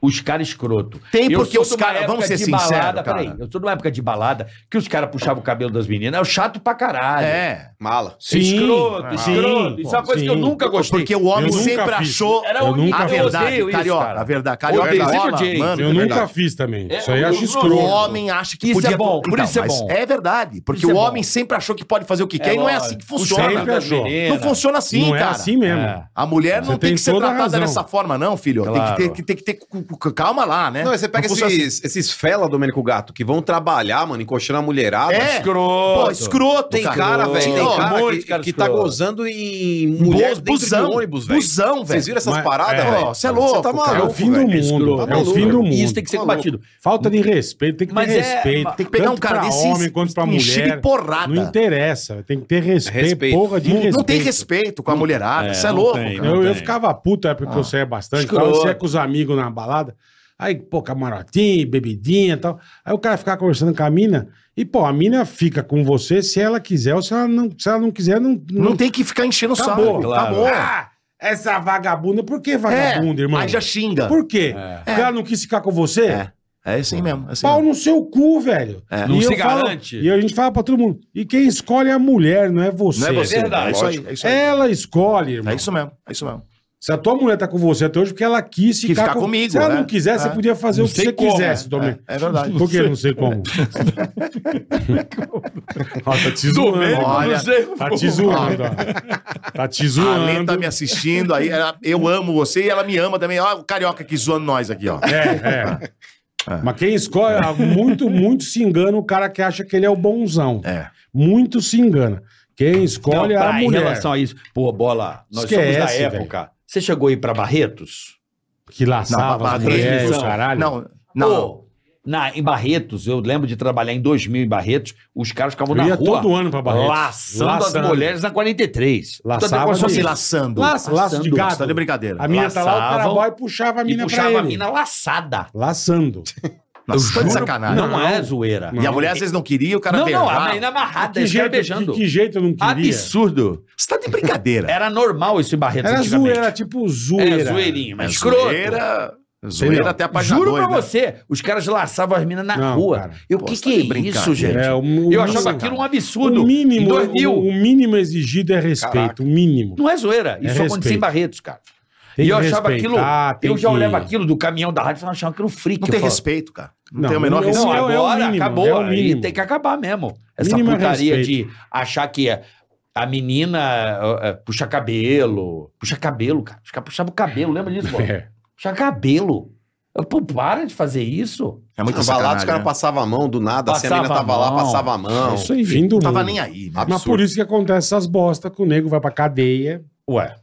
B: Os caras escroto.
D: Tem
B: Eu
D: porque
B: sou
D: os
B: de uma
D: caras- vamos
B: época
D: ser
B: de
D: sinceros,
B: balada,
D: cara.
B: Peraí, eu tô numa época de balada que os caras puxavam o cabelo das meninas. É o chato pra caralho.
D: É.
E: Mala.
C: Sim,
B: escroto,
C: sim,
B: escroto. isso é uma coisa
C: sim.
B: que eu nunca gostei.
D: Porque o homem
C: Eu nunca
D: sempre
C: fiz.
D: achou.
B: Era
C: eu
B: o único
C: nunca
B: que
D: A
B: eu
D: verdade,
B: odeio isso,
D: carioca,
B: cara.
D: a verdade. Carioca
B: Odeio, sempre
D: rola,
B: odiei.
D: mano.
C: Eu
E: É
C: nunca
E: verdade.
C: fiz também.
B: É,
C: Isso aí eu
B: o-
C: acho
B: o-
C: escroto.
D: O homem acha que
B: Isso
D: podia...
B: é bom, por
D: Então,
B: isso é
D: mas
B: bom.
D: É verdade, porque
B: Isso é
D: o
B: bom.
D: homem sempre achou que pode fazer o que quer e não é
B: lógico.
D: assim que
B: O
D: funciona.
B: sempre
C: achou.
B: menina.
D: Não funciona assim,
C: não é
D: cara.
C: assim mesmo.
B: É.
D: A mulher
C: Você
D: não tem,
C: tem
D: que ser
C: toda a
D: tratada
C: razão.
D: dessa forma, não, filho.
B: Claro.
D: Tem, que ter, que tem que ter cu- cu- calma lá, né?
E: Não, você pega
D: Não
E: esses,
D: funciona
E: esses fela, Domênico Gato, que vão trabalhar, mano, encoxando a mulherada.
D: É.
B: Escroto.
D: Pô, escroto,
E: Tem cara, velho, tem
D: Ó,
E: cara
B: monte
E: que,
B: de cara
E: que tá
B: escroto.
E: gozando em mulher
D: Mulher
E: dentro
D: um busão,
E: de ônibus, velho.
D: Busão,
E: Vocês
D: velho.
E: viram essas
C: Mas-
E: paradas,
C: é.
E: velho?
D: Ó, você é louco,
E: Você tá
D: cara.
E: maluco,
C: É o fim do
E: velho.
C: mundo.
E: Tá
C: É o
E: maluco,
C: fim do
E: velho.
C: mundo.
B: Isso tem que ser
E: Maluco.
B: combatido.
C: Falta de respeito, tem que
B: Mas
C: ter
B: é-
C: respeito.
D: Tem que pegar
C: tanto
D: um cara
C: pra
D: desse
C: homem quanto pra
D: encher
C: mulher.
D: de porrada.
C: Não interessa, tem que ter respeito,
E: Respeito.
C: porra de
D: Não,
C: respeito.
D: tem respeito com a mulherada.
B: É,
D: Você é
B: não
D: louco,
B: tem,
D: cara.
B: não
C: Eu, eu
B: tem.
C: ficava puto, é
D: Ah,
C: porque eu saía bastante,
B: Escroto.
C: tal, eu saía com os amigos na balada. Aí, pô, camarotinho, bebidinha e tal. Aí o cara ficava conversando com a mina. E, pô, a mina fica com você se ela quiser ou se ela não, se ela não quiser, não.
D: Não, tem que ficar enchendo o saco.
C: Acabou,
D: Acabou.
C: Ah, essa vagabunda. Por que vagabunda,
D: É,
C: irmão?
D: Aí já xinga.
C: Por quê?
B: É.
C: Porque ela não quis ficar com você?
D: É. É assim mesmo. é assim
C: Pau
D: mesmo.
C: no seu cu, velho.
D: É.
B: Não
C: eu
B: se
C: falo-
B: garante.
C: E a gente fala pra todo mundo. E quem escolhe é a mulher, não é você.
D: Não é você.
B: verdade,
D: É isso aí. É isso aí.
C: Ela escolhe, irmão.
D: É isso mesmo. É isso mesmo.
C: Se a tua mulher tá com você até hoje, porque ela quis
D: Que
C: ficar,
D: ficar
C: com...
D: comigo,
C: Se ela
D: né?
C: não quisesse,
D: É.
C: você podia fazer
B: Não
C: o que
B: sei
C: você
B: como,
C: quisesse,
B: é.
C: Domingo.
D: É verdade.
C: Por que? Não sei como. Ó, tá te zoando.
D: Domênico,
C: ó.
D: Olha,
B: sei.
C: Tá te zoando. ó. Tá te
D: A Lê tá
C: zoando.
D: me assistindo aí. ela- eu amo você e ela me ama também. Olha o carioca aqui zoando nós aqui, ó.
C: É, é. Mas quem escolhe, ah, muito, muito se engana o cara que acha que ele é o bonzão.
D: É.
C: Muito se engana. Quem escolhe
B: Olha,
C: é a
B: tá, em
C: mulher.
B: relação a isso, pô, bola, nós somos
C: Esquece,
B: da época. Você chegou aí pra Barretos?
C: Que laçava
D: Não,
C: a
D: mas-
C: mulher,
B: transmissão.
C: o caralho.
D: Não, não.
B: Pô, na, em Barretos, eu lembro de trabalhar em 2000 em Barretos, os caras ficavam
C: Eu
B: na
C: ia
B: rua
C: todo ano pra Barretos.
B: laçando,
C: Laçando.
B: as mulheres na 43.
C: Laçava
B: Então,
D: Só se
C: de-
D: laçando.
C: Laço, laço de
B: Laçando.
D: Tá de
C: gato.
D: brincadeira.
C: A mina tá lá, o cara
B: Laçavam
C: vai e puxava a
B: E
C: mina pra
B: puxava a
C: ele.
B: mina laçada.
C: Laçando.
D: Nossa, tá de sacanagem.
B: Não,
C: Não.
B: é zoeira.
D: E a mulher às vezes não queria, o cara
B: Não, não, a
D: beijava.
B: menina amarrada,
C: Que
B: esse cara
C: jeito,
B: Ah, beijando.
C: de que jeito eu não queria?
B: Absurdo.
D: Você tá de brincadeira.
B: Era normal isso em Barretos
C: Era
B: antigamente.
C: zoeira, era tipo
B: É,
C: zoeira.
B: zoeirinho,
D: É
B: mas escroto.
D: Zoeira, zoeira até a página
B: Juro
D: dois,
B: pra
D: né?
B: você, os caras laçavam as minas na
C: Não,
B: rua.
C: cara.
B: Eu, o
D: Pô,
B: que, que
D: você tá de
B: é isso,
D: brincadeira.
B: gente?
C: É, o- o-
B: eu
C: o-
B: achava aquilo um absurdo.
C: O mínimo,
B: Em 2000.
C: O, o mínimo exigido é respeito,
E: Caraca.
C: o mínimo.
B: Não é zoeira. Isso
C: respeito.
B: acontecia em Barretos, cara.
C: Tem
B: e eu
C: que
B: achava aquilo.
C: respeitar, tem
B: Eu já
C: que-
B: olhava aquilo do caminhão da rádio e falava, achava aquilo um freak.
D: Não tem
B: eu falava,
D: respeito, cara. Não,
C: Não,
D: tem o menor
C: não,
D: respeito.
B: Não,
C: É o
B: agora
C: mínimo,
B: acabou.
C: é o
B: aí
C: mínimo.
B: tem que acabar mesmo. Essa
C: Mínimo é
B: putaria
C: respeito.
B: de achar que é, a menina é, é, puxa cabelo. Puxa cabelo, cara. Os caras puxavam o cabelo, lembra disso, pô?
C: É.
B: Puxa cabelo. Eu, Pô, para de fazer isso.
D: É muito
E: Muito balado, os
D: sacanagem,
E: caras
D: né?
E: passavam a mão do nada, assim, a
B: Passava
E: menina tava
B: a
E: lá,
B: mão.
E: passava a mão.
C: Isso aí, vindo.
D: Tava nem aí, né?
C: Mas por isso que acontece essas bosta que o nego vai pra cadeia.
B: Ué.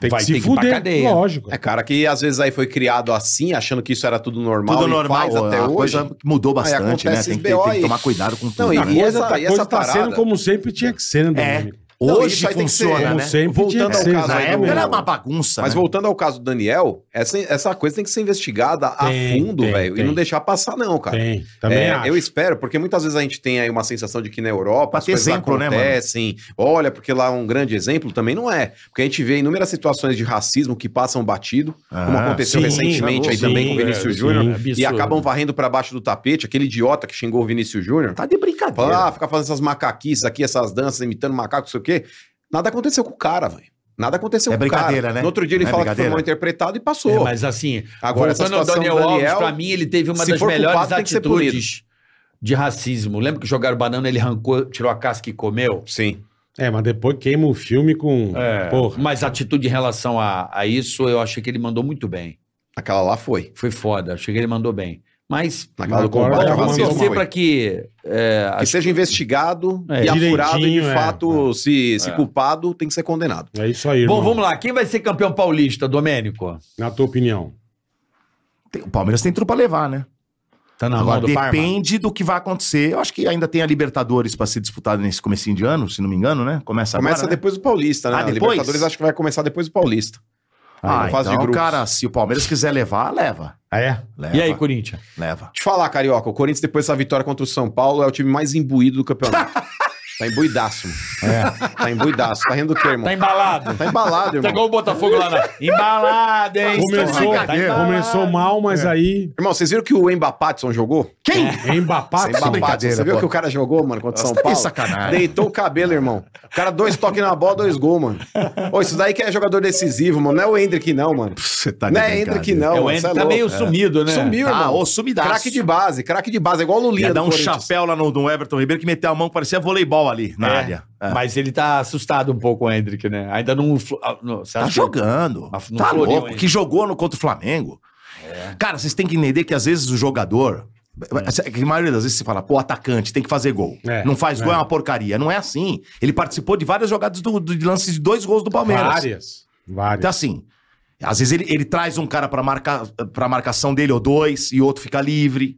C: Tem
B: Vai
C: que se
B: ter que ir pra
C: fuder,
B: cadeia.
C: lógico.
E: É, cara, que às vezes aí foi criado assim, achando que isso era tudo normal.
D: Tudo
E: e
D: normal,
E: faz até
D: a
E: hoje.
D: coisa que mudou bastante, né?
E: acontece
D: Tem que,
E: BO
D: tem que
E: aí.
D: tomar cuidado com tudo.
E: Não, e-
C: A
D: né?
C: coisa,
E: essa-
C: a
E: e
C: coisa
E: essa
C: tá
E: parada?
C: sendo como sempre tinha que ser, né,
D: É.
C: Domênico?
E: Não,
D: Hoje
E: isso aí tem que ser-
D: funciona,
C: Como
D: né?
C: sempre tinha
E: Voltando
C: que
E: ao
C: ser. né,
E: caso
D: Na
E: aí
C: exatamente.
E: do-
D: época era é uma bagunça,
E: é Mas
D: né?
E: voltando ao caso do Daniel, essa, essa coisa tem que ser investigada
C: Tem,
E: a fundo,
C: tem,
E: velho, e
C: tem.
E: não deixar passar, não, cara.
C: Tem, também
E: É,
C: acho.
E: eu espero, porque muitas vezes a gente tem aí uma sensação de que na Europa
D: Pra
E: as
D: ter
E: coisas
D: exemplo, né, mano?
E: acontecem. Olha, porque lá é um grande exemplo também não é. Porque a gente vê inúmeras situações de racismo que passam batido, como
D: Ah,
E: aconteceu
C: sim,
E: recentemente aí
C: sim,
E: também com o
C: é,
E: Vinícius
C: sim,
E: Júnior,
C: absurdo.
E: e acabam varrendo pra baixo do tapete aquele idiota que xingou o Vinícius Júnior.
D: Tá de brincadeira.
E: Fala, ah, fica fazendo essas macaquices aqui, essas danças, imitando macaco, não sei o quê. Nada aconteceu com o cara, velho. Nada aconteceu
D: É
E: com o cara.
D: brincadeira, né?
E: No outro dia ele
D: É
E: fala que foi
D: brincadeira.
E: mal interpretado e passou.
B: É, mas assim,
E: Agora essa
B: voltando ao
E: situação
B: Daniel,
E: do
B: Alves,
E: Daniel,
B: pra mim ele teve uma
E: se
B: das
E: for
B: melhores
E: culpado, tem que ser
B: atitudes de racismo. Lembra que jogaram banana, ele arrancou, tirou a casca e comeu?
E: Sim.
C: É, mas depois queima o filme com.
B: É.
E: É.
C: Porra.
B: Mas a atitude em relação a, a isso, eu achei que ele mandou muito bem.
E: Aquela lá foi.
B: Foi foda, achei que ele mandou bem. Mas
E: Naquela do
C: Agora
E: combate
C: já vamos
E: ao
B: vamos
E: racismo
B: torcer
E: foi.
B: pra que... é,
E: Que seja investigado
B: É,
E: e apurado e de
C: direitinho, é,
E: fato, se, se
B: É.
E: culpado, tem que ser condenado.
C: É isso aí, irmão.
B: Bom, vamos lá. Quem vai ser campeão paulista, Domênico?
C: Na tua opinião.
D: Tem- O Palmeiras tem tudo pra levar, né?
B: Tá na
D: Agora depende do que vai acontecer. Eu acho que ainda tem a Libertadores pra ser disputada nesse comecinho de ano, se não me engano, né? Começa,
E: Começa
D: agora, né?
E: depois do Paulista, né?
D: Ah,
E: A
D: depois?
E: Libertadores acho que vai começar depois do Paulista.
D: Ah,
E: na fase de
D: então,
E: grupos.
D: cara, se o Palmeiras quiser levar, leva.
C: Ah, é?
D: Leva,
B: E aí, Corinthians?
D: leva.
E: Te falar, Carioca, o Corinthians depois dessa vitória contra o São Paulo é o time mais imbuído do campeonato. tá imbuidaço. mano. Tá imbuidaço. Tá rindo do quê, irmão?
B: Tá embalado.
E: Tá embalado,
B: Tá
E: irmão.
B: igual o Botafogo lá na... Embalado, hein?
C: Começou, é,
B: Tá embalado.
C: começou mal,
B: É.
C: mas aí.
E: Irmão, vocês viram que o Embapatson jogou?
D: Quem?
C: Embapado.
E: Sem Embapatson.
D: Tá brincadeira,
E: Você viu
D: pô.
E: que o cara jogou, mano, contra o São
D: tá de
E: Paulo?
D: sacanagem.
E: Deitou o cabelo, irmão. O cara, dois toques na bola, dois gols, mano. Ô, isso daí que é jogador decisivo, mano. Não é o Hendrick, não, mano.
D: Você tá de
E: Não é Hendrick,
D: brincadeira.
E: não.
B: É, o
E: mano.
B: Ender
E: Cê
B: tá
E: louco.
B: meio sumido, né?
E: Sumiu,
D: Ah,
E: irmão.
D: ô, sumidaço.
E: Craque de base, craque de base. É igual o Lulinha
D: Ia
E: do
D: dar um
E: Corinthians.
D: chapéu lá no, no Everton Ribeiro que meteu a mão que parecia voleibol ali na
B: É.
D: área. É.
B: Mas ele tá assustado um pouco, o Hendrick, né? Ainda não. flu- ah, não, você
D: Tá
B: acha que-
D: jogando.
B: Mas não
D: Tá
B: floriu
D: louco.
B: ainda.
D: Que jogou no contra o Flamengo. Cara, vocês têm que entender que às vezes o jogador. é, que A maioria das vezes você fala, pô, atacante tem que fazer gol.
C: É,
D: não faz gol,
C: é.
D: é uma porcaria. Não é assim. Ele participou de várias jogadas do, do- de lances de dois gols do Palmeiras.
C: Várias. Várias.
D: Então, assim, às vezes ele, ele traz um cara pra, marcar, pra marcação dele ou dois e outro fica livre.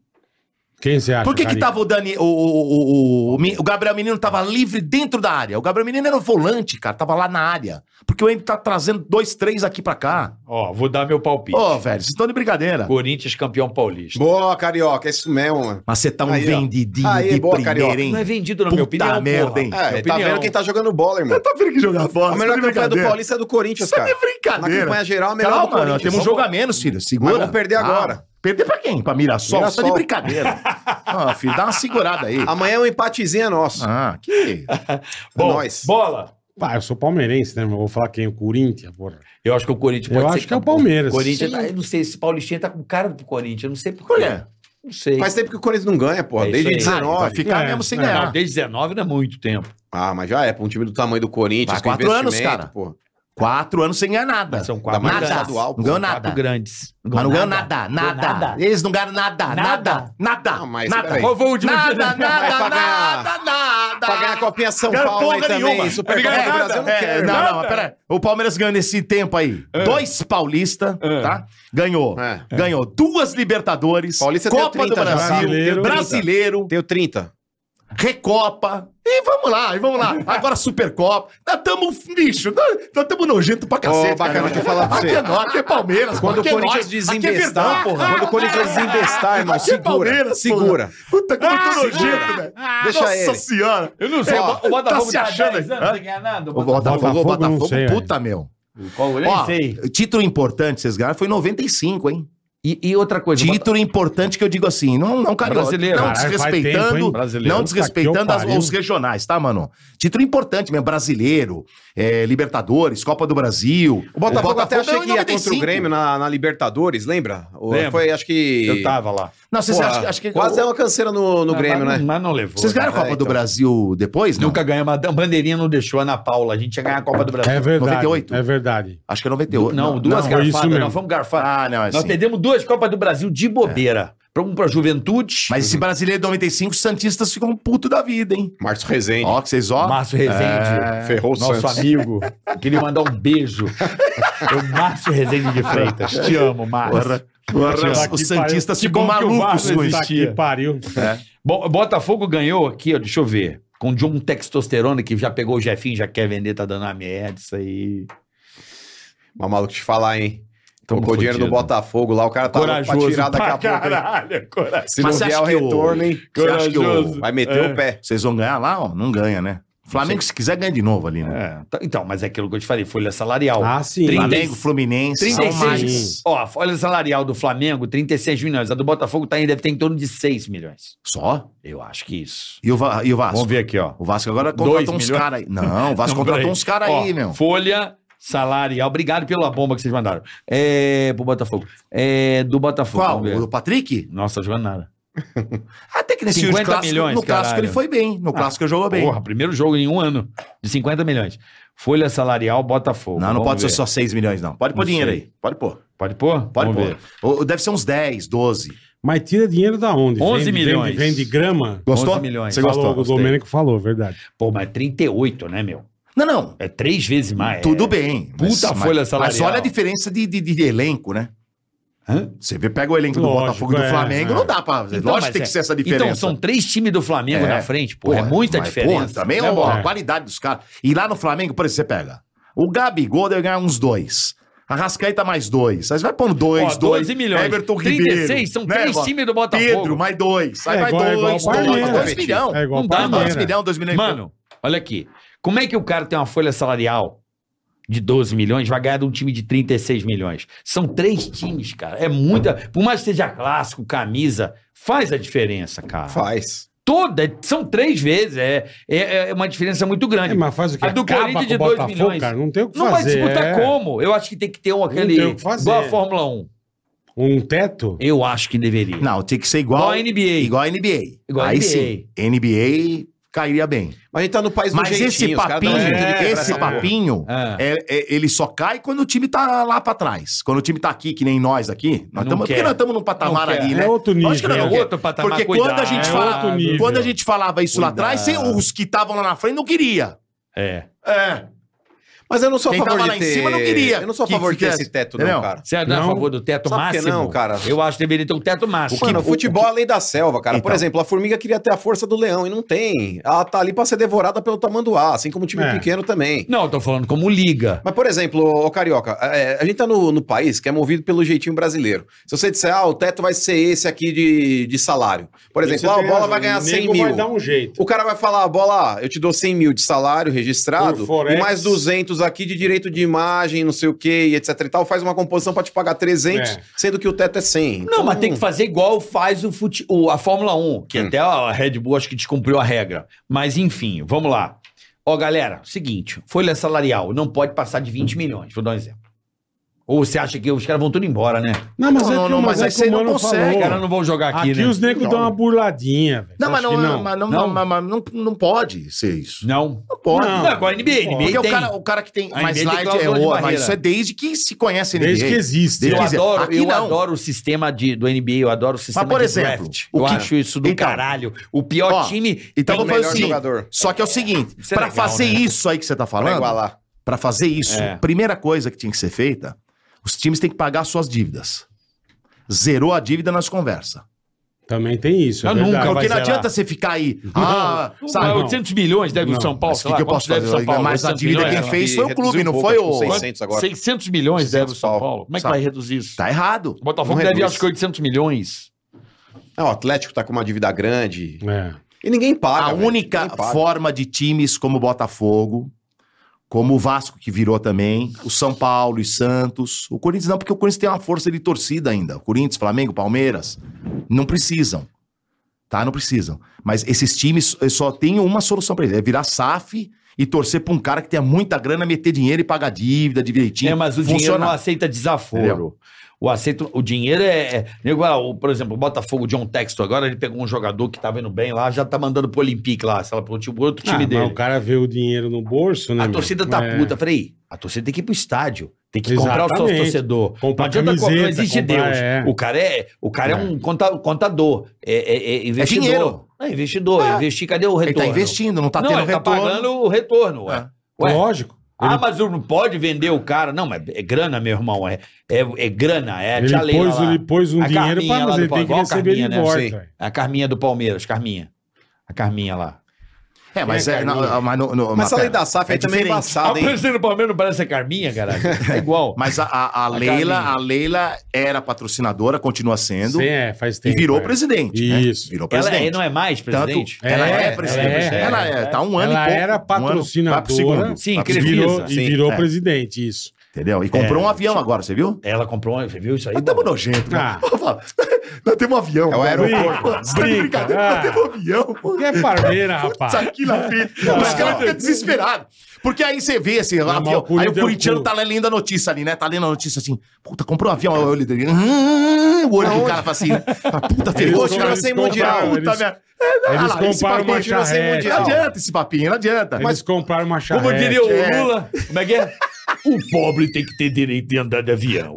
C: Quem você acha?
D: Por que que
C: Carica?
D: tava o Dani... O, o, o, o, o Gabriel Menino tava livre dentro da área. O Gabriel Menino era o volante, cara. Tava lá na área. Porque o Henry tá trazendo dois, três aqui pra cá.
B: Ó, vou dar meu palpite.
D: Ô, velho, vocês estão de brincadeira.
B: Corinthians campeão paulista.
E: Boa, Carioca. É isso mesmo, mano.
D: Mas você tá um
E: Aí, ó.
D: vendidinho
E: Aí,
D: de
E: boa,
D: primeira,
E: carioca.
D: hein?
B: Não é vendido, na minha
D: Puta
B: opinião.
D: merda,
B: porra.
D: hein?
B: Minha
E: É, tá
B: opinião.
E: vendo quem tá jogando bola, irmão.
D: Tá vendo que jogar bola?
E: A melhor campanha do Paulista é do Corinthians, cara.
D: Tá de
E: Na
D: brincadeira.
E: campanha geral, a melhor do
D: Calma, nós
E: Corinthians.
D: temos um jogo a menos, filho. Segura. Ah,
E: Mas vamos perder agora.
D: Perder pra quem? Pra Mirassol? Você tá de
E: Mirassol.
D: brincadeira. ah, filho, dá uma segurada aí.
E: Amanhã um empatezinho é nosso.
D: Ah, que... tá
B: Bom,
E: nós.
B: Bola.
C: Pá, eu sou palmeirense, né? Mas vou falar quem? O Corinthians, porra.
B: Eu acho que o Corinthians
C: Eu
B: pode ser
C: acho que é o
B: campeão.
C: Palmeiras.
B: Corinthians,
C: Sim.
B: tá- eu não sei, esse Paulistinha tá com cara do Corinthians, eu não sei por
D: Por
B: quê.
D: quê?
B: Não sei.
E: Faz tempo que o Corinthians não ganha, porra.
B: É isso
E: desde
B: aí.
D: Vai
E: 19.
D: ficar
C: É,
D: mesmo sem
C: é.
D: ganhar.
B: Não, desde 19 não é muito tempo.
E: Ah, mas já é. Pra um time do tamanho do Corinthians,
D: Mas quatro anos, cara.
E: porra.
D: Quatro anos sem ganhar nada.
B: São quatro
E: mais
D: nada.
B: grandes.
E: estadual,
D: não ganhou
B: Quatro
D: nada.
B: grandes.
D: Mas não ganhou nada,
B: Ganhou
D: nada. Eles não ganharam nada, nada,
B: Nada.
D: nada.
E: Não, mas
D: nada.
E: peraí.
B: Qual foi o último
D: Nada,
B: dia?
D: nada,
E: Mas pra
D: nada,
E: ganhar-
D: nada, nada.
E: Pra ganhar a Copinha São
D: Ah, Ganhou
E: Paulo aí
D: porra nenhuma.
E: também. Supercopa
D: Ganhou
E: do
D: nada.
E: Brasil, não
D: É,
E: quero.
D: Não,
E: irmão.
D: não, mas pera. aí. O Palmeiras ganhou nesse tempo aí. Dois Paulista, tá? Ganhou.
E: É.
D: Ganhou duas Libertadores.
E: Paulista tem o
D: Copa do
E: 30 já,
D: Brasil.
C: brasileiro.
D: Brasileiro.
E: Tenho 30.
D: Recopa. E vamos lá, e vamos lá. Agora Supercopa. Nós estamos lixo. Nós estamos nojento pra cacete.
E: Ô, bacana,
D: cara.
E: deixa eu falar pra
D: Aqui
E: você.
D: é nós, aqui é Palmeiras.
E: Quando
D: aqui
E: o
D: é
E: Corinthians
D: nós, aqui é
E: desembestar,
D: verdade.
E: porra. Quando o Corinthians desembestar, irmão,
D: Aqui é
E: segura.
D: Palmeiras,
E: Segura.
D: porra. Puta que eu tô nojento, velho.
E: Deixa
D: Nossa
E: ele.
D: senhora.
B: Ah, Eu não sei,
E: Ó,
B: o Bo- o Botafogo
D: se
B: tá
D: achando,
B: 10
D: hein?
B: anos sem ganhar nada.
D: O Botafogo,
C: Botafogo,
D: o Botafogo,
C: não sei,
D: puta, meu.
B: Qual? Eu nem
D: Ó,
B: sei.
D: título importante vocês ganharam foi em 95, hein?
B: E, e outra coisa, o
D: Título importante que eu digo assim, não, não carioca,
B: Brasileiro.
D: não
C: Caralho, faz tempo,
D: desrespeitando,
C: hein?
B: Brasileiro.
D: não
C: Puta tá, que
D: desrespeitando
C: eu
D: as-
C: pariu.
D: os regionais, tá, mano? Título importante mesmo, brasileiro, é, Libertadores, Copa do Brasil.
E: O Botafogo, até
D: Botafogo
E: achei
D: ganhou
E: que
D: em
E: ia contra o
D: 95.
E: Grêmio na, na Libertadores, lembra? O-
B: Lembro.
E: Foi, acho que.
B: Eu tava lá.
D: Não, vocês
E: Porra,
D: acham, acham que.
E: Quase é uma canseira no, no Grêmio,
B: mas,
E: né?
B: Mas não levou.
D: Vocês ganharam a
E: É,
D: Copa do
E: então.
D: Brasil depois? Não.
B: Nunca ganhamos. A bandeirinha não deixou a Ana Paula. A gente ia ganhar a Copa do Brasil.
C: É verdade.
D: 98.
C: É verdade.
D: Acho que é 98.
B: Não, duas
C: não, foi isso
B: garfadas.
C: mesmo.
B: Nós fomos garfadas.
D: Ah, não, é
B: Nós
D: assim.
B: perdemos duas Copas do Brasil de bobeira. Pra Um pra juventude.
D: Mas esse brasileiro de 95, os Santistas ficam um puto da vida, hein?
E: Márcio Rezende.
D: Ó, que vocês ó.
B: Márcio Rezende.
E: Ferrou o
B: Nosso
E: Santos.
B: amigo, queria mandar um beijo. É o Márcio Rezende de Freitas. Te amo, Márcio.
D: Porra. Porra.
C: Puta
D: Os-
C: que
D: Os
C: pariu.
D: Santistas
B: Que
D: ficam
B: bom que o
D: malucos
B: VAR não
D: com isso.
C: Puta que
B: existia.
C: tá pariu.
B: Bom, o Botafogo ganhou aqui, ó, deixa eu ver. Com John Textosterona, que já pegou o Jefinho, já quer vender, tá dando a merda, isso aí.
E: Mas maluco, te falar, hein?
B: Tamo
E: Tocou dinheiro no
B: fodido.
E: Botafogo lá, o cara tá louco pra
B: Corajoso
E: tirar daqui a
B: pra
E: pouco. hein?
B: Caralho, corajoso.
E: Se
D: Mas
E: não
D: você
E: vier o
D: acha que o-
E: retorno, hein?
D: Você acha que o...
E: Vai meter
B: É.
E: o pé.
D: Vocês vão ganhar lá, ó? Não ganha, né? Flamengo, se quiser, ganha de novo ali, né?
B: É, tá- então, mas é aquilo que eu te falei, folha salarial.
C: Ah, sim.
B: Trinta.
D: Flamengo, Fluminense, são
B: 36.
D: mais.
B: Ó, a folha salarial do Flamengo, 36 milhões. A do Botafogo tá em, deve ter em torno de 6 milhões.
D: Só?
B: Eu acho que isso.
D: E o, Va- e o Vasco?
B: Vamos ver aqui, ó.
D: O Vasco agora
B: Dois
D: contratou uns
B: milhões.
D: caras aí. Não, o Vasco
B: Não,
D: contratou
B: peraí.
D: uns caras aí,
B: Ó,
D: meu.
B: Folha salarial. Obrigado pela bomba que vocês mandaram. É, pro Botafogo. É, do Botafogo.
D: Qual?
B: vamos ver.
D: O do Patrick?
B: Nossa, tá jogando nada.
D: Até que nesse
B: 50
D: último clássico,
B: milhões,
D: no clássico
B: caralho. Ah,
D: ele foi bem. No clássico ele jogou bem.
B: Porra, primeiro jogo em um ano de 50 milhões. Folha salarial, Botafogo.
D: não, não
B: Vamos
D: pode
B: ver.
D: ser só 6 milhões, não. Pode pôr
B: Não
D: dinheiro
B: sei.
D: aí. Pode pôr.
B: Pode pôr?
D: Pode
B: Vamos
D: pôr. Ou- Deve ser uns 10, 12.
C: Mas tira dinheiro da onde?
B: 11 milhões.
C: Vende, vende grama?
D: Gostou?
B: 11 milhões.
D: Você
C: falou,
D: gostou?
C: o Domênico falou, verdade.
B: Pô, mas 38, né, meu?
D: Não, não.
B: É três vezes mais.
D: Tudo bem.
B: Puta folha
D: Mas
B: salarial.
D: olha a diferença de, de- de elenco, né?
B: Hã?
D: Você vê, pega o elenco
C: Lógico,
D: do Botafogo e do
C: é,
D: Flamengo,
C: é.
D: não dá pra...
B: Então,
D: lógico
B: mas
D: que tem
B: é.
D: que ser essa diferença.
B: Então, são três times do Flamengo
D: É.
B: na frente, pô. É muita
D: mas,
B: diferença.
D: porra, também é,
B: Né,
D: ó,
B: porra?
D: a qualidade dos caras. E lá no Flamengo, por exemplo, você pega. O Gabigol deve ganhar uns dois. A Rascaeta mais dois. Aí você vai pondo dois,
B: Ó,
D: dois.
B: 12 milhões.
D: Everton
B: 36,
D: Ribeiro,
B: são
D: né,
B: três
D: ó,
B: times do Botafogo.
D: Pedro mais dois.
C: É
D: Aí vai dois,
C: o
D: dois,
C: Palmeiras.
D: dois milhão.
C: É igual
B: Não
C: o
B: dá,
D: Dá
B: Palmeiras.
D: dois milhão, dois milhão. e pouco.
B: Mano, olha aqui. Como é que o cara tem uma folha salarial de 12 milhões, vai ganhar de um time de 36 milhões? São três times, cara. É muita. Por mais que seja clássico, camisa, faz a diferença, cara.
E: Faz.
B: Toda. São três vezes. É, é, é uma diferença muito grande.
C: É, mas faz o quê?
B: A do
C: Acaba
B: Corinthians
C: com
B: de
C: o
B: dois
C: Botafogo,
B: milhões.
C: Cara, não tem o que
B: Não vai
C: fazer.
B: disputar
C: é.
B: como? Eu acho que tem que ter um aquele.
C: tem o que fazer.
B: Igual a Fórmula 1.
C: Um teto?
B: Eu acho que deveria.
D: Não, tem que ser
B: Igual
D: igual...
B: a NBA.
D: Igual a NBA.
B: Igual a
D: Aí
B: NBA.
D: sim, NBA cairia bem.
E: Mas a gente tá no país do
D: Mas esse
E: jeitinho, os caras dão
D: papinho,
E: um jeito de quebrar
D: esse
E: essa porra.
D: papinho...
B: Ah,
D: É, é, ele só cai quando o time tá lá pra trás. Quando o time tá aqui, que nem nós aqui. Nós
B: Não
D: tamo, porque
B: quer.
D: nós estamos num patamar
B: Não quer.
D: ali,
C: É
D: né?
C: outro nível.
D: Lógico que não,
B: é
D: não quer.
B: outro patamar.
D: Porque
B: cuidado,
D: quando a gente
B: é
D: fala-
B: outro nível.
D: Quando a gente falava isso lá
B: Cuidado.
D: atrás, sem- os que estavam lá na frente não queria.
B: É.
D: É.
E: Mas eu não sou a
D: Quem
E: favor
D: tava
E: de
D: lá em
E: ter...
D: cima não queria
E: Eu não sou a
D: que
E: favor de ter
D: fizesse.
E: esse teto,
D: Entendeu?
E: não, cara.
B: Você é a
C: Não.
B: favor do teto
E: Sabe por que
B: máximo?
E: não, cara?
B: Eu acho que deveria ter um teto máximo.
E: Mano, futebol é a lei da selva, cara. Por
D: Então.
E: exemplo, a formiga queria ter a força do leão e não tem. Ela tá ali pra ser devorada pelo tamanduá, assim como o time
C: É.
E: pequeno também.
B: Não, eu tô falando como liga.
E: Mas, por exemplo, ô, ô, Carioca, é, a gente tá no, no país que é movido pelo jeitinho brasileiro. Se você disser, ah, o teto vai ser esse aqui de, de salário. Por exemplo, ah, o Bola vai ganhar 100 mil.
C: vai dar um jeito.
E: O cara vai falar, "Ah, bola, eu te dou 100 mil de salário registrado
C: Por Forex.
E: e mais 200 aqui de direito de imagem, não sei o quê, e etc e tal. Faz uma composição pra te pagar 300,
C: É.
E: sendo que o teto é 100.
B: Não, mas tem que fazer igual faz o fute... o- a Fórmula 1, que
E: Hum.
B: até a Red Bull acho que descumpriu a regra. Mas enfim, vamos lá. Ó, galera, seguinte, folha salarial não pode passar de 20 milhões, vou dar um exemplo. Ou você acha que os caras vão tudo embora, né?
C: Não, mas é
D: Não,
C: que,
D: não,
C: o-
D: mas
C: é
D: aí
C: que
D: você
C: o
D: não
C: mano
D: consegue,
B: Os
C: falou.
B: caras não vão jogar aqui,
C: Aqui
B: né?
C: os negros dão uma burladinha, velho.
D: Não, mas não, é,
C: Acho que
D: mas não,
B: Não?
D: mas- mas não- não pode ser isso.
B: Não.
D: Não pode.
C: Não.
B: Não, agora a NBA,
C: Não
B: NBA
D: Porque o
B: tem.
D: cara, o cara que tem.
B: A NBA
D: Mas
B: tem
D: lá é
B: cláusula de
D: outro,
B: barreira.
D: mas isso é desde que se conhece a NBA.
C: Desde que existe.
D: Desde
B: Eu
D: quer dizer,
B: adoro,
D: aqui
B: eu
D: não.
B: adoro o sistema de, do NBA, eu adoro o sistema
D: por
B: de
D: exemplo,
B: draft.
D: o
B: Eu
D: que-
B: acho isso do
D: Então.
B: caralho. O pior
D: Ó,
B: time
D: Então
E: o
D: vamos fazer
B: assim,
E: melhor
D: o seguinte.
E: jogador
D: Só que é o seguinte:
B: Isso é
D: pra
B: legal,
D: fazer
B: né?
D: isso aí que você tá
E: pra
D: falando,
E: igualar.
D: pra fazer isso,
B: É.
D: primeira coisa que tinha que ser feita, os times têm que pagar suas dívidas. Zerou a dívida nas conversas.
C: Também tem isso. é
B: Eu nunca
C: verdade.
B: vai
D: Porque não
B: zerar.
D: adianta você ficar aí.
C: Não.
D: Ah,
B: Não,
D: sabe?
B: mas
C: não.
B: 800 milhões deve o
C: Não.
B: São Paulo.
D: Mas o
B: sei
D: que,
B: lá,
D: que eu
B: quanto
D: posso
B: deve o São
D: fazer?
B: Paulo?
D: Mas a
B: 800
D: dívida
B: milhões,
D: quem
B: sei lá.
D: fez foi o
E: Reduziu
D: clube,
E: um
D: não
E: pouco,
D: foi
E: acho que
D: o.
E: 600 agora.
B: 600 milhões deve o
E: 600
B: São
E: pau.
B: Paulo. Como é que
D: Sabe?
B: vai reduzir isso?
D: Tá errado.
B: O Botafogo
E: Não
B: deve,
E: reduz.
B: acho que 800 milhões.
E: É, o Atlético tá com uma dívida grande
C: É.
E: e ninguém paga.
D: a
E: velho.
D: única
E: Ninguém paga.
D: forma de times como o Botafogo, como o Vasco que virou também, o São Paulo e Santos, o Corinthians não, porque o Corinthians tem uma força de torcida ainda. O Corinthians, Flamengo, Palmeiras, não precisam. Tá? Não precisam. Mas esses times eh, só tem uma solução pra eles, é virar SAF e torcer pra um cara que tenha muita grana, meter dinheiro e pagar dívida direitinho.
B: É, mas o dinheiro não
D: Funciona.
B: aceita desaforo.
D: Entendeu?
B: O, aceito, o dinheiro é. é nego, ah, o- por exemplo, o Botafogo, o John Texto, agora ele pegou um jogador que tava indo bem lá, já tá mandando pro Olympique lá, sei lá, pro tipo, outro time
C: Ah, mas
B: dele.
C: o cara vê o dinheiro no bolso,
B: A
C: né? meu?
B: torcida tá
C: É.
B: puta. Falei, "Ih, a torcida tem que ir pro estádio. Tem que comprar o seu
C: Exatamente.
B: torcedor. não
C: Comprar
B: adianta comprar, não
C: camiseta,
B: existe
C: comprar,
B: Deus.
C: é.
B: O cara é, o cara é,
C: É.
B: um conta- contador. É, é- é investidor.
D: dinheiro.
B: É investidor.
D: É.
B: Investir, cadê o
D: Ele
B: retorno?
D: tá investindo, não tá
B: não,
D: tendo
B: ele
D: retorno.
B: tá pagando o retorno. ué.
D: É.
B: Ué,
C: Lógico.
B: Ah, mas não pode vender o cara. Não, mas é grana, meu irmão. É, é, é grana. É a
C: Ele,
B: tia
C: ele,
B: Leila
C: pôs,
B: lá.
C: ele pôs um
B: A
C: dinheiro
B: Carminha
C: pra
B: lá
C: mas
B: do
C: ele tem que
B: Paulo. Igual a
C: receber
B: Carminha,
C: ele de
B: né?
E: Sim.
C: volta. velho.
B: A Carminha do Palmeiras, Carminha. A Carminha lá.
D: É, mas
C: É,
B: Né,
D: é. não,
C: Carminha.
D: mas no- no-
E: Mas essa
D: pera,
E: lei da SAF aí também é
D: diferente.
E: embaçada, hein?
B: presidente do Palmeiras não parece a Carminha, caralho. É igual.
D: Mas a, a- a Leila,
B: Carminha.
D: a Leila era patrocinadora, continua sendo,
C: Sim, é, faz
D: e
C: tempo.
D: virou
C: é.
D: presidente. né?
C: Isso.
D: Virou
B: ela
D: presidente.
B: é- não é mais presidente?
D: Tanto, ela é,
C: É,
D: presidente.
C: é,
D: ela é, tá um ano
C: Ela
D: e pouco.
C: era
D: um ano, vai pro
C: patrocinadora.
D: segundo,
B: Sim,
D: vai pro
B: Crefisa.
D: segundo,
C: Virou,
B: Sim,
C: e virou
D: é.
C: presidente, isso.
D: Entendeu? E comprou
B: É.
D: um avião agora, você viu?
B: Ela comprou um... Você viu isso aí?
D: Nós estamos nojentos.
C: Ah.
D: né? Pô, Fábio, Nós temos um avião.
E: É o aeroporto.
D: Pô, Você tá de
C: Brinca,
D: brincadeira?
C: ah.
D: Nós temos um avião. pô.
C: Que é parmeira, rapaz.
D: Isso aqui na frente. Os caras ficam desesperados. Porque aí você vê esse
C: mas
D: avião.
C: o Corinthians é
D: Aí o
C: deu
D: corintiano
C: cu.
D: tá lendo a notícia ali, né? Tá lendo a notícia assim. Puta, comprou um avião. Aí eu olho dele. "Ah", o olho do cara fala assim. né? Fala, Puta, ferrou.
E: Eles
D: os caras
E: sem
C: compraram-
E: mundial,
D: Puta,
C: eles-
D: minha. É,
C: eles
D: olha lá, esse
C: compraram uma
D: papinho tirou sem
C: charrete.
D: mundial. Não adianta esse papinho, não adianta. Ah,
C: Eles compraram uma charrete.
B: Como diria
D: É.
B: o Lula, como é que é? O pobre tem que ter direito de andar de avião.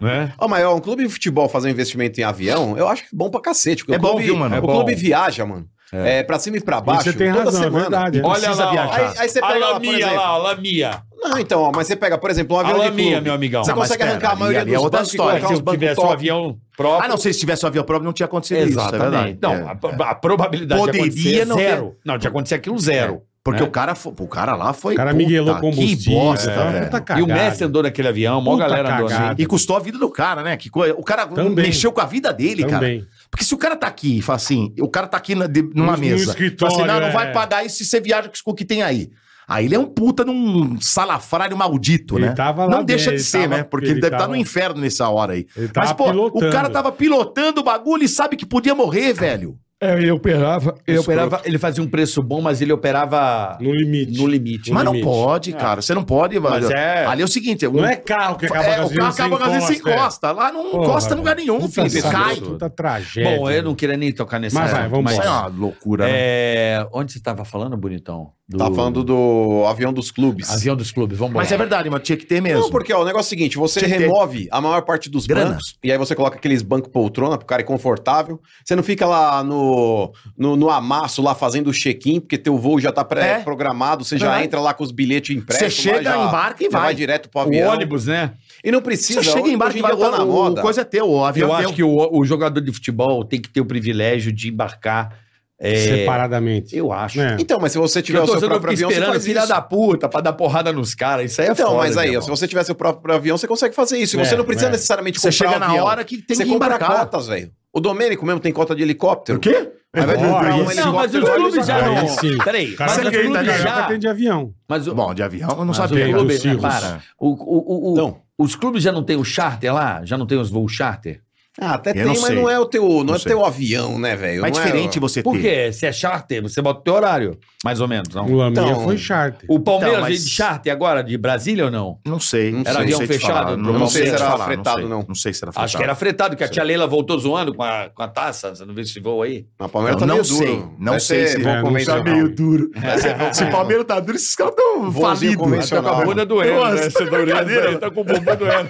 B: né?
E: Ó, mas ó, um clube de futebol fazer um investimento em avião, eu acho que é bom pra cacete. porque
D: É
E: o
D: bom,
E: clube,
D: viu, mano? É
E: O
D: bom.
E: clube viaja, mano. É. pra cima e pra baixo,
C: Você tem
E: toda
C: razão, é
E: semana.
C: verdade. é.
B: Olha
D: precisa
B: lá, ó.
D: viajar.
E: Aí, aí você
B: a
E: pega lá, por
B: Lamia
E: exemplo.
B: lá, ó, Lamia.
E: Não, então, ó, mas você pega, por exemplo, um
B: A
E: avião de
B: Lamia,
E: clube.
B: meu amigão.
E: Você
D: Não, mas
E: consegue
D: pera,
E: arrancar a
D: ali-
E: maioria
D: ali é
E: dos
D: outra
E: bancos e
D: história.
E: colocar
B: Se
E: uns
B: eu
E: bancos
B: tivesse um
E: top.
B: avião próprio...
D: Ah, não, se eles tivessem o avião próprio, não tinha acontecido isso. é verdade.
B: Exatamente. Não,
D: É, é.
B: a, a probabilidade
D: Poderia
B: de acontecer é
D: não ter-
B: zero. Não, de acontecer aquilo, zero.
D: Porque
B: né?
D: o cara fo- o cara lá foi.
C: O cara
D: puta,
C: miguelou
D: Que
C: combustível.
D: bosta,
C: tá?
D: velho.
C: Puta
B: E o
C: cagada.
B: Messi andou naquele avião, mó
C: Puta
B: galera andou
C: cagada.
B: assim.
D: E custou a vida do cara, né? Que coisa, o cara
C: Também.
D: mexeu com a vida dele, cara.
C: Também.
D: Porque se o cara tá aqui e fala assim, o cara tá aqui na- de- numa
C: No- no
D: mesa, fala
C: escritório,
D: assim, não, não vai
C: é.
D: pagar isso se você viaja com o que tem aí. Aí ele é um puta num salafrário maldito,
C: Ele
D: né?
C: tava lá
D: não deixa
C: dentro,
D: de
C: ele
D: ser,
C: tava-
D: né? Porque ele,
C: ele
D: deve estar
C: tava-
D: no inferno nessa hora aí.
C: Ele
D: Mas,
C: tava
D: pô,
C: pilotando.
D: o cara tava pilotando o bagulho e sabe que podia morrer, velho.
B: É, ele operava, ele
D: Escroto.
B: operava, ele fazia um preço bom, mas ele operava
C: No limite.
B: no limite.
D: Mas não
C: limite. É.
D: pode, cara. Você não pode,
B: Mas
D: velho.
B: é-
D: Ali é o seguinte,
C: Não
D: um-
C: é carro que acaba
D: é,
C: gasolina,
D: o carro
C: você
D: acaba fazendo sem
C: é.
D: encosta. Lá não
C: Porra,
D: encosta em lugar
C: velho.
D: nenhum,
C: Puta
D: filho. Você
C: saco,
D: cai.
C: Puta tragédia.
B: Bom, eu não queria nem tocar nesse
C: Mas vai, vamos
D: Isso
C: embora.
D: é uma loucura, né?
B: é, onde você estava falando, bonitão? Do
E: Tá falando do avião dos clubes.
B: avião dos clubes, vamos
D: Mas é verdade, mas tinha que ter mesmo.
E: Não, porque ó, o negócio é o seguinte: você
D: Tinha que ter.
E: remove a maior parte dos
D: Grana.
E: bancos, e aí você coloca aqueles bancos poltrona pro cara ir confortável. Você não fica lá no, no, no amasso, lá fazendo o check-in, porque teu voo já tá pré-programado, você já
D: É.
E: entra lá com os bilhetes
D: Você
E: impressos.
D: chega,
E: lá já-
D: embarca e
E: já vai.
D: vai.
E: direto pro
B: O
E: avião.
B: ônibus, né?
E: E não precisa.
D: Você chega
E: hoje
D: embaixo
E: em
D: e
E: dia
D: vai
E: tá na moda.
D: O coisa é teu, o avião
B: Eu
D: é teu.
E: um
B: acho que o, o jogador de futebol tem que ter o privilégio de embarcar. é,
C: Separadamente.
B: Eu acho.
C: É.
E: Então, mas se você
B: Porque
E: tiver
B: eu
E: o
B: tô
E: seu
B: sendo
E: próprio avião, você
B: esperando
E: faz
B: filha
E: isso.
B: da puta pra dar porrada nos caras. Isso aí é
E: Então,
B: foda.
E: mas aí,
B: meu
E: ó, se
B: irmão.
E: você tiver seu próprio avião, você consegue fazer isso.
C: É,
E: você não precisa
C: é.
E: necessariamente
D: Você
E: comprar
D: chega
E: o
D: na
E: avião.
D: hora que tem
E: você
D: que
E: compra
D: embarcar.
E: cotas, velho. O Domênico mesmo tem cota de helicóptero.
D: quê?
E: Aí vai
C: Olha,
E: comprar um
C: isso-
B: Não, mas os
E: helicóptero,
B: clubes já
C: Aí
B: não.
C: sim.
B: Peraí,
C: Cara,
B: mas
D: você
B: os
C: você
D: quem tá
B: clubes
D: ganhando
B: já.
C: tem de avião.
B: Mas o-
D: Bom, de avião eu não
B: Mas
D: sabia.
B: o
C: veio
B: clube,
C: dos cirros.
B: para. O, o- o- o-
E: Não.
B: Os clubes já não tem o charter lá? Já não tem os voos charter?
E: Ah, até
D: Eu
E: tem,
D: não
E: mas
D: sei.
E: não é o teu, não, é
D: sei.
E: teu avião, né, velho?
D: Mas é
E: Não
D: diferente você ter.
B: Por quê? Se é charter, você bota o teu horário, mais ou menos, não?
C: O Laminha
E: Então-
C: foi charter.
B: O Palmeiras
D: Então, mas-
B: veio de charter agora, de Brasília ou não?
D: Não sei.
E: Não
D: Era
E: sei.
D: avião
E: Sei
B: te falar,
D: fechado?
B: não sei se
D: te
E: era
D: falar,
E: fretado,
D: sei.
E: não.
D: Não sei se era
B: Acho que era fretado, que a
D: Sim.
B: tia Leila voltou zoando com a, com a taça. Você não viu esse voo aí?
E: A
D: Eu
E: Palmeiras tá
D: não
E: meio
D: sei,
E: duro.
D: não
E: Deve
D: sei
E: ser
D: se-
E: voo
C: É, não
D: Tá
E: convencional.
D: meio duro.
E: Deve ser voo-
D: Se o Palmeiras tá duro, esses caras tão
E: Voozinho
D: falidos.
E: convencional.
B: Acabou da
D: Nossa,
B: doendo, né?
D: tá
B: Você
D: de
B: doendo,
D: brincadeira.
B: ele tá com o bumbum doendo.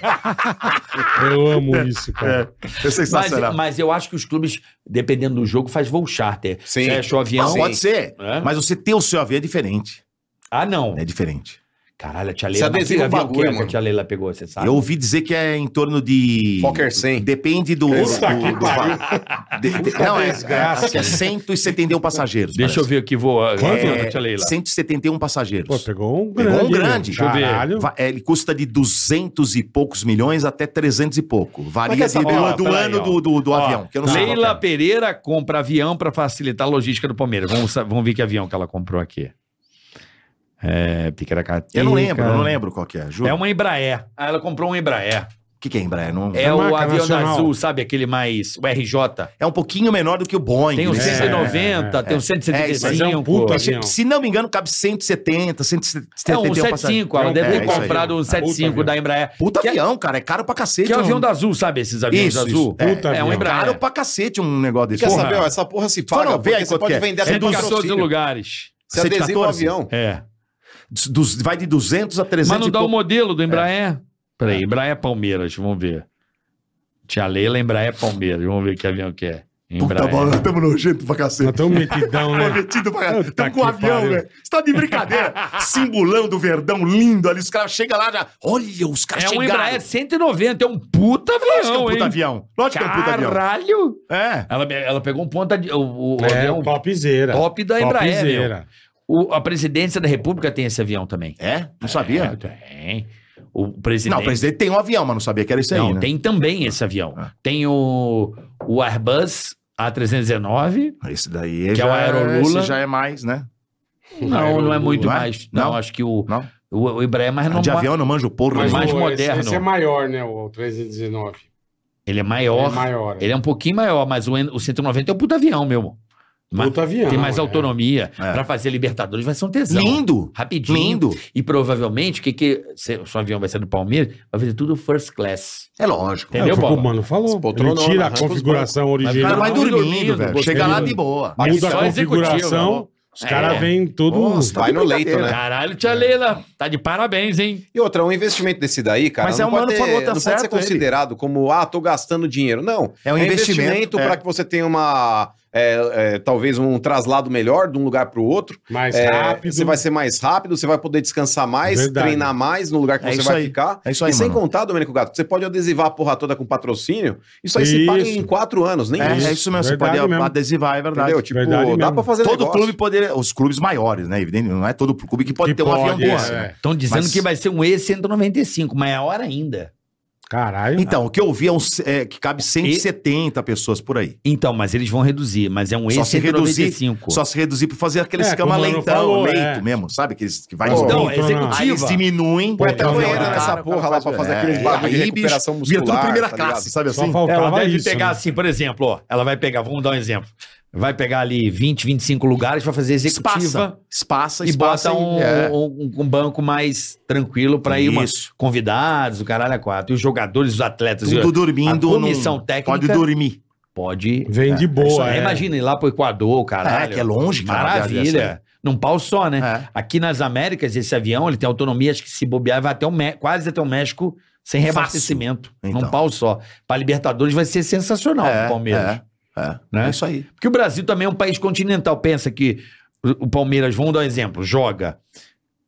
C: Eu amo isso, cara.
D: É
B: Mas,
D: sensacional.
B: mas eu acho que os clubes, dependendo do jogo, faz voo charter.
E: Sim.
B: Fecha o avião.
D: Ah, Pode ser.
B: É?
D: Mas você ter o seu avião é diferente.
B: Ah, não.
D: É diferente.
B: Caralho, a tia
E: Isso
B: Leila.
E: é
B: mas que
E: adesivo
B: avião
E: bagulho,
B: que é que a
E: mano.
B: tia Leila pegou, você sabe?
D: Eu ouvi dizer que é em torno de.
E: Fokker 100.
D: Depende do.
C: Puta
D: do-
C: que
D: do-
C: pariu.
D: de- de- não, é,
C: desgraça.
D: acho que é 171 passageiros.
B: Deixa eu ver aqui, voa.
C: Quanto?
B: É, tia Leila.
D: 171 passageiros.
C: Pô, pegou um
D: Pegou
C: grande.
D: um grande.
C: meu.
D: Deixa eu
B: ver.
C: Caralho.
D: Va- é, ele custa de 200 e poucos milhões até 300 e pouco. Varia
E: essa
D: de- do,
E: porra?
D: do
B: Peraí,
D: ano
B: ó.
D: do, do- do
B: Ó,
D: avião. Que eu não sei qual que é.
B: Leila Pereira compra avião para facilitar a logística do Palmeiras. Vamos, sa- vamos ver que avião que ela comprou aqui. É, Picaracatica.
D: Eu não lembro, eu não lembro qual que é. Juro.
B: É uma Embraer. Ah, ela comprou um Embraer.
D: que, que é Embraer? Não... É.
B: É
C: A
B: o
C: marca
B: avião
C: nacional.
B: azul, sabe? Aquele mais. O RJ.
D: um pouquinho menor do que o Boeing.
B: Tem um o
D: né?
C: É,
B: 190, tem um o
C: Mas
B: 175.
C: é um puta
D: Se,
C: avião.
D: se não me engano, cabe 170, 170.
B: É um 75. Ela
C: É um
B: deve ter
D: Tá puta-
B: comprado um
C: Puta
B: 75
C: avião.
B: da Embraer.
D: Puta
B: Que é-
D: avião, cara. É caro pra cacete.
B: Que é o
D: um-
B: avião da Azul, sabe? Esses aviões
D: Isso,
B: azul.
D: isso. É,
C: Puta
B: é um
C: avião.
B: Embraer. assim,
D: Caro pra cacete um negócio desse.
E: Quer
D: Porra.
E: saber, ó, essa porra se
D: Fala,
E: paga,
D: vê
E: porque
D: aí
E: você
D: quanto
E: pode
D: que é.
E: vender até
B: 114
E: patrocínio.
B: lugares.
E: Você adesiva o
D: 114?
E: avião.
B: É.
D: Dos- vai de 200 a 300
B: Mas não
D: e É.
B: dá o
D: pouco.
B: modelo do Embraer. Peraí, Embraer é Palmeiras, vamos ver. Tia Leila, Embraer é Palmeiras. Vamos ver que avião que é.
D: Puta,
B: Embraer.
D: mano, nós estamos Tá nojento pra cacete.
B: Tá
C: Nós estamos metidão, né?
D: Prometido pra caralho.
C: Puta
D: Tamo com o
C: que
D: avião,
C: pariu.
D: velho. Você tá de brincadeira. Simbolão do Verdão, lindo ali. Os caras chegam lá, já. Olha, os caras
B: É um
D: chegaram.
B: Embraer 190, é um puta avião,
D: Lógico que é um puta
B: hein?
D: avião. Lógico que é um puta avião.
B: Caralho!
D: É.
B: Ela, ela pegou um ponta de, o, o
C: É,
B: avião
C: o
B: top,
C: topzera.
B: da Embraer. meu.
C: Topzera.
B: O- a presidência da República tem esse avião também.
D: É? Não sabia?
B: tem. O presidente.
D: Não, o presidente tem um avião, mas não sabia que era isso aí.
B: Não,
D: né?
B: tem também esse avião.
D: Ah.
B: Tem o, o Airbus A319.
D: Esse daí
B: Que
D: já,
B: é o Aerolula.
D: esse já é mais, né?
B: Não, não é muito
D: Não é?
B: mais. Não,
D: Não?
B: acho que o,
D: Não. Ah,
B: o, o Embraer é mais
D: de
B: normal.
D: avião eu não manjo porra.
B: Mas
D: nenhuma.
B: mais
C: o-
B: moderno.
C: Esse, esse é maior, né? O 319.
B: Ele é
C: Ele
B: maior.
C: É maior.
B: Ele é um pouquinho maior, mas o, N- o 190 é o puta avião, meu. Ma-
C: Puta avião.
B: Tem mais
C: é.
B: autonomia.
D: É.
B: Pra fazer Libertadores vai ser um tesão.
D: Lindo.
B: Rapidinho.
D: Lindo.
B: E provavelmente, o que que. Se o seu avião vai ser do Palmeiras, vai fazer tudo first class.
D: É lógico.
B: Entendeu,
C: É, foi o que
B: Bola?
C: o mano falou.
E: As poltronas,
C: Ele tira a
E: arranca os
C: configuração
D: O
B: é Ele
D: cara
C: original,
D: vai
B: não dorme
D: dormindo,
B: dormindo,
D: velho.
B: gostei.
D: Chega lá de boa.
B: Ele
C: muda
B: só
C: a
B: é executivo,
C: configuração, os
B: É.
C: caras vêm todo...
D: Nossa, tá
E: Vai no leito, né?
B: Caralho, tia Leila, tá de parabéns, hein?
E: E outra, um investimento desse daí, cara,
D: Mas
E: não,
D: é, o
E: pode,
D: mano
E: ter-
D: falou, tá
E: não pode ser
D: certo ele.
E: considerado como, ah, tô gastando dinheiro. Não.
D: É um investimento, é.
E: para que você tenha uma, é, é, talvez um traslado melhor de um lugar para o outro.
C: mais
E: É,
C: rápido.
E: Você vai ser mais rápido, você vai poder descansar mais,
C: Verdade.
E: treinar mais no lugar que
D: É
E: você
D: isso
E: vai
D: aí.
E: ficar.
D: É isso aí,
E: e sem
D: mano.
E: contar, Domênico Gato, você pode adesivar a porra toda com patrocínio. Isso aí se paga
C: Isso.
E: em quatro anos, nem
D: É,
E: isso.
D: é isso mesmo. Você
C: Verdade
D: pode
C: mesmo.
D: adesivar, é verdade.
E: Entendeu? Tipo,
C: Verdade
E: dá
C: mesmo.
E: pra fazer
D: Todo
E: negócio.
D: clube poderia. Os clubes maiores, né? Evidente, não é todo clube que pode
C: Que
D: ter um avião
C: pode,
D: desse.
C: é,
D: né?
C: é.
B: Estão dizendo
D: Mas-
B: que vai ser um E195, maior ainda.
C: Caralho.
D: Então, o que eu vi é, um c- é que cabe 170 pessoas por aí.
B: Então, mas eles vão reduzir, mas é um
D: Só se reduzir,
B: E195.
D: só se reduzir pra fazer aquele
C: É,
D: escama
C: como o Mano
D: leitão,
C: falou,
D: leito
C: é.
D: mesmo, sabe? Aqueles que vai
E: Pô,
B: Então,
D: Aí
B: executiva.
D: eles diminuem.
E: Põe até
C: Então,
E: banheiro
C: cara,
E: nessa porra lá pra fazer aqueles bagulho de
D: É. Aí, bicho,
E: recuperação
D: vira
E: muscular.
D: tudo primeira
E: tá
D: classe,
E: ligado?
D: sabe
C: Só
D: assim?
B: Ela
C: faltava
B: deve
C: isso.
B: pegar
C: né?
B: assim, por exemplo, ó. Ela vai pegar, vamos dar um exemplo. Vai pegar ali 20, 25 lugares, vai fazer executiva
D: Espaça, espaça,
B: e
D: espaça.
B: bota um,
D: é.
B: um- um banco mais tranquilo pra ir uma,
D: Isso.
B: convidados, o caralho a quatro. E os jogadores, os atletas.
D: Tudo
B: e-
D: dormindo.
B: Tá a comissão
D: num-
B: técnica-
D: Pode dormir.
B: Pode.
C: Vem de boa,
B: Aí
C: é.
B: Imagina ir lá pro Equador, caralho.
D: É, que é longe, cara. assim.
B: Maravilha. Num pau só, né?
D: É.
B: Aqui nas Américas, esse avião, ele tem autonomia, acho que se bobear, vai até o Mé- quase até o México sem
D: Fácil.
B: reabastecimento. Num
D: Então.
B: pau só. Pra Libertadores vai ser sensacional
D: É,
B: pro Palmeiras.
D: É, é.
B: Né?
D: É isso aí.
B: Porque o Brasil também é um país continental. Pensa que o o Palmeiras, vamos dar um exemplo, joga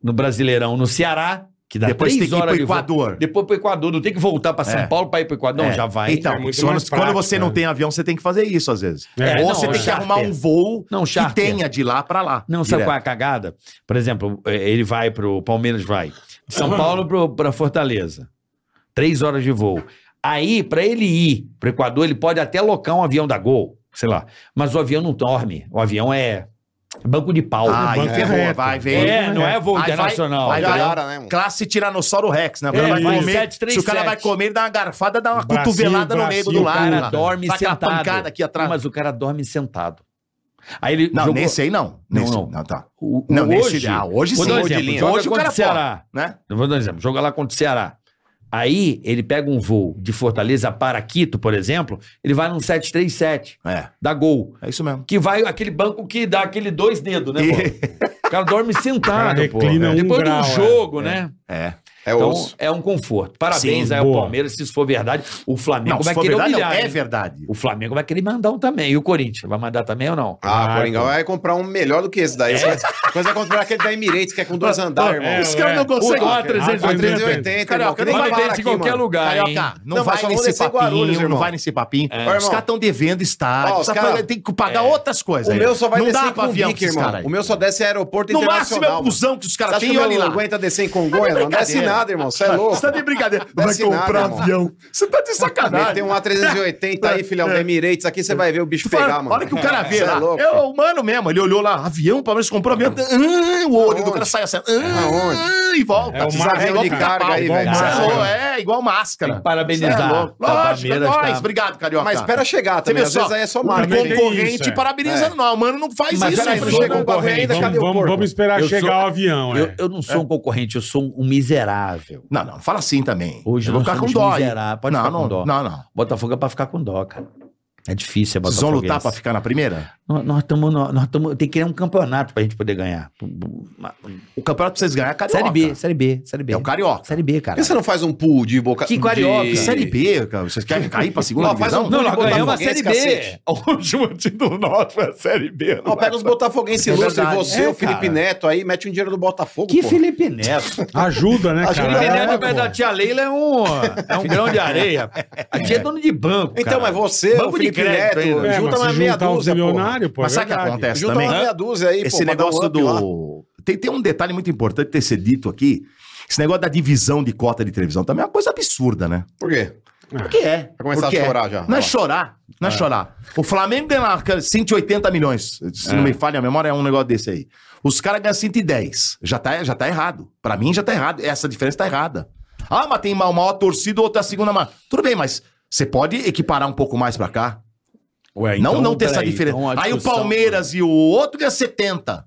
B: no Brasileirão, no Ceará, que dá
D: Depois tem
B: três
D: que ir
B: horas
D: pro
B: de voo.
D: Equador.
B: Depois pro Equador, não tem que voltar pra São
D: É.
B: Paulo pra ir pro Equador. Não,
D: É.
B: já vai.
D: Então,
C: É muito
D: quando,
C: mais prático,
D: quando você não
C: né?
D: tem avião, você tem que fazer isso às vezes.
B: É,
D: Ou
B: não,
D: você
B: é.
D: tem que arrumar um voo
B: Não,
D: que
B: charter.
D: tenha de lá pra lá.
B: Não, sabe
D: direto.
B: qual é a cagada? Por exemplo, eh, ele vai pro. Palmeiras vai. De São Paulo pro, pra Fortaleza. Três horas de voo. Aí, pra ele ir pro Equador, ele pode até alocar um avião da Gol, sei lá. Mas o avião não dorme. O avião é Um banco de pau.
D: Ah,
C: banco
D: aí ferrou,
C: reto.
D: vai, vem.
B: é, não é voo
D: Aí vai-
B: internacional.
D: vai-
E: Já
D: Entendeu?
E: era, né, mano?
D: Classe Tiranossauro Rex, né? O cara
B: É,
D: vai
B: vai
D: comer,
B: sete, três,
D: se o cara
B: sete.
D: vai comer, ele dá uma garfada, dá uma
C: Brasil,
D: cotovelada no meio
C: Brasil,
D: do
B: o
D: lado.
B: cara
D: lá.
B: dorme
D: Dá aquela
B: sentado.
D: pancada aqui atrás.
B: Mas o cara dorme sentado. Aí ele
D: Não,
B: jogou-
D: nesse aí não.
B: Não,
D: Nesse,
B: não.
D: não. tá.
B: o- o-
D: Não, nesse
B: hoje,
D: ah, hoje
B: Vou
D: sim.
B: dar um
E: hoje
B: exemplo.
E: linha.
B: Joga
D: Hoje o
B: contra
D: cara
B: o Ceará.
D: Né?
B: Eu vou dar um exemplo. Joga lá contra o Ceará. Aí ele pega um voo de Fortaleza para Quito, por exemplo, ele vai num 737,
D: É,
B: dá gol.
D: é isso mesmo.
B: Que vai aquele banco que dá aquele dois dedos, né, pô? O cara dorme sentado,
C: O cara
B: pô.
C: reclina um
B: Depois
C: grau,
B: de
C: é.
B: um jogo, né?
D: É.
E: É
B: Então
E: osso.
B: é um conforto. Parabéns
D: Sim,
B: aí
C: boa.
B: ao Palmeiras, se isso for verdade. O Flamengo
D: Não, se
B: vai
D: for
B: querer
D: verdade, não,
B: humilhar.
D: é
B: hein?
D: verdade.
B: O Flamengo vai querer mandar um também. E o Corinthians? Vai mandar também ou não?
C: Ah,
E: Ah, o Coringão
C: pô.
E: vai comprar um melhor do que esse daí.
D: É.
E: Depois vai comprar aquele da Emirates, que é com dois andares, irmão. Ah,
C: É,
E: Os
C: o-
E: caras
C: é.
E: não conseguem.
B: O- o A380.
E: A 380,
D: Carioca,
E: irmão, que nem
B: Vai
D: Vai
E: falaram
B: ter em
E: aqui,
B: qualquer
E: mano.
B: lugar, hein?
D: Carioca, não,
E: Não, mas
D: vai
E: só vamos
D: nesse
E: descer em
D: papinho,
E: Guarulhos,
D: não
E: irmão.
D: vai nesse papinho. Os
E: É. Ó, irmão.
D: caras estão devendo estádio,
E: Ó, os
D: precisa
E: cara- É.
D: pagar- tem que pagar outras coisas.
E: O
D: aí.
E: meu só vai
D: não
E: descer
D: dá
E: com
D: pra
E: o
D: avião
E: Vic,
D: pra esses
E: irmão.
D: caras aí.
E: O meu só desce aeroporto
D: No máximo é
E: internacional.
D: o busão que os
E: mano. Você
D: caras
E: acha que
D: têm,
E: o
D: olha
E: meu
D: lá.
E: não aguenta descer em Congonha? Não desce nada, irmão. Você é louco.
D: Você tá de brincadeira. Vai
E: Desce
D: comprar
E: nada, irmão.
D: avião. Você tá de
E: Vai
D: sacanagem.
E: ter um A380 aí, filhão, da Emirates. Aqui você vai ver o bicho
D: Tu fala,
E: pegar, mano.
D: Olha que o cara vê
E: Cê
D: lá.
E: É louco.
D: É o humano mesmo. Ele olhou lá, avião, o Palmeiras comprou avião. Ah, o olho do
E: Aonde?
D: cara sai assim. ah,
E: Aonde?
D: ah, e volta.
C: É o
E: Esses aviões de
D: pica-pau,
E: carga aí,
C: igual
E: velho.
C: o
D: Você é
C: Marcos.
D: louco,
E: Você
D: é, é igual máscara.
B: Parabenizar.
D: Cê é louco.
B: Tá,
D: Lógico, é
B: Palmeiras
D: nóis.
B: tá-
D: Obrigado, Carioca.
E: Mas espera chegar também.
D: vê
E: Às vezes
D: só,
E: aí é só
D: o
E: marketing.
C: Marketing.
D: concorrente
C: Isso, é.
D: parabenizando. Não, o mano não faz
B: Mas
D: isso.
B: peraí,
D: não
B: não
D: um
E: chegou
D: chegou
E: o bagulho ainda,
C: Vamos,
E: cadê o
C: vamos,
E: porco?
C: vamos esperar
B: Eu
C: chegar
B: sou-
C: o avião,
B: Eu,
C: é.
B: eu não sou um concorrente, eu sou um miserável.
D: Não, não, fala assim também.
B: Hoje
D: eu vou
B: nós
D: ficar com
B: somos
D: dó. hein?
B: miserável. Pode
D: não,
B: ficar
D: não,
B: com dó.
D: não, não.
B: Botafogo é pra ficar com dó, cara. É difícil, é
D: Vocês
B: Botafogo.
D: vão lutar pra ficar na primeira?
B: Nós estamos. Nós estamos. Tem que criar um campeonato pra gente poder ganhar.
D: O campeonato pra vocês ganhar é Carioca.
B: Série B, Série B, Série B.
D: É o Carioca.
B: Série B,
E: Por
B: cara.
E: que você não faz um pool de boca...
B: Que carioca.
E: de-
D: Série B, cara. Vocês querem cair pra segunda
E: Não, faz
D: divisão?
E: um- Não,
B: nós
E: Botafogo
B: ganhamos a
E: é esse
B: Série B.
E: cacete.
B: O último título nosso foi a Série B.
E: Ó, pega os botafoguenses
D: É
E: ilustres,
D: verdade.
E: você,
B: É,
E: o Felipe
B: cara.
E: Neto aí, mete um dinheiro do Botafogo,
B: Que
E: pô.
B: Felipe Neto.
C: Ajuda, né,
E: Ajuda,
C: cara?
E: né,
B: Felipe
C: É,
B: Neto, perto
C: pô.
B: da tia Leila, é um, é um grão de areia. A tia é dono de banco.
E: Então,
B: cara.
E: mas você,
B: Banco
E: o
B: de
E: Felipe
B: crédito
E: Neto,
B: ainda.
C: É,
E: junta
C: mas
E: uma
C: se
E: meia
C: juntar os
E: dúzia, pô.
C: milionários, pô.
D: Mas
C: é
D: sabe o que
C: verdade.
D: acontece
E: Junta
D: também?
E: uma meia dúzia aí,
D: Esse
E: pô, pra dar um
D: negócio
E: up lá.
D: do. Tem, tem um detalhe muito importante de ter ser dito aqui. Esse negócio da divisão de cota de televisão também é uma coisa absurda, né?
E: Por quê?
D: Porque é. Vai
E: começar a chorar já.
D: Não
E: Vai
D: é
E: lá.
D: chorar. Não é, chorar. O Flamengo ganha lá, cara, 180 milhões. Se não me falha a memória, é um negócio desse aí. Os caras ganham 110. Já tá, já tá errado. Pra mim já tá errado. Essa diferença tá errada. Ah, mas tem uma maior torcida, outra segunda maior. Tudo bem, mas você pode equiparar um pouco mais pra cá?
B: Ué,
D: não,
B: então,
D: não ter essa
B: peraí,
D: diferença.
B: então a
D: aí o
B: discussão-
D: Palmeiras e o outro ganha 70.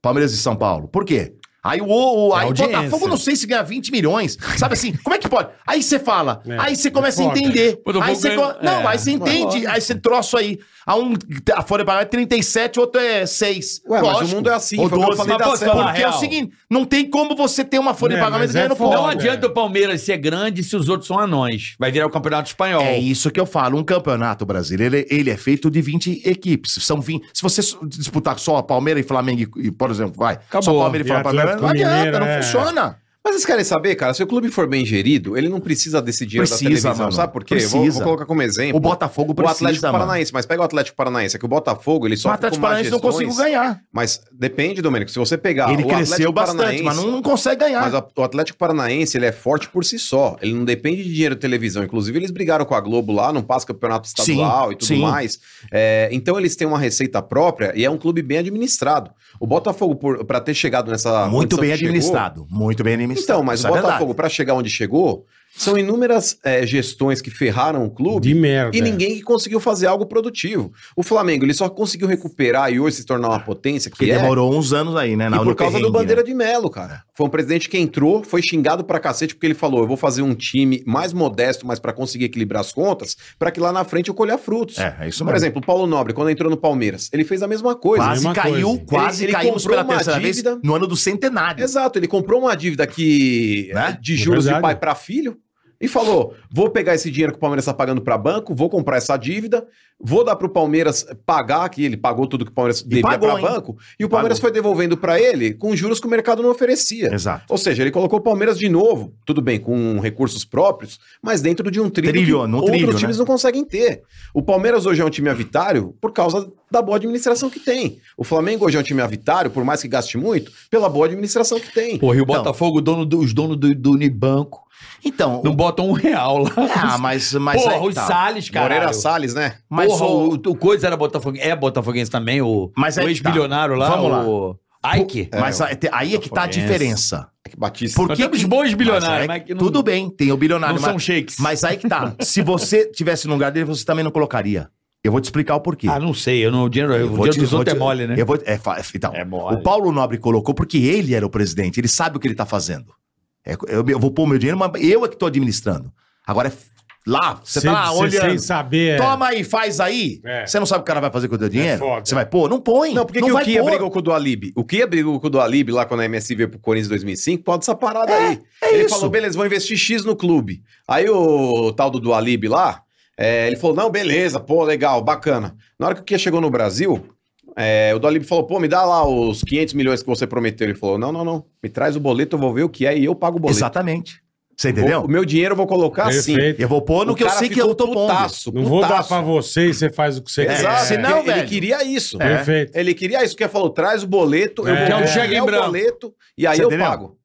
D: Palmeiras e São Paulo. Por quê? Aí o, o,
B: É
D: aí o
B: audiência.
D: Botafogo não sei se ganha 20 milhões. Sabe assim, como é que pode? Aí você fala,
C: É,
D: aí você começa a
C: foda.
D: entender.
B: Botafogo
D: Aí você,
B: ganha-
D: co- não,
B: é,
D: aí você entende. Aí você troço aí. A, um, a folha para é 37, o outro é 6.
E: Ué, mas o mundo é assim,
D: Ou
E: foi o que eu
D: 12,
E: falei
B: mas
E: da
B: posso
E: série.
B: falar?
D: Porque é o
B: real.
D: seguinte, não tem como você ter uma folha
C: É,
D: de pagamento
C: mas é
D: ganhando
C: foda.
B: Não
D: pouco.
B: adianta o Palmeiras ser grande se os outros são anões. Vai virar o Campeonato Espanhol.
D: É isso que eu falo. Um campeonato brasileiro, ele, ele é feito de 20 equipes. São 20. Se você s- disputar só a Palmeiras e Flamengo, e, por exemplo, vai. Só
B: Acabou.
D: Palmeiras e
C: E
D: Flamengo,
C: Atlético
D: não adianta,
C: Mineiro,
D: não
C: é.
D: funciona.
E: Mas vocês querem saber, cara, se o clube for bem gerido, ele não precisa desse dinheiro
D: Precisa,
E: da televisão,
D: mano.
E: sabe por quê? Eu Vou,
D: Precisa.
E: vou colocar como exemplo.
D: O Botafogo
E: O
D: precisa,
E: Atlético
D: mano.
E: Paranaense, mas pega o Atlético Paranaense, é que o Botafogo, ele
D: O
E: só
D: Atlético Paranaense não conseguiu ganhar.
E: Mas depende, Domênico, se você pegar
D: ele
E: Tá, o
D: cresceu
E: Atlético
D: bastante,
E: Paranaense,
D: mas não, não consegue ganhar.
E: Mas a- o Atlético Paranaense, ele é forte por si só. Ele não depende de dinheiro de televisão. Inclusive, eles brigaram com a Globo lá, não passa campeonato estadual
D: Sim,
E: e tudo
D: sim.
E: mais. É, então, eles têm uma receita própria e é um clube bem administrado. O Botafogo, para ter chegado nessa.
D: muito
E: condição
D: bem
E: que chegou-
D: administrado. muito bem administrado.
E: então, mas
D: Isso
E: o
D: é verdade.
E: Botafogo, para chegar onde chegou, são inúmeras é, gestões que ferraram o clube.
C: De merda.
E: E ninguém que conseguiu fazer algo produtivo. O Flamengo, ele só conseguiu recuperar e hoje se tornar uma potência que
D: Porque
E: é,
D: demorou uns anos aí, né?
E: e por causa do
D: Bandeira
E: Bandeira de Melo, cara. Foi um presidente que entrou, foi xingado pra cacete, porque ele falou: eu vou fazer um time mais modesto, mas pra conseguir equilibrar as contas, pra que lá na frente eu colher frutos.
D: É, é isso
E: Por
D: mesmo.
E: exemplo, o Paulo Nobre, quando entrou no Palmeiras, ele fez a mesma coisa.
D: Quase
C: mesma
D: caiu,
C: coisa.
D: quase
E: Ele- ele
D: caímos
E: comprou
D: pela
E: uma
D: terceira vez
E: dívida-
D: no ano do centenário.
E: Exato, ele comprou uma dívida que
D: Né?
E: de juros
C: Verdade.
E: de pai pra filho e falou: "Vou pegar esse dinheiro que o Palmeiras tá pagando pra banco, vou comprar essa dívida, vou dar pro Palmeiras pagar que ele pagou tudo que o Palmeiras devia
D: pagou,
E: pra
D: hein?
E: banco, e o Palmeiras foi devolvendo pra ele com juros que o mercado não oferecia.
D: Exato.
E: Ou seja, ele colocou o Palmeiras de novo, tudo bem, com recursos próprios, mas dentro de um trilho,
D: Trilho,
E: que
D: no
E: outros
D: trilho, né?
E: times não conseguem ter. O Palmeiras hoje é um time avitário por causa da boa administração que tem. O Flamengo hoje é um time avitário, por mais que gaste muito, pela boa administração que tem.
B: Porra, e o
D: Então.
B: Botafogo, dono do- os donos do, do Unibanco,
D: Então,
B: não botam um real lá.
D: ah, mas, mas
B: Porra,
D: aí
B: o
D: tá.
B: Salles, cara.
E: Moreira Salles, né?
D: Mas
B: Porra,
D: o-
B: o, o Coisa era botafoguense, é botafoguense também, o,
D: Mas
B: o
D: aí que tá.
B: ex-bilionário lá,
D: Vamos lá.
B: o Ike.
D: Mas aí te- aí é que tá a
B: Botafoguense.
D: diferença.
E: Que Batista.
D: Por
B: Nós
D: que
B: temos
D: que-
B: bons bilionários,
D: aí-
B: mas que não-
D: Tudo bem, tem o bilionário,
B: Não
D: mas,
B: são shakes.
D: mas aí que tá. Se você tivesse no lugar dele, você também não colocaria. Eu vou te explicar o porquê.
B: Ah, não sei, eu não, o dinheiro, o
D: vou
B: dinheiro
D: te-
B: dos
D: vou
B: outros
D: te-
B: é mole, né?
D: Eu vou, é, fa- então,
B: É mole.
D: o Paulo Nobre colocou porque ele era o presidente, ele sabe o que ele tá fazendo. É, eu, eu vou pôr meu dinheiro, mas eu é que tô administrando. Agora é f- lá, você
C: Cê-
D: tá lá
C: cê
D: olhando.
C: Sem saber. é.
D: Toma aí, faz aí.
C: É.
D: Você não sabe o que o cara vai fazer com o teu dinheiro?
C: foda.
D: Você vai pôr? Não põe.
E: Não, por que, que o
D: vai
E: Kia
D: pôr.
E: brigou com o do Alib? O Kia brigou com o do Alib lá quando a MSI veio pro Corinthians em 2005, pode essa parada aí. ele
D: É, isso.
E: falou, beleza, vou investir X no clube. Aí o tal do do Alib lá, é, ele falou, não, beleza, pô, legal, bacana. Na hora que o Kia chegou no Brasil, é, o do Alib falou, pô, me dá lá os 500 milhões que você prometeu. Ele falou, não, não, não, me traz o boleto, eu vou ver o que é e eu pago o boleto.
D: Exatamente. Você
E: O,
D: entendeu?
E: o meu dinheiro eu vou colocar assim.
C: Perfeito.
D: Eu vou pôr no
E: O
D: que eu
E: cara
D: sei que é
E: ficou
D: eu tô pondo.
E: putaço,
C: Não vou dar
E: putaço.
C: pra você e você faz o que você quer.
E: Exato,
D: É, Se não,
E: porque ele
D: velho.
E: queria isso.
D: É.
C: Perfeito.
E: Ele queria isso, que ele falou, traz o boleto,
C: É.
E: eu
C: Que é um
E: vou
B: cheque em
E: o
B: branco.
E: boleto e aí
D: Você
E: eu
D: entendeu?
E: pago.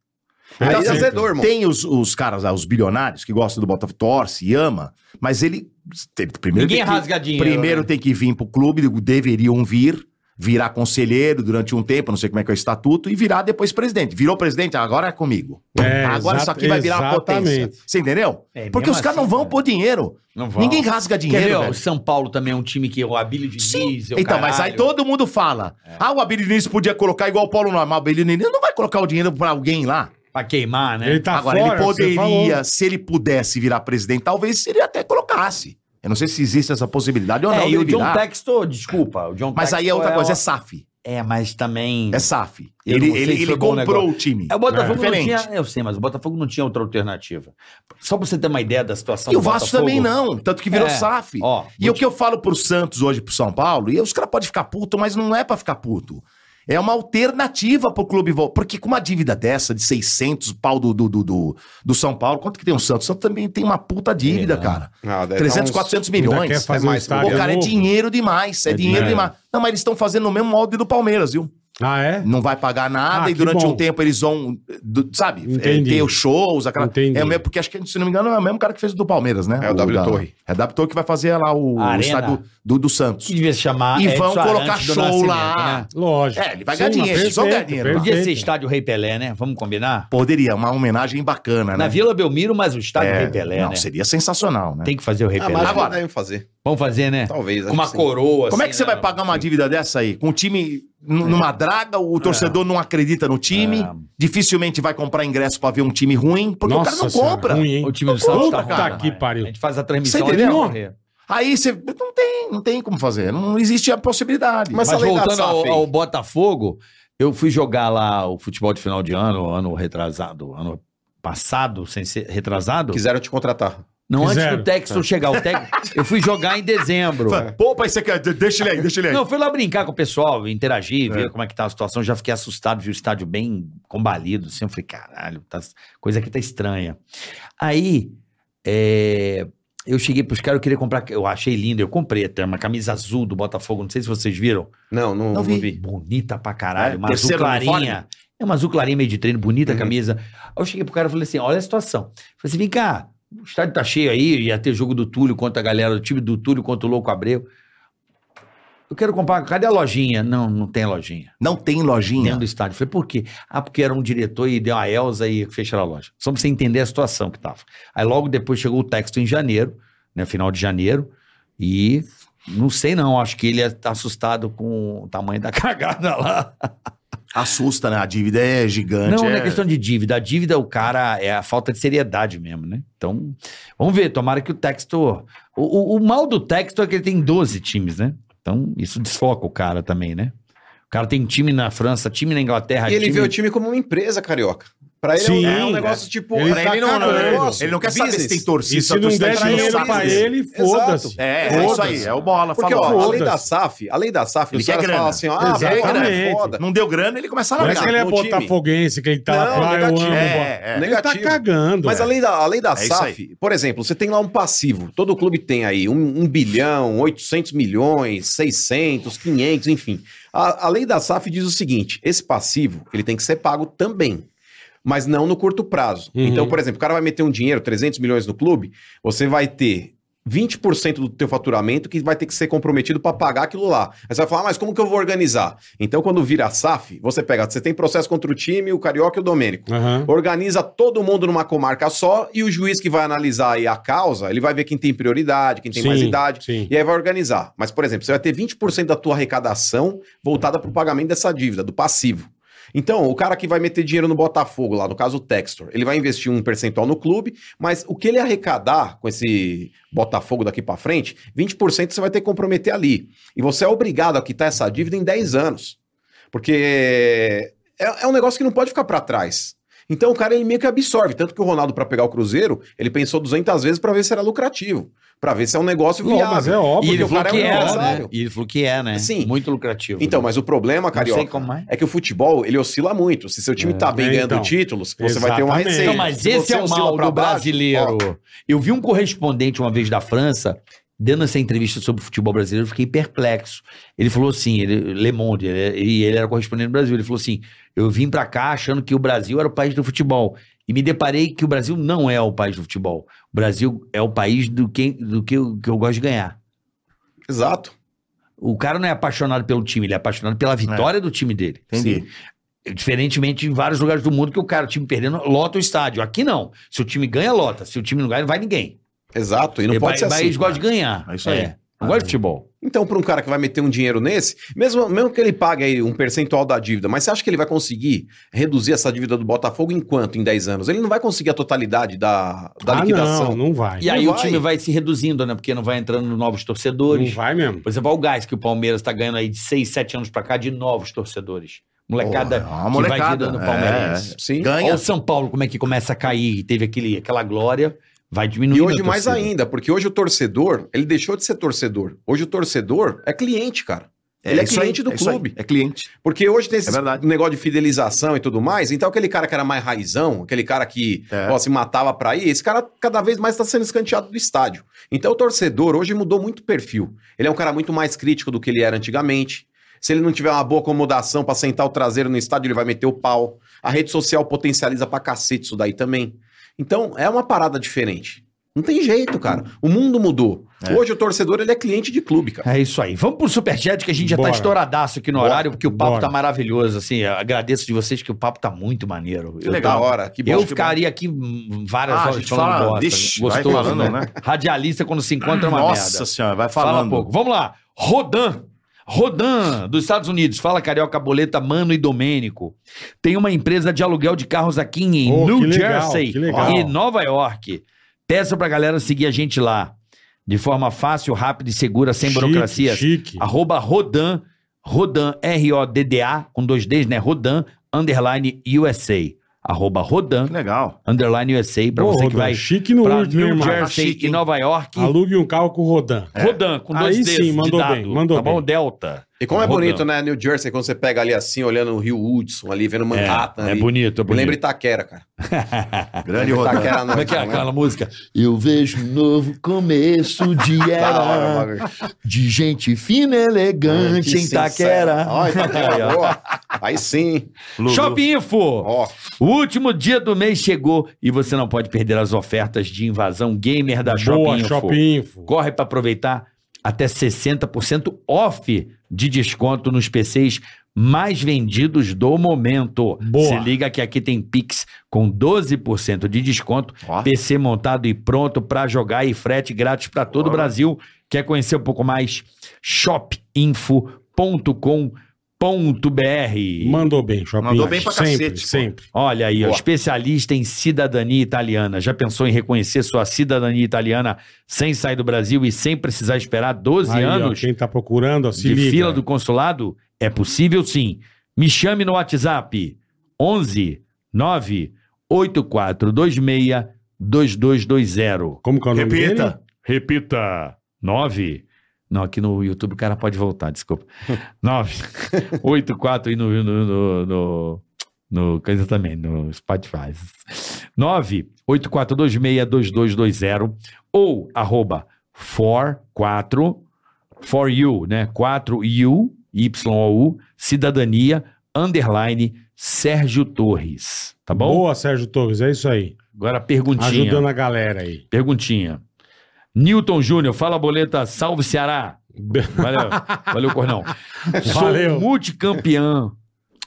E: Aí
D: Então,
E: dá
D: assim,
E: zedor, irmão.
D: tem os, os caras lá, os bilionários que gostam do Botafogo, torce e ama, mas ele. tem- primeiro
B: Ninguém
D: tem que-
B: rasga dinheiro,
D: Primeiro
B: né?
D: tem que vir pro clube, deveriam vir. virar conselheiro durante um tempo, não sei como é que é o estatuto, e virar depois presidente. Virou presidente, agora é comigo.
C: É,
D: agora isso
C: exata-
D: aqui vai virar uma potência.
C: exatamente.
D: Você entendeu?
B: É,
D: Porque
B: mesmo
D: os caras
B: assim,
D: não vão
B: cara.
D: pôr dinheiro.
B: Não vão.
D: Ninguém rasga
B: Quer ver,
D: dinheiro,
B: ó,
D: velho.
B: o São Paulo também é um time que o Abílio Diniz...
D: Sim.
B: é o
D: Então, mas aí
B: caralho.
D: todo mundo fala. Ah, o Abílio Diniz podia colocar igual o Paulo Normal. O Abílio Diniz não vai colocar o dinheiro pra alguém lá.
B: Pra queimar, né?
C: Ele tá
D: Agora,
C: fora,
D: ele
C: você falou.
D: poderia, se ele pudesse virar presidente, talvez ele até colocasse. Eu não sei se existe essa possibilidade ou Então não.
B: É, e
D: dele
B: o John
D: virar.
B: Textor, desculpa, o John
D: Mas aí é outra
B: Textor
D: coisa, é
B: o-
D: SAF.
B: É, mas também...
D: É SAF.
B: Eu
D: Ele,
B: não sei
D: ele,
B: se
D: ele
B: foi bom
D: comprou
B: negócio.
D: o time.
B: É, o Botafogo não
D: Diferente.
B: tinha. Eu sei, mas o Botafogo não tinha outra alternativa. Só pra você ter uma ideia da situação
D: E
B: do
D: o Vasco
B: Botafogo,
D: também não, tanto que virou
B: É.
D: SAF.
B: Ó,
D: E o que eu falo pro Santos hoje, pro São Paulo, e os caras podem ficar puto, mas não é pra ficar puto. É uma alternativa pro clube. vol- Porque com uma dívida dessa, de 600 pau do, do, do, do, do São Paulo, quanto que tem o Santos? O Santos também tem uma puta dívida,
B: É, né?
D: cara.
E: Ah, deve
D: 300,
E: tá uns-
D: 400
C: Ainda
D: milhões.
C: Quer fazer
E: É
C: um
E: mais,
D: Pô,
C: estádio
D: cara, é
C: novo?
D: dinheiro demais. É,
B: É
D: dinheiro
C: dinheiro.
D: demais. Não, mas eles estão fazendo o mesmo molde do Palmeiras, viu?
C: Ah, é?
D: Não vai pagar nada
C: Ah,
D: e
C: que
D: durante
C: bom.
D: um tempo eles vão, do- sabe,
C: Entendi.
D: eh, ter os shows, aquela.
C: Entendi.
D: É o mesmo, porque acho que, se não me engano, é o mesmo cara que fez o do Palmeiras, né?
E: É o W
D: da-
E: Torre.
D: É o W Torre que vai fazer lá o
B: Arena.
D: estádio do, do Santos.
B: que devia se chamar.
D: E
B: Edson
D: vão colocar
B: Arantes do
D: show lá.
B: Nascimento, né?
C: Lógico.
D: É, ele vai ganhar
C: Sim,
D: dinheiro, eles vão
C: perfeito,
D: ganhar dinheiro lá.
B: Podia
C: perfeito.
B: ser estádio Rei Pelé, né? Vamos combinar?
D: Poderia, uma homenagem bacana, né?
B: Na Vila Belmiro, mas o estádio
D: É,
B: Rei Pelé,
D: não,
B: né?
D: seria sensacional, né?
B: Tem que fazer o Rei
E: Ah,
B: Pelé.
E: mas agora
D: Agora-
E: devem fazer.
B: Vamos fazer, né?
E: Talvez.
B: Com
E: acho
B: uma
E: que sim.
B: coroa.
D: Como é
B: assim,
D: que você
B: né?
D: vai pagar uma dívida dessa aí? Com o time n- numa draga, o torcedor não acredita no time,
B: É.
D: dificilmente vai comprar ingresso pra ver um time ruim, porque
C: Nossa
D: o cara não
C: Senhora,
D: compra.
C: ruim, hein?
B: O time do Santos
C: Puta
B: tá ruim,
C: que
B: né?
C: pariu.
B: A gente faz a transmissão
D: Você
B: antes de
D: entendeu?
B: correr.
D: Aí você não tem, não tem como fazer, não existe a possibilidade.
E: Mas
B: Mas,
E: além da
B: voltando
E: SAF,
B: ao,
E: hein?
B: ao Botafogo, eu fui jogar lá o futebol de final de ano, ano retrasado, ano passado, sem ser retrasado.
E: Quiseram te contratar.
B: Não,
C: Quiseram.
B: antes do Texton chegar. O Texton, eu fui jogar em dezembro.
D: Fala, Poupa aí, você quer. de- Deixa ele aí, deixa ele aí.
B: Não, eu fui lá brincar com o pessoal, interagir, ver como é que tá a situação. Já fiquei assustado, vi o estádio bem combalido. Assim, eu falei, caralho, tá- coisa aqui tá estranha. Aí, é, eu cheguei pros caras, eu queria comprar... Eu achei lindo, eu comprei até uma camisa azul do Botafogo. Não sei se vocês viram.
E: Não, não,
D: Não vi.
B: Bonita pra caralho,
D: É,
B: uma azul
D: terceiro uniforme?
B: clarinha. É uma azul clarinha meio de treino, bonita a
E: Uhum.
B: camisa. Aí eu cheguei pro cara e falei assim: olha a situação. Eu falei assim: vem cá, o estádio tá cheio aí, ia ter jogo do Túlio contra a galera, do time do Túlio contra o Louco Abreu. Eu quero comprar, cadê a lojinha? Não, não tem lojinha.
D: Não tem
B: Dentro
D: lojinha.
B: do estádio. Eu falei, por quê? Ah, porque era um diretor e deu a Elza e fecharam a loja. Só pra você entender a situação que tava. Aí logo depois chegou o texto em janeiro, né? Final de janeiro. E não sei não, acho que ele ia tá assustado com o tamanho da cagada lá.
D: Assusta, né? A dívida é gigante.
B: Não, não
E: né,
D: é...
B: é questão de dívida. A dívida, o cara, é a falta de seriedade mesmo, né? Então, vamos ver. Tomara que o texto. O, o- o mal do texto é que ele tem 12 times, né? Então, isso desfoca o cara também, né? O cara tem time na França, time na Inglaterra.
E: E ele
B: time...
E: vê o time como uma empresa carioca. Pra ele
C: Sim,
E: é um
C: é.
E: negócio tipo.
C: Ele
E: pra
C: tá
E: ele não é um
C: cagando.
E: negócio.
D: Ele não quer saber se tem
E: business.
D: torcida.
C: E se não
D: torcida
C: der
D: tá enchendo o
C: dinheiro
D: saco
C: pra
D: dele.
C: ele, foda-se.
D: É, é isso aí, é o bola.
E: Porque,
D: falou,
E: ó,
D: ó,
E: além
C: Foda-se.
E: da SAF, além da SAF,
D: Ele
E: os
D: quer
E: caras
D: grana.
E: falam assim, ó, ah,
C: Exatamente.
E: grana é foda.
D: Não deu grana, ele começa a
C: Parece que ele
D: largar.
C: é
E: no time.
C: botafoguense, que ele tá
E: Não,
C: lá, eu amo.
E: negativo.
C: o Bo-
D: É, é.
C: Ele tá
E: Negativo.
C: cagando.
E: Mas
C: é.
E: além da, além da
D: É isso
E: SAF, por exemplo, você tem lá um passivo. Todo clube tem aí um, um bilhão, 800 milhões, 600, 500, enfim. A, a lei da SAF diz o seguinte: esse passivo ele tem que ser pago também. Mas não no curto prazo.
C: Uhum.
E: Então, por exemplo, o cara vai meter um dinheiro, 300 milhões no clube, você vai ter 20% do teu faturamento que vai ter que ser comprometido para pagar aquilo lá. Aí você vai falar, "Ah, mas como que eu vou organizar? Então, quando vira SAF, você pega, você tem processo contra o time, o Carioca e o Domênico
C: Aham.
E: organiza todo mundo numa comarca só e o juiz que vai analisar aí a causa, ele vai ver quem tem prioridade, quem tem mais
C: Sim,
E: idade,
C: Sim.
E: e aí vai organizar. Mas, por exemplo, você vai ter 20% da tua arrecadação voltada para o pagamento dessa dívida, do passivo. Então, o cara que vai meter dinheiro no Botafogo, lá no caso o Textor, ele vai investir um percentual no clube, mas o que ele arrecadar com esse Botafogo daqui para frente, 20% você vai ter que comprometer ali. E você é obrigado a quitar essa dívida em 10 anos. Porque é, é um negócio que não pode ficar para trás. Então o cara ele meio que absorve, tanto que o Ronaldo para pegar o Cruzeiro, ele pensou 200 vezes para ver se era lucrativo, para ver se é um negócio
C: Não,
E: viável.
C: mas é
B: E
C: óbvio.
B: ele
E: o
B: falou
E: cara é
B: que
E: um
B: é, né?
E: empresário.
B: E ele falou que é, né?
E: Sim.
B: Muito lucrativo.
E: Então, mas o problema,
B: Carioca. Não sei
E: carioca,
B: como é.
E: é que o futebol ele oscila muito. Se seu time tá bem
C: É,
E: ganhando
C: então.
E: títulos, você vai ter uma
C: Exatamente.
E: receita.
B: Então, mas
E: Se
B: esse
E: você
B: é o
E: oscila
B: mal
E: pra
B: do
E: baixo,
B: brasileiro.
E: ó,
B: Eu vi um correspondente uma vez da França dando essa entrevista sobre o futebol brasileiro, eu fiquei perplexo. Ele falou assim, ele, Le Monde, ele- e ele era correspondente do Brasil, ele falou assim, eu vim pra cá achando que o Brasil era o país do futebol, e me deparei que o Brasil não é o país do futebol. O Brasil é o país do que, do que, eu, que eu gosto de ganhar.
E: Exato.
B: O cara não é apaixonado pelo time, ele é apaixonado pela vitória do time dele.
D: Entendi.
B: Diferentemente em vários lugares do mundo que o cara, o time perdendo, lota o estádio. Aqui não. Se o time ganha, lota. Se o time não ganha, não vai ninguém.
E: Exato, e não
B: Ele
E: pode
B: vai-
E: ser
B: vai-
E: assim.
B: Eles gostam de ganhar.
D: É isso aí.
B: Não gosta de futebol.
E: Então, para um cara que vai meter um dinheiro nesse, mesmo, mesmo que ele pague aí um percentual da dívida, mas você acha que ele vai conseguir reduzir essa dívida do Botafogo em quanto em 10 anos? Ele não vai conseguir a totalidade da, da
C: ah,
E: liquidação.
C: não, não vai.
B: E aí
E: Não
B: o
E: vai.
B: time vai se reduzindo, né? Porque não vai entrando novos
C: Não
B: torcedores.
C: vai mesmo.
B: Por exemplo, olha o gás que o Palmeiras tá ganhando aí de 6, 7 anos pra cá de novos torcedores. Molecada
D: Porra, uma
B: que vai
D: molecada,
B: virando
D: é.
B: palmeirense.
E: Sim.
B: Olha
D: Ganha.
B: o São Paulo, como é que começa a cair, teve aquele, aquela glória, vai diminuindo.
E: E hoje
B: a
E: mais
B: torcida.
E: ainda, porque hoje o torcedor, ele deixou de ser torcedor. Hoje o torcedor é cliente, cara. Ele é
D: isso aí,
E: cliente do
D: é isso aí,
E: clube.
D: É cliente.
E: Porque hoje tem esse
D: É verdade.
E: negócio de fidelização e tudo mais. Então, aquele cara que era mais raizão, aquele cara que
D: É.
E: ó, se matava pra ir, esse cara cada vez mais está sendo escanteado do estádio. Então, o torcedor hoje mudou muito o perfil. Ele é um cara muito mais crítico do que ele era antigamente. Se ele não tiver uma boa acomodação pra sentar o traseiro no estádio, ele vai meter o pau. A rede social potencializa pra cacete isso daí também. Então, é uma parada diferente. Não tem jeito, cara. O mundo mudou.
D: É.
E: Hoje o torcedor ele é cliente de clube, cara.
B: É isso aí. Vamos pro Superchat, que a gente já
C: Bora.
B: tá estouradaço aqui no
C: Bora.
B: horário, porque o papo
C: Bora.
B: tá maravilhoso. Assim, agradeço de vocês que o papo tá muito maneiro.
D: Que
B: Eu
D: É. legal.
E: Da hora, que bom.
B: eu
E: que bom.
B: ficaria aqui hum, várias
D: Ah, a
B: horas
D: gente
B: falando
D: fala,
B: bosta.
D: deixa, vai
B: Gostoso,
D: falando,
B: né?
D: né?
B: Radialista, quando se encontra, é uma
D: Nossa
B: merda.
D: senhora, vai
B: Fala
D: falando.
B: pouco. Vamos lá. Rodan. Rodan, dos Estados Unidos. Fala, Carioca Boleta, Mano e Domênico. Tem uma empresa de aluguel de carros aqui em
C: Oh,
B: New
C: que legal,
B: Jersey
C: que legal.
B: e Nova York. Peço pra galera seguir a gente lá. De forma fácil, rápida e segura, sem
C: Chique,
B: burocracia.
C: Chique.
B: Arroba Rodan, Rodan, R-O-D-D-A, com dois Ds, né? Rodan, underline USA. Arroba Rodan,
D: Que legal.
B: underline USA, pra
C: Ô,
B: você que
C: Rodão,
B: vai
C: Chique no
B: pra
C: último,
B: New
C: irmão.
B: Jersey
D: Tá chique,
B: e
D: hein?
B: Nova York. É.
C: Alugue um carro com o Rodan.
B: Rodan, com dois
C: Aí
B: Ds
C: sim, mandou
B: de dado,
C: bem, mandou
B: tá bom?
C: bem.
B: Delta.
E: E como é
B: Rodando.
E: bonito, né, New Jersey, quando você pega ali assim, olhando o Rio Hudson ali, vendo Manhattan
B: é
E: ali.
B: bonito, é
E: Me
B: bonito.
E: lembra Itaquera, cara.
D: Grande Rodan.
E: Lembra Itaquera à
B: Como é
E: noite,
B: que é
E: né?
B: aquela música? Tá
F: Eu vejo um novo começo de
E: Da hora, um
F: era
E: bagulho.
F: de gente fina e elegante em
E: Sincero.
F: Taquera.
E: Ó, Itaquera, boa. Aí sim.
D: Lulu.
B: Shopping Info!
E: Ó,
B: O último dia do mês chegou e você não pode perder as ofertas de invasão gamer da Shopping
C: Boa,
B: Info.
C: Shopping Info.
B: Corre para aproveitar até 60% off de desconto nos PCs mais vendidos do momento.
C: Boa.
B: Se liga que aqui tem Pix com 12% de desconto
D: Ó,
B: PC montado e pronto para jogar e frete grátis para todo o
D: Bora.
B: Brasil. Quer conhecer um pouco mais? shopinfo.com.br
C: Mandou bem, Shopping
D: Mandou
C: Info.
D: bem pra
C: sempre,
D: cacete, pô.
C: Sempre.
B: Olha aí, ó,
E: Boa.
B: especialista em cidadania italiana. Já pensou em reconhecer sua cidadania italiana sem sair do Brasil e sem precisar esperar 12
C: Aí, ó,
B: anos
C: quem tá procurando, ó, se
B: de
C: liga.
B: fila do consulado? É possível sim. Me chame no WhatsApp 11 9 8426 2220.
C: Como que é o nome
D: Repita.
B: Tá
C: dele?
B: Repita. Nove. Não, aqui no YouTube o cara pode voltar, desculpa. Nove. Oito, quatro e no. no, no, no... No, coisa também, no Spotify. 984262220 ou arroba 44 for you, né? 4U, Y-O-U, cidadania, underline, Sérgio Torres. Tá bom?
C: Boa, Sérgio Torres, é isso aí.
B: Agora a perguntinha.
C: Ajudando a galera aí.
B: Perguntinha. Newton Júnior, fala boleta, salve Ceará. Valeu, valeu, Cornão. Sou
C: Valeu.
B: multicampeão.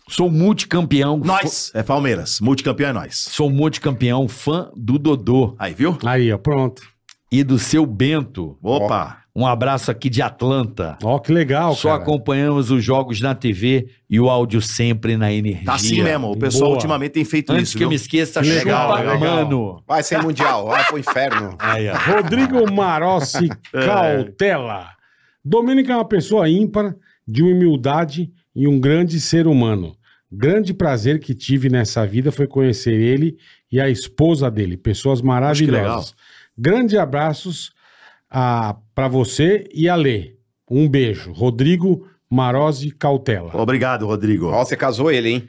B: Sou multicampeão.
D: Nós. É Palmeiras. Multicampeão é nós.
B: Sou multicampeão, fã do Dodô
D: Aí, viu?
C: Aí, ó, pronto.
B: e do seu Bento.
D: Opa.
B: Um abraço aqui de Atlanta.
C: Ó, que legal,
B: Só
C: cara.
B: acompanhamos os jogos na TV e o áudio sempre na energia.
D: Tá assim mesmo. O pessoal
C: Boa.
D: ultimamente tem feito
B: Antes
D: isso,
B: que eu
D: viu?
B: me esqueça,
C: Legal,
B: chupa,
C: legal.
B: mano.
E: vai sem mundial, vai pro inferno.
B: Aí, ó.
C: É. Rodrigo Marossi
D: É.
C: Cautela. Domênico é uma pessoa ímpar, de humildade e um grande ser humano. Grande prazer que tive nessa vida foi conhecer ele e a esposa dele, pessoas maravilhosas. Grande abraços para você e a Lê. Um beijo. Rodrigo Marossi Cautela.
D: Obrigado, Rodrigo.
E: Ó, você casou ele, hein?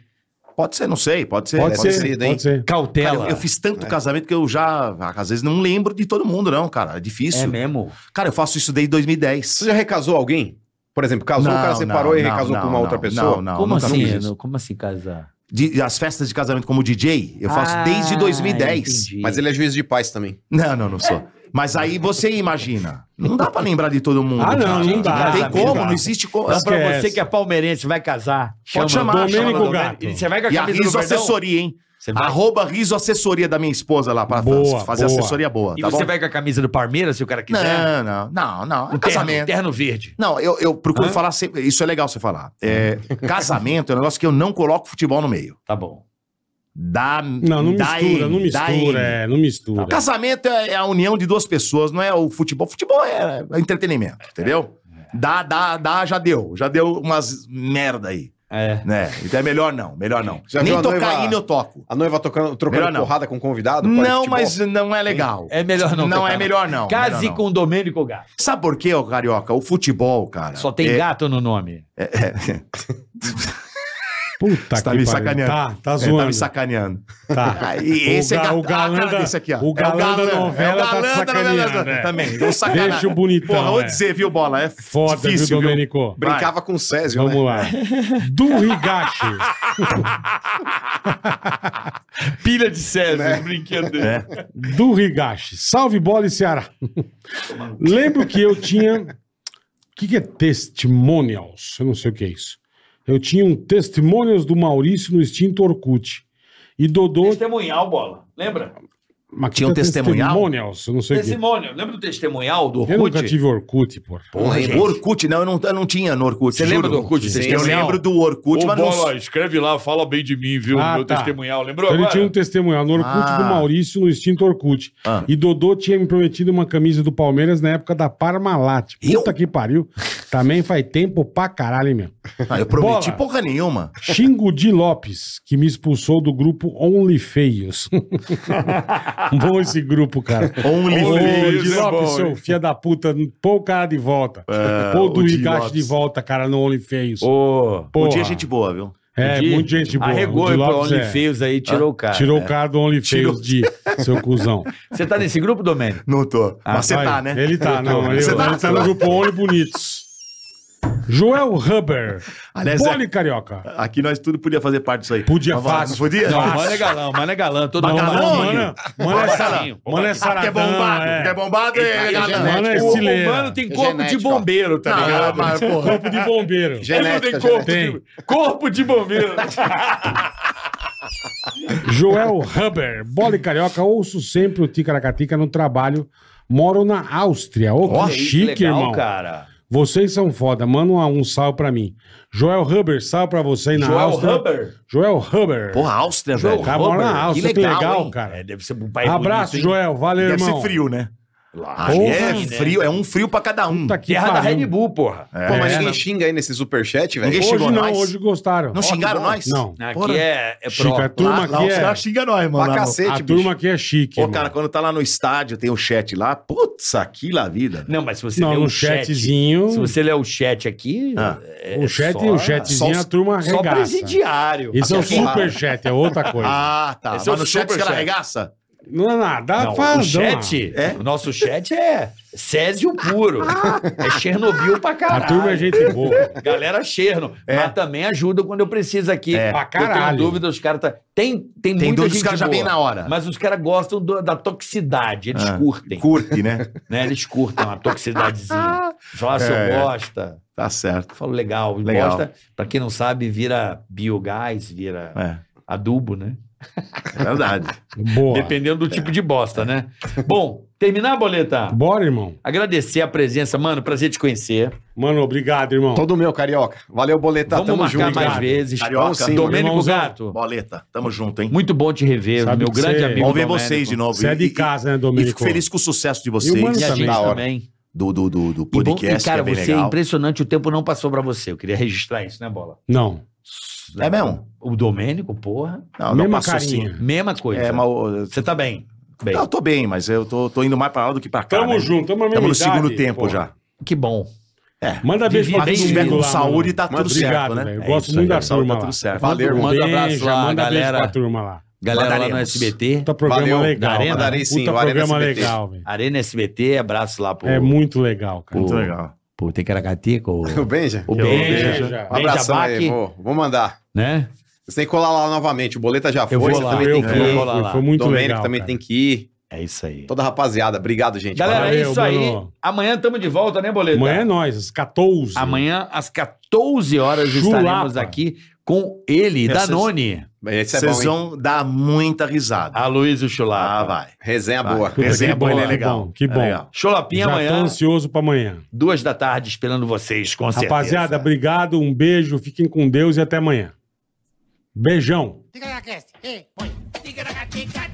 D: Pode ser, não sei. Pode ser.
C: pode, ser,
E: parecido, hein?
C: pode ser.
D: Cara,
B: Cautela.
D: eu, eu fiz
E: É.
D: tanto casamento que eu já, às vezes, não lembro de todo mundo, não, cara. É difícil.
B: É mesmo?
D: Cara, eu faço isso desde 2010.
E: Você já recasou alguém? Por exemplo, casou, o cara
D: Não,
E: separou
D: não,
E: e
D: não,
E: recasou
D: não,
E: com uma outra
D: não,
E: pessoa?
D: Não, não,
B: como
D: nunca
B: assim?
D: fiz isso.
B: Como assim casar?
D: De- as festas de casamento como DJ, eu faço
B: Ah,
D: desde 2010.
B: entendi.
D: é
E: Mas ele é juiz de paz também.
D: Não, não, não sou. Mas aí você imagina. Não dá pra lembrar de todo mundo.
C: Ah, não, não dá.
D: Não tem
C: Não
D: como,
C: dá.
D: não existe como.
B: Então, pra
C: Esquece.
B: você que é palmeirense, vai casar.
D: Pode chamar,
C: Domênico
D: chama,
C: Gato.
B: E você vai com a
D: E a
B: camisa do
D: Riso
B: Verdão?
D: Assessoria, hein?
B: Você vai-
D: Arroba Riso Assessoria da minha esposa lá pra
C: Boa,
D: fazer
C: boa.
D: assessoria boa,
B: E
D: tá
B: você
D: bom?
B: vai com a camisa do Palmeiras, se o cara quiser?
D: Não, não, não, não. É
B: Um terno,
D: casamento.
B: terno verde.
D: Não, eu, eu procuro falar sempre. Isso é legal você falar. É, casamento é um negócio que eu não coloco futebol no meio.
B: Tá bom.
D: Dá.
C: Não, não
D: dá
C: mistura,
D: em,
C: não
D: dá
C: mistura,
D: em.
C: é, não mistura.
D: Casamento é a união de duas pessoas, não é o futebol. Futebol é entretenimento, entendeu? Dá, dá, dá, já deu. Já deu umas merda aí,
B: É.
D: né? Então é melhor não, melhor não.
E: Já
D: Nem
E: viu a
D: tocar
E: noiva-
D: hino eu toco.
E: A noiva tocando,
D: Melhor
E: trocando
D: não.
E: porrada com o convidado? por causa de
D: Não,
E: futebol?
D: mas não é legal.
B: É melhor não.
D: Não
B: tocar,
D: é melhor não.
B: Case
D: melhor não.
B: com o Domênico Gato.
D: Sabe por quê, ô Carioca? O futebol, cara.
B: Só tem
D: é-
B: gato no nome.
C: Puta
D: Você tá
C: pariu.
D: me sacaneando.
C: Tá, tá
D: é, Tá me
C: zoando.
D: sacaneando.
C: Tá.
D: Ah, E esse
C: o, ga-
D: é ga-
C: o galã
D: ah, cara
C: da-
D: desse aqui, ó.
C: O galã, da novela
D: é o galã
C: tá te
D: da novela
C: sacaneando. é.
D: também. Deu sacanagem.
C: Deixa o bonitão,
D: Porra, vou
C: é.
D: dizer, viu, bola? É
C: Foda,
D: difícil,
C: viu,
D: viu?
C: Domênico?
E: Brincava com o Césio, né?
C: Vamos lá. Do Higashi.
B: Pilha de César,
D: Né?
B: brinquedo dele.
D: É.
C: do Higashi. Salve bola e Ceará. Lembro que eu tinha. O que, que é testimonials? Eu não sei o que é isso. Eu tinha um testimonials do Maurício no extinto Orkut. E Dodô.
B: Testemunhal, bola. Lembra?
C: Mas
D: Tinha um
C: que é
D: testemunhal?
C: Testimonials, eu não sei o que. é.
B: Testemunho. Lembra do testemunhal do
C: Eu nunca
B: Orkut?
C: tive Orkut, porra.
D: Porra,
B: gente.
D: Orkut, não eu, não, eu não tinha no Orkut.
B: Você
D: juro.
B: lembra do Orkut?
D: Sim, eu
B: Testemunhal?
D: lembro do Orkut, mas não.
B: escreve lá, fala bem de mim, viu?
C: Ah, tá.
B: Lembrou
C: Então ele tinha um testemunhal no Orkut
D: Ah.
C: do Maurício no extinto Orkut.
D: Ah.
C: E Dodô tinha me prometido uma camisa do Palmeiras na época da Parmalat. Puta
D: Eu?
C: que pariu. Também faz tempo pra caralho, hein, meu.
D: Ah, eu prometi
C: Bola.
D: porra nenhuma.
C: Xingo de Lopes, que me expulsou do grupo Only Feios. bom esse grupo, cara.
D: Only
C: Ô,
D: Feios
C: de
D: é
C: Lopes,
D: bom,
C: seu filho da puta, pô o cara de volta.
D: É,
C: pô
D: o
C: do
D: Di
C: Higashi
D: Lopes.
C: de volta, cara, no Only Feios.
B: Ô,
D: Um
C: Porra.
D: dia gente boa, viu?
C: É,
B: Di,
C: muita gente boa.
B: Arregou
C: O Di
B: aí pro
C: Lopes, é.
B: OnlyFans aí, tirou o cara.
C: Tirou o cara do Only
D: né? Tirou.
C: Feios de seu cuzão.
B: Você tá nesse grupo, Domênico?
D: Não tô. mas você
C: Ah, Vai,
D: tá, né?
C: Ele tá, não. Ele,
D: Você tá?
C: ele tá no grupo Only Bonitos. Joel Huber.
D: Aliás, é-
C: Poli Carioca.
D: Aqui nós tudo podia fazer parte disso aí.
C: Podia,
D: Mas,
C: fácil.
D: Não podia?
B: Não,
C: Fácil.
B: mano é galão, mano é galã. Todo
D: Mas
B: mundo
D: galã,
B: mano.
D: mano?
C: mano, mano, é saradão. Mano é
D: Ah, porque é
C: saradão.
D: bombado.
C: é.
D: porque é bombado, é,
G: Ele é
D: galã.
G: genético.
C: Mano é
B: O- Tipo, O
C: estileira.
B: mano tem corpo de
G: Genético, ó.
B: bombeiro, tá
D: Não, é
B: ligado?
D: mas, porra.
C: Corpo de
B: Ele
C: bombeiro.
B: não tem
G: Genética,
B: corpo
C: genética.
B: de... Corpo de bombeiro.
C: Joel Huber, bola e carioca, ouço sempre o Ticaracatica no trabalho. Moro na Áustria. Ô,
B: Olha
C: que
B: aí,
C: chique,
B: legal,
C: irmão.
B: cara.
C: Vocês são foda. Manda um, um salve pra mim. Joel Huber, salve pra você aí na
B: Joel
C: Áustria.
B: Huber.
C: Joel Huber.
D: Porra, Áustria, velho.
C: O cara mora na
D: Que
C: Áustria, que
D: legal,
C: legal,
D: hein?
C: cara.
B: deve ser um pai
C: Abraço,
B: bonito, hein?
C: Joel. Valeu,
D: Deve
C: irmão.
D: ser frio, né?
B: Lá.
D: Ali
C: Porra,
D: é
C: né?
D: frio, é um frio pra cada um.
C: Puta que
B: Guerra é da
C: pariu.
B: Red Bull, porra.
E: Pô, mas
C: É,
E: ninguém
C: não.
E: xinga aí nesse superchat, velho?
D: Ninguém
E: Pô,
D: xingou
C: Hoje não,
D: nós?
C: hoje gostaram.
D: Não xingaram
E: bom.
D: nós?
C: Não.
B: Aqui
D: Porra.
B: é, é
C: Chica,
B: pró.
C: a turma
D: Lá- lá
C: aqui
D: os
C: é...
D: caras xingam nós, mano.
E: Pra
D: lá no-
E: cacete,
C: A turma aqui é chique,
D: Pô,
C: irmão.
D: cara, quando tá lá no estádio, tem o chat lá. Putz, aquilo a vida.
B: Não, mas se você
C: Não,
B: ler
C: no
B: o chat...
C: chatzinho...
B: Se você ler o chat aqui...
D: Ah.
B: é
C: o chat,
B: só-
C: o chatzinho,
D: só-
C: a turma
B: Só
C: arregaça.
B: presidiário.
C: Isso é o
D: Aqui-
C: superchat, é outra coisa.
D: Ah, tá.
B: Esse é
D: Mas
B: o
D: no chat
B: super
D: que ela
B: chat.
D: arregaça?
C: Não é nada,
B: Não,
C: fala,
B: o chat,
D: É?
B: o nosso chat é Césio puro. é Chernobyl pra caralho.
C: A turma é gente boa.
B: Galera Cherno.
D: É.
B: Mas também ajuda quando eu preciso aqui.
D: É.
C: Pra
B: Eu tenho
C: caralho.
B: dúvida, os caras tá... Tem, tem,
D: Tem
B: muita
D: dois
B: gente
D: caras já
B: boa,
D: bem na hora.
B: Mas os caras gostam do- da toxicidade, eles
D: Ah.
B: curtem.
D: Curte, né?
B: né? Eles curtam a toxidadezinha. Fala, "Ah, seu
D: É.
B: bosta.
D: Tá certo.
B: Falo, legal. E
D: Legal.
B: Bosta, pra quem não sabe, vira biogás, vira
D: É,
B: adubo, né?
D: é verdade.
C: Boa.
B: Dependendo do
D: É.
B: tipo de bosta, né? Bom, terminar, Boleta?
C: Bora, irmão.
B: Agradecer a presença, mano. Prazer te conhecer.
C: Mano, obrigado, irmão.
E: Todo meu, carioca. Valeu,
D: Tá,
E: boleta.
B: Vamos
E: Tamo
B: marcar
E: junto.
B: mais
E: cara.
B: vezes.
D: Carioca,
E: Vamos sim,
B: Domênico
C: irmãozão.
B: Gato.
D: Boleta, tamo junto, hein?
B: Muito bom te rever,
C: Sabe
B: meu
C: que
B: grande
C: você-
B: amigo.
D: Bom ver
B: Domênico.
D: vocês de novo.
C: Você é
D: E-
C: de
D: e-
C: casa, né,
D: E fico
C: Domenico?
D: feliz com o sucesso
C: E
D: de
C: o Mano
B: E
D: vocês,
B: a gente
E: Da hora.
B: também.
D: do, do, do, do
B: E, bom,
D: podcast,
B: e, cara,
D: que é bem
B: você é
D: legal.
B: impressionante. O tempo não passou pra você. Eu queria registrar isso, né, Bola?
C: Não.
D: É mesmo?
B: O Domênico, porra.
D: Não, não
C: Mesma
D: passou sim.
C: carinha.
B: Mesma coisa.
D: É, mas o-
B: Você tá bem? Bem.
D: Não, eu tô bem, mas eu tô, tô indo mais pra lá do que pra cá.
C: Tamo
D: né?
C: junto, tamo na mesma
D: Tamo no
C: idade,
D: segundo tempo
C: pô.
D: já.
B: Que bom.
C: Manda beijo pra
B: Bem,
D: Mas
C: todo
D: se tiver
C: mundo
D: com
C: lá,
D: saúde,
C: mano.
D: tá tudo certo,
C: Obrigado,
D: né?
C: velho. Eu
B: É
C: gosto
B: isso
C: muito
B: aí,
C: da
B: a
D: Saúde
C: turma
D: tá
C: lá.
D: tudo certo.
E: Valeu, irmão.
B: Manda abraço
C: Beijo,
B: lá,
C: manda beijo pra
B: galera.
C: turma lá.
B: Galera lá no
D: Mandaremos.
B: SBT.
C: Puta programa
E: Valeu.
C: legal.
B: Arena?
C: cara.
E: Mandarei sim,
C: Puta
E: o Arena
C: programa
E: SBT.
C: legal, velho.
B: Arena SBT, abraço lá pro.
C: É muito legal, cara.
D: Muito legal.
B: Pô, tem Caracateca, o,
E: O Benja?
B: o
C: Beijo.
B: Benja,
E: Um abração aí, vou, vou mandar.
B: né?
E: Você tem que colar lá novamente. O boleta já
B: Eu
E: foi,
B: vou
E: você
B: lá,
E: também
C: Eu
E: tem
B: vou
E: que
C: fui,
E: ir.
B: lá.
C: fui, foi muito
E: Domênico
C: legal.
E: também
C: cara.
E: tem que ir.
B: É isso aí.
E: Toda a rapaziada, obrigado, gente.
B: Galera,
C: Valeu,
B: é isso aí.
C: Bruno.
B: Amanhã estamos de volta, né, Boleto?
C: Amanhã é nós, às 14.
B: Amanhã, às 14 horas,
C: Chulapa.
B: estaremos aqui com ele,
D: Essas-
B: Danone.
E: Esse é
D: Vocês
E: bom, hein?
D: vão dar muita risada.
B: Aloysio
D: Ah,
B: Chulapa.
D: vai.
E: Resenha
D: Vai.
E: boa.
C: Puta,
D: Esse é
C: que
D: bom,
C: bom,
D: ele é
C: que
D: legal.
C: bom, que
D: É
C: bom.
D: legal.
B: Chulapinha
C: Já tô
B: amanhã,
C: ansioso pra amanhã.
B: duas da tarde, esperando vocês, com certeza.
C: Rapaziada, obrigado, um beijo, fiquem com Deus e até amanhã. Beijão.
G: Tiga na cast. Ei, põe. Tiga na catica,